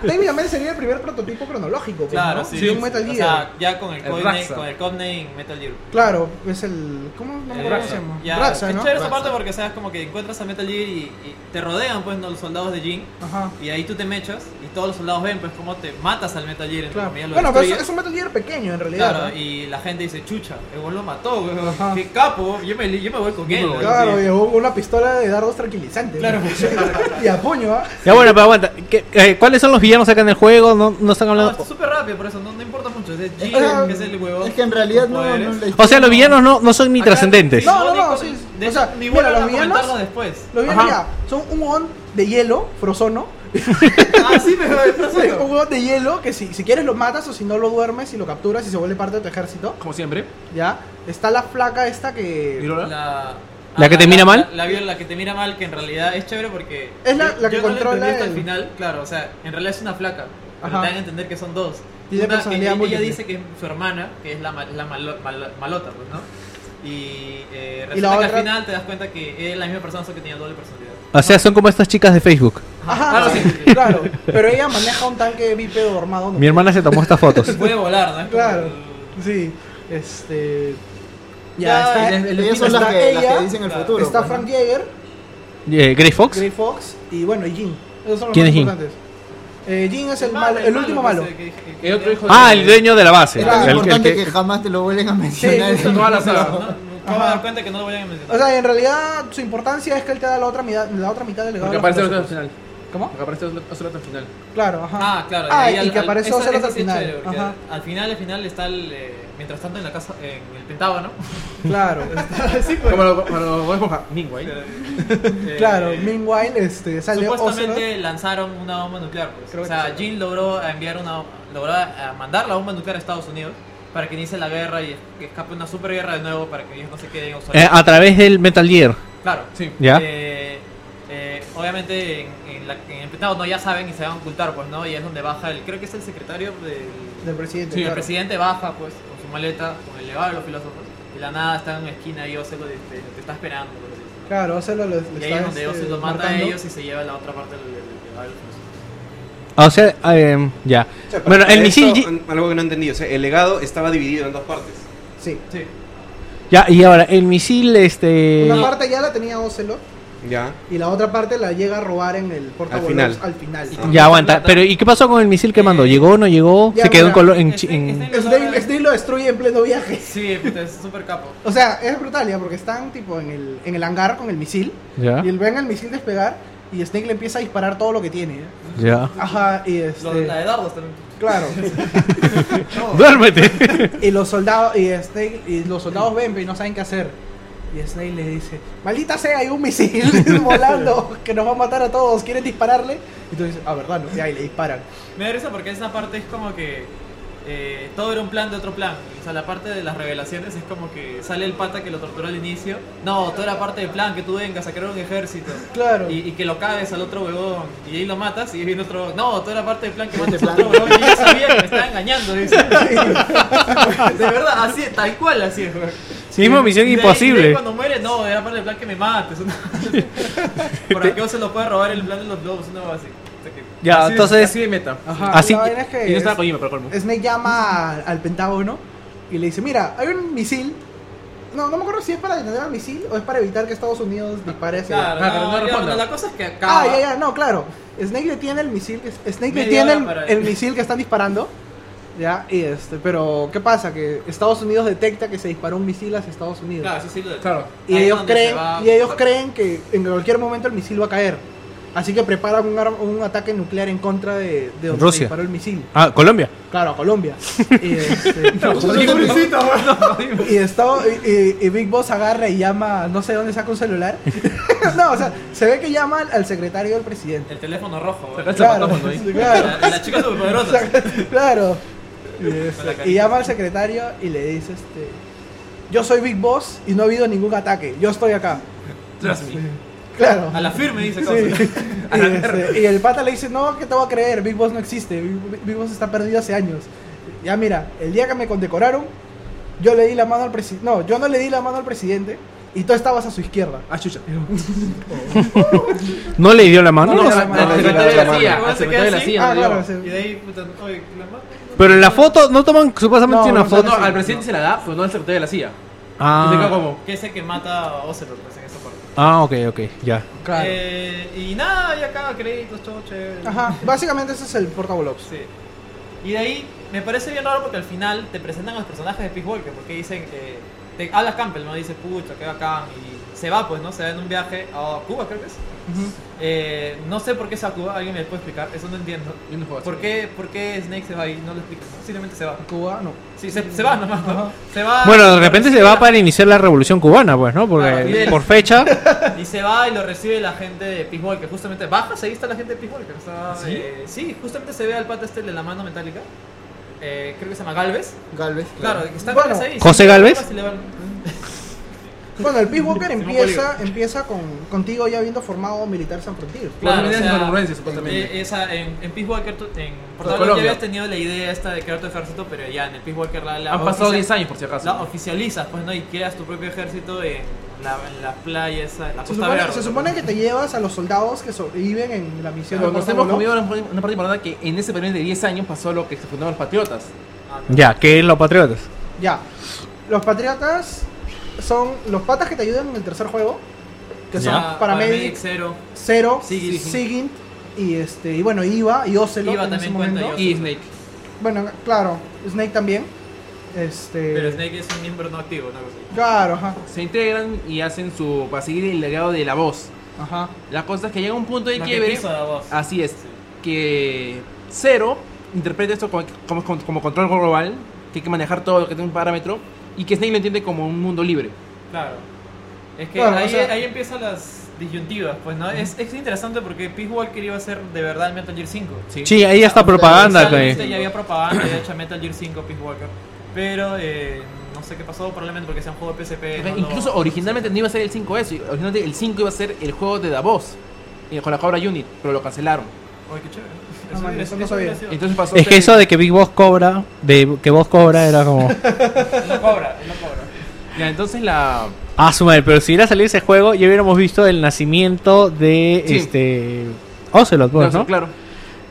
S10: técnicamente sería el primer prototipo cronológico, pues,
S4: Claro,
S10: ¿no?
S4: sí.
S10: De un Metal
S4: O
S10: Gear.
S4: sea, ya con el,
S5: El
S4: codename,
S5: Raxa.
S4: con el codename Metal Gear.
S10: Claro, es el. ¿Cómo no me acuerdo cómo
S4: Eh,
S10: se llama?
S4: Ya,
S10: Raxa,
S4: es
S10: ¿no?
S4: chévere esa parte porque, o sea, es como que encuentras a Metal Gear y, y te rodean, pues, los soldados de Jin.
S10: Ajá.
S4: Y ahí tú te mechas y todos los soldados ven, pues, cómo te matas al Metal Gear. entre
S10: Claro.
S4: comillas, lo
S10: Bueno, pero es,
S4: destruyes.
S10: es un Metal Gear pequeño en realidad.
S4: Claro,
S10: ¿no?
S4: y la gente dice, chucha, el weón lo mató, weón.
S10: Ajá.
S4: Qué capo, yo me, li- yo me voy con él.
S10: Claro,
S4: así.
S10: y hubo una pistola de dardos tranquilizantes.
S4: Claro.
S10: y a puño, ¿ah?
S3: ya, bueno, pero aguanta. ¿Qué- eh, ¿Cuáles son los villanos acá en el juego? No, no están
S4: No,
S3: hablando.
S10: Ah,
S4: es súper rápido, por eso no, no importa mucho. Es Jin,
S10: sea,
S4: que es el huevón.
S8: Es que en realidad
S4: con
S8: no, no,
S4: poderes.
S8: la
S3: o sea,
S8: historia
S3: los
S8: no-
S3: villanos no, no son ni
S4: Acá-
S3: trascendentes.
S10: No, no, no,
S4: ni-
S10: sí.
S4: de
S10: O sea,
S4: hecho, ni
S10: mira,
S4: bueno
S10: los
S4: a
S10: villanos-
S4: comentarlo después.
S10: Lo bien ya. Son un on de hielo, frozono.
S4: Ah, sí, me
S10: un on de hielo que si, si quieres lo matas o si no lo duermes y lo capturas y se vuelve parte de tu ejército.
S5: Como siempre.
S10: Ya. Está la flaca esta que.
S5: Mirola.
S4: La, ah,
S3: ¿La que te mira mal?
S4: La, la viola, la que te mira mal, que en realidad es chévere porque.
S10: Es la-
S4: yo-
S10: la que
S4: yo no
S10: controla
S4: entendí hasta
S10: el-
S4: el final, claro, o sea, en realidad es una flaca. Pero
S10: Ajá.
S4: te dan a entender que son dos.
S10: Tiene
S4: Una-
S10: personalidad
S4: ella- Ella
S10: múltiple.
S4: dice que es su hermana, que es la, ma- la malo- malo- malota, pues, ¿no? Y eh,
S10: Y
S4: resulta
S10: la
S4: que
S10: otra-
S4: al final te das cuenta que es la misma persona, solo que tenía doble personalidad.
S3: O sea, son como estas chicas de Facebook.
S10: Ajá,
S4: Algo
S10: sí,
S4: así.
S10: claro. Pero ella maneja un tanque bípedo armado. ¿no?
S3: Mi hermana se tomó estas fotos.
S4: Puede volar, ¿no? Es como
S10: Claro.
S4: el-
S10: Sí. Este.
S4: Ya,
S10: Ya,
S4: y
S10: está,
S4: el- el-
S8: Ellas son
S10: está
S8: las que, las que
S10: ella,
S8: dicen el
S4: claro,
S8: futuro.
S10: está
S8: pues, ¿no?
S10: Frank Jaeger,
S3: Eh, Grey Fox.
S10: Grey Fox y bueno, y Jin. Esos son los
S3: ¿Quién
S10: más
S3: es Jin?
S10: importantes. Eh, Jin es el, malo, el, último malo.
S4: ese pues, que dije- que-
S5: El otro hijo
S3: Ah, el dueño de la base.
S8: Es tan
S3: El- el
S8: importante
S3: que-
S8: que jamás te lo vuelven a mencionar. eh,
S10: justo,
S8: en-
S5: toda la
S4: No,
S5: saga.
S4: no, no, acabo de dar cuenta que no lo voy a mencionar.
S10: O sea, en realidad su importancia es que él te da la otra mitad, la otra mitad del legado.
S5: Porque
S10: de los
S5: aparece otro al
S10: filósofos.
S5: final.
S10: ¿Cómo?
S5: Porque aparece otro al final.
S10: Claro, ajá.
S4: Ah, claro.
S10: Ah,
S4: ahí
S10: y
S4: al-
S10: que
S4: al-
S10: apareció
S4: eso-
S10: Ocelot
S4: eso
S10: al
S4: sí es chévere,
S10: final.
S4: porque
S10: Ajá,
S4: Al final, al final está el. eh, mientras tanto en la casa, en el Pentágono.
S10: claro. este,
S4: sí,
S5: Como lo, como lo voy a esponjar. Meanwhile.
S4: Eh,
S10: claro, meanwhile, este, sale
S4: Supuestamente
S10: Ocelot.
S4: lanzaron una bomba nuclear. pues.
S10: Creo
S4: O
S10: que
S4: sea,
S10: sí.
S4: Jin logró enviar una, logró eh, mandar la bomba nuclear a Estados Unidos para que inicie la guerra y que escape una superguerra de nuevo para que ellos no se queden en
S3: eh,
S4: Australia.
S3: a través del Metal Gear.
S4: Claro.
S5: Sí.
S3: ¿Ya?
S4: Eh, eh, obviamente en, en la- en el Pentágono ya saben y se van a ocultar, pues, ¿no? Y es donde baja el, creo que es el secretario del,
S10: Del presidente.
S4: Sí, el
S10: claro.
S4: presidente baja, pues, con su maleta, con el legado de los filósofos. De la nada está en una esquina y Ocelot te, te- te está esperando. por así decirlo.
S10: Claro, Ocelot lo, eh,
S4: Y ahí es donde Ocelot lo mata a
S10: este, marcando.
S4: ellos y se lleva a la otra parte del, del legado de los filósofos.
S3: O sea, eh, ya. Bueno, el
S7: Esto,
S3: misil. Yi-
S7: Algo que no entendí, o sea, el legado estaba dividido en dos partes.
S10: Sí.
S4: Sí.
S3: Ya, y ahora, el misil, este.
S10: Una parte ya la tenía Ocelot
S7: Ya.
S10: y la otra parte la llega a robar en el portavoz
S7: final.
S10: al final. Ah.
S3: Ya aguanta, pero ¿y qué pasó con el misil que mandó? ¿Llegó o no llegó?
S10: Ya,
S3: ¿Se quedó en
S10: mira,
S3: color? En,
S4: este-
S3: chi- en-
S4: este-
S10: Snape, Snape lo destruye en pleno viaje.
S4: Sí, puta, es súper capo.
S10: O sea, es brutal ya, porque están tipo en el, en el hangar con el misil.
S5: ¿Ah?
S3: Ya,
S10: Y él ven el misil despegar y Snake le empieza a disparar todo lo que tiene. ¿eh?
S3: ya.
S10: Ajá, y
S4: Lo-
S10: este.
S4: La de dardos también.
S10: Claro.
S3: ¡Duérmete!
S10: Y los soldados, y Snake, y los soldados ven y no saben qué hacer. Y Snake le dice, maldita sea, hay un misil volando que nos va a matar a todos, ¿quieren dispararle? Y tú dices, ah, verdad, no, ya, y le disparan.
S4: Me da risa porque esa parte es como que eh, todo era un plan de otro plan. O sea, la parte de las revelaciones es como que sale el pata que lo torturó al inicio. No, todo era parte del plan, que tú vengas a crear un ejército.
S10: Claro.
S4: Y, y que lo cagues al otro huevón. Y ahí lo matas y ahí viene otro. No, todo era parte del plan que mates al
S8: plan.
S4: otro huevón. Y yo ya sabía que me estaba engañando, dice. De verdad, así, tal cual así es, huevón.
S3: Mismo misión
S4: Y de ahí- de ahí
S3: imposible.
S4: cuando muere, no, era para el plan que me mates. una- Para que no se lo pueda robar el plan de los globos, una cosa así. O sea que-
S3: Ya,
S5: Así de-
S3: entonces.
S5: así de meta.
S10: Ajá,
S3: Así-
S10: la vaina es que
S5: Ah, Y no estaba
S10: es-
S5: Kojima, pero colmo.
S10: Snake llama al, al Pentágono y le dice, mira, hay un misil. No, no me acuerdo si es para detener el misil o es para evitar que Estados Unidos dispare hacia...
S4: Claro,
S5: Ah, pero
S4: no,
S5: no
S4: ya,
S5: responda.
S4: bueno, la cosa es que acaba.
S10: Ah, ya, ya, no, claro. Snake detiene el misil, que- Snake
S4: Media
S10: detiene
S4: hora
S10: el,
S4: para-
S10: el misil que están disparando. Ya, y este, pero ¿qué pasa? Que Estados Unidos detecta que se disparó un misil hacia Estados Unidos.
S4: Claro, eso sí lo
S5: Claro.
S10: Y
S4: Ahí es
S10: ellos,
S4: donde se
S10: creen,
S4: va-
S10: y ellos creen que en cualquier momento el misil va a caer. Así que preparan un, arma- un ataque nuclear en contra de, de donde
S3: Rusia.
S10: se disparó el misil.
S3: Ah, Colombia.
S10: Claro, a Colombia. y, este, y, estaba- y- y- y Big Boss agarra y llama, no sé dónde saca un celular. no, o sea, se ve que llama al secretario del presidente.
S4: El teléfono rojo, güey.
S10: Claro,
S4: La,
S10: claro,
S4: la chica superpoderosa.
S10: claro. Y, este,
S4: Con la carita.
S10: y llama al secretario y le dice, este, yo soy Big Boss y no ha habido ningún ataque, yo estoy acá.
S4: Trust me.
S10: Claro.
S4: A la firme, dice
S10: Sí.
S4: causa.
S10: Y, este, y el pata le dice, no, que te voy a creer, Big Boss no existe, Big, Big Boss está perdido hace años. Ya mira, el día que me condecoraron, yo le di la mano al presidente, no, yo no le di la mano al presidente y tú estabas a su izquierda.
S5: Ah, chucha.
S3: ¿No le dio la mano?
S10: No, no,
S5: Al
S10: no, no,
S5: secretario
S4: no,
S5: de la
S4: no, no,
S5: CIA.
S4: no,
S5: Al secretario de la
S4: no,
S5: CIA.
S10: ah,
S5: no
S10: claro,
S5: digo.
S10: sí.
S4: Y de ahí, puta, oye, la mano.
S3: Pero en la foto, ¿no toman supuestamente
S10: No,
S3: tiene una
S10: no,
S5: O sea,
S3: foto?
S5: no, al presidente se la da, pero no al secretario de la CIA. Y se queda
S3: Ah,
S5: como.
S4: Que es el que mata a Ocelot, pues, en esa parte.
S3: ah, ok, ok, ya.
S4: Eh, y nada, y acá créditos, todo chévere.
S10: Ajá, básicamente ese es el portavoz.
S4: Sí. Y de ahí me parece bien raro porque al final te presentan a los personajes de Peace Walker porque dicen que. Te, habla Campbell, ¿no? Dice, pucha, qué bacán. Y se va, pues, ¿no? Se va en un viaje a Cuba, creo que es. Eh, no sé por qué se va a Cuba, alguien me puede explicar, eso no entiendo.
S5: Yo no juego así.
S4: ¿Por qué, ¿Por qué Snake se va ahí? No lo explico, simplemente se va.
S10: Cuba, no.
S4: Sí, se,
S5: Mm,
S4: se va nomás, ¿no? Se va.
S3: Bueno, de repente se va
S4: para
S3: para iniciar la revolución cubana, pues, ¿no?
S5: Ah,
S4: Claro,
S3: Porque
S4: Fidel.
S3: por fecha.
S4: Y se va y lo recibe la gente de Peace Walker. Justamente baja, se vista la gente de Peace Walker. Está, ¿Sí? sí, justamente se ve al pata este de la mano metálica. Eh, creo que se llama Galvez.
S8: Galvez.
S4: Claro, que está
S10: Bueno,
S4: Galvez ahí.
S3: ¿José
S4: Sí,
S3: Galvez?
S4: capaz y le van-
S10: Bueno, el Peace Walker empieza, empieza con, contigo ya habiendo formado Militar San Frontier.
S5: Claro,
S4: Claro, o
S5: tiene
S4: sea,
S5: incongruencia, supuestamente.
S4: eh, esa, en, en Peace Walker, tú- en Portal ya
S5: Colombia.
S4: habías tenido la idea esta de crear tu ejército, pero ya en el Peace Walker la, la
S5: Han pasado
S4: oficial-
S5: 10 años, por si
S4: La
S5: acaso.
S4: oficializas, pues, ¿no? Y creas tu propio ejército en la, en la playa, esa, la
S10: Se
S4: costa
S10: supone,
S4: verde.
S10: se supone que te llevas a los soldados que sobreviven en la misión
S5: Pero
S10: de
S5: nos hemos
S10: Portavoz.
S5: comido una una parte importante que en ese periodo de 10 años pasó lo que se fundaron los patriotas.
S4: Ah,
S3: Ya, que es los patriotas.
S10: Ya. Los patriotas son los patas que te ayudan en el tercer juego. Que son
S4: Ya, Paramedic
S10: Paramedic,
S4: Zero.
S10: Zero,
S4: Sigint.
S10: Sigint y este y bueno, Iva y Ocelot
S4: Iva
S10: en ese
S4: también cuenta,
S10: momento.
S5: Y Snake.
S10: Bueno, claro, Snake también. Este
S4: Pero Snake es un miembro no activo, una cosa así.
S10: Claro, ajá.
S5: Se integran y hacen su. para seguir el legado de la voz.
S10: Ajá.
S5: La cosa es que llega un punto de
S4: La que
S5: quiebre.
S4: quiso la voz.
S10: Ah.
S5: Así es. Que Cero interpreta esto como, como- como- como control global, que hay que manejar todo lo que tiene un parámetro, y que Snake lo entiende como un mundo libre.
S4: Claro. Es que
S10: Claro, o
S4: ahí,
S10: sea-
S4: ahí empiezan las disyuntivas, pues, ¿no? Es, es interesante porque Peace Walker iba a ser de verdad el Metal Gear 5.
S3: Sí, ahí está propaganda.
S4: Inicialmente
S3: que-
S4: Ya había propaganda, había hecho Metal Gear 5 Peace Walker. Pero eh, no sé qué pasó, probablemente porque sea un juego de PSP.
S5: Ok,
S4: no lo-
S5: Incluso originalmente no iba a ser el 5S, originalmente el 5 iba a ser el juego de Davos, eh, con la Cobra Unit, pero lo cancelaron.
S4: Oye, qué chévere.
S10: Ah, man, eso no
S4: hubiera
S10: sabía.
S4: sido-
S5: Entonces pasó
S3: Es que
S5: ser-
S3: eso de que Big Boss cobra, de que vos cobra, era como.
S4: No cobra, no cobra.
S5: Ya, entonces la...
S3: Ah, su madre, pero si hubiera salido ese juego, ya hubiéramos visto el nacimiento de
S5: Sí.
S3: este. Ocelot, pues,
S5: no,
S3: ¿no?
S5: Claro.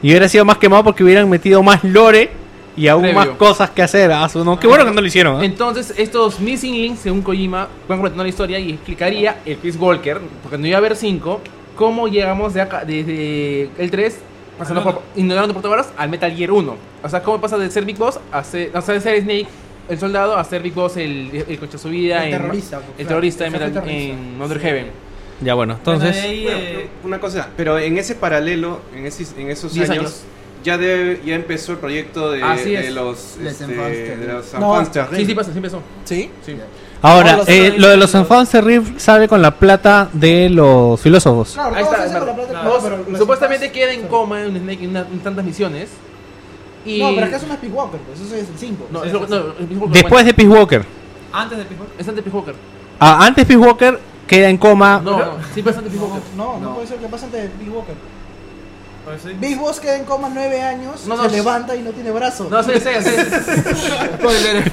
S3: Y hubiera sido más quemado porque hubieran metido más lore y aún
S5: Previo.
S3: más cosas que hacer. Ah, su- no, qué bueno que no lo hicieron. ¿eh?
S5: Entonces estos Missing Links, según Kojima, van completando la historia y explicaría el Peace Walker, porque no iba a haber 5, cómo llegamos de acá, desde el 3, pasando
S4: Al uno.
S5: por, ignorando por todas al Metal Gear 1. O sea, cómo pasa de ser Big Boss a ser, o sea, de ser Snake, el soldado, a ser Big Boss, el, el concha su vida,
S10: El
S5: en-
S10: terrorista, pues,
S5: el
S10: claro,
S5: terrorista
S10: el jefe
S5: en, Metal,
S10: terrorista.
S5: en Under Heaven.
S3: Ya bueno,
S4: Bueno, de
S3: entonces.
S4: ahí,
S7: Bueno,
S4: eh,
S7: una cosa, pero en ese paralelo, en, ese- en esos
S5: Diez
S7: años,
S5: años.
S7: Ya, debe- ya empezó el proyecto de,
S5: Así
S7: de
S5: es.
S7: los
S8: Les
S7: este,
S8: Enfants
S7: de
S8: Terribles.
S7: los
S10: No.
S7: Enfants Terribles.
S5: Sí, pues. sí, pasa, sí empezó.
S10: ¿Sí?
S5: Sí.
S3: Ahora,
S4: Ahora,
S3: eh,
S4: sí,
S3: lo de los
S4: sí,
S3: Enfants Terribles sale con la plata de los filósofos.
S10: Claro,
S5: Ahí
S10: todos
S5: está,
S10: hacen con la
S5: claro.
S10: plata que-
S5: Todos
S10: no, pero los
S5: supuestamente
S10: Spas-
S5: queda en
S10: sorry.
S5: coma en, un Snake, en, una- en tantas misiones. Y
S10: No, pero es que eso no es Peace Walker, pues eso es el 5.
S5: No, es lo- no, el Peace Walker
S3: Después
S5: cuenta.
S3: de Peace Walker.
S4: antes de Peace Walker.
S5: Es antes de Peace Walker.
S3: Ah, antes Peace Walker queda en coma.
S5: No, no, sí, bastante Peace Walker.
S10: No, no,
S8: No.
S10: puede ser que pase antes de Peace Walker.
S4: Pues sí.
S10: Big Boss queda en coma nueve años,
S5: No,
S10: se
S5: no, sí.
S10: levanta y no tiene brazo.
S5: No, sí, sí, sí. Spoiler.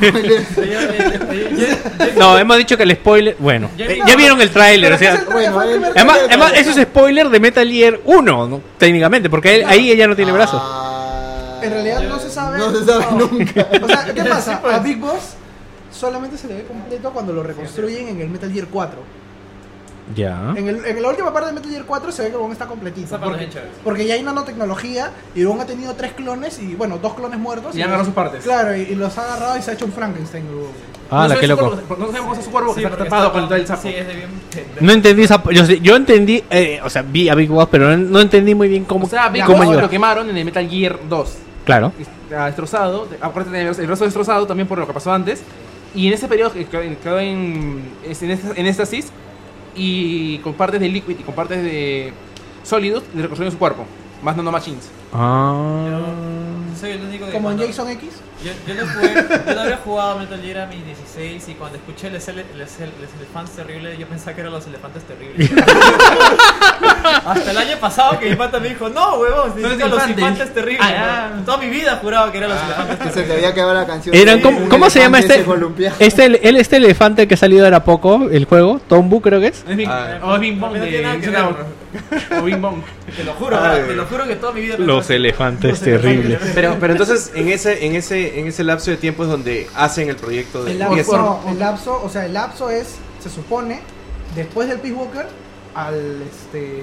S3: No, hemos dicho que el spoiler. Bueno, eh, ya vieron el tráiler, o sea.
S8: Bueno, él-
S3: Además, además, eso es spoiler de Metal Gear 1, ¿no? técnicamente, porque él- ahí ella no tiene brazos.
S8: Ah,
S10: En realidad no se sabe.
S8: No se sabe nunca. pues.
S10: O sea, ¿qué pasa? A Big Boss solamente se le ve completo cuando lo reconstruyen en el Metal Gear 4.
S3: Ya.
S10: En, el- en la última parte de Metal Gear 4 se ve que Bon está completito.
S4: Esa parte
S10: Porque,
S4: es chévere.
S10: porque ya hay nanotecnología y Bon ha tenido tres clones y, bueno, dos clones muertos.
S5: Y ya agarró sus partes.
S10: Claro, y, y los ha agarrado y se ha hecho un Frankenstein. el huevón.
S3: Ah, la
S5: No
S3: que
S5: sé su
S3: loco.
S5: cuerpo, No sabemos cómo está su cuerpo,
S4: Sí,
S5: que está
S4: porque
S5: tapado
S4: está-
S5: con el del sapo.
S4: Sí, es de bien.
S3: No entendí esa. Yo, sé- yo entendí, eh, o sea, vi a Big Boss, pero no, no entendí muy bien cómo.
S5: O sea, Big
S3: cómo
S5: Boss
S3: llegó.
S5: lo quemaron en el Metal Gear 2.
S3: Claro.
S5: Está destrozado. Aparte tenía el brazo destrozado también por lo que pasó antes. Y en ese periodo que quedó en, quedó en, es- en, esta- en éxtasis. Y con partes de Liquid y con partes de Solidus le reconstruyen su cuerpo. Más no machines.
S3: Ah.
S4: Soy el único que
S10: Como en
S4: cuando-
S10: Jason X.
S4: Yo, yo lo jugué, yo lo había jugado a Metal Gear a mis 16 y cuando escuché el ele- el- el- los elefantes terribles, yo pensaba que eran los elefantes terribles. Hasta el año pasado que mi pata me dijo, no, huevón,
S5: eres
S4: necesito los
S5: elefante".
S4: infantes terribles.
S5: Ah,
S4: huevón". Toda mi vida juraba que eran los elefantes
S8: Que
S4: terribles.
S8: se te había quedado la canción.
S3: Eran
S8: de
S3: como-
S8: un
S3: ¿Cómo se llama
S8: elefante
S3: este?
S8: columpiaba.
S3: Este, el, el- este elefante que ha salido ahora poco, el juego, Tombu creo que es.
S5: Es mi, o es Bing Bong
S4: Ah. No tiene nada que
S5: de
S4: ver,
S5: O Bing Bong.
S4: Te lo juro, ¿verdad? te lo juro que toda mi vida pensaba-
S3: elefantes
S7: Pero, pero entonces, en ese, en ese, en ese lapso de tiempo es donde hacen el proyecto de
S10: El
S7: y
S10: lapso,
S7: eso-
S10: no, el lapso, o sea, el lapso es, se supone, después del Peace Walker al este.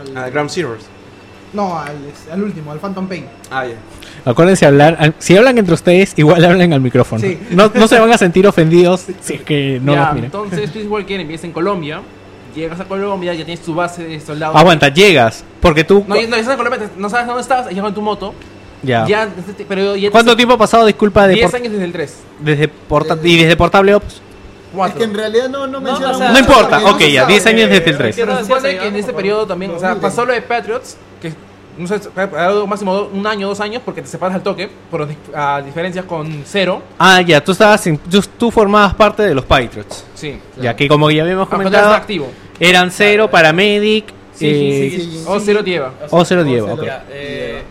S10: Al,
S7: a ah, Ground Zeroes.
S10: No, al, al último, al Phantom Pain.
S7: Ah, ya.
S3: Acuérdense hablar, al- si hablan entre ustedes, igual hablen al micrófono.
S10: Sí.
S3: No, no se van a sentir ofendidos si es que no
S5: ya,
S3: los miran.
S5: entonces Peace Walker empieza en Colombia. Llegas a Colombia, ya tienes tu base de soldados.
S3: Aguanta, llegas, porque tú...
S5: No, ya- no, estás en Colombia, te- no sabes dónde estabas, llegas en tu moto.
S3: ya.
S5: Ya, este- pero ya
S3: ¿Cuánto tiempo ha pasado, disculpa, de
S5: 10
S3: por-
S5: años desde el 3.
S3: desde porta- y desde Portable Ops?
S8: Es que en realidad no, no mencionan
S4: o sea,
S3: No
S8: mucho
S3: importa,
S8: porque no
S3: ok,
S8: se
S3: ya,
S8: sabe.
S3: 10 años desde el 3.
S4: Quiero
S5: Pero se
S4: decir,
S5: supone que en
S4: digamos,
S5: este
S4: por
S5: periodo también, o sea,
S8: 2020.
S5: pasó lo de Patriots, que no sé, algo máximo do- un año, dos años, porque te separas al toque, por dif- a diferencias con cero.
S3: Ah, ya, tú estabas en- tú, tú formabas parte de los Patriots.
S5: Sí.
S3: Ya que como ya habíamos
S5: Ah, pero ya está
S3: comentado,
S5: activo.
S3: eran cero, paramedic,
S4: Sí, sí,
S3: eh,
S4: sí, sí,
S5: O
S4: sí.
S5: Oh, cero lleva.
S3: O cero lleva, ok.
S4: ya, eh,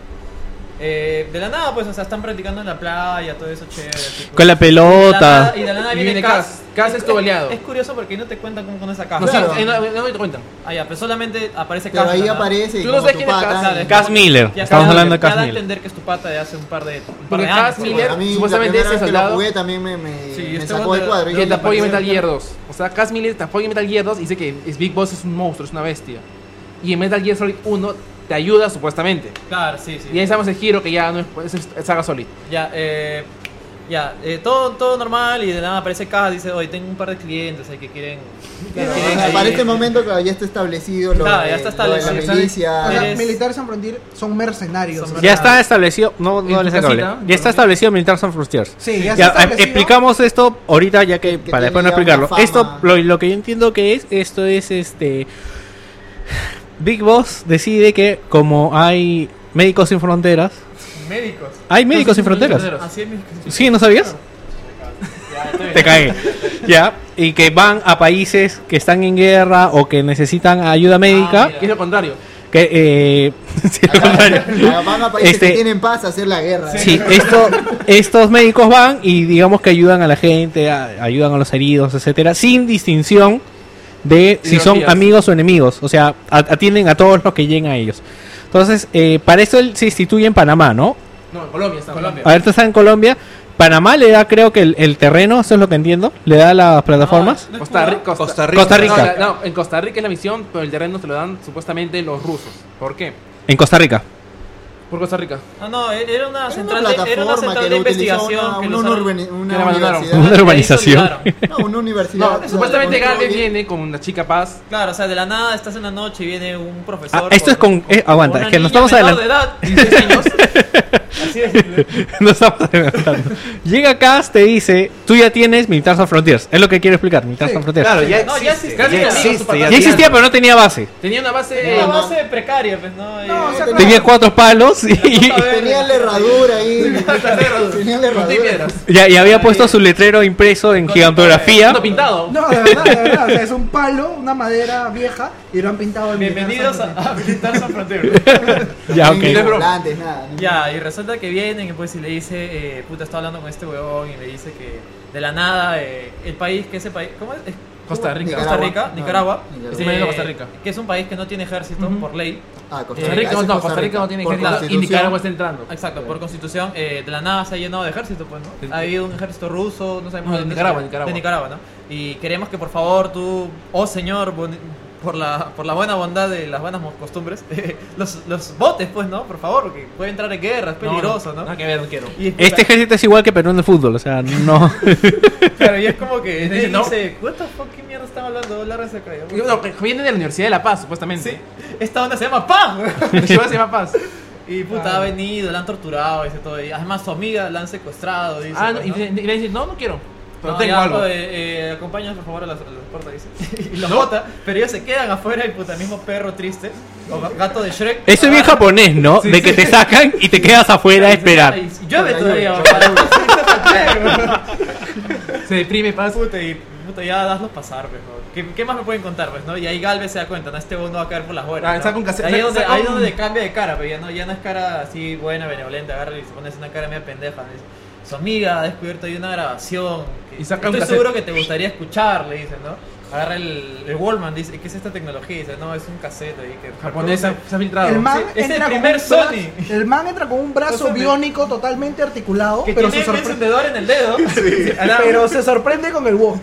S4: eh, de la nada, pues, o sea, están practicando en la playa, todo eso chévere. tipo.
S3: con la
S4: De la
S3: pelota.
S4: nada- y de la nada
S5: Y
S4: viene,
S5: viene
S4: Cas.
S5: Cas. Cas es tu aliado.
S4: Es curioso porque no te cuentan cómo con esa Cas.
S5: No,
S8: Claro.
S5: sí, eh, no, no me te cuentan.
S4: Ah, ya, pero solamente aparece
S8: Pero
S4: Cas.
S8: ahí
S4: de la nada.
S5: Tú
S8: aparece
S5: no
S8: como
S5: sabes
S8: tu
S5: quién es
S8: pata. eh.
S5: Cas,
S4: ¿sabes?
S3: Cas Miller,
S4: Ya
S3: estamos
S4: cada-
S3: hablando de
S4: ya
S3: Cas
S4: da a
S3: Miller.
S4: entender que es tu pata de hace un par de, un par
S5: Porque
S4: de
S5: Cas
S4: años.
S5: Miller-
S8: A mí
S5: Supuestamente
S8: la primera
S5: ese
S8: vez que
S5: soldado-
S8: la jugué también me, me,
S4: Sí,
S8: me
S4: este
S8: sacó
S4: cuando-
S8: del cuadro.
S4: Pero
S5: Que
S4: ya
S5: te
S4: me
S5: apoya
S4: pareció-
S5: en Metal Gear 2. O sea, Cas Miller te apoya en Metal Gear 2 y dice que es Big Boss es un monstruo, es una bestia. Y en Metal Gear Solid 1 te ayuda supuestamente.
S4: Claro, sí, sí.
S5: Y ahí estamos el giro que ya no es, es- es saga Solid.
S4: Ya, eh, ya eh, todo, todo normal y de nada aparece Cas, dice, oye, tengo un par de clientes ahí que quieren... que
S8: Claro,
S4: quieren
S8: o sea, para
S4: ahí".
S8: este momento claro, ya está establecido lo,
S4: Claro,
S8: de,
S4: ya está
S8: lo de
S4: establecido,
S8: la
S4: ¿sabes?
S8: milicia.
S10: O sea,
S4: Eres-
S10: militares en Frontier son mercenarios.
S4: Son
S10: o sea,
S3: Ya está establecido, no, no
S5: tu
S3: les acabo de
S5: casita,
S3: leer. Ya está establecido Militar San Frontiers.
S10: Sí, ya,
S3: Ya,
S10: está
S3: eh,
S10: establecido.
S3: explicamos esto ahorita ya que,
S8: Que
S3: para después
S8: tiene
S3: no
S8: ya una
S3: explicarlo.
S8: fama.
S3: Esto lo, lo que yo entiendo que es esto es este Big Boss decide que como hay médicos sin fronteras,
S4: Médicos.
S3: hay médicos sin fronteras.
S4: Así es, médicos.
S3: Sí, ¿no sabías? Te
S5: Ah,
S3: cae. Ya, y que van a países que están en guerra o que necesitan ayuda médica,
S4: mira.
S5: Que es lo contrario.
S3: que eh, sí, lo contrario.
S8: Acá- Van a países
S3: Este-
S8: que tienen paz a hacer la guerra.
S3: Sí, esto, estos médicos van y digamos que ayudan a la gente, a- ayudan a los heridos, etcétera, sin distinción de si son
S5: Ideologías.
S3: amigos o enemigos. O sea, a- atienden a todos los que lleguen a ellos. Entonces, eh, para eso él se instituye en Panamá, ¿no?
S5: No, en Colombia está. Colombia.
S3: Ahorita está en Colombia. Panamá le da, creo que el, el terreno, eso es lo que entiendo, le da las plataformas.
S5: Costa Rica. Costa,
S7: Rica.
S3: Costa Rica.
S5: No, la- No, en Costa Rica es la misión, pero el terreno se lo dan supuestamente los rusos. ¿Por qué?
S3: En Costa Rica.
S5: Por Costa Rica.
S4: No, no, e-, era una
S8: Era
S4: central,
S8: una
S4: de, era una
S8: plataforma
S4: central
S8: que
S4: de
S8: lo utilizó
S4: investigación
S8: una,
S4: que
S8: una,
S4: los
S8: una
S4: ar-
S8: urbani- una
S5: que la mandaron.
S3: Una
S8: universidad.
S3: urbanización.
S4: Ahí se
S8: No, una universidad.
S5: No,
S8: o sea,
S5: supuestamente
S8: con-
S5: Gale viene con una chica paz.
S4: Claro, o sea, de la nada estás en la noche y viene un profesor.
S3: Ah, esto es con- eh, aguanta,
S4: una
S3: es que nos
S4: niña
S3: estamos
S4: menor de edad, 16 años. Así es.
S3: No estamos adelantando. Llega acá, te dice, tú ya tienes Militar Sans Frontiers. Es lo que quiero explicar, Militar Sans Frontiers.
S7: Claro, ya
S4: No, ya
S7: existe.
S4: existe.
S7: Ya
S5: Casi
S7: existe.
S5: ya
S3: Ya existía, pero no tenía base.
S5: Tenía una base.
S4: Una base precaria, pues, ¿no?
S10: No, o
S4: Eh,
S10: sea,
S8: Tenía-
S3: Tenía cuatro palos y,
S4: cosa verde.
S8: Tenía la herradura ahí. Tenía la
S5: Con
S8: herradura.
S5: piedras.
S3: ya- y había puesto su letrero impreso en gigantografía.
S5: No pintado.
S10: No, de verdad, de verdad. O sea, es un palo, una madera vieja Y lo han pintado en
S4: Bienvenidos a, a Militar San Frontero.
S3: Ya, ok.
S8: Ni volantes, nada. ni-
S4: Ya, y resulta que vienen y pues y le dice, eh, puta, está hablando con este huevón y le dice que de la nada, eh, el país, que ese país, ¿cómo es? Es-
S5: Costa Rica.
S4: Costa Rica,
S8: Nicaragua.
S4: Nicaragua,
S8: Ah, Nicaragua.
S4: este,
S5: Estoy viendo Costa Rica.
S4: que es un país que no tiene ejército por ley,
S8: Ah, Costa
S5: Costa Rica
S8: Ese
S5: no,
S8: es
S5: no, Costa Rica no tiene
S8: Por
S5: que entrar. Y
S8: constitución.
S5: Nicaragua está entrando.
S4: exacto, por constitución, eh, de la nada se ha llenado de ejército, pues, ¿no? Ha habido un ejército ruso, no sabemos
S5: No, de
S4: dónde
S5: Nicaragua,
S4: es que-
S5: Nicaragua.
S4: de Nicaragua, ¿no? Y queremos que por favor tú, oh señor, boni- por la, por la buena bondad de las buenas mo- costumbres, los, los votes, pues, ¿no? Por favor, que puede entrar en guerra, es peligroso, ¿no?
S5: Nada ah, que ver, no quiero.
S4: Y-
S3: Este ejército es igual que Perú en el fútbol, o sea, no.
S4: Claro, y es como que
S5: Dice,
S4: él
S5: no.
S4: dice, ¿what the fuck? ¿Qué mierda están hablando? Lárgase acá. ya".
S5: Yo, no, que viene de la Universidad de La Paz, supuestamente.
S4: Sí, esta onda se llama PAM.
S5: La ciudad se llama Paz. Ah.
S4: Y puta, ha venido, la han torturado, dice todo. Y además su amiga la han secuestrado, dice.
S5: Ah, no,
S4: pues,
S5: y, le- y le dice, no, no quiero. Pero
S4: No,
S5: tengo
S4: ya,
S5: algo.
S4: pues, eh, eh, acompáñanos por favor a la, a la puerta, dice. Y los bota, pero ellos se quedan afuera, el puta mismo perro triste, o gato de Shrek.
S3: Eso es
S5: Ah,
S3: bien
S4: agarra-
S3: japonés, ¿no? de que te sacan y te quedas afuera a esperar.
S4: Y llueve
S8: Por la
S4: todavía,
S8: lluvia.
S4: papá.
S5: Se deprime, Paz.
S4: Puta, y puta, ya hazlos pasar, pues, ¿no? ¿Qué, ¿Qué más me pueden contar, pues, no? Y ahí Galvez se da cuenta, ¿no? Este bono va a caer por las buenas,
S5: Ah,
S4: ¿no?
S5: saca un case-
S4: Ahí
S5: saca-
S4: es donde,
S5: saca
S4: ahí es
S5: un-
S4: donde cambia de cara, pero ya no, ya no es cara así buena, benevolente, agarra y se pone así una cara media pendeja, ¿no? Dice, Su amiga ha descubierto ahí una grabación que
S5: Y saca un
S4: estoy
S5: cassette.
S4: seguro que te gustaría escuchar, le dicen, ¿no? Agarra el, el Wallman, dice, ¿qué es esta tecnología? Dice, no, es un cassette ahí que...
S5: Japonés se ha se ha filtrado.
S10: El man,
S4: Sí, es el
S10: entra con
S4: primer
S10: un brazo-
S4: Sony.
S10: el man entra con un brazo
S4: Cosa de-
S10: biónico totalmente articulado,
S4: Que
S10: pero se,
S4: tiene un
S10: sorpre-
S4: encendedor en el dedo. Sí, a la-
S10: pero se sorprende con el Wong.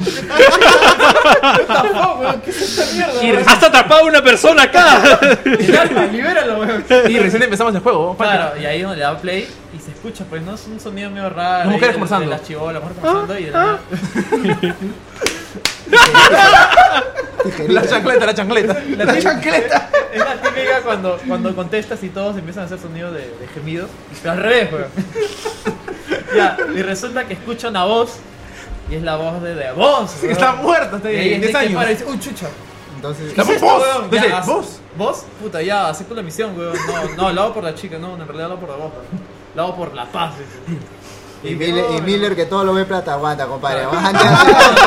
S4: Tampoco, weón, ¿Qué es esta mierda?
S3: Y
S4: weón?
S3: Has atrapado a una persona acá.
S4: Calma, libéralo, weón.
S5: Y recién empezamos el juego.
S4: Claro, y ahí es donde le da play y se escucha, pues no es un sonido medio raro.
S5: Las
S4: ahí
S5: mujeres
S4: de- de
S5: conversando. Ah,
S4: Las chivolas, las mujeres conversando y de la nada-
S5: La chancleta, la chancleta.
S4: la, típica- Es la típica cuando, cuando contestas y todos empiezan a hacer sonido de, de gemidos, pero al revés, weón. ya, y resulta que escucha una voz y es la voz de The Voz.
S5: Sí, está muerta, está
S4: y ahí
S5: ahí.
S4: es
S5: 10
S4: Nick que para y
S5: años.
S4: dice, uy, chucha.
S8: Entonces,
S5: La
S4: ¿Qué es
S5: voz,
S4: esto, weón?
S5: vos. Dice,
S4: Ya, haz-
S5: vos.
S4: ¿Vos? Puta, ya, acepto la misión, weón. No, no, lo hago por la chica, no, en realidad lo hago por la voz, weón. Lo hago por la paz, dice.
S8: y, Miller, y
S4: no,
S8: Miller que todo lo ve plata, aguanta, compadre. Aguanta.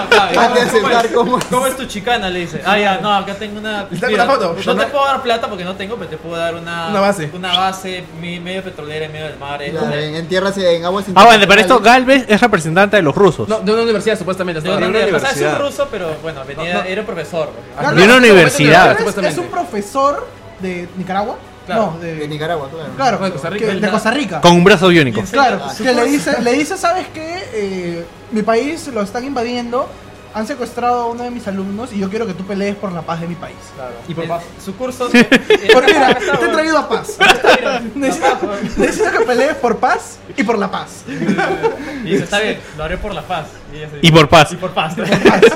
S4: Antes
S8: Antes de
S4: pues.
S8: aceptar cómo es.
S4: ¿Cómo es tu chicana? Le dice. Ah, ya, no, acá tengo una.
S5: Le saco una foto.
S4: No te puedo dar plata porque no tengo, pero te puedo dar una.
S5: Una base.
S4: Una base mi- medio petrolera en medio del mar. eh, es
S8: Ya,
S4: como-
S8: En, en tierras, en aguas
S3: Ah, bueno, para esto
S8: internacionales.
S3: Galvez es representante de los rusos.
S5: No, de una universidad, supuestamente.
S4: de
S5: hasta
S4: una
S5: ahora.
S4: manera- o sea, pues, es un
S7: universidad.
S4: ruso, pero bueno, venía, era profesor. pues.
S5: Ah,
S3: De una
S5: no,
S3: universidad.
S10: Pero es, es
S5: supuestamente.
S10: un profesor de Nicaragua.
S4: Claro.
S10: No,
S8: De
S10: de,
S8: Nicaragua, claro.
S10: claro,
S5: No, de Costa Rica.
S10: que- de Costa Rica.
S3: Con un brazo biónico.
S10: Claro,
S8: Ah,
S10: que le dice, le dice, ¿sabes qué? Eh, mi país lo están invadiendo, han secuestrado a uno de mis alumnos y yo quiero que tú pelees por la paz de mi país.
S4: Y por paz. Su curso.
S10: Porque mira, te he traído a paz.
S4: La paz,
S10: Necesito,
S4: weón.
S10: necesito que pelees por paz y por la paz.
S4: Y dice, está bien, lo haré por la paz. Y, ella se-
S3: Y por paz.
S4: Y por paz.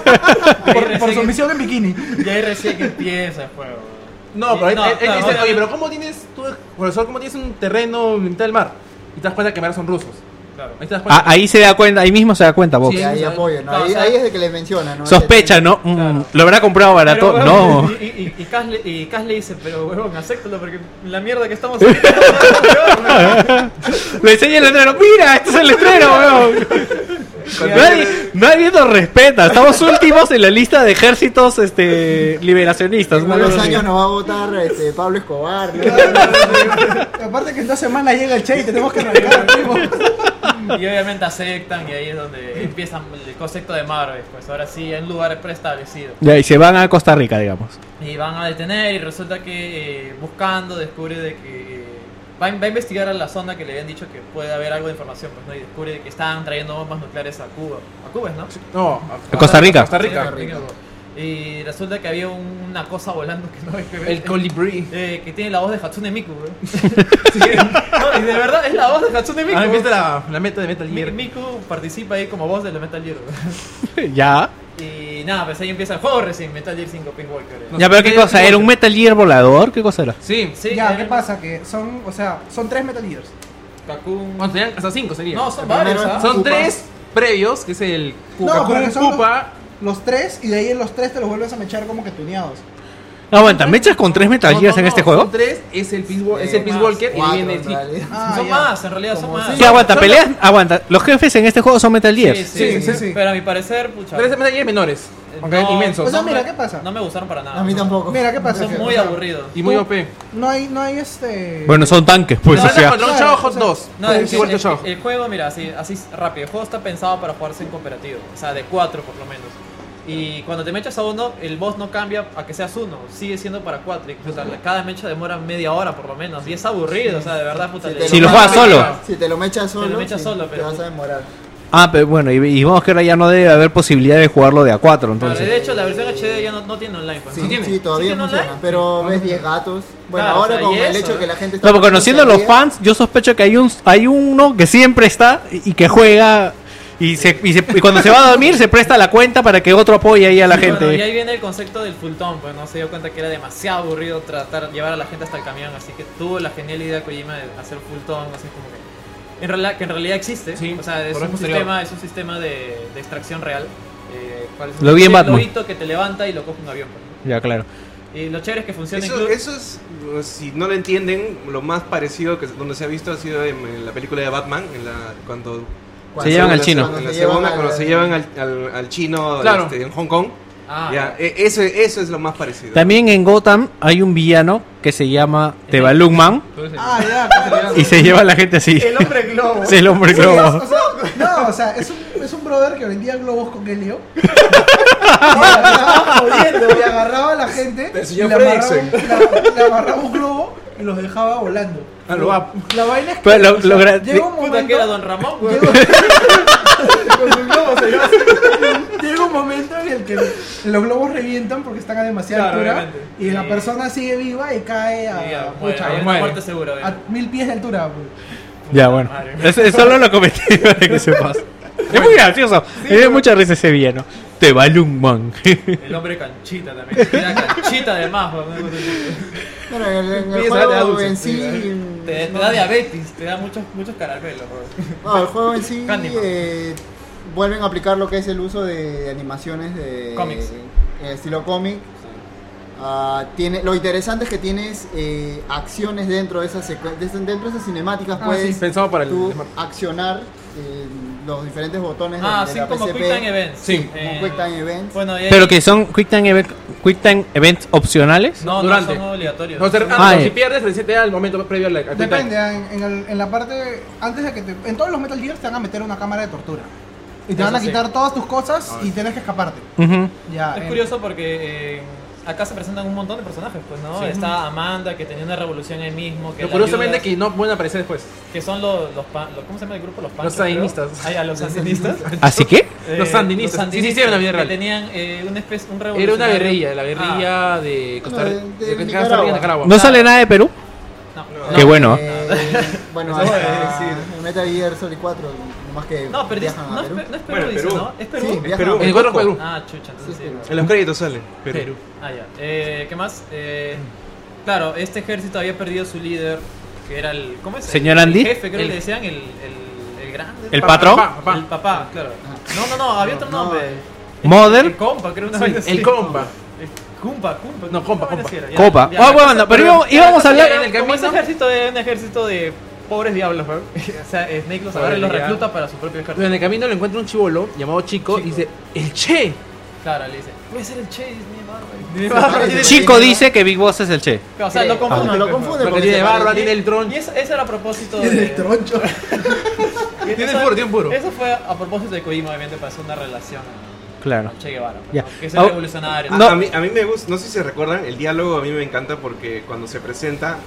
S10: Por, por su
S4: misión
S10: misión en bikini.
S4: Y ahí recién que empieza el juego.
S5: No, pero él, él- él
S4: claro,
S5: dice,
S4: no,
S5: oye, pero ¿cómo tienes tú, profesor, cómo tienes un terreno en mitad del mar? Y te das cuenta que en verdad son rusos.
S4: claro.
S5: Ahí te das cuenta.
S3: Ah, ahí se da cuenta, ahí mismo se da cuenta, Vox.
S8: Que ahí apoyo, ¿no?
S4: No,
S8: Ahí,
S4: o sea-
S8: ahí es de que les menciona, ¿no?
S3: Sospecha, ¿no? Mm, ¿Lo habrá comprado barato?
S4: Pero,
S3: no.
S4: huevón, Y, y, y, Cas le- y Cas le dice, pero huevón, acéptalo porque la mierda que estamos ahorita, huevón, huevón".
S3: Le enseña el letrero. Mira, este es el letrero, weón. Nadie, nadie nos respeta. Estamos últimos en la lista de ejércitos este, liberacionistas.
S8: En
S3: ¿no?
S8: unos años nos va a votar este, Pablo Escobar, ¿no?
S10: Aparte que en dos semanas llega el Che y tenemos que arrancar. primo.
S4: Y obviamente aceptan y ahí es donde empieza el concepto de Marvel. Pues ahora sí, en lugares preestablecidos.
S3: Ya, y se van a Costa Rica, digamos.
S4: Y van a detener y resulta que eh, buscando descubre de que... eh, va, a- va a investigar a la zona que le habían dicho que puede haber algo de información, pues, ¿no? Y descubre de que están trayendo bombas nucleares a Cuba. A Cuba, ¿no?
S5: No,
S3: ¿A Costa Rica?
S5: Costa
S4: Sí,
S5: Rica.
S4: Rica. Y resulta que había un- una cosa volando que no hay que ver.
S3: Ah.
S5: El colibrí.
S4: Eh, que tiene la voz de Hatsune Miku, bro. No, y de verdad es la voz de Hatsune Miku.
S5: Ah, viste la, la meta de Metal
S4: Mi-
S5: Gear.
S4: Miku participa ahí como voz de los Metal Gear. bro.
S3: Ya.
S4: Y nada, pues ahí empieza el juego recién, Metal Gear 5 Pink Walker. eh.
S3: Ya, pero ¿qué cosa? ¿Era un Metal Gear volador? ¿Qué cosa era?
S5: Sí.
S4: Sí,
S10: Ya,
S4: eh,
S10: ¿qué pasa? Que son, o sea, son tres Metal Gears.
S4: Kakun-
S5: Bueno, serían hasta cinco sería.
S4: No, son varios,
S8: primero
S4: ¿ah?
S5: son
S8: Cupa.
S5: tres previos, que es el
S10: No,
S5: Cupa,
S10: porque son los-
S5: Cupa.
S10: Los tres y de ahí en los tres te los vuelves a mechar como que tuneados.
S3: Aguanta, ¿me echas con tres Metal
S5: No,
S3: Gears
S5: no,
S3: en
S5: no,
S3: este juego?
S5: Son tres, es el Peace, Wa- es el
S8: Eh,
S5: Peace
S4: más,
S5: Walker y
S8: Cuatro,
S5: viene el
S8: en realidad.
S10: Ah,
S4: son
S10: ya.
S4: más, en realidad son
S10: Como
S4: más.
S10: seis.
S3: ¿Qué aguanta?
S5: son-
S3: ¿Peleas? Aguanta. Los jefes en este juego son Metal Gears.
S4: Sí sí,
S10: Sí,
S4: sí,
S10: sí, sí.
S4: Pero a mi parecer, pucha.
S5: Tres Metal Gear menores. Aunque eran inmensos.
S10: O sea, mira, ¿qué pasa?
S4: No me gustaron para nada.
S8: A mí
S4: no.
S8: tampoco.
S10: Mira, ¿qué pasa?
S4: Son muy
S10: O sea,
S4: aburridos.
S5: Y muy OP.
S10: No hay, no hay este...
S14: Bueno, son tanques, pues, o
S5: Van a
S14: sea.
S5: encontrar un
S10: Claro,
S5: chavo
S10: o
S5: hot
S10: sea,
S5: 2.
S4: No, el,
S5: Sí, Pues igual que
S4: el-
S5: yo.
S4: el- el juego, mira, así, así rápido. El juego está pensado para jugarse en cooperativo. O sea, de cuatro por lo menos. Y cuando te mechas a uno, el boss no cambia a que seas uno. Sigue siendo para cuatro. Y puta, la- cada mecha demora media hora por lo menos. Y es aburrido, o sea, de verdad, puta. le-
S14: Si lo juegas solo.
S8: Si te lo mechas solo,
S4: lo mechas
S8: sí,
S4: solo,
S8: te
S4: pero-
S8: vas a demorar.
S14: Ah, pero bueno, y, y vamos que ahora ya no debe haber posibilidad de jugarlo de A4,
S4: Claro,
S14: entonces.
S4: de hecho, la versión HD ya no, no tiene online. pues,
S8: Sí,
S4: ¿no tiene?
S8: sí, todavía
S4: tiene
S8: funciona.
S4: online?
S8: Pero ves 10 gatos. Bueno,
S4: Claro,
S8: ahora
S4: o sea,
S8: con
S4: y
S8: el
S4: eso,
S8: hecho
S4: ¿no?
S8: que la gente
S14: No, pero conociendo a los fans, yo sospecho que hay un hay uno que siempre está y y que juega y, se, y, se- y cuando se va a dormir se presta la cuenta para que otro apoye ahí a la
S4: Sí,
S14: gente.
S4: bueno, y ahí viene el concepto del fultón, pues no se dio cuenta que era demasiado aburrido tratar llevar a la gente hasta el camión, así que tuvo la genial idea Kojima de hacer fultón, así como que en realidad que en realidad existe,
S5: Sí,
S4: o sea, es
S5: por
S4: un
S5: eso posterior.
S4: sistema, es un sistema de, de extracción real. eh, cual es
S14: Lo vi en
S4: un
S14: Batman.
S4: lobito que te levanta y lo coge un avión. pues.
S14: Ya, claro.
S4: Y lo chévere es que funciona
S7: Eso,
S4: incluso
S7: eso es, eh, si no lo entienden, lo más parecido que donde se ha visto ha sido en, en la película de Batman, en la, cuando...
S14: Se llevan al
S7: la-
S14: chino.
S7: En
S8: Cuando
S7: la
S8: se llevan
S7: segunda,
S8: al-
S7: cuando se llevan al, al- al chino
S5: Claro.
S7: este, en Hong Kong.
S4: Ah,
S7: ya, e- eso, eso es lo más parecido.
S14: También en Gotham hay un villano que se llama Tebalung Man
S10: Ah, ya, claro.
S14: y se lleva a la gente así.
S10: El hombre globo.
S14: Es el hombre
S10: Sí, es-
S14: globo.
S10: o sea, no, o sea, es un, es un brother que vendía globos con helio. Y agarraba jodiendo, y agarraba a la gente.
S7: Del
S10: y
S7: señor
S10: le amarraba,
S7: Fredricksen.
S10: un- le- le agarraba un globo y los dejaba volando.
S7: Ah, lo va.
S10: La vaina es que.
S14: Pero lo-
S10: o sea,
S14: lo gra-
S10: llega un
S4: puta que
S10: momento.
S4: era Don Ramón, pues, güey.
S10: llega- con sus globos, se llama. Llega un momento en el que los globos revientan porque están a demasiada
S4: Claro,
S10: altura
S4: obviamente.
S10: y la
S4: Sí.
S10: persona sigue viva y cae a,
S4: Y ya, muere,
S10: pucha, Ah,
S4: hay una
S5: muere.
S4: muerte segura, güey.
S10: a mil pies de altura. pues.
S14: Ya, bueno.
S4: Madre mía.
S14: Es, es solo lo cometí para que sepas. Es muy gracioso. Me dio mucha risa ese villano. Tebalung Man.
S4: El hombre canchita también. Era canchita pues, además, güey.
S8: Bueno, en el, en el
S10: Empieza, te da
S8: juego
S10: dulce.
S8: en sí. mm,
S4: Te, te
S8: no-
S4: da diabetes, te da muchos muchos caramelos, güey.
S8: No, el juego en sí
S4: Candyman.
S8: eh, vuelven a aplicar lo que es el uso de animaciones de
S4: Cómics.
S8: eh, estilo cómic. Ah, tiene, lo interesante es que tienes eh, acciones dentro de esas secue- de esas- dentro de esas cinemáticas
S10: Ah,
S8: puedes
S10: sí,
S5: Pensamos para el.
S8: tú accionar eh, los diferentes botones de-
S4: Ah,
S8: de,
S4: sí,
S8: la
S4: como
S8: PSP,
S4: Quick Time Events. Eh,
S5: Sí.
S8: como Quick Time Events.
S4: Bueno, y ahí-
S14: Pero que son Quick Time, event- quick time Events opcionales.
S4: No,
S5: Durante.
S4: no son obligatorios.
S5: No, se-
S4: Son-
S5: ah, no,
S14: eh.
S5: si pierdes, resetea al momento previo al. al-
S10: Depende, ah, en, en el- en la parte. Antes de que te. En todos los Metal Gear te van a meter una cámara de tortura. Y te van a
S4: Eso sí.
S10: quitar todas tus cosas y tienes que escaparte.
S14: Ujú.
S10: Ya.
S4: Es
S10: en-
S4: curioso porque eh, acá se presentan un montón de personajes, pues, ¿no? Está Amanda, que tenía una revolución ahí mismo. Que
S5: Pero
S4: la
S5: curiosamente
S4: ayuda,
S5: que no pueden aparecer después.
S4: que son los, los, pan- los- ¿Cómo se llama el grupo? Los panchos,
S5: Los sandinistas.
S4: creo. Ah, ya, los sandinistas.
S14: ¿Así que?
S4: Eh,
S5: Los sandinistas.
S4: los
S5: Sí, sí, sí, en la vida
S4: que
S5: real.
S4: tenían eh, una especie, un
S5: Era una
S4: revolucionario- Ah,
S5: guerrilla, la guerrilla de Costa
S8: Ah. No,
S5: Rica. De,
S8: de- de
S5: Costa Rica,
S8: Nicaragua.
S5: Nicaragua.
S14: ¿No sale nada de Perú?
S4: Ah, no.
S14: Qué bueno. ¿ah?
S8: Eh, bueno,
S4: Eso voy a
S8: hasta
S4: decir.
S8: en Metal Gear Solid 4, más que
S4: No, pero dice-
S8: viajan a
S4: no, es,
S8: Perú.
S4: Pe- no es Perú,
S7: Bueno,
S4: dice,
S7: Perú.
S4: ¿no? Es Perú.
S8: Sí,
S4: Es
S8: viajan a
S7: Perú.
S5: En el cuadro Perú.
S4: Ah, chucha, entonces sí.
S8: Sí,
S4: no.
S7: En los créditos sale. Perú.
S5: Perú.
S4: Ah, ya. Eh, ¿Qué más? Eh, claro, este ejército había perdido su líder, que era el. ¿Cómo es?
S14: Señor
S4: El-
S14: Andy.
S4: El jefe, creo
S5: El-
S4: que le decían el, el, el grande.
S14: ¿El patrón?
S5: Papá, papá.
S4: El papá, claro. No, no, no, había otro
S8: No,
S4: nombre.
S14: ¿Model?
S4: El compa, creo una vaina así.
S5: El compa.
S4: El Cumpa, cumpa.
S5: No, compa,
S4: Una vaina
S5: compa.
S4: así era, ya.
S14: Copa.
S4: Ya,
S14: Ah,
S4: la
S14: bueno,
S4: cosa-
S14: pero íbamos- íbamos a
S4: la cosa
S14: hablar-
S4: era,
S5: en el
S4: como ese
S5: camino.
S4: ejército es un ejército de pobres diablos, weón. O sea, Snake los agarra y los
S5: Pobre diablo.
S4: recluta para su propio ejército.
S5: Pero en el camino le encuentra un chivolo llamado Chico, y dice, ¡El Che!
S4: Claro, le dice, puede ser el Che, Disney Marvel.
S14: Chico dice que Big Boss es el Che.
S4: O sea, lo confunde.
S8: Bueno, lo
S4: pues, weón.
S8: confunde
S5: Ah, Porque
S8: porque
S5: tiene
S8: se
S5: barba,
S8: parece-
S5: tiene el tron.
S4: Y eso, eso era a propósito de...
S10: en el troncho.
S4: Y
S5: Tiene
S4: eso-
S5: puro, tiene puro.
S4: Eso fue a propósito de Kojima, obviamente, para hacer una relación
S14: Claro.
S4: con Che Guevara. pues,
S14: Ya.
S4: ¿no? Que es
S14: Ah,
S4: el revolucionario. pues,
S14: No.
S7: A, mí, a mí me gusta, no sé si se recuerdan, el diálogo a mí me encanta porque cuando se presenta,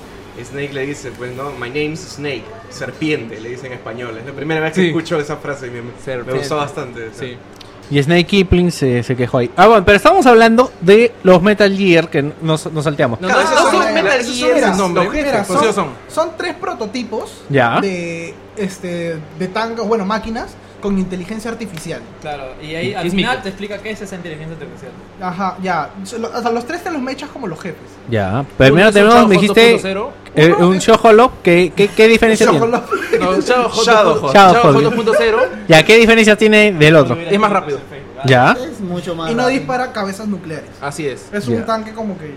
S7: Snake le dice, pues no, my name's Snake, serpiente, le dice en español. Es la primera vez que
S5: Sí.
S7: escucho esa frase y me, me
S5: Serpiente.
S7: gustó bastante.
S5: Sí.
S14: Y Snake Kipling se, se quejó ahí. Ah, bueno, pero estamos hablando de los Metal Gear que nos, nos salteamos.
S5: No,
S7: Claro,
S5: no,
S7: esos
S5: no
S7: son-
S5: son Metal
S7: esos son
S5: Gear,
S7: los
S5: no, hombre.
S7: objetos,
S10: Mira,
S5: Pues sí lo
S10: son,
S5: son.
S10: son tres prototipos
S14: Ya.
S10: de este de tangas, bueno, máquinas con inteligencia artificial.
S4: Claro, y ahí al
S5: Es
S4: final
S5: mico.
S4: te explica qué es esa inteligencia artificial.
S10: Ajá, ya. So- lo- O sea, los tres te los mechas como los jefes.
S14: Ya. Primero
S5: Uno es un
S14: tenemos, me
S5: Shadow Hot
S14: dijiste,
S5: 2.0.
S14: eh,
S10: Uno
S14: un
S10: es-
S14: Shoholop. ¿Qué, qué, qué diferencia
S10: Yo
S14: tiene?
S10: lo-
S5: No, Shadow Hot
S7: Shadow
S5: 2.0.
S14: Hot.
S5: Shadow Hot
S14: Shadow Hot.
S5: 2.0.
S14: Ya, ¿qué diferencia tiene del otro?
S5: Es más rápido.
S14: Ya.
S4: ¿ah?
S8: Es mucho más.
S10: Y no
S8: rápido.
S10: dispara cabezas nucleares.
S5: Así es.
S10: Es
S14: Ya.
S10: un tanque como que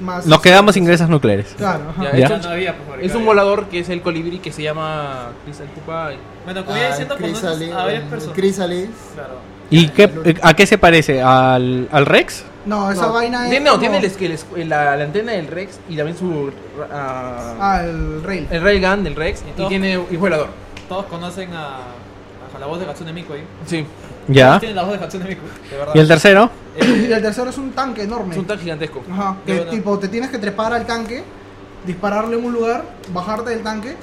S10: más.
S14: Nos quedamos sin grasas nucleares.
S10: Claro, ajá.
S5: Ya,
S14: Ya.
S5: es un-
S4: No había, por favor,
S5: Es un
S4: Ricardo.
S5: volador que es el colibrí que se llama Crystal Pupa.
S4: Bueno,
S14: Ah,
S4: como iba
S8: Ah,
S4: diciendo, con unos- a varias personas.
S8: Chrysalis.
S4: Claro.
S14: ¿Y qué, a qué se parece? ¿Al, al Rex?
S10: No, esa
S8: No.
S10: vaina es.
S5: Tiene- No,
S10: como-
S5: tiene el es- el es- la, la antena del Rex y también su. ah,
S10: Ah, el rail.
S5: el railgun del Rex y
S4: todo.
S5: tiene y volador.
S4: Todos conocen a, a la voz de Hatsune Miku ahí.
S5: Sí,
S14: Ya.
S4: Tienen la voz de Hatsune Miku, de verdad.
S14: ¿Y el tercero?
S4: Eh,
S10: Y el tercero es un tanque enorme.
S5: es un tanque gigantesco.
S10: Ajá, que
S4: Yo no.
S10: tipo, te tienes que trepar al tanque, dispararle en un lugar, bajarte del tanque,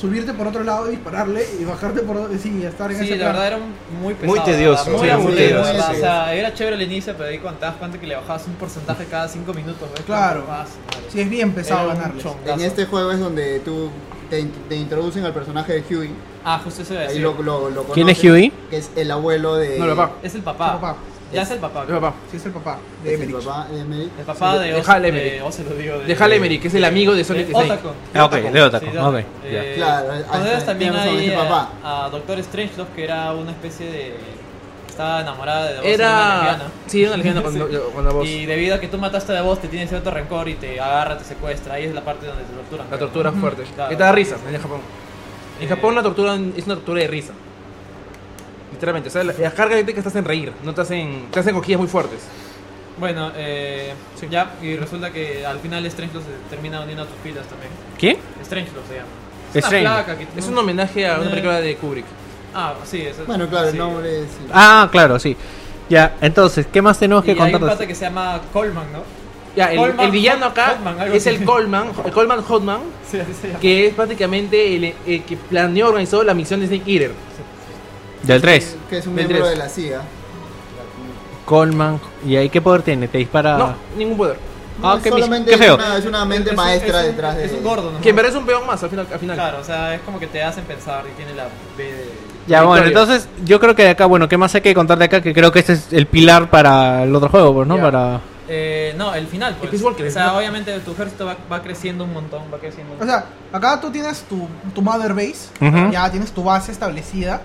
S10: subirte por otro lado, dispararle y bajarte por otro. Sí, estar en
S4: Sí,
S10: ese
S4: la
S10: plan.
S4: verdad era muy pesado.
S7: Muy tedioso,
S4: Muy
S7: sí,
S4: aburrido.
S7: muy
S4: la verdad.
S8: tedioso.
S4: O sea, era chévere al inicio, pero ahí cuando te das cuenta que le bajabas un porcentaje cada 5 minutos. ¿ves?
S10: Claro.
S4: Más,
S10: Sí, es bien pesado ganarles.
S8: En este juego es donde tú te, in- te introducen al personaje de Huey.
S4: Ah, justo eso iba a
S8: Ahí
S4: decir.
S8: lo, lo, lo
S14: ¿Quién es
S8: conoces,
S14: Huey?
S8: Que es el abuelo de.
S5: No, el papá.
S4: Es el papá.
S10: El papá.
S4: Ya es el papá.
S5: Es papá.
S10: Sí, es el papá de
S8: Es el
S10: Emerich.
S8: papá de Emerich.
S4: El papá de
S5: de
S4: Oz.
S5: Hal
S4: De
S5: Emery.
S4: Oz, se lo digo. De,
S5: De Hal Emery, que es el amigo de Solid Snake.
S4: Otacon.
S14: Ah, ok, de Otacon,
S4: de
S14: ok, ya.
S4: Eh,
S8: Claro,
S4: con
S8: ahí
S4: ellos
S8: está,
S4: también
S8: tenemos a
S4: hay
S8: ese papá.
S4: a, a Doctor Strangelove, que era una especie de... Estaba enamorada de Oz. una
S5: Era.
S4: lesbiana.
S5: Sí, era una leyenda cuando,
S4: Sí.
S5: cuando vos.
S4: Y debido a que tú mataste a vos, te tiene cierto rencor y te agarra, te secuestra. Ahí es la parte donde te torturan.
S5: La tortura es fuerte.
S4: Claro.
S5: Que te da risa en Japón. En
S4: Eh.
S5: Japón la tortura es una tortura de risa. Literalmente, o sea, la, la carga eléctrica te hacen reír, no te hacen, te hacen cosquillas muy fuertes.
S4: Bueno, eh, ya, y resulta que al final Strangelove se termina uniendo a tus pilas también.
S14: ¿Quién?
S4: Strangelove se llama.
S14: Strangelove.
S4: placa que-
S5: Es un homenaje a una
S4: Eh.
S5: película de Kubrick.
S4: Ah, sí, eso
S8: Bueno, claro,
S4: sí.
S8: el nombre es. sí.
S14: Ah, claro, sí. Ya, entonces, ¿qué más tenemos
S4: Y
S14: que
S4: hay un
S14: contar?
S4: pata que se llama Coleman, ¿no?
S5: Ya, el,
S4: Coleman,
S5: el villano
S4: Hot-
S5: acá
S4: Hotman, algo
S5: es
S4: así.
S5: el Coleman, el Coleman Hotman,
S4: Sí, así se llama.
S5: que es prácticamente el, el que planeó, organizó la misión de Snake Eater.
S14: Del 3.
S8: Que es un
S5: del
S8: miembro
S5: tres.
S8: de la CIA.
S14: Coleman. ¿Y ahí qué poder tiene? ¿Te dispara?
S5: No, ningún poder.
S14: Ah,
S8: No,
S14: qué mis-
S8: solamente
S14: qué
S8: es
S14: feo.
S8: una- Es una
S4: Es
S8: mente
S4: un-
S8: maestra
S4: es un-
S8: detrás de.
S4: Es un gordo, ¿no?
S5: Que en verdad es un peón más al final. Al final.
S4: Claro, o sea, es como que te hacen pensar y tiene la B de...
S14: Ya, bueno,
S5: Victoria.
S14: entonces yo creo que de acá, bueno, ¿qué más hay que contar de acá? Que creo que este es el pilar para el otro juego, pues, ¿no?
S5: Ya.
S14: Para...
S4: Eh, no, el final, pues.
S5: Peace Walker,
S4: o
S5: el
S4: sea,
S5: final.
S4: obviamente tu ejército va, va creciendo un montón, va creciendo un
S10: O
S4: montón.
S10: sea, acá tú tienes tu, tu mother base,
S14: Ujú.
S10: ya tienes tu base establecida.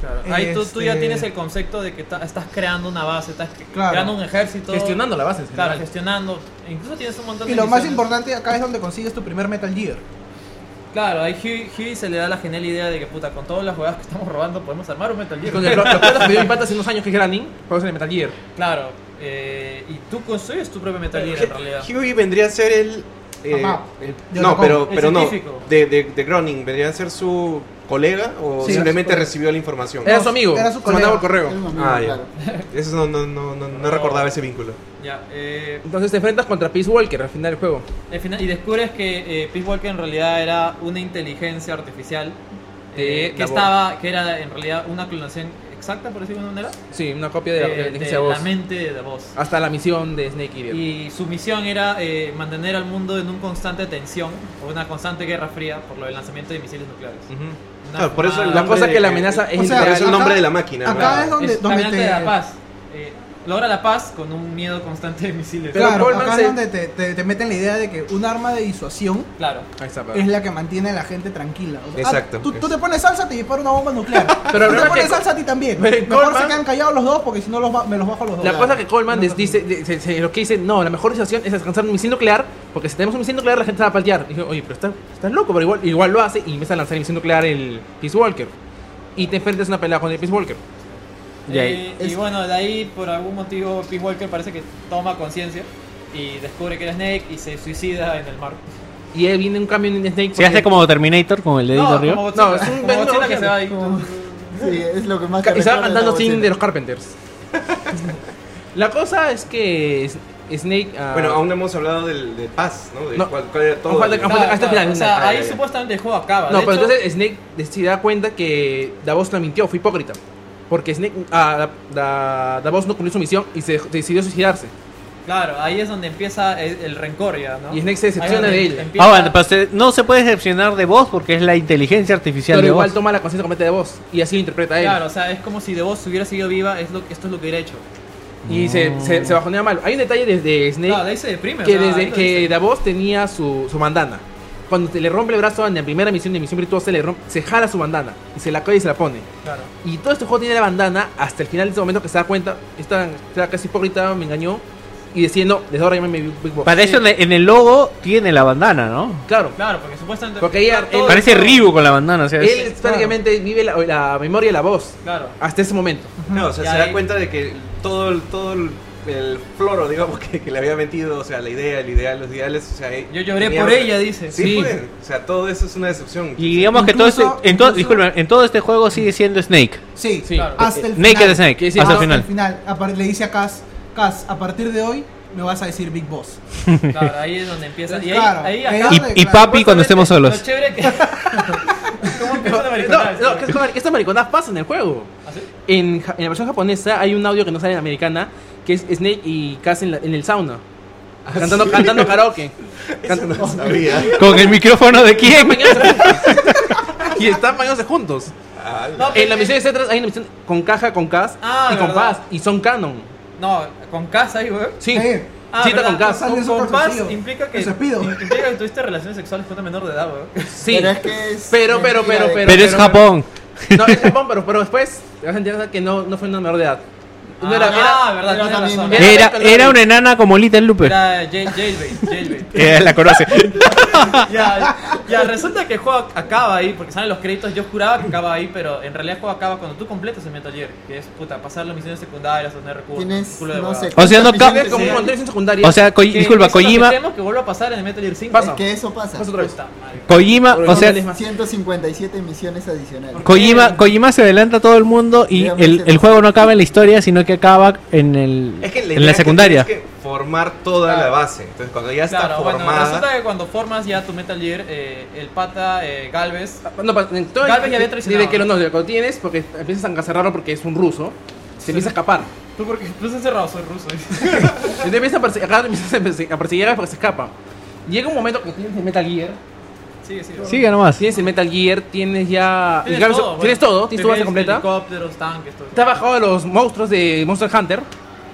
S4: Claro. Ahí tú, tú ya
S10: este-
S4: tienes el concepto de que ta- estás creando una base, estás cre-
S10: Claro.
S4: creando un ejército.
S5: Gestionando la base. en
S4: Claro,
S5: general.
S4: gestionando. E Incluso tienes un montón
S10: Y
S4: de
S10: lo más
S4: misiones.
S10: importante acá es donde consigues tu primer Metal Gear.
S4: Claro, ahí Huey, Huey se le da la genial idea de que, puta, con todas las jugadas que estamos robando podemos armar un Metal Gear.
S5: Con el- Lo lo peor que me dio mi pata hace unos años que es Granny, juegos en el Metal Gear.
S4: Claro, eh, y tú construyes tu propio Metal Gear en realidad.
S7: Huey vendría a ser el. eh,
S10: Papá.
S7: el-
S10: Yo
S7: no,
S10: tampoco.
S7: pero,
S4: El
S7: pero no.
S4: científico.
S7: De, de, de Groning, vendría a ser su colega o
S10: Sí,
S7: simplemente
S10: su colega.
S7: recibió la información.
S5: Era su amigo.
S10: Era su
S7: Se
S10: colega.
S7: mandaba el correo.
S8: Es un amigo,
S7: Ah,
S8: claro.
S7: ya. Eso no, no, no, no, no recordaba ese vínculo.
S4: Ya, eh,
S5: Entonces te enfrentas contra Peace Walker al final del juego.
S4: al final- y descubres que eh, Peace Walker en realidad era una inteligencia artificial
S5: De
S4: eh, que
S5: la voz.
S4: estaba, que era en realidad una clonación exacta, por decirlo de alguna manera,
S5: Sí, una copia de la,
S4: eh,
S5: de la inteligencia
S4: de
S5: de voz. Ah,
S4: la mente de la voz.
S5: Hasta la misión de Snake Eater.
S4: Y su misión era eh, mantener al mundo en un constante tensión o una constante guerra fría por lo del lanzamiento de misiles nucleares.
S5: Ujú.
S4: Una
S7: Claro, por eso
S4: fumada-
S7: el
S5: La cosa es que la
S7: de-
S5: amenaza es
S10: O sea,
S7: Por eso el
S10: acá-
S7: nombre de la máquina.
S10: acá
S7: ¿verdad?
S10: es donde-
S4: es
S10: donde
S4: caminante
S10: te-
S4: de la paz. Eh, logra la paz con un miedo constante de misiles.
S5: Pero
S10: claro,
S5: Coleman
S10: acá
S5: se-
S10: es donde te, te- te meten la idea de que un arma de disuasión
S4: Claro.
S5: Ahí está, pa.
S10: es la que mantiene a la gente tranquila. O sea,
S7: Exacto.
S10: ah, tú, tú te pones salsa, te disparo una bomba nuclear.
S5: Pero
S10: tú
S5: habrá
S10: te
S5: que-
S10: pones salsa a ti también.
S5: Pero
S10: Mejor
S5: Coleman-
S10: se quedan callados los dos porque si no los ba- me los bajo a los dos.
S5: La
S10: Claro.
S5: cosa que Coleman
S10: No,
S5: des- dice, de- se- se- lo que dice, no, la mejor decisión es alcanzar un misil nuclear, porque si tenemos un misil nuclear la gente se va a paltear. Dije, oye, pero estás estás loco, pero igual, igual lo hace y empieza a lanzar el misil nuclear el Peace Walker. Y te enfrentas a una pelea con el Peace Walker.
S14: Y ahí-
S4: Eh, y bueno, de ahí por algún motivo Peace Walker parece que toma conciencia y descubre que era Snake y se suicida en el mar.
S5: Y ahí viene un cambio en Snake.
S14: Se hace como Terminator con el dedito
S4: No,
S14: arriba.
S4: como Godzilla,
S5: No, es un-
S4: como
S5: no,
S4: Godzilla que
S5: no,
S4: se va ahí.
S8: Sí, es lo que más te
S5: Y se va
S8: recuerda
S5: cantando
S8: esa
S5: sin
S8: bocina.
S5: de los Carpenters. la cosa es que S- Snake. ah,
S7: Bueno, aún no hemos hablado del, de Paz, ¿no? De
S5: No.
S7: cuál, cuál era todo.
S5: Ojalá
S7: ¿no?
S5: que-
S4: Claro,
S5: hasta el
S4: claro,
S5: final.
S4: O sea,
S7: Ah,
S4: ahí
S7: ya, ya.
S4: supuestamente el juego acaba.
S5: No,
S4: De
S5: pero
S4: hecho,
S5: entonces Snake des- se da cuenta que Davos la mintió, fue hipócrita. Porque Snake, ah, da- da- Davos no cumplió su misión y se dej- decidió suicidarse.
S4: Claro, ahí es donde empieza el, el rencor ya, ¿no?
S5: Y Snake se decepciona
S4: Ah. Ahí
S5: de
S4: es donde
S5: él.
S4: empieza-
S14: Ah, bueno, pero se- no se puede decepcionar de vos porque es la inteligencia artificial
S5: Pero
S14: de
S5: igual
S14: vos.
S5: toma la conciencia completa de Davos y así lo interpreta él.
S4: Claro, o sea, es como si de vos hubiera seguido viva, es lo, esto es lo que hubiera hecho.
S5: Y se, se, se bajonea mal. Hay un detalle desde Snake
S4: Claro, de ahí se deprime. o
S5: que,
S4: sea, ahí
S5: desde,
S4: lo
S5: que
S4: dice.
S5: Davos tenía su, su bandana. Cuando te le rompe el brazo en la primera misión de Misión Virtuosa, se, le rompe, se jala su bandana y se la coge y se la pone.
S4: Claro.
S5: Y este todo este juego tiene la bandana hasta el final de ese momento que se da cuenta, esta, esta casi hipócrita me engañó y diciendo, desde ahora llámame Big Boss.
S14: Para eso en el- en el logo tiene la bandana, ¿no?
S5: Claro.
S4: Claro, porque supuestamente.
S5: Porque ella-
S4: todo-
S5: él-
S14: Parece Ribu con la bandana, o sea, es-
S5: Él prácticamente vive la, la memoria de la voz
S4: Claro.
S5: hasta ese momento.
S7: No, o sea,
S4: Ya
S7: se da
S4: ahí-
S7: cuenta de que todo el, todo el, el floro, digamos, que, que le había metido, o sea, la idea, el ideal, los ideales, o sea,
S4: Yo lloré
S7: tenía-
S4: por ella, dice.
S7: Sí, pues, o sea, todo eso es una decepción.
S14: Y digamos que todo este,
S10: Incluso-
S14: en, todo,
S10: incluso-
S14: disculpen, en todo este juego sigue siendo Snake.
S10: Sí,
S4: Sí. Claro.
S10: hasta el
S14: Naked
S10: final.
S14: Snake,
S10: Hasta,
S14: hasta el
S10: el
S14: final.
S10: final. Apar- Le dice a Cass, Cass, a partir de hoy me vas a decir Big Boss.
S4: Claro, ahí es donde empieza. Y ahí,
S10: Claro.
S4: ahí
S10: Y-
S4: acaba-
S10: y
S14: Y
S10: claro,
S14: papi cuando estemos
S4: Lo
S14: solos.
S4: chévere que. ¿Cómo empezó la
S5: No,
S4: mariconada?
S5: no, que es como- estas mariconadas pasan en el juego.
S4: ¿Ah, sí?
S5: En, ja- en la versión japonesa hay un audio que no sale en la americana, que es Snake y Cass en, la- en el sauna.
S4: Ah,
S5: Cantando, cantando karaoke. Cantando-
S7: Sabía.
S14: ¿Con el micrófono de quién?
S5: y están bañándose juntos.
S4: No,
S5: En la
S4: pero-
S5: misión de Cetras hay una misión con caja, con Cass
S4: Ah,
S5: y con
S4: verdad.
S5: Paz. Y son canon.
S4: No, con casa ahí, weón.
S5: Sí.
S10: Sí.
S5: Sí, está
S4: ¿verdad?
S5: con Cass.
S10: Sale
S4: Con,
S10: eso
S4: con
S10: por
S4: Paz
S10: sencillo.
S4: implica que,
S10: Eso es pido.
S4: implica que tuviste relaciones sexuales con una menor de edad, weón.
S5: Sí.
S8: Pero es que es
S5: Pero, pero,
S8: mentira
S5: pero,
S8: de-
S5: pero.
S14: Pero es Japón.
S5: No, es Japón, pero, pero después te vas a enterar que no, no fue una menor de edad. No era,
S4: ah,
S5: era-
S4: verdad,
S8: era
S4: tienes
S8: también-
S4: razón.
S5: Era-
S14: Era, era una enana como Little Looper.
S4: Era jail- jailbait, jailbait.
S14: Eh, la conoce.
S4: ya, ya, resulta que el juego acaba ahí, porque salen los créditos, yo juraba que acaba ahí, pero en realidad el juego acaba cuando tú completas el Metal Gear, que es puta, pasar las misiones secundarias, tener recursos,
S8: Tienes,
S4: culo de
S8: no
S4: huevada.
S8: sé,
S14: O sea, no
S8: cuántas
S14: cabe
S5: era como un
S8: misiones
S5: montón de
S8: hay.
S5: misiones secundarias.
S14: O sea, Koji-
S4: Que
S14: disculpa,
S4: es lo que
S14: Kojima,
S4: temo que vuelva a pasar en el Metal Gear 5.
S5: Pasa.
S8: Es que eso pasa.
S5: Pasa otra vez.
S4: Puta madre.
S14: Kojima, o sea,
S8: 157 misiones adicionales.
S14: Kojima, Kojima se adelanta a todo el mundo y
S8: Digamos,
S14: el,
S8: se-
S14: el juego no acaba en la historia, sino que acaba en, el,
S7: Es que idea
S14: en la
S7: es que
S14: secundaria.
S7: tienes que formar toda la base. Entonces, cuando ya está
S4: Claro, bueno,
S7: formada.
S4: resulta que cuando formas ya tu Metal Gear, eh, el pata eh, Galvez,
S5: No, pa- en todo
S4: Galvez ya había traicionado.
S5: Desde que lo, no, desde que lo tienes, porque empiezas a cerrarlo porque es un ruso. Se empieza a escapar.
S4: tú porque tú estás encerrado, soy ruso. dice.
S5: Entonces empiezas a perse- acá empiezas a perse- a perseguir a Galvez porque se escapa. Llega un momento que tienes el Metal Gear.
S4: Sigue, sigue.
S14: Sigue nomás.
S5: Tienes el Metal Gear, tienes ya. y Galvez-
S4: weón.
S5: tienes todo, tienes tu base completa.
S4: helicópteros, tanques, todo. eso.
S5: Está bajado de los monstruos de Monster Hunter.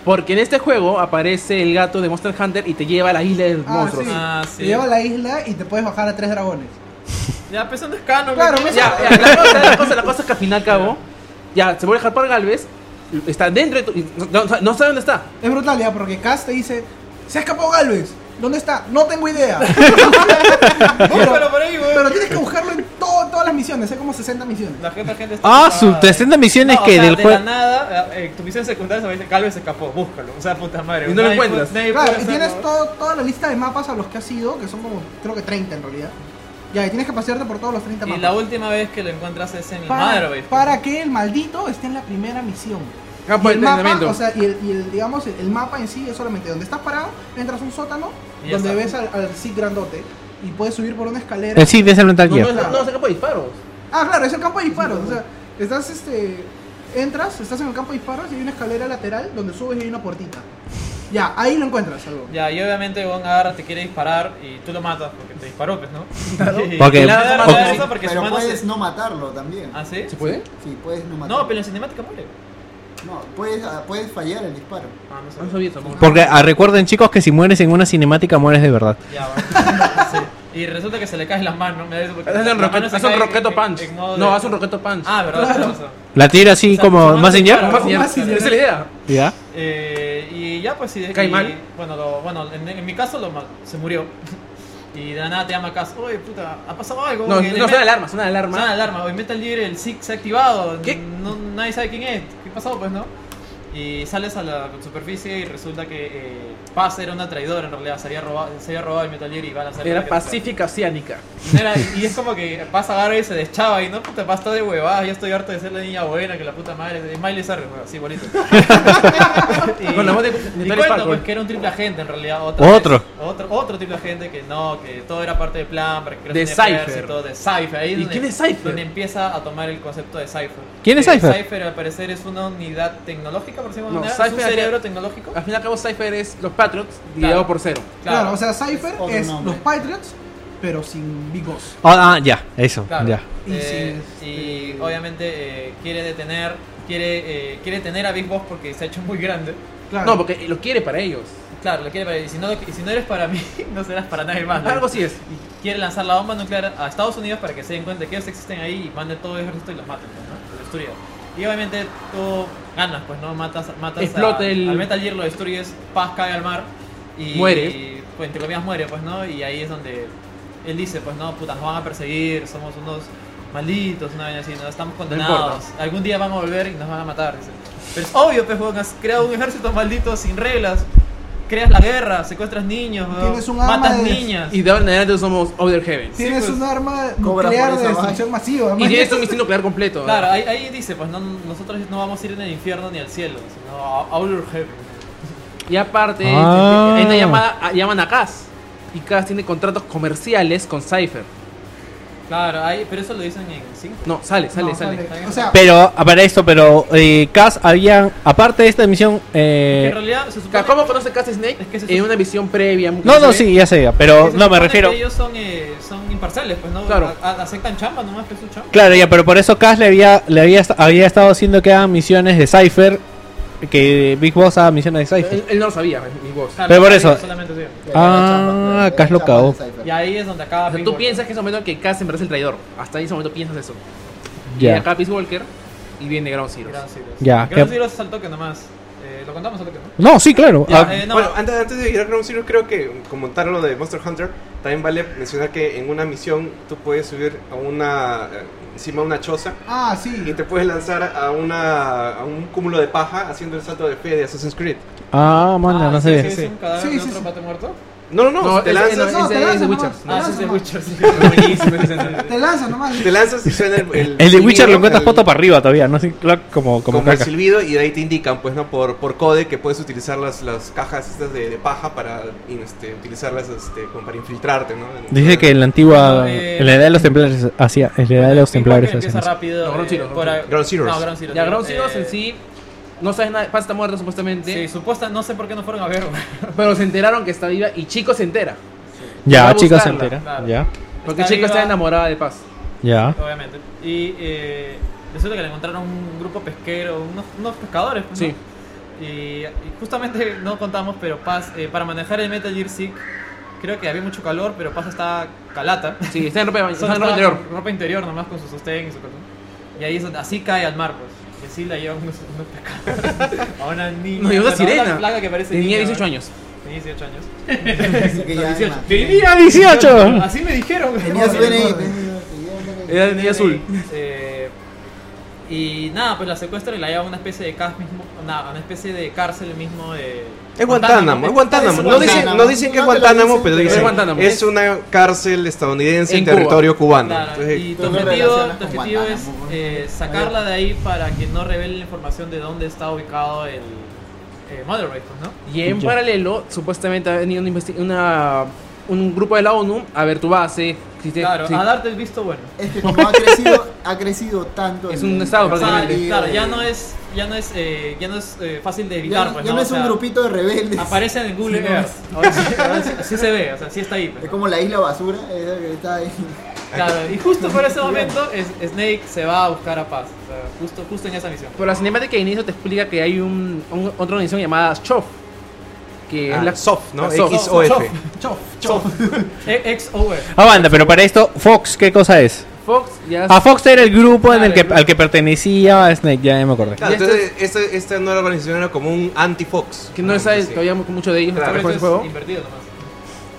S5: Porque en este juego aparece el gato de Monster Hunter y te lleva a la isla de los
S10: Ah,
S5: monstruos.
S10: sí.
S4: Ah,
S10: Te
S4: sí.
S10: lleva a la isla y te puedes bajar a tres dragones.
S4: Ya, pensando es canon.
S10: Claro,
S4: weón.
S10: me-
S5: Ya, ya, la, cosa, la, cosa, la cosa es que al final y al cabo, ya se vuelve a dejar por Galvez, está dentro de tu, y no, no- no sabe dónde está.
S10: Es brutal ya, porque Cass te dice, se ha escapado Galvez. ¿Dónde está? No tengo idea.
S4: Búscalo por ahí, weón.
S10: Pero tienes que buscarlo en todo- todas las misiones, hay como 60 misiones.
S4: La gente, la gente está
S14: Ah, su
S4: pasada.
S14: 60 misiones
S4: No, o
S14: que
S4: sea,
S14: del
S4: de
S14: juego.
S4: la nada, eh, eh, tu misión secundaria se va a decir, Galvez se escapó, búscalo. O sea, puta madre.
S5: Y no lo
S4: nadie puede-
S5: encuentras.
S4: nadie puede
S10: Claro, y
S4: hacerlo.
S10: tienes todo- toda la lista de mapas a los que has ido, que son como, creo que 30 en realidad. Ya, y tienes que pasearte por todos los 30
S4: Y
S10: mapas.
S4: la última vez que lo encuentras es en el
S10: este para,
S4: Madre,
S10: para que el maldito esté en la primera misión.
S5: Campo
S10: Y
S5: de
S10: el mapa,
S5: entrenamiento.
S10: o sea, y el, y el, digamos, el, el mapa en sí es solamente donde estás parado, entras a un sótano,
S4: Y ya
S10: donde
S4: está.
S10: ves al, al Sith grandote, y puedes subir por una escalera.
S14: El sí, de ese Metal
S5: No, no,
S14: Gear.
S5: no, no, se escapó de disparos.
S10: Ah, claro, es el campo de disparos. O sea, estás este. Entras, estás en el campo de disparos y hay una escalera lateral donde subes y hay una puertita. Ya, ahí lo encuentras algo.
S4: Ya, y obviamente Gon agarra, te quiere disparar y tú lo matas porque te disparó, pues, ¿no? Y- y
S14: Porque-
S4: le da- le da
S14: porque-
S4: risa Ah, porque su
S8: Pero
S4: mano
S8: puedes
S4: se...
S8: no matarlo también.
S4: ¿Ah, sí?
S5: ¿Se puede?
S8: Sí, puedes no matarlo.
S4: No, pero en cinemática muere.
S8: No, puedes, ah, puedes fallar el disparo.
S4: Ah, no sé.
S5: No sabía tampoco.
S14: Porque ah, recuerden chicos que si mueres en una cinemática mueres de verdad.
S4: Ya, va. Sí. Y resulta que se le caen las manos. Me da eso porque
S5: Haz
S4: las
S5: un, roque-
S4: manos se
S5: haz un
S4: caen
S5: roqueto
S4: en-
S5: punch.
S4: en modo de-
S5: No, haz un roqueto punch.
S4: Ah, verdad, tienes razón.
S14: La tira así
S4: O sea,
S14: como más
S4: su
S14: en
S4: mano
S5: Más
S4: se
S5: bien,
S4: dispara.
S5: esa es la idea.
S14: Ya.
S4: Eh, y ya pues sí.
S5: ¿Cae
S4: y-
S5: mal?
S4: Bueno, lo- bueno en, en mi caso lo ma- se murió. Y de la nada te llama Cas. Oye, puta, ha pasado algo. eh,
S5: No,
S4: Porque en
S5: no,
S4: el
S5: suena
S4: Met-
S5: alarma, suena
S4: Suena
S5: alarma.
S4: la alarma. O en Metal Gear el SIG se ha activado.
S5: ¿Qué?
S4: No, nadie sabe quién es. ¿Qué pasó pues, no? Y sales a la superficie y resulta que eh, Paz era una traidora en realidad. Se había robado, se había robado el Metal Gear y van a hacer
S5: Era pacífica oceánica.
S4: no era- y es como que vas a agarrar y se deschaba y no puta pasta de huevadas, ya estoy harto de ser la niña buena, que la puta madre, es Miley Cyrus, weón, así bonito. y,
S5: Con la voz de- de
S4: y
S5: Tony
S4: cuenta,
S5: Stark,
S4: pues
S5: weón.
S4: que era un triple agente en realidad, otra vez.
S14: Otro.
S4: otro otro triple agente que no, que todo era parte del plan para que
S5: De
S4: crezca el
S5: Cypher.
S4: ejército, de Cypher. Ahí
S5: ¿Y
S4: donde-
S5: quién es Cypher?
S4: Donde empieza a tomar el concepto de Cypher.
S14: ¿Quién es
S4: Que
S14: Cypher?
S4: Cypher al parecer es una unidad tecnológica, por decirlo de
S5: No,
S4: alguna manera, es un
S5: Cypher- Ah,
S4: cerebro tecnológico.
S5: Al fin y al cabo, Cypher es los Patriots
S4: Claro.
S5: guiado por cero.
S10: Claro, o sea, Cypher
S8: Es otro
S10: es,
S8: nombre.
S10: los Patriots, pero sin Big Boss.
S14: Ah, ah, ya, eso,
S4: Claro.
S14: ya.
S10: Y
S4: Eh,
S10: si,
S4: y
S10: este-
S4: obviamente eh, quiere detener, quiere, eh, quiere tener a Big Boss porque se ha hecho muy grande.
S10: Claro.
S5: No, porque lo quiere para ellos.
S4: Claro, lo quiere para y si no, y si no eres para mí, no serás para nadie más. ¿no?
S5: Algo así es.
S4: Y quiere lanzar la bomba nuclear a Estados Unidos para que se den cuenta que ellos existen ahí y manden todo el ejército y los maten, pues, ¿no? Los destruyan. Y obviamente tú ganas, pues, ¿no? Matas, matas a-
S5: Explota el-
S4: al Metal Gear, lo destruyes, Paz cae al mar y...
S5: Muere.
S4: y, pues, entre comillas muere, pues, ¿no? Y ahí es donde él dice, pues, no, putas, nos van a perseguir, somos unos malditos, una vaina así, ¿no? Estamos condenados. Algún día van a volver y nos van a matar, dice. Pero es obvio, pues, weón, has creado un ejército maldito sin reglas. Creas la guerra, secuestras niños, weón,
S10: Tienes un arma
S4: matas
S10: de-
S4: niñas.
S5: Y de ahora en adelante somos Outer Heaven.
S10: Tienes
S4: pues.
S10: un arma
S8: Cobra
S10: nuclear
S8: por
S10: de
S8: esa
S10: destrucción masiva.
S5: Y
S10: man.
S5: tienes un misil nuclear completo.
S4: Claro, ahí, ahí dice, pues no, nosotros no vamos a ir en el infierno ni al cielo, sino a, a Outer Heaven.
S5: Y aparte,
S14: Ah.
S5: hay una llamada, a- llaman a Cass. Y Cass tiene contratos comerciales con Cypher.
S4: Claro, ahí, pero eso lo dicen en 5.
S5: No, sale, sale,
S10: No,
S5: sale.
S10: O sea,
S14: Pero, ah, para esto, pero eh, Cass había, aparte de esta emisión, eh,
S4: en realidad se supone
S5: Ca- ¿Cómo conoce Cass Snake?
S4: Es que se
S5: en
S4: supo-
S5: una visión previa.
S14: no, no, sí, ya sé, pero no
S4: se
S14: me
S4: supone
S14: refiero.
S4: Que ellos son, eh, son imparciales, pues no
S5: Claro.
S4: A- a- aceptan chamba, nomás que es su chamba.
S14: Claro, ya, pero por eso Cass le había, le había, est- había estado haciendo que hagan misiones de Cypher, que Big Boss haga misiones de Cypher.
S5: Él, él no lo sabía, mi- mi voz.
S4: Claro,
S14: Pero por
S4: ahí
S14: eso-
S4: solamente sí.
S14: Ah, acá es lo cagó.
S4: Y ahí es donde acaba
S5: O sea, tú
S4: Pink
S5: piensas que en ese momento que Cass en verdad es el traidor. Hasta en ese momento piensas eso. Y
S14: Ya.
S5: acá Peace Walker y viene Ground Zero.
S4: Wolf, Ground Zeroes.
S14: Ya,
S4: Ground
S14: que-
S4: Zeroes es al toque nomás. Eh, lo contamos al toque, ¿no?
S14: No, sí, claro.
S4: Ya,
S14: ah,
S4: eh, no,
S7: Bueno, antes, antes de ir a Ground Zero, creo que como tal lo de Monster Hunter, también vale mencionar que en una misión tú puedes subir a una eh, encima de una choza
S10: ah,
S7: y
S10: sí.
S7: te puedes lanzar a una a un cúmulo de paja haciendo el salto de fe de Assassin's Creed.
S14: ah, manda,
S4: ah,
S14: no
S4: sí,
S14: sé.
S4: sí, es un cadáver
S10: Sí,
S4: de
S10: sí,
S4: otro
S10: sí.
S4: pato muerto.
S7: No, no, no,
S5: No,
S7: te
S5: ese-
S7: lanzas,
S5: no, ese-
S10: te
S5: ese
S10: lanzas
S5: es Witcher.
S10: nomás, te
S4: Ah, sí,
S10: lanzas
S4: es de
S10: nomás.
S4: Witcher, sí.
S10: Te lanzas nomás.
S7: te lanzas y suena el el,
S14: El de
S7: silbido,
S14: Witcher lo encuentras
S7: el-
S14: foto para arriba todavía, no sé, claro, como, como,
S7: como el
S14: caca.
S7: silbido y de ahí te indican pues no por por code que puedes utilizar las, las cajas estas de, de paja para y, este, utilizarlas este, como para infiltrarte, ¿no? En-
S14: Dice que en la antigua,
S4: Eh,
S14: en la edad de los templarios hacía, en la edad de los
S4: Pink
S14: templarios
S4: Walker
S14: hacían
S4: empieza
S14: eso.
S4: rápido.
S5: No, Ground
S4: eh,
S5: Zeroes,
S4: por
S5: Ground
S4: ahí-
S7: Ground Zeroes.
S4: No, Ground Zeroes.
S5: Ya Ground Zero
S4: eh,
S5: en sí. No sabes nada. Paz está muerto
S4: Sí,
S5: supuestamente.
S4: supuesta, no sé por qué no fueron a ver.
S5: Pero se enteraron que está viva y Chico se entera. Va
S14: Ya,
S5: a
S14: chicos, se
S5: buscarla,
S14: entera.
S4: claro.
S14: Ya,
S5: Porque Chico está
S4: viva.
S5: enamorada de Paz.
S14: ya.
S4: obviamente. Y eh, resulta que le encontraron un grupo pesquero, unos, unos pescadores. pues, ¿no?
S5: Sí.
S4: Y, y justamente no contamos, pero Paz, eh, para manejar el Metal Gear Sick, creo que había mucho calor, pero Paz estaba calata.
S5: Sí, está en ropa de baño.
S4: Solo
S5: Está en
S4: estaba
S5: ropa interior.
S4: con Ropa interior nomás con su sostén y su cosa. Y ahí es donde- así cae al mar, pues. Y así la llevan unos, unos pescadores. a una niña.
S5: No, y
S4: bueno,
S5: una
S4: a
S5: sirena.
S4: flaca que parece
S5: Tenía
S4: niña,
S5: 18
S4: ¿no?
S5: años.
S4: Tenía 18 años.
S8: Este
S14: ¡Tenía 18!
S4: Así me dijeron.
S8: Tenía su DNI, tenía-
S5: Era de niña azul.
S4: Eh, y nada, pues la secuestran y la llevan a una especie de cas mismo, una, una especie de cárcel mismo de
S7: Es Guantánamo, es Guantánamo.
S8: Es
S7: No dicen,
S8: Guantánamo.
S7: no dicen que es
S8: No te lo
S7: Guantánamo, pero
S8: dicen, pero
S7: dicen
S5: es Guantánamo.
S7: es una cárcel estadounidense en,
S5: En Cuba.
S7: territorio cubano.
S4: Claro,
S7: Entonces,
S4: y tu
S8: Entonces,
S4: objetivo, tu
S8: relacionas con
S4: objetivo es
S8: Guantánamo,
S4: eh, sacarla de ahí para que no revele la información de dónde está ubicado el eh, Mother Race, pues, ¿no?
S5: Y en paralelo, supuestamente ha venido una investi- una- un grupo de la ONU a ver tu base. si te-
S4: Claro,
S5: si-
S4: a darte el visto bueno.
S8: Es que como este ha crecido, ha crecido tanto.
S5: Es
S8: el-
S5: un estado,
S8: el
S4: O sea,
S5: prácticamente.
S4: claro,
S8: salario,
S4: ya
S8: el-
S4: no es, ya no es, eh, ya no es eh, fácil de
S8: eh, Ya,
S4: evitar,
S8: no-
S4: pues,
S8: ya
S4: ¿no?
S8: no
S4: O
S8: es un
S4: sea,
S8: grupito de rebeldes.
S4: Aparece en el Google
S8: Sí, no
S4: Earth. Ahora sí, ahora sí- sí se ve, o sea, sí está ahí. pues,
S8: Es
S4: ¿no?
S8: como la isla basura, esa que está ahí.
S4: Claro, y justo por ese momento es- Snake se va a buscar a Paz. o sea, justo, justo en esa misión.
S5: Por la cinemática de inicio te explica que hay un, un- otra organización llamada SHOF. Que
S7: ah,
S5: es la
S7: soft, ¿no?
S5: la soft.
S7: XOF.
S10: Chof.
S4: E, XOE.
S14: Ah, banda, pero para esto, Fox, ¿qué cosa es?
S5: Fox. Ya
S14: Ah, Fox era el grupo en el
S5: Claro,
S14: que,
S5: el grupo.
S14: al que pertenecía Snake, ya, ya me acordé.
S7: Claro,
S5: Y esto
S7: entonces esta, esta nueva organización era como un anti-Fox.
S5: que no
S7: Ah,
S5: sabes
S7: sí.
S5: todavía mu- mucho de ellos.
S7: Claro.
S5: hasta
S4: Por
S5: después
S4: eso
S5: del juego.
S4: es invertido nomás.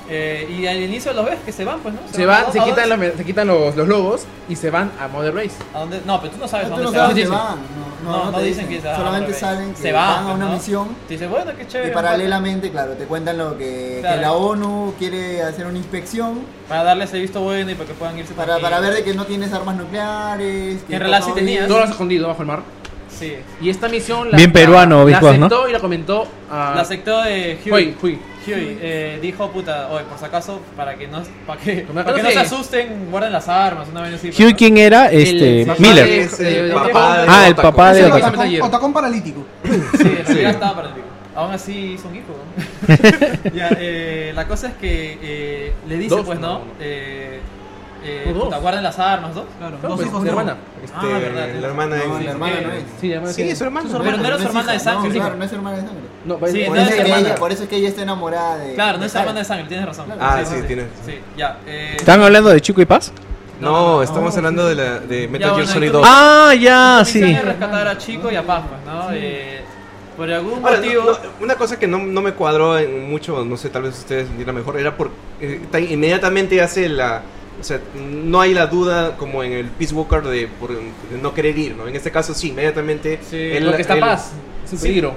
S4: Eh, y al inicio los ves que se van, pues, ¿no?
S5: Se van,
S4: ¿A
S5: se
S4: dónde-
S5: quitan, los, se quitan los, los logos y se van a Mother Race.
S4: ¿A dónde? No, pero tú no sabes
S8: No,
S4: a
S8: tú no
S4: dónde se
S8: sabes
S4: van.
S8: dónde
S5: dicen.
S8: van. No,
S4: No,
S8: no,
S4: no
S8: te
S4: dicen que se van,
S8: Solamente
S4: pero
S8: saben que
S4: se van,
S8: van a
S4: pues,
S8: una
S4: ¿no?
S8: misión.
S4: Te dice, bueno, qué chévere.
S8: Y paralelamente, claro, te cuentan lo que,
S4: Claro.
S8: que la ONU quiere hacer una inspección
S4: Para darles el visto bueno y para que puedan irse
S8: para, para ver de
S4: qué.
S8: que no tienes armas nucleares.
S4: Que en realidad sí
S8: todo
S4: tenías.
S8: bien.
S5: Todo lo has escondido bajo el mar.
S4: Sí.
S5: Y esta misión la,
S14: Bien peruano,
S5: la, la
S14: Biscuas, ¿no?
S5: aceptó y la comentó a
S4: La sectó de
S5: Hui,
S4: Huey.
S5: Hui.
S4: Huey eh, dijo, puta, oye, por si acaso, para que no, para que,
S5: Como
S4: para que no
S5: acaso
S4: se
S5: sí.
S4: asusten, guarden las armas, una vez así. pues,
S14: Hugh,
S4: ¿no?
S14: ¿quién era? Este,
S5: papá
S14: Miller.
S5: de-
S7: Es el
S5: de-
S7: papá de
S14: Ah, el
S7: Otaku.
S14: papá de
S10: Ese
S14: Otaku.
S5: Otaku.
S10: otacón- Otacón paralítico.
S4: Sí, en realidad estaba para el pico. Aún así hizo un hijo. ¿no? ya, eh, la cosa es que eh, le dice,
S5: Dos,
S4: pues,
S5: no,
S4: ¿no?
S5: no.
S4: Eh, eh,
S5: No, dos.
S4: puta, guarden las armas, ¿no?
S10: Claro,
S5: No,
S10: dos
S5: pues,
S10: hijos
S5: de
S10: no.
S5: hermana.
S7: Este,
S4: Ah, verdad,
S7: la hermana
S8: No,
S7: de-
S8: la hermana no es.
S5: Sí, además
S7: Sí, es su hermana.
S4: Pero no era su
S8: es
S4: hermana de
S8: hija,
S4: sangre.
S8: No,
S4: sí.
S8: claro, no es hermana de sangre.
S5: No, pues,
S4: Sí,
S5: es-
S8: Por
S4: no
S8: eso,
S4: es
S8: es que
S4: hermana.
S8: ella, por eso es que ella está enamorada de.
S4: Claro, no
S8: de
S4: es hermana
S8: Sara.
S4: de sangre, tienes razón.
S7: Ah, sí, tienes
S4: Sí,
S7: razón.
S4: ya. Eh,
S14: ¿Estaban hablando de Chico y Paz?
S7: No, estamos hablando de, la, de Metal
S4: Ya,
S7: Gear
S4: bueno,
S7: Solid
S4: entonces-
S7: 2.
S14: Ah, ya, sí.
S4: Misión es rescatar a Chico y a Paz, pues, ¿no? Eh, por algún
S7: Ahora,
S4: motivo.
S7: no- no, una cosa que no, no me cuadró en mucho, no sé, tal vez ustedes la mejor, era porque eh, ta- inmediatamente hace la... O sea, no hay la duda como en el Peace Walker de, por- de no querer ir, ¿no? En este caso sí, inmediatamente...
S4: Sí,
S7: él-
S4: porque está
S7: él-
S4: Paz.
S5: Es un peligro.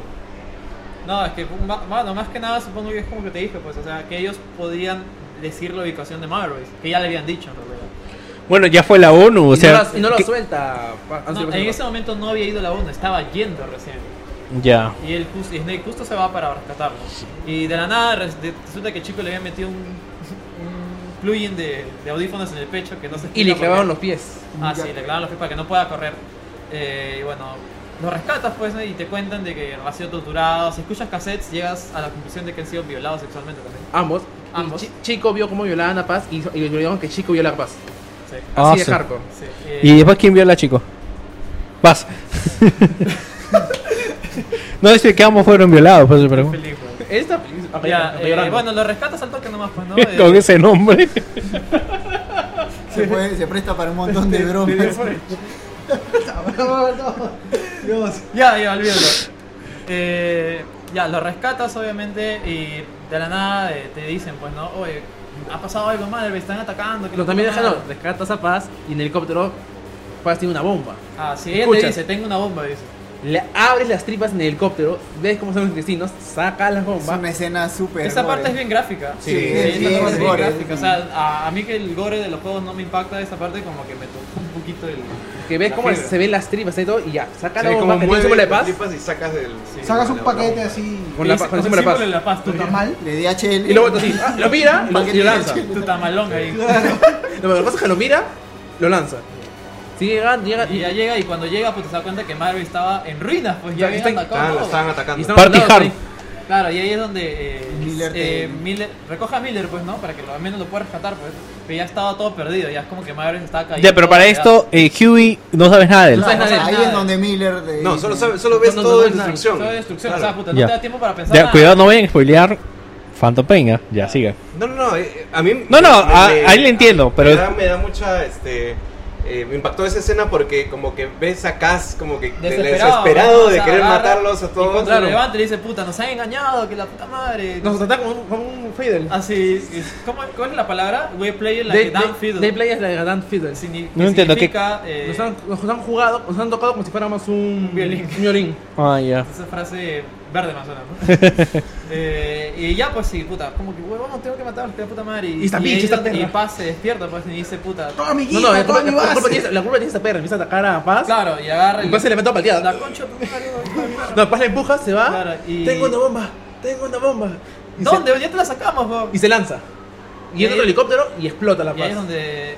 S4: No, es que, ma- bueno, más que nada supongo que es como que te dije, pues, o sea, que ellos podían decir la ubicación de Marroyes, que ya le habían dicho en realidad.
S14: Bueno, ya fue la ONU, o
S5: y, no
S14: sea.
S5: las- y no lo
S14: que-
S5: suelta. pa-
S4: No,
S5: Anthony
S4: en
S5: Mackie.
S4: ese momento no había ido la ONU, estaba yendo recién.
S14: Ya.
S4: Y, él justo, y Snake justo se va para rescatarlo. Y de la nada res- de- resulta que Chico le había metido un, un plugin de, de audífonos en el pecho que no se
S5: Y
S4: explica
S5: le
S4: por qué.
S5: clavaron los pies.
S4: Ah, sí, le clavan los pies para que no pueda correr. Eh, y bueno, lo rescatas pues ¿no? y te cuentan de que ha sido torturado. Si escuchas cassettes, llegas a la conclusión de que han sido violados sexualmente también.
S5: Ambos.
S4: Ambos.
S5: Y Chi- Chico vio cómo violaban a Paz y, y le dijeron que Chico viola a Paz.
S4: Sí.
S14: Ah,
S5: Así
S14: sí.
S5: de hardcore.
S4: sí. Eh,
S14: ¿Y después quién viola, chico? Paz. no dice que ambos fueron violados, pues, por eso pregunto.
S4: película.
S5: Esta película. ok,
S4: Ya,
S5: estoy
S4: eh,
S5: llorando.
S4: bueno, lo rescatas al toque nomás, pues, ¿no? Eh,
S14: Con ese nombre.
S8: Se, puede- se presta para un montón de bromas.
S4: Ya, ya, olvídalo. Eh, ya, lo rescatas obviamente y de la nada eh, te dicen, pues no, oye, ha pasado algo mal, me están atacando. Que
S5: No, también
S4: puedo
S5: dejan, no,
S4: nada".
S5: rescatas a Paz y en helicóptero Paz tiene una bomba.
S4: Ah, sí, ella
S5: Escucha.
S4: te dice, tengo una bomba, dice.
S5: Le abres las tripas en el helicóptero, ves cómo son los intestinos, sacas las
S8: Es
S5: bombas.
S8: una escena súper.
S4: Esa
S8: gore.
S4: parte es bien gráfica.
S8: Sí, es
S4: esa
S8: bien
S4: parte es bien
S8: gore.
S4: gráfica. O sea, a, a mí que el gore de los juegos no me impacta esa parte, como que me tocó un poquito el...
S5: Que ves
S4: La
S5: cómo
S4: fibra.
S5: se ven las tripas y todo, y ya, saca
S7: Sí,
S5: la
S7: como
S5: bomba que tiene
S7: mueve
S5: símbolo de
S7: las
S5: Paz.
S7: tripas y sacas el... sí,
S10: Sacas
S7: la-
S10: un
S7: la-
S10: paquete así.
S5: Con la
S4: Dice,
S5: pa- con el
S4: un
S5: símbolo de Paz.
S4: símbolo de la paz,
S10: Tu
S4: todavía.
S10: tamal.
S8: De DHL.
S5: Y luego así, ah, lo mira y lo- y
S8: Paquete
S5: lo
S8: de
S5: lanza.
S4: Tu tamalón ahí.
S5: Lo que pasa es que lo mira, lo lanza. Si llegan, llegan
S4: Y ya llega y cuando llega pues te das cuenta que Marvel estaba en ruinas, pues ya
S5: Está-
S4: habían
S5: está-
S4: atacado
S7: Ah, la
S4: todo.
S7: estaban atacando.
S5: y están
S14: Party
S5: mandados
S14: hard.
S5: ahí.
S4: Claro, y ahí es donde eh,
S8: Miller
S4: eh,
S8: te-
S4: Miller- recoja a Miller, pues, ¿no? Para que lo, al menos lo pueda rescatar, pues. Pero ya estaba todo perdido, ya es como que Maverick está cayendo.
S14: Ya, pero para
S4: ya.
S14: esto, eh, Huey, no sabes nada de él.
S8: Claro,
S4: sabes nada de
S8: ahí
S4: nada.
S8: es donde Miller. de-
S7: No, solo, sabe- solo ves
S5: No, no,
S7: todo
S5: no,
S7: en
S5: no,
S7: destrucción.
S4: Todo es destrucción,
S7: Claro.
S4: o sea, puta,
S14: Ya.
S4: no te da tiempo para pensar.
S14: Ya,
S4: nada.
S14: cuidado, no vayan a spoilear Phantom Pain, ¿ah? Ya, siga.
S7: No, no, no, eh, a mí...
S14: No, no, a- ahí le entiendo, pero-
S7: Me da, me da mucha, este... eh, me impactó esa escena porque como que ves a Cass como que de- desesperado,
S4: ¿no? O
S7: de
S4: sea,
S7: querer
S4: agarra
S7: matarlos a
S4: Y
S7: todos.
S4: cuando se levanta y le dice, puta, nos han engañado, que la puta madre.
S5: Nos tratan como un, como un fiddle.
S4: Así, es- ¿cómo, ¿cuál es la palabra? We play en la que Dan Fiddle.
S5: They play as like a Dan Fiddle.
S4: Signi-
S14: No entiendo, ¿qué-
S4: significa, eh,
S5: Nos, han, nos han jugado, nos han tocado como si fuéramos un,
S4: Un violín.
S5: Un violín.
S14: Ah, ya.
S4: Esa frase verde más o menos. ¿no? Eh, y ya pues sí, puta, como que huevón, tengo que matarlos, te da puta madre. Y,
S5: Y esta
S4: y
S5: bitch,
S4: ahí
S5: esta
S4: donde- y
S5: perra.
S4: Paz se despierta pues y dice puta.
S10: Toda mi
S5: No,
S10: guita,
S5: no, la culpa,
S10: toda mi
S5: la culpa
S10: base.
S5: tiene, la culpa tiene esta perra, empieza a atacar a Paz.
S4: Claro, y agarra
S5: Y Paz Pues se le mete a palteada.
S4: La concha de tu madre, weón.
S5: No, Paz la empuja, se va.
S4: Claro, y-
S5: Tengo una bomba, tengo una bomba. Y se-
S4: ¿Dónde? Ya te la sacamos, weón.
S5: y se lanza. Y
S4: Y
S5: entra otro
S4: ahí-
S5: helicóptero y explota la
S4: Y ahí es
S5: paz.
S4: donde.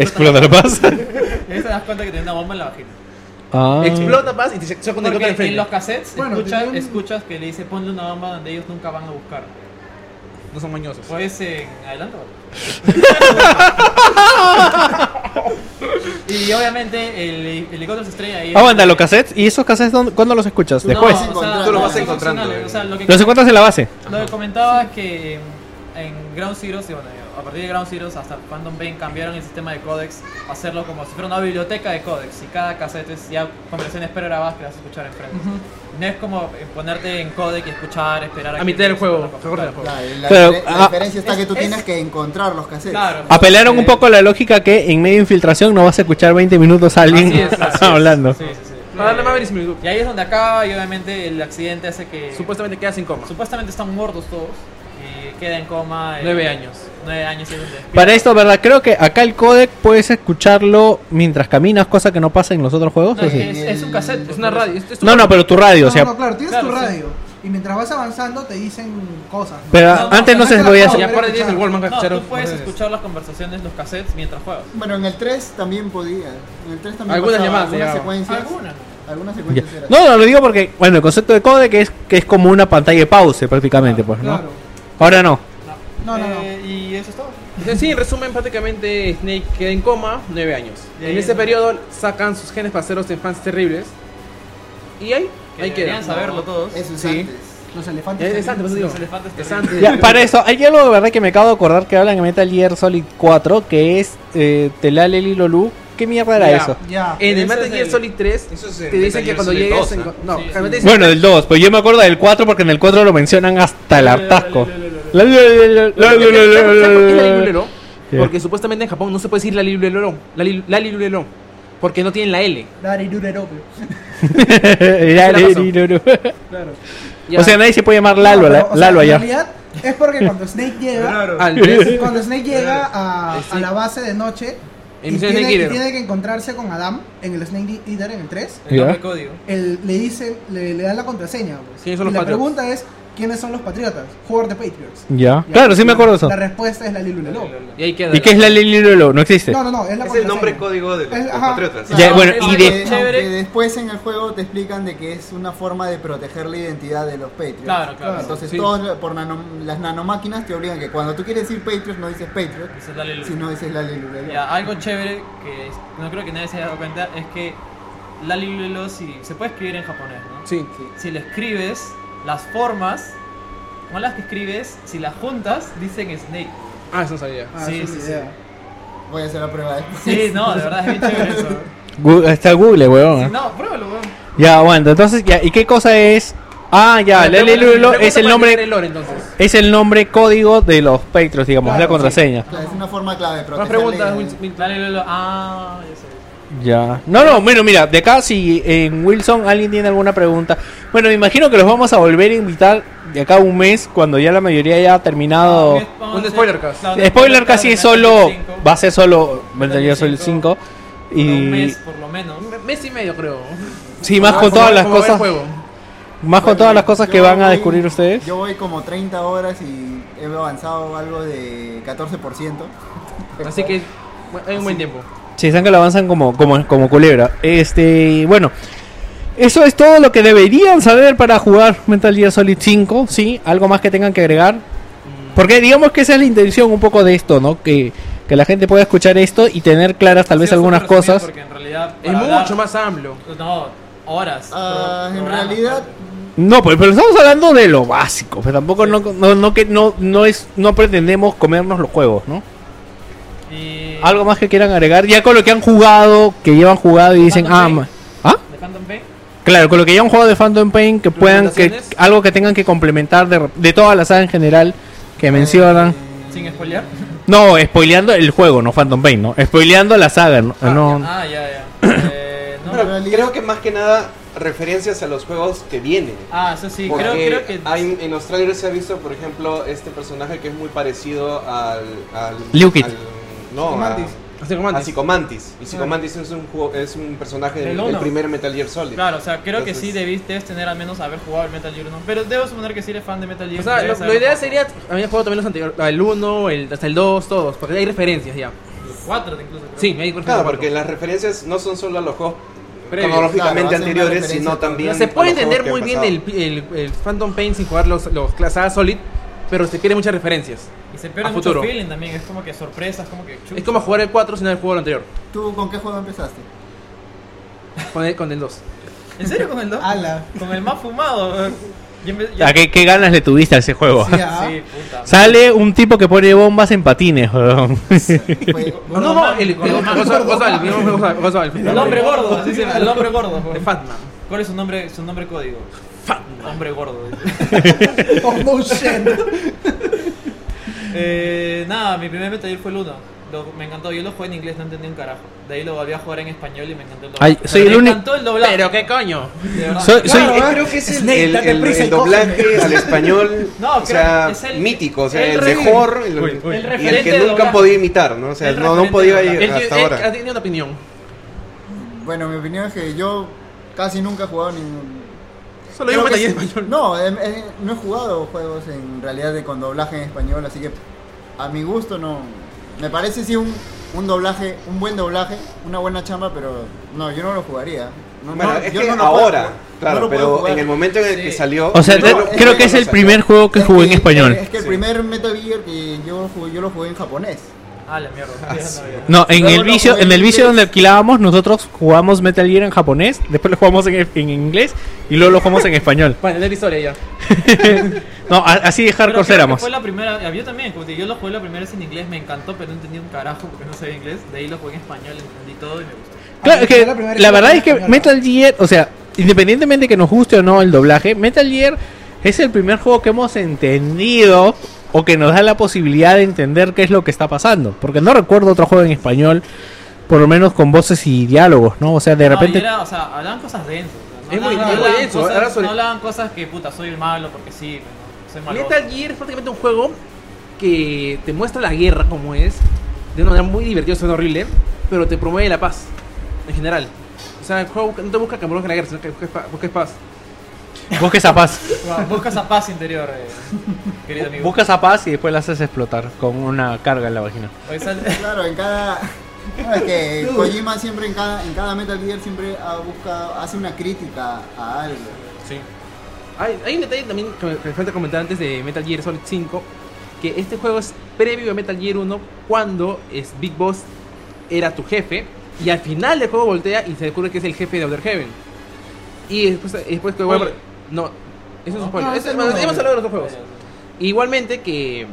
S14: Explota la paz.
S4: y ahí te das cuenta que tiene una bomba en la vagina.
S14: Ah.
S5: Explota paz y te saca un helicóptero
S4: Porque en los
S5: enfrente.
S4: cassettes
S10: Bueno,
S4: escuchas,
S10: tenían-
S4: escuchas que le dice ponle una bomba donde ellos nunca van a buscar.
S5: No son mañosos.
S4: Pues en adelante. y obviamente el helicóptero se estrella y
S14: Aguanta, los cassettes. ¿Y esos cassettes dónde- cuándo los escuchas?
S8: No.
S14: Después.
S8: Tú los
S4: no,
S7: vas
S4: son
S7: encontrando,
S4: opcionales,
S7: eh.
S4: O sea, lo que,
S14: ¿Los encuentras en la base?
S4: lo que comentaba es que en, en Ground Zero, sí, bueno, a partir de Ground Zero hasta Phantom Pain cambiaron el sistema de codecs a hacerlo como si fuera una biblioteca de codecs y cada cassette es ya conversiones pregrabadas que las vas a escuchar enfrente. No es como eh, ponerte en codec y escuchar, esperar
S5: A
S4: que
S5: mitad del
S4: te-
S5: juego,
S4: te-
S5: recuerda el juego.
S8: La, la-
S14: Pero,
S8: la
S14: ah,
S8: diferencia está que tú
S4: es-
S8: tienes que encontrar los cassettes.
S4: Claro.
S14: Apelaron un
S4: Eh,
S14: poco a la lógica que en medio de infiltración no vas a escuchar 20 minutos a alguien
S4: Así es, así es.
S14: hablando.
S4: Sí, sí, sí.
S5: Para darle
S4: Eh,
S5: más verisimilitud.
S4: Y ahí es donde acaba y obviamente el accidente hace que...
S5: Supuestamente queda sin coma.
S4: supuestamente están muertos todos y queda en coma... eh,
S5: Nueve años.
S4: Nueve años y es donde despierta.
S14: Para este esto, ¿verdad? Creo que acá el codec puedes escucharlo mientras caminas, cosa que no pasa en los otros juegos.
S4: No,
S14: ¿o
S5: Pues
S4: es,
S14: sí?
S4: que es- es un cassette.
S5: Es una radio. es- es
S14: No,
S5: una-
S14: no, pero tu radio, o sea.
S10: No, no, claro, tienes
S4: Claro,
S10: tu
S4: sí.
S10: radio. Y mientras vas avanzando te dicen cosas. ¿no?
S14: Pero
S4: No, no,
S14: antes no
S10: no
S14: se
S10: te la
S14: podía
S10: puedo
S5: Y
S14: hacer.
S10: ver.
S5: aparte tienes el Wallman que
S4: No,
S5: escucharon
S4: tú puedes
S5: ustedes.
S4: escuchar las conversaciones, los cassettes mientras juegas.
S8: Bueno, en el 3 también podía. En el 3 también
S5: Algunas
S8: pasaba
S5: llamadas
S8: algunas
S5: llegaban.
S8: secuencias.
S4: Algunas.
S8: Algunas secuencias eran.
S14: No, no, lo digo porque, bueno, el concepto de codec es que es como una pantalla de pause prácticamente, pues, ¿no?
S10: Claro.
S14: Ahora no.
S10: No, no, no.
S4: Eh, y eso es todo.
S5: Entonces, Eh, Sí, en resumen, prácticamente Snake queda en coma nueve años.
S4: Y ahí
S5: En
S4: es
S5: ese
S4: donde-
S5: periodo sacan sus genes paseros de fans terribles. Y ahí,
S4: Que
S5: ahí
S4: deberían
S5: queda.
S4: saberlo todos.
S8: Eso es
S5: Sí. Eh,
S8: antes.
S10: Los elefantes.
S5: Es antes, por eso digo.
S4: Los elefantes
S5: Es
S4: terribles.
S5: antes.
S3: Ya, para eso, hay algo de verdad que me acabo de acordar que hablan en Metal Gear Solid 4, que es eh, Telal Eli Lolu. ¿Qué mierda era
S5: Ya.
S3: eso?
S10: Ya.
S5: En el
S4: Eso
S5: Metal
S4: es
S5: Gear
S4: el-
S5: Solid 3
S15: Eso es
S5: te dicen que cuando llegues...
S4: ah.
S5: en- No,
S4: Sí,
S5: realmente dicen-
S3: Bueno, del 2, pues yo me acuerdo del 4 porque en el 4 lo mencionan hasta el hartasco.
S5: ¿Sabes por qué la Lilulero?
S3: ¿Qué?
S5: Porque supuestamente en Japón no se puede decir la Lilulero. La Lil- la Lilulero. Porque no tienen la L.
S10: Dari Durero, pe.
S5: Ya.
S3: O sea, nadie se puede llamar Lalo,
S10: No, pero,
S3: la-
S10: o sea,
S3: Lalo
S10: en
S3: allá.
S10: realidad es porque cuando Snake llega,
S5: Al tres.
S10: cuando Snake llega a,
S5: Sí.
S10: a la base de noche
S5: En
S10: y
S5: Misión
S10: tiene,
S5: Snake
S10: y
S5: Eater.
S10: tiene que encontrarse con Adam en el Snake Eater en el 3,
S4: El nombre
S3: Ya.
S4: código.
S10: él, le dice, le, le dan la contraseña. pues.
S5: ¿Quiénes son
S10: y
S5: los
S10: la
S5: patriotas?
S10: pregunta es, ¿quiénes son los patriotas? Who are the Patriots?
S3: Ya.
S10: Ya.
S3: Claro, sí me acuerdo eso.
S10: La respuesta es la Lilulelo.
S5: Y ahí queda.
S3: ¿Y qué es la Lilulolo? No existe.
S10: No, no, no, es la
S7: Es el nombre
S10: contraseña.
S7: código de los,
S10: Es-
S7: los
S10: ajá.
S7: patriotas.
S3: Ya, bueno,
S4: es
S3: y
S4: algo
S3: de-
S4: chévere.
S8: Aunque después en el juego te explican de que es una forma de proteger la identidad de los Patriots.
S4: Claro, claro.
S8: Entonces
S5: Sí.
S8: todos por nano- las nanomáquinas te obligan que cuando tú quieres decir Patriots no dices Patriots,
S4: Esa es la Lilulero.
S8: sino dices la Lilulelo.
S4: Ya, algo chévere que es- no creo que nadie se haya dado cuenta es que la Lilulelo si se puede escribir en japonés, ¿no?
S5: Sí.
S4: Si le escribes las formas con las que escribes, si las juntas, dicen Snake.
S5: Ah, eso no sabía.
S10: Ah,
S4: Sí,
S10: es una
S4: sí,
S10: idea.
S8: Voy a hacer la prueba después.
S4: Sí, no, de verdad es bien chévere eso.
S3: Gu- Está Google, weón.
S4: Sí,
S3: ¿eh?
S4: no, pruébalo, weón.
S3: Ya, aguanta. Entonces, ya, ¿y qué cosa es? Ah, ya, la Lilulolo es el nombre
S5: Lore, entonces.
S3: es el nombre código de los Patriots, digamos,
S10: Claro,
S3: la contraseña.
S8: Claro, Es una forma clave de
S5: Más
S8: proteger
S5: preguntas,
S8: la-
S5: Wilson.
S4: La Lilulelo, ah, ya sé.
S3: Ya. No, no, bueno, mira, de acá si en Wilson alguien tiene alguna pregunta. Bueno, me imagino que los vamos a volver a invitar de acá a un mes cuando ya la mayoría haya terminado.
S4: Vamos a
S5: Un
S4: hacer-
S5: spoiler cast.
S4: Claro, un
S3: Spoiler casi es solo
S4: cinco,
S3: va Mm. a ser solo Metal Gear
S4: Metal
S3: Solid
S4: Gear
S3: 5
S4: Un
S3: y
S4: mes por lo menos.
S5: Mes y medio, creo.
S3: sí, más con
S5: Como-
S3: todas las
S5: como ver
S3: cosas,
S5: juego.
S3: más con
S8: Bueno,
S3: todas las cosas
S8: yo
S3: que van a
S8: voy-
S3: descubrir ustedes.
S8: Yo voy como 30 horas y he avanzado algo de 14%.
S5: Así que bueno, hay un buen tiempo.
S3: Sí, están que lo avanzan como, como, como culebra. Este, bueno, eso es todo lo que deberían saber para jugar Metal Gear Solid 5, ¿sí? Algo más que tengan que agregar. Porque digamos que esa es la intención un poco de esto, ¿no? Que, que la gente pueda escuchar esto y tener claras tal
S4: Ha
S3: vez
S4: sido
S3: algunas
S4: súper resumido
S3: cosas.
S4: Porque en realidad.
S5: Es
S4: para hablar-
S5: mucho más amplio.
S4: No, horas.
S8: Ah,
S4: pro-
S8: en
S4: programas,
S8: realidad,
S3: No, pues, pero estamos hablando de lo básico. Pues tampoco no, no, no que no, no es, no pretendemos comernos los juegos, ¿no?
S4: Y
S3: Algo más que quieran agregar, ya con lo que han jugado, que llevan jugado y dicen,
S4: Phantom
S3: ah,
S4: Pain.
S3: ma- ¿ah?
S4: de Phantom Pain.
S3: Claro, con lo que ya un juego de Phantom Pain que puedan que
S5: ¿Recomendaciones?
S3: algo que tengan que complementar de, de toda la saga en general que mencionan.
S4: Sin spoiler.
S3: No, spoileando el juego, no Phantom Pain, no. Spoileando la saga, no. no.
S4: Ah, ya, ya. Eh, no.
S7: Bueno, creo que más que nada referencias a los juegos que vienen.
S4: Ah, eso sí,
S7: Porque
S4: creo, creo que.
S7: hay- en los trailers se ha visto, por ejemplo, este personaje que es muy parecido al. al
S3: Liu Kid.
S7: al- no, a,
S10: Mantis.
S5: Así como
S7: a
S5: antes.
S7: Psychomantis. Y Psychomantis es un, juego- es un personaje del,
S4: Del
S7: del
S4: uno.
S7: primer Metal Gear Solid.
S4: Claro, o sea, creo que
S7: Entonces-
S4: sí debiste debes tener al menos haber jugado el Metal Gear 1. Pero debo suponer que si eres fan de Metal Gear
S5: O sea, lo,
S4: debes
S5: lo
S4: haber
S5: ideal
S4: jugado
S5: sería haber jugado también los anteriores, el 1, el, hasta el 2, todos, porque hay referencias ya.
S4: el 4 incluso. creo.
S5: Sí, hay referencias.
S7: Claro, porque las referencias no son solo a los juegos
S5: Previos.
S7: cronológicamente
S8: Claro, hacen una
S7: anteriores,
S8: referencia
S7: sino
S8: a
S5: O
S8: todo.
S5: sea,
S7: también.
S5: se puede
S7: a los
S5: entender muy
S7: juegos que
S5: bien
S7: han
S5: el, el, el Phantom Pain sin jugar los, los la saga Solid, pero se pierde muchas referencias.
S4: Y se
S5: A
S4: pierde mucho
S5: futuro.
S4: feeling también. Es como que sorpresas, como que. chuta.
S5: Es como jugar el 4 sin haber jugado el anterior,
S8: ¿tú con qué juego empezaste?
S5: con el, con el 2.
S4: ¿En serio con el 2?
S5: Ah,
S10: Ala.
S4: Con el más fumado. Yo empe- yo-
S3: ¿A qué, qué ganas le tuviste a ese juego?
S10: Sí, ah.
S4: Sí, puta.
S3: Sale un tipo que pone bombas en patines, weón.
S8: Fue-
S5: No, no, no, el
S4: El hombre gordo, así se llama, el hombre gordo.
S5: El Fatman.
S4: ¿Cuál es su nombre, su nombre código? Hombre gordo.
S10: Oh, no shit.
S4: eh, nada, mi primer Metal Gear fue el 1. Lo- me encantó, yo lo jugué en inglés, no entendí un carajo. De ahí lo volví a jugar en español y me encantó el doblaje.
S3: Ay, soy
S4: Pero
S3: el
S4: me
S3: único-
S4: encantó el doblaje.
S5: Pero qué coño.
S4: de verdad.
S3: Soy- soy-
S7: pasado. Eh, creo que es el,
S10: Snake,
S7: el-
S10: date
S7: el-
S10: prisa y
S7: el doblaje al español
S4: No,
S7: o sea,
S4: creo que es el-
S7: mítico, o sea,
S4: el
S7: el,
S4: re-
S7: mejor el-
S4: uy. El
S7: y
S4: referente
S7: el
S4: de
S7: que nunca
S4: doblaje.
S7: han podido imitar, ¿no? O sea,
S4: El
S7: no, no
S4: referente
S7: podía
S4: de doblaje.
S7: ir
S5: Él
S7: hasta
S5: él ha
S7: ahora.
S5: tenido una opinión.
S8: Bueno, mi opinión es que yo casi nunca he jugado ningún...
S5: Solo hay un
S8: Creo
S5: Metal
S8: que
S5: Gear
S8: sí.
S5: español.
S8: No, em, eh, no he jugado juegos en realidad de con doblaje en español, así que a mi gusto no. Me parece sí un, un doblaje, un buen doblaje, una buena chamba, pero no, yo no lo jugaría. No,
S7: Bueno,
S8: no,
S7: es
S8: yo
S7: que
S8: no lo puedo
S7: ahora,
S8: jugar. No
S7: claro,
S8: lo puedo
S7: pero
S8: jugar.
S7: en el momento en el que
S4: Sí.
S7: salió,
S3: O sea,
S7: no
S3: te-
S7: lo-
S3: creo que es
S7: cuando
S3: el
S7: salió.
S3: primer juego que
S8: Es eh,
S3: jugué en español.
S8: Es que el
S7: Sí.
S8: primer Metal Gear que yo jugué, yo lo jugué en japonés.
S4: Ah, la mierda. ya no había.
S14: No, en
S8: Luego
S14: el
S8: lo
S14: vicio,
S8: jugué en
S14: en el vicio
S8: inglés.
S14: donde alquilábamos, nosotros jugamos Metal Gear en japonés, después lo jugamos en, en inglés y luego lo jugamos en español.
S5: Bueno, es la historia ya.
S14: No, a- así de
S4: Pero creo
S14: hardcore
S4: que
S14: éramos.
S4: Fue la primera, eh, yo también, como te digo, yo lo jugué la primera vez en inglés, me encantó, pero no entendí un carajo porque no sabía inglés. De ahí lo jugué en español, entendí todo y me gustó.
S14: Claro, es que
S10: Fue la primera
S14: la
S10: vez
S14: verdad
S10: que
S14: es que
S10: español,
S14: Metal Gear, o sea, independientemente que nos guste o no el doblaje, Metal Gear es el primer juego que hemos entendido o que nos da la posibilidad de entender qué es lo que está pasando. Porque no recuerdo otro juego en español, por lo menos con voces y diálogos, ¿no? O sea, de
S4: No, y
S14: repente...
S4: era, o sea, hablaban cosas densas. o sea,
S5: Es
S4: No
S5: muy-
S4: hablaban- no
S5: es muy
S4: hablaban
S5: denso,
S4: cosas-
S5: era sobre-
S4: No hablaban cosas que, puta, soy el malo porque sí, no, soy malo.
S5: Metal Gear es prácticamente un juego que te muestra la guerra como es, de una manera muy divertida, suena horrible, pero te promueve la paz, en general. O sea, el juego no te busca que en la guerra, sino que busques pa- busques paz.
S14: Busca esa paz.
S4: Busca esa paz interior, eh, querido amigo.
S14: Busca esa paz y después la haces explotar con una carga en la vagina.
S4: Oye, sal-
S8: Claro, en cada. no, es que Kojima siempre en cada, en cada Metal Gear siempre ah, busca, hace una crítica a algo.
S4: Eh,
S5: Hay, hay un detalle también que me, que me falta comentar antes de Metal Gear Solid 5, que este juego es previo a Metal Gear 1 cuando es Big Boss era tu jefe y al final del juego voltea y se descubre que es el jefe de Outer Heaven. Y después, después que bueno, no, eso es un spoiler.
S10: no,
S5: Eso-
S10: es el
S5: bueno,
S10: uno.
S5: hemos hablado de los otros juegos. Igualmente que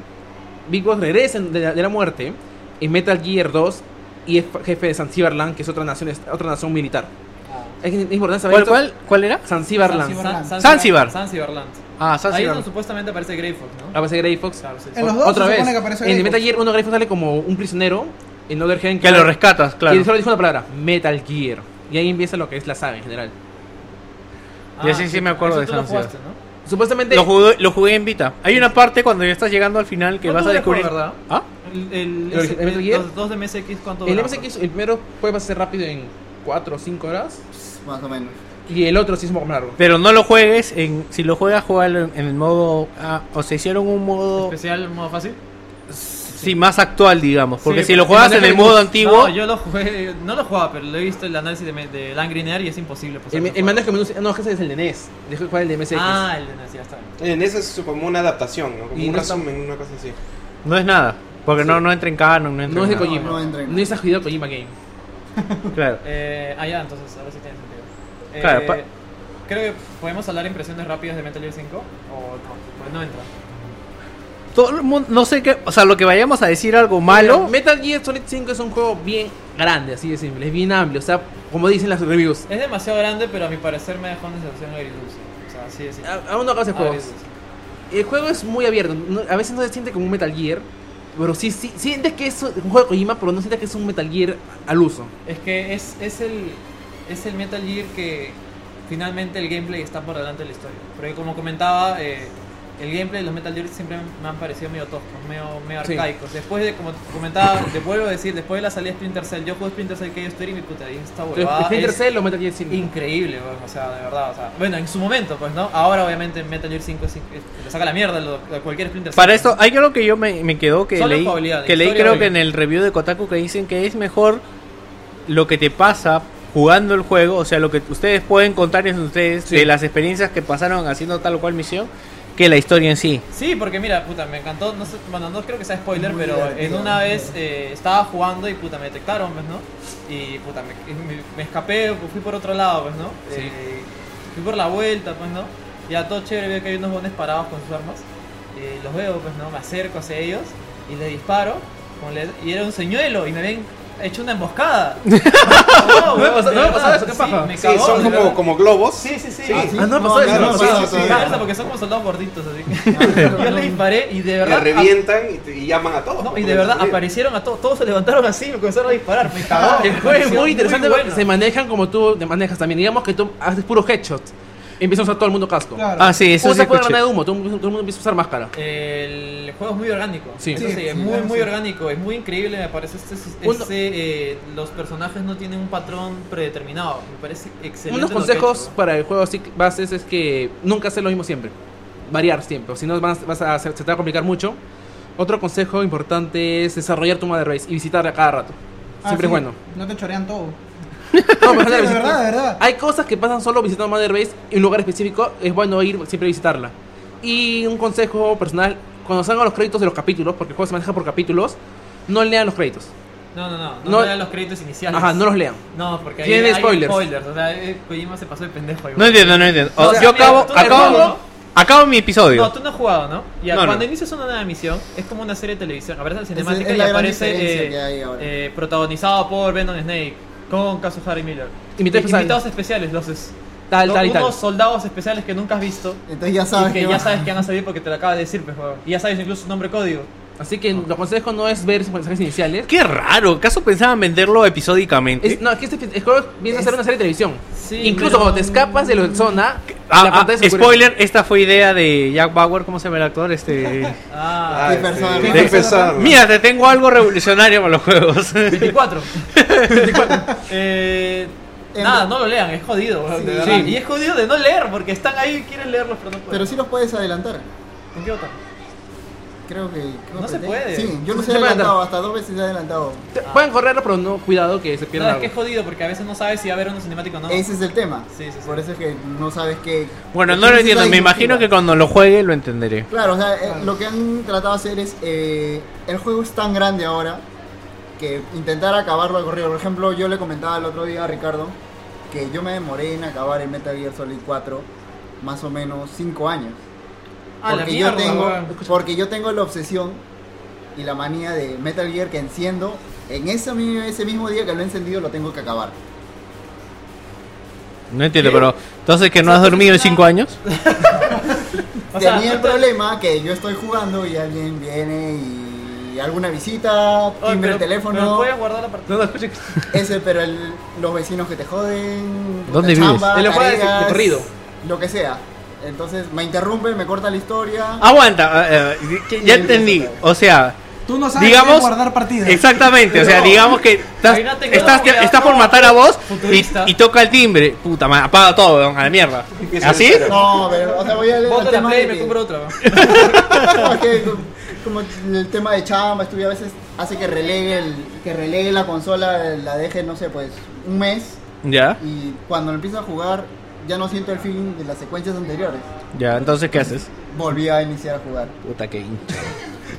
S5: Big Boss regresa de la, de la muerte en Metal Gear 2 y es jefe de Zanzibarland, que es otra nación, otra nación militar.
S10: Ah.
S5: Es, es importante saber
S14: ¿Cuál,
S5: esto.
S14: cuál, cuál era?
S5: Zanzibarland.
S4: San- San-
S14: Zanzibar.
S4: Zanzibarland.
S14: Ah,
S4: Ahí es
S14: Zanzibar.
S4: donde supuestamente aparece Grey Fox, ¿no?
S5: Aparece Grey Fox.
S4: Claro, sí.
S10: En los dos
S5: Otra
S10: se
S5: vez.
S10: supone que aparece
S5: en
S10: Grey
S5: Metal
S10: Fox.
S5: Gear uno Grey Fox sale como un prisionero. En Other Heaven
S14: Que lo rescatas,
S5: Y
S14: claro.
S5: él solo dijo una palabra, Metal Gear. Y ahí empieza lo que es la saga en general.
S14: Yo sí, sí me acuerdo
S4: eso
S14: de
S4: Ah, tú lo
S14: Zanzibar.
S4: jugaste, ¿no?
S5: Supuestamente
S14: Lo jugué, lo jugué en Vita. Hay una parte cuando ya estás llegando al final que
S4: ¿Cuánto
S14: vas a
S4: dura el
S14: descubrir.
S4: juego, verdad?
S14: ¿Ah?
S4: El, el,
S5: ¿El
S4: ese-
S5: Metal
S4: el-
S5: Gear?
S4: los dos de MSX, ¿cuánto
S5: el
S4: duraban?
S5: MSX, el primero puede pasar rápido en 4 o 5 horas.
S8: Más o menos.
S5: Y el otro sí es un poco más largo.
S14: Pero no lo juegues en. Si lo juegas, juegalo en, en el modo. ah, o se hicieron un modo.
S4: Especial, modo fácil.
S14: Sí, más actual, digamos. Porque
S4: Sí,
S14: si lo
S4: porque
S14: juegas en
S5: maneja
S14: el
S5: el
S14: modo
S5: bus.
S14: antiguo.
S4: No, yo lo jugué, no lo jugaba, pero lo he visto el análisis de, de Langry Nerd y es imposible. pues, pasar
S5: El,
S4: ese
S5: el
S4: juego.
S5: manejo que menos- No, ese es el de E NES. Dejé de jugar el de MSX.
S4: Ah, el de Nancy, ya está bien.
S7: En eso es supongo una adaptación, ¿no? Como
S5: Y
S7: un
S5: no
S7: resumen, una cosa así.
S14: No es nada. Porque no, no entra en canon, no entra
S5: no es
S14: en
S5: de
S14: nada.
S5: Kojima.
S8: no
S5: No,
S8: entra en-
S5: es Hideo Kojima Game.
S14: Claro.
S4: Eh, ah, ya, entonces ahora sí tiene sentido. Eh,
S14: Claro, pa-
S4: Creo que podemos hablar impresiones rápidas de Metal Gear 5 o no, pues no entra.
S14: Todo el mundo. No sé qué. O sea, lo que vayamos a decir algo malo.
S5: Metal Gear Solid 5 es un juego bien grande, así de simple. Es bien amplio. O sea, como dicen las reviews.
S4: Es demasiado grande, pero a mi parecer me dejó una sensación agridulce. O sea, así de simple.
S5: A- Aún no acabas el juego.
S4: Agridulce.
S5: El juego es muy abierto. no- a veces no se siente como un Metal Gear. Pero sí, sí sientes que es un juego de Kojima, pero no sientes que es un Metal Gear al uso.
S4: Es que es, es, el, es el Metal Gear que finalmente el gameplay está por delante de la historia. Porque como comentaba, eh, el gameplay de los Metal Gear siempre me han parecido medio toscos, medio, medio
S5: Sí.
S4: arcaicos. Después de, como comentaba, te vuelvo a decir, después de la salida de Splinter Cell, yo jugué Splinter Cell que yo estoy y mi puta, ahí está
S5: Entonces,
S4: huevada.
S5: Splinter
S4: es
S5: Cell o Metal Gear 5.
S4: Increíble, weón, o sea, de verdad, o sea, bueno, en su momento, pues, ¿no? Ahora, obviamente, Metal Gear 5 es, es- le saca la mierda lo- a cualquier Splinter Cell.
S14: Para esto, hay algo que yo me, me quedó que
S4: Solo
S14: leí.
S4: jugabilidad,
S14: Que leí
S4: historia
S14: creo
S4: de-
S14: que en el review de Kotaku que dicen que es mejor lo que te pasa jugando el juego, o sea, lo que ustedes pueden contar en ustedes de las experiencias que pasaron haciendo tal o cual misión, que la historia en sí.
S4: Sí, porque mira, puta, me encantó. No sé, bueno, no creo que sea spoiler, pero en una vez eh, estaba jugando y puta, me detectaron, pues, ¿no? Y puta, me, me- me escapé, pues, fui por otro lado, pues, ¿no? Eh, fui por la vuelta, pues, ¿no? Y a todo chévere veo que hay unos bones parados con sus armas. Eh, los veo, pues, ¿no? Me acerco hacia ellos y les disparo. como le- y era un señuelo y me habían hecho una emboscada. no,
S5: me ha
S4: weón,
S5: pasado-
S4: de
S5: no me ha pasado
S4: verdad,
S5: eso, ¿qué
S4: sí,
S5: paja?
S4: me
S7: Sí,
S4: cagó,
S7: son
S4: de verdad.
S7: como, como globos.
S4: Sí, sí, sí.
S7: Sí.
S5: Ah, no me pasó
S8: no,
S5: eso.
S8: no,
S4: Sí,
S8: sí,
S4: pues, sí,
S8: sí.
S4: me encanta porque son como soldados gorditos así. Yo les disparé y de
S7: Le
S4: verdad.
S7: revientan y, te- y llaman a todos.
S4: No, y de verdad aparecieron a todos, todos se levantaron así y me comenzaron a disparar. Me
S10: Ah,
S4: cagó.
S5: El juego es muy interesante porque se manejan como tú te manejas también. Digamos que tú haces puro headshot. Empiezas a usar todo el mundo casco.
S10: Claro.
S14: Ah, sí, eso sí
S5: Usa pura
S14: escuché.
S5: granada de humo. Todo, el mundo- todo el mundo empieza a usar máscara.
S4: El juego es muy orgánico.
S5: Sí.
S4: Eso
S10: Sí,
S4: sí, es
S10: sí,
S4: muy,
S10: sí.
S4: muy orgánico. Es muy increíble, me parece. Este, este-
S5: Uno-
S4: eh, los personajes no tienen un patrón predeterminado. Me parece excelente.
S5: Unos
S4: lo que
S5: consejos
S4: ha hecho.
S5: para el juego así bases es que nunca hacer lo mismo siempre. Variar siempre, si no vas, vas a, se te va a complicar mucho. Otro consejo importante es desarrollar tu Mother Race y visitarla cada rato.
S10: Ah,
S5: siempre es
S10: sí,
S5: bueno.
S10: No te chorean todo.
S5: No, pero
S10: Sí, de
S5: visitar-
S10: verdad, de verdad.
S5: Hay cosas que pasan solo visitando Mother Base en un lugar específico, es bueno ir siempre a visitarla. Y un consejo personal, cuando salgan los créditos de los capítulos, porque el juego se maneja por capítulos, no lean los créditos.
S4: No, no, no. No,
S5: No-
S4: lean los créditos iniciales.
S5: Ajá, no los lean.
S4: No, porque ahí
S5: Tiene
S4: hay
S5: spoilers.
S4: O sea, eh, Kojima se pasó de pendejo. ahí,
S3: No
S4: güey.
S3: entiendo, no entiendo. Eh, O-
S4: O sea,
S3: yo
S4: mira,
S3: acabo,
S4: tú-
S3: acabo,
S4: ¿no?
S3: acabo mi episodio.
S4: No, tú no has jugado, ¿no? Ya,
S3: No, no.
S4: cuando inicias una nueva misión, es como una serie de televisión. Aparece la cinemática
S8: es
S4: y
S8: la gran
S4: aparece
S8: diferencia que hay ahora.
S4: eh, protagonizado por Venom Snake, con Kazuhari Miller.
S5: Invitados
S4: Y-
S5: especiales.
S4: invitados especiales, los es-
S5: Tal, tal y tal.
S4: unos soldados especiales que nunca has visto.
S8: Entonces ya sabes
S4: y que
S8: que
S4: ya
S8: va-
S4: sabes que van a salir porque te lo acaba de decir, pues, huevón. Y ya sabes incluso su nombre código.
S5: Así que los consejos no es ver sus mensajes iniciales.
S3: Qué raro, ¿acaso pensaban venderlo episódicamente?
S5: Es- no, es que este el juego viene a ser una serie de televisión.
S4: Sí,
S5: Incluso
S4: pero-
S5: cuando te escapas de la zona,
S3: Ah,
S5: la
S3: ah,
S5: pantalla se oscurece.
S3: spoiler, esta fue idea de Jack Bauer, ¿cómo se llama el actor? Este.
S4: Ah,
S7: Ah,
S8: Qué
S7: este,
S8: persona,
S7: hay
S8: ¿no?
S7: que empezar.
S3: Mira, te tengo algo revolucionario para los juegos.
S4: 24. Eh,
S8: En-
S4: nada, no lo lean, es jodido, huevón, de
S8: Sí.
S4: verdad. Y es jodido de no leer porque están ahí y quieren leerlos, pero no pueden.
S8: Pero sí los puedes adelantar.
S4: ¿En qué botón?
S8: Creo que. creo
S4: No
S8: que
S4: se
S8: te-
S4: puede.
S8: Sí, yo los he
S5: Se puede
S8: adelantado, hasta dos veces he adelantado.
S5: Te- Pueden correrlo, pero no, cuidado que se
S4: No,
S5: pierdan
S4: es que es jodido porque a veces no sabes si va a haber una cinemática o no.
S8: Ese es el tema.
S4: Sí, sí, sí.
S8: Por eso es que no sabes qué.
S3: Bueno,
S8: qué
S3: no lo
S8: necesitas
S3: entiendo, me
S8: disruptiva.
S3: imagino que cuando lo juegue lo entenderé.
S8: Claro, o sea, eh, lo que han tratado de hacer es. eh, el juego es tan grande ahora que intentar acabarlo de corrido. Por ejemplo, yo le comentaba el otro día a Ricardo que yo me demoré en acabar el Metal Gear Solid 4 más o menos 5 años.
S4: Ah, la
S8: porque, yo
S4: mierda,
S8: tengo,
S4: huevón.
S8: porque yo tengo la obsesión y la manía de Metal Gear que enciendo. En ese, mi- ese mismo día que lo he encendido lo tengo que acabar.
S3: No entiendo, pero entonces que no has dormido en 5 años.
S4: O sea,
S8: Tenía el
S4: no te-
S8: problema que yo estoy jugando y alguien viene y alguna visita,
S4: Oye,
S8: timbre
S4: Oh, pero-
S8: el teléfono,
S4: Pero puedes guardar la
S5: No,
S4: partida.
S5: no, escuchen.
S8: ese, pero el- los vecinos que te joden, puta
S3: ¿Dónde vives?
S5: Él lo juega de- de
S8: tareas,
S5: corrido.
S8: lo que sea. Entonces me interrumpe, me corta la historia.
S14: ah,
S3: Aguanta, eh, eh, ya entendí. O sea,
S10: Tú no sabes
S3: Digamos-
S10: cómo guardar partidas.
S3: Exactamente, o sea, digamos que estás,
S4: Imagínate que
S3: estás,
S4: no, ya,
S3: estás
S4: no,
S3: por matar a vos y,
S4: futurista.
S3: y toca el timbre. Puta madre, apaga todo, weón, a la mierda. ¿Así?
S8: No, pero, o sea, voy a leer
S4: Voto
S8: el
S4: la
S8: tema
S4: play y
S8: de
S4: me
S8: que-
S4: compro otra. ¿no?
S8: Porque como el tema de chamba, estudio a veces hace que relegue, el, que relegue la consola, la deje, no sé, pues un mes
S3: Ya,
S8: y cuando empiezo a jugar ya no siento el feeling de las secuencias anteriores.
S3: ya, entonces ¿qué haces?
S8: Volví a iniciar a jugar.
S3: Puta que hincha.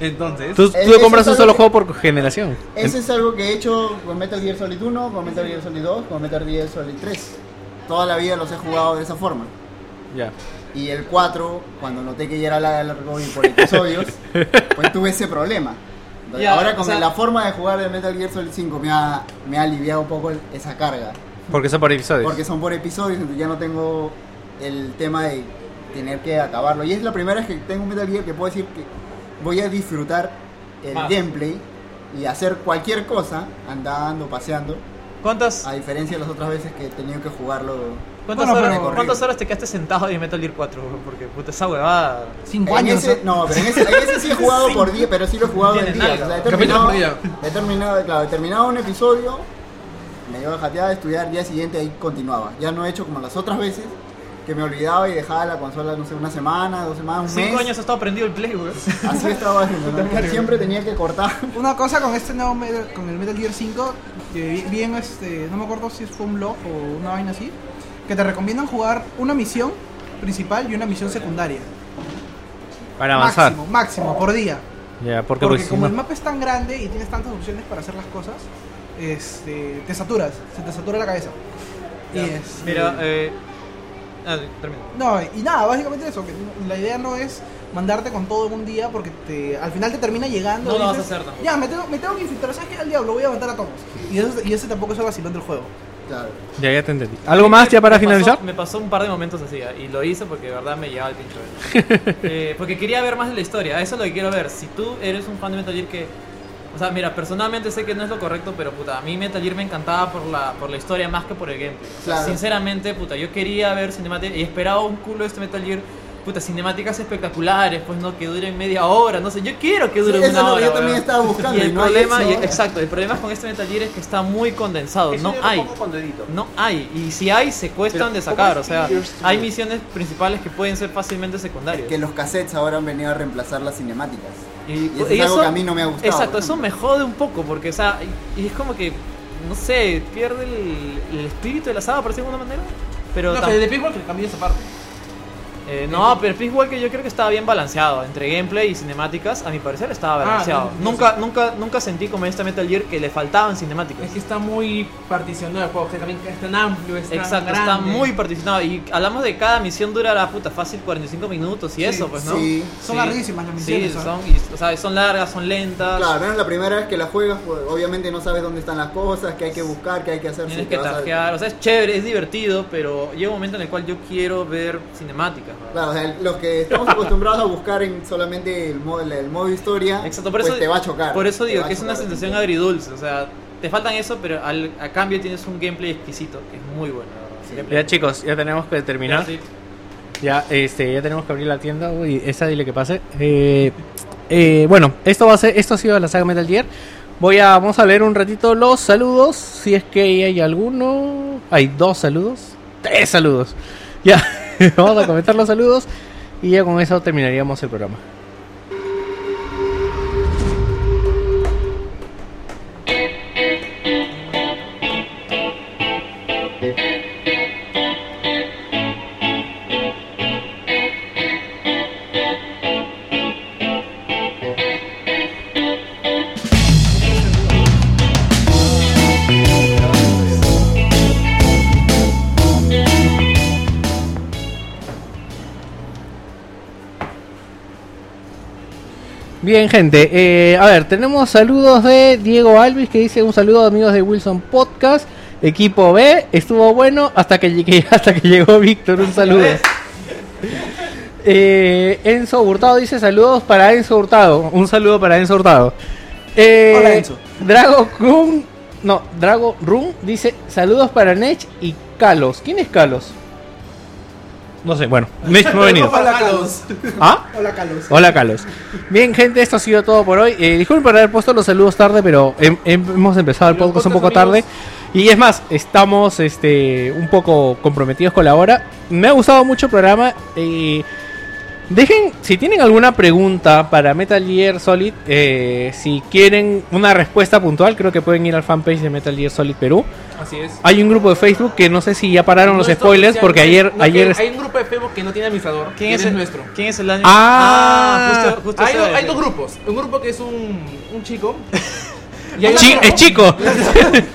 S5: Entonces,
S3: Tú,
S8: Eh,
S3: tú
S8: eso
S3: compras
S8: es
S3: un
S8: algo
S3: solo
S8: que-
S3: juego por generación.
S8: Ese es algo que he hecho con Metal Gear Solid 1, con Metal Gear Solid 2, con Metal Gear Solid 3. Toda la vida los he jugado de esa forma.
S3: Ya.
S8: Y el 4, cuando noté que ya era la- largo y por episodios, pues tuve ese problema. Entonces,
S4: Ya,
S8: ahora
S4: o
S8: con
S4: sea-
S8: la forma de jugar de Metal Gear Solid 5 me ha, me ha aliviado un poco el- esa carga.
S3: Porque son por episodios.
S8: Porque son por episodios, entonces ya no tengo el tema de tener que acabarlo. Y es la primera vez que tengo un Metal Gear que puedo decir que voy a disfrutar el
S4: Más.
S8: gameplay y hacer cualquier cosa, andando, paseando,
S4: ¿Cuántas,
S8: a diferencia de las otras veces que he tenido que jugarlo.
S4: cuántas,
S10: Bueno,
S4: horas,
S8: pero-
S4: ¿cuántas horas te quedaste sentado en Metal Gear 4? bro? Porque puta, esa huevada.
S10: Cinco
S8: En
S10: años.
S8: ese,
S10: ¿eh?
S8: no, pero en ese, en ese sí he jugado por día, pero sí lo he jugado en
S4: Tiene
S8: día.
S4: nalga.
S8: O sea, he
S5: Capítulo
S8: terminado,
S5: por día.
S8: he terminado, claro, he terminado un episodio, me iba a jatear a estudiar, día siguiente ahí continuaba. Ya no he hecho como las otras veces, que me olvidaba y dejaba la consola, no sé, una semana, dos semanas, un
S4: Cinco
S8: mes.
S4: años has estado prendido el play, güey.
S8: Así estaba haciendo, ¿no? Siempre tenía que cortar.
S10: Una cosa con este nuevo Metal- con el Metal Gear 5, que vi- vi en este, no me acuerdo si fue un blog o una vaina así, que te recomiendan jugar una misión principal y una misión secundaria.
S3: Para avanzar.
S10: Máximo, máximo, por día.
S3: Ya, porque,
S10: Porque,
S3: porque si
S10: como
S3: no-
S10: el mapa es tan grande y tienes tantas opciones para hacer las cosas, este, te saturas, se te satura la cabeza. Y es-
S4: Mira, eh. Ah, termino.
S10: No, y nada, básicamente eso, que no- la idea no es mandarte con todo en un día porque te, al final te termina llegando.
S4: No
S10: y
S4: lo vas a
S10: dices,
S4: hacer tampoco.
S10: Ya, me tengo, me tengo que infiltrar, ¿sabes qué? Al diablo, voy a matar a todos. Y, eso, y ese tampoco es el vacilón del juego.
S8: Claro.
S3: Ya, ya te entendí. ¿Algo más ya para
S4: Me pasó-
S3: finalizar?
S4: me pasó un par de momentos así, ¿ah? y lo hice porque de verdad me llevaba el pincho. Eh, porque quería ver más de la historia, eso es lo que quiero ver. Si tú eres un fan de Metal Gear que... O sea, mira, personalmente sé que no es lo correcto, pero puta, a mí Metal Gear me encantaba por la, por la historia más que por el gameplay. O sea,
S8: Claro.
S4: Sinceramente, puta, yo quería ver cinemáticas y esperaba un culo este Metal Gear. Puta, cinemáticas espectaculares, pues no, que duren media hora, no sé, yo quiero que
S8: Sí,
S4: duren
S8: eso es
S4: una
S8: lo que
S4: hora.
S8: yo también
S4: weón.
S8: estaba buscando.
S4: Y el
S8: no hay
S4: problema,
S8: eso.
S4: y- exacto, el problema con este Metal Gear es que está muy condensado,
S5: eso
S4: no
S5: yo lo
S4: hay.
S5: pongo cuando edito.
S4: No hay, y si hay, se cuestan
S5: Pero,
S4: de sacar,
S5: ¿cómo
S4: o
S5: es
S4: sea,
S5: Gears tú?
S4: hay misiones principales que pueden ser fácilmente secundarias.
S8: Que los cassettes ahora han venido a reemplazar las cinemáticas.
S4: Y,
S8: Y eso es algo que a mí no me ha gustado.
S4: Exacto,
S8: por
S4: eso
S8: ejemplo.
S4: me jode un poco, porque, o sea, y, y es como que, no sé, pierde el, el espíritu de la saga, por decirlo de alguna manera. Pero
S5: no,
S4: tam-
S5: que de Pitbull que cambió esa parte.
S4: Eh, no, pero Peace Walker yo creo que estaba bien balanceado. Entre gameplay y cinemáticas, a mi parecer estaba
S5: Ah,
S4: balanceado.
S5: no, no
S4: nunca, nunca, nunca sentí como en esta Metal Gear que le faltaban cinemáticas.
S5: Es que está muy particionado el juego, que también es tan amplio, es tan
S4: Exacto,
S5: grande.
S4: está muy particionado. Y hablamos de cada misión dura la puta fácil 45 minutos y eso, pues, ¿no?
S8: sí.
S4: Sí.
S10: Son larguísimas las
S4: Sí,
S10: misiones. ¿ah?
S4: son, y- o sea, son largas, son lentas.
S8: Claro, al menos la primera vez que la juegas, pues, obviamente no sabes dónde están las cosas, qué hay que buscar, qué hay que hacer. si
S4: Tienes
S8: te
S4: que
S8: vas a-
S4: tarjear, o sea, es chévere, es divertido, pero llega un momento en el cual yo quiero ver cinemáticas. ¿verdad?
S8: Claro, o sea, los que estamos acostumbrados a buscar en solamente el modo, el modo historia,
S4: Exacto, por
S8: pues
S4: eso
S8: te va a chocar.
S4: Por eso
S8: te
S4: digo
S8: va a
S4: que es una
S8: chocar.
S4: sensación agridulce, o sea, te faltan eso, pero al, a cambio tienes un gameplay exquisito, que es muy bueno. la verdad. Gameplay-
S3: Ya chicos, Pues, ya tenemos que terminar.
S4: Sí.
S3: Ya, este, ya tenemos que abrir la tienda. Uy, esa dile que pase. Eh, eh, bueno, esto va a ser, esto ha sido la saga Metal Gear. Voy a, vamos a leer un ratito los saludos. Si es que hay alguno. Hay dos saludos. Tres saludos. Ya, vamos a comentar los saludos. Y ya con eso terminaríamos el programa. Bien, gente. eh, a ver, tenemos saludos de Diego Alvis que dice un saludo amigos de Wilson Podcast. Equipo B, estuvo bueno hasta que, llegué- hasta que llegó Víctor. Un saludo. Eh, Enzo Hurtado dice saludos para Enzo Hurtado. Un saludo para Enzo Hurtado. Eh,
S10: Hola, Enzo.
S3: Drago Kun, no, Drago Run dice saludos para Nech y Kalos. ¿Quién es Kalos? No sé, bueno, Nech no ha venido.
S10: Hola, Carlos.
S3: ¿Ah?
S10: Hola, Carlos.
S3: Hola, Carlos. Bien, gente, esto ha sido todo por hoy. Eh, disculpen por haber puesto los saludos tarde, pero hem- hem- hemos empezado el
S5: Los
S3: podcast un poco
S5: podcasts,
S3: tarde. Y es más, estamos este, un poco comprometidos con la hora. Me ha gustado mucho el programa. eh, dejen, si tienen alguna pregunta para Metal Gear Solid, eh, si quieren una respuesta puntual, creo que pueden ir al fanpage de Metal Gear Solid Perú.
S5: Así es.
S3: Hay un grupo de Facebook que no sé si ya pararon los
S5: No es
S3: spoilers,
S5: oficial,
S3: porque
S5: no hay-
S3: ayer...
S5: no,
S3: ayer
S5: que Hay un grupo de Facebook que no tiene administrador.
S4: ¿Quién
S5: y
S4: es
S5: él
S4: el
S5: nuestro?
S4: ¿Quién es el año?
S3: Ah.
S4: justo, justo
S5: Hay,
S4: eso
S5: hay
S4: es.
S5: dos grupos. Un grupo que es un, un chico. y hay
S3: Chi-
S5: otro-
S3: es chico.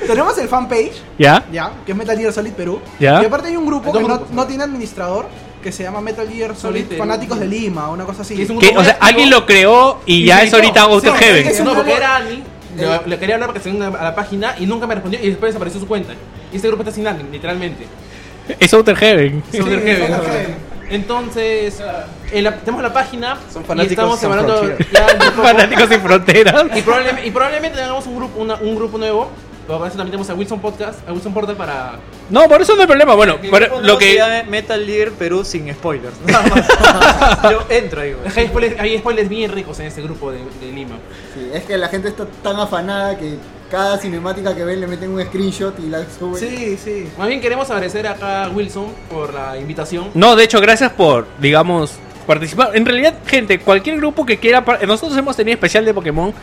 S10: Tenemos el fanpage,
S3: ¿Ya?
S10: ya, que es Metal Gear Solid Perú.
S3: Ya.
S10: Y aparte hay un grupo
S5: Hay dos
S10: que no,
S5: grupos.
S10: no tiene administrador, que se llama Metal Gear Solid,
S5: Solid Perú.
S10: Fanáticos de Lima, una cosa así.
S5: Y es un
S3: Que, o sea, alguien lo creó y,
S10: Y
S3: ya
S10: se
S3: es ahorita
S10: editó.
S3: Outer
S10: Sí,
S3: Heaven.
S10: es
S5: no,
S10: un
S5: porque
S10: grupo-
S5: era Ani. Le, le quería hablar para que se uniera a la página y nunca me respondió y después desapareció su cuenta. Y este grupo está sin admin, literalmente.
S3: Es Outer Heaven.
S5: Es Outer Heaven.
S10: Outer Heaven.
S5: Entonces, en la- tenemos la página
S7: Son
S5: y
S7: fanáticos
S5: estamos
S7: sin
S5: separando
S7: fronteras.
S5: ya un poco.
S3: Fanáticos sin fronteras.
S5: y, probablemente, y probablemente tengamos un grupo, una- un grupo nuevo. Pero para eso también tenemos a Wilson Podcast, a Wilson Portal para
S3: No, por eso no hay problema. Bueno,
S4: Mi
S3: por-
S4: grupo
S3: lo
S4: nuevo se
S3: que.
S4: llama Metal Gear Perú sin spoilers. Nada más. yo entro ahí, güey.
S5: Hay spoilers, hay spoilers bien ricos en este grupo de, de Lima.
S8: Sí, es que la gente está tan afanada que cada cinemática que ven le meten un screenshot y la suben.
S10: Sí, sí.
S5: Más bien queremos agradecer acá a Wilson por la invitación.
S3: No, de hecho, gracias por, digamos, participar. En realidad, gente, cualquier grupo que quiera. par- Nosotros hemos tenido especial de Pokémon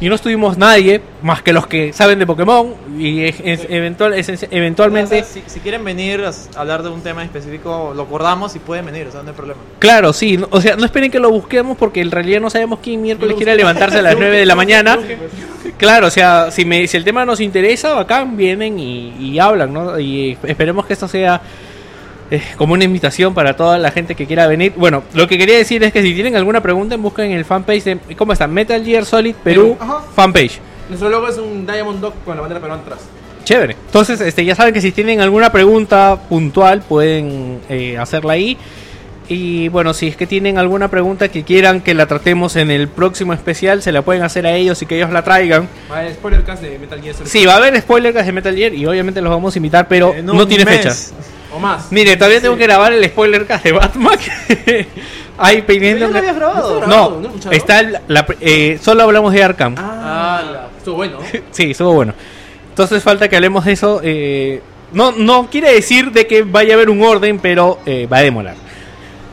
S3: y no estuvimos nadie más que los que saben de Pokémon. Y es- es- eventual, es-
S4: O
S3: eventualmente.
S4: sea, si, si quieren venir a s- hablar de un tema en específico, lo acordamos y pueden venir, o sea, no hay problema.
S3: Claro, sí. no- O sea, no esperen que lo busquemos porque en realidad no sabemos quién miércoles quiere levantarse a las 9 de la mañana. Claro, o sea, si, me, si el tema nos interesa, acá vienen y, y hablan, ¿no? Y eh, esperemos que esto sea eh, como una invitación para toda la gente que quiera venir. Bueno, lo que quería decir es que si tienen alguna pregunta, busquen el fanpage de... ¿Cómo está? Metal Gear Solid Perú
S10: Ajá.
S3: fanpage.
S5: Nuestro logo es un Diamond Dog con la bandera peruana atrás.
S3: Chévere. Entonces, este, ya saben que si tienen alguna pregunta puntual, pueden eh, hacerla ahí. Y bueno, si es que tienen alguna pregunta que quieran que la tratemos en el próximo especial, se la pueden hacer a ellos y que ellos la traigan.
S5: Va el spoiler cast de Metal Gear Solid.
S3: Sí, va a haber spoilers de Metal Gear y obviamente los vamos a invitar, pero
S4: En un
S3: no tiene
S4: mes.
S3: fecha.
S5: O más.
S3: Mire, todavía tengo que grabar el spoiler cast de Batman. Hay pendiente.
S5: ¿Pero ya lo
S3: que-
S5: habías grabado?
S3: No,
S5: No, no he escuchado.
S3: está el- la pr- eh, solo hablamos de Arkham.
S5: Ah, la- estuvo bueno.
S3: Sí, estuvo bueno. Entonces falta que hablemos de eso. eh, no, no quiere decir de que vaya a haber un orden, pero eh, va a demorar.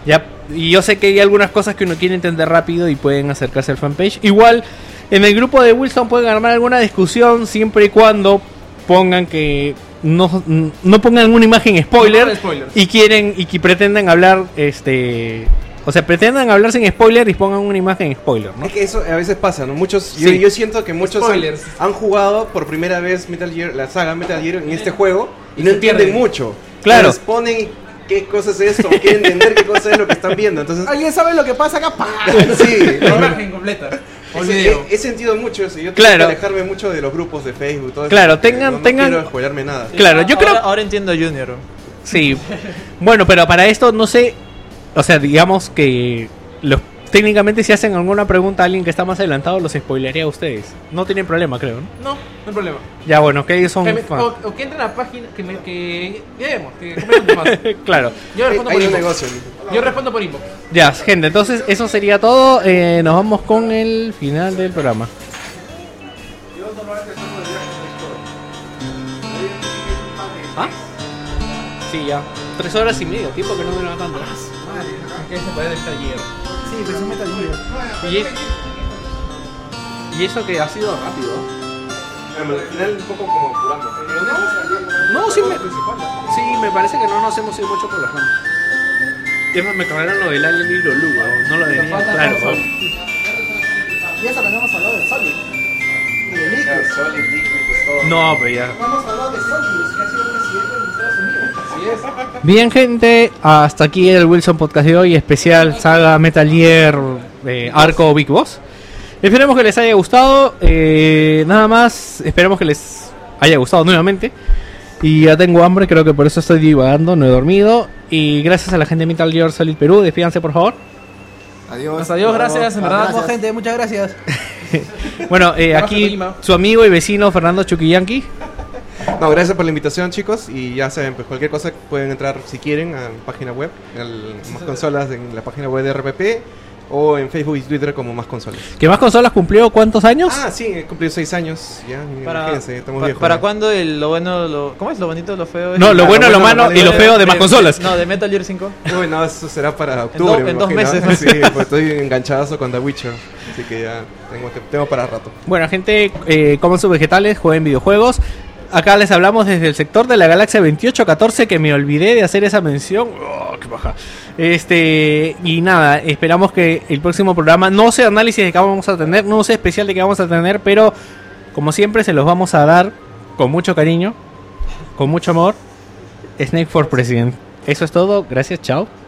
S3: Ya, y yo sé que hay algunas cosas que uno quiere entender rápido y pueden acercarse al fanpage. Igual, en el grupo de Wilson pueden armar alguna discusión siempre y cuando pongan que no, no pongan una imagen spoiler,
S4: No, spoilers.
S3: y quieren y que pretenden hablar este o sea pretendan hablar sin spoiler y pongan una imagen spoiler ¿no?
S7: Es que eso a veces pasa, ¿no? Muchos, yo,
S3: Sí.
S7: yo siento que muchos han,
S4: Spoilers.
S7: han jugado por primera vez Metal Gear, la saga Metal Gear en este juego y no
S4: se
S7: entienden
S4: pierden.
S7: mucho.
S3: Claro.
S7: Les ponen qué cosa es esto, quieren entender qué cosa es lo que están viendo. Entonces,
S8: ¿Alguien sabe lo que pasa acá? ¡Pah!
S7: sí,
S4: La
S7: ¿no?
S4: imagen completa. O el
S7: Ese- eh,
S4: video.
S7: he, he sentido mucho eso. Yo tengo
S3: Claro.
S7: que alejarme mucho de los grupos de Facebook. Todo eso,
S3: Claro,
S7: porque
S3: tengan-
S7: no, no
S3: tengan-
S7: quiero spoilerme nada.
S3: claro yo creo
S16: Ahora, ahora entiendo a Junior.
S3: sí bueno pero para esto no sé o sea digamos que los técnicamente si hacen alguna pregunta a alguien que está más adelantado los spoilearía a ustedes no tienen problema creo ¿no?
S4: No, no hay problema.
S3: ya bueno que ellos son
S4: Que me-
S3: fan.
S4: o, o que entren a la página, que me, que, ya vemos, que compren los demás.
S3: claro
S4: Yo
S7: Hay,
S4: respondo
S7: hay
S4: por
S7: un
S4: inbox.
S7: negocio.
S4: Yo respondo por inbox.
S3: ya gente entonces eso sería todo Eh, nos vamos con el final del programa ¿Ah? Sí, ya. Tres horas y media, tiempo que no me tanto.
S16: ¿Qué se puede estar
S8: Sí, pero es un Metal Gear.
S3: Y eso que ha sido rápido.
S7: Claro, al final un poco como curando.
S3: No, sí me, sí, me parece que no nos hemos ido mucho por las ramas. Es más, me cargaron lo del Alien y lo Lugo, no lo tenía claro. weón.
S8: Y eso que no hemos hablado de Solid. Y de Liquid.
S3: No, pero ya.
S8: No hemos hablado de Solid, que ha sido presidente de los Estados Unidos.
S3: Bien, gente, hasta aquí el Wilson Podcast de hoy, especial saga Metal Gear eh, Arco Big Boss. Esperemos que les haya gustado. eh, nada más, esperemos que les haya gustado nuevamente. Y ya tengo hambre, creo que por eso estoy divagando, no he dormido. Y gracias a la gente de Metal Gear Solid Perú, despídanse por favor.
S17: Adiós.
S4: Pues Adiós, gracias, en verdad.
S8: Vamos, gente, muchas gracias.
S3: Bueno, eh,
S4: Abrazo,
S3: aquí
S4: Lima.
S3: su amigo y vecino Fernando Chuquillanqui.
S7: No, gracias por la invitación, chicos. Y ya saben, pues cualquier cosa pueden entrar si quieren a la página web, al- más consolas en la página web de RPP o en Facebook y Twitter como más consolas.
S3: ¿Qué más consolas cumplió? ¿Cuántos años?
S7: Ah, sí, he cumplido 6 años. Ya, imagínense,
S16: ¿Para,
S7: estamos
S16: pa-
S7: viejos.
S16: ¿para
S7: ya.
S16: cuánto el, lo bueno, lo, cómo es lo bonito, lo feo?
S3: no, lo
S7: lo
S3: bueno, lo
S7: bueno, lo
S3: malo
S7: malo
S3: y lo
S7: de-
S3: feo de más consolas.
S16: No, de Metal Gear 5.
S7: Uy, no, eso será para octubre.
S16: do-
S7: me
S16: en dos
S7: imagino.
S16: meses, ¿no?
S7: Sí, pues estoy enganchadazo con The Witcher. Así que ya tengo, que- tengo para rato.
S3: Bueno, gente, eh, coman sus vegetales, jueguen videojuegos. Acá les hablamos desde el sector de la galaxia 2814, que me olvidé de hacer esa mención. Oh, qué baja. Este, y nada, esperamos que el próximo programa, no sé análisis de qué vamos a tener, no sé especial de qué vamos a tener, pero como siempre se los vamos a dar con mucho cariño, con mucho amor. Snake for President. Eso es todo, gracias, chao.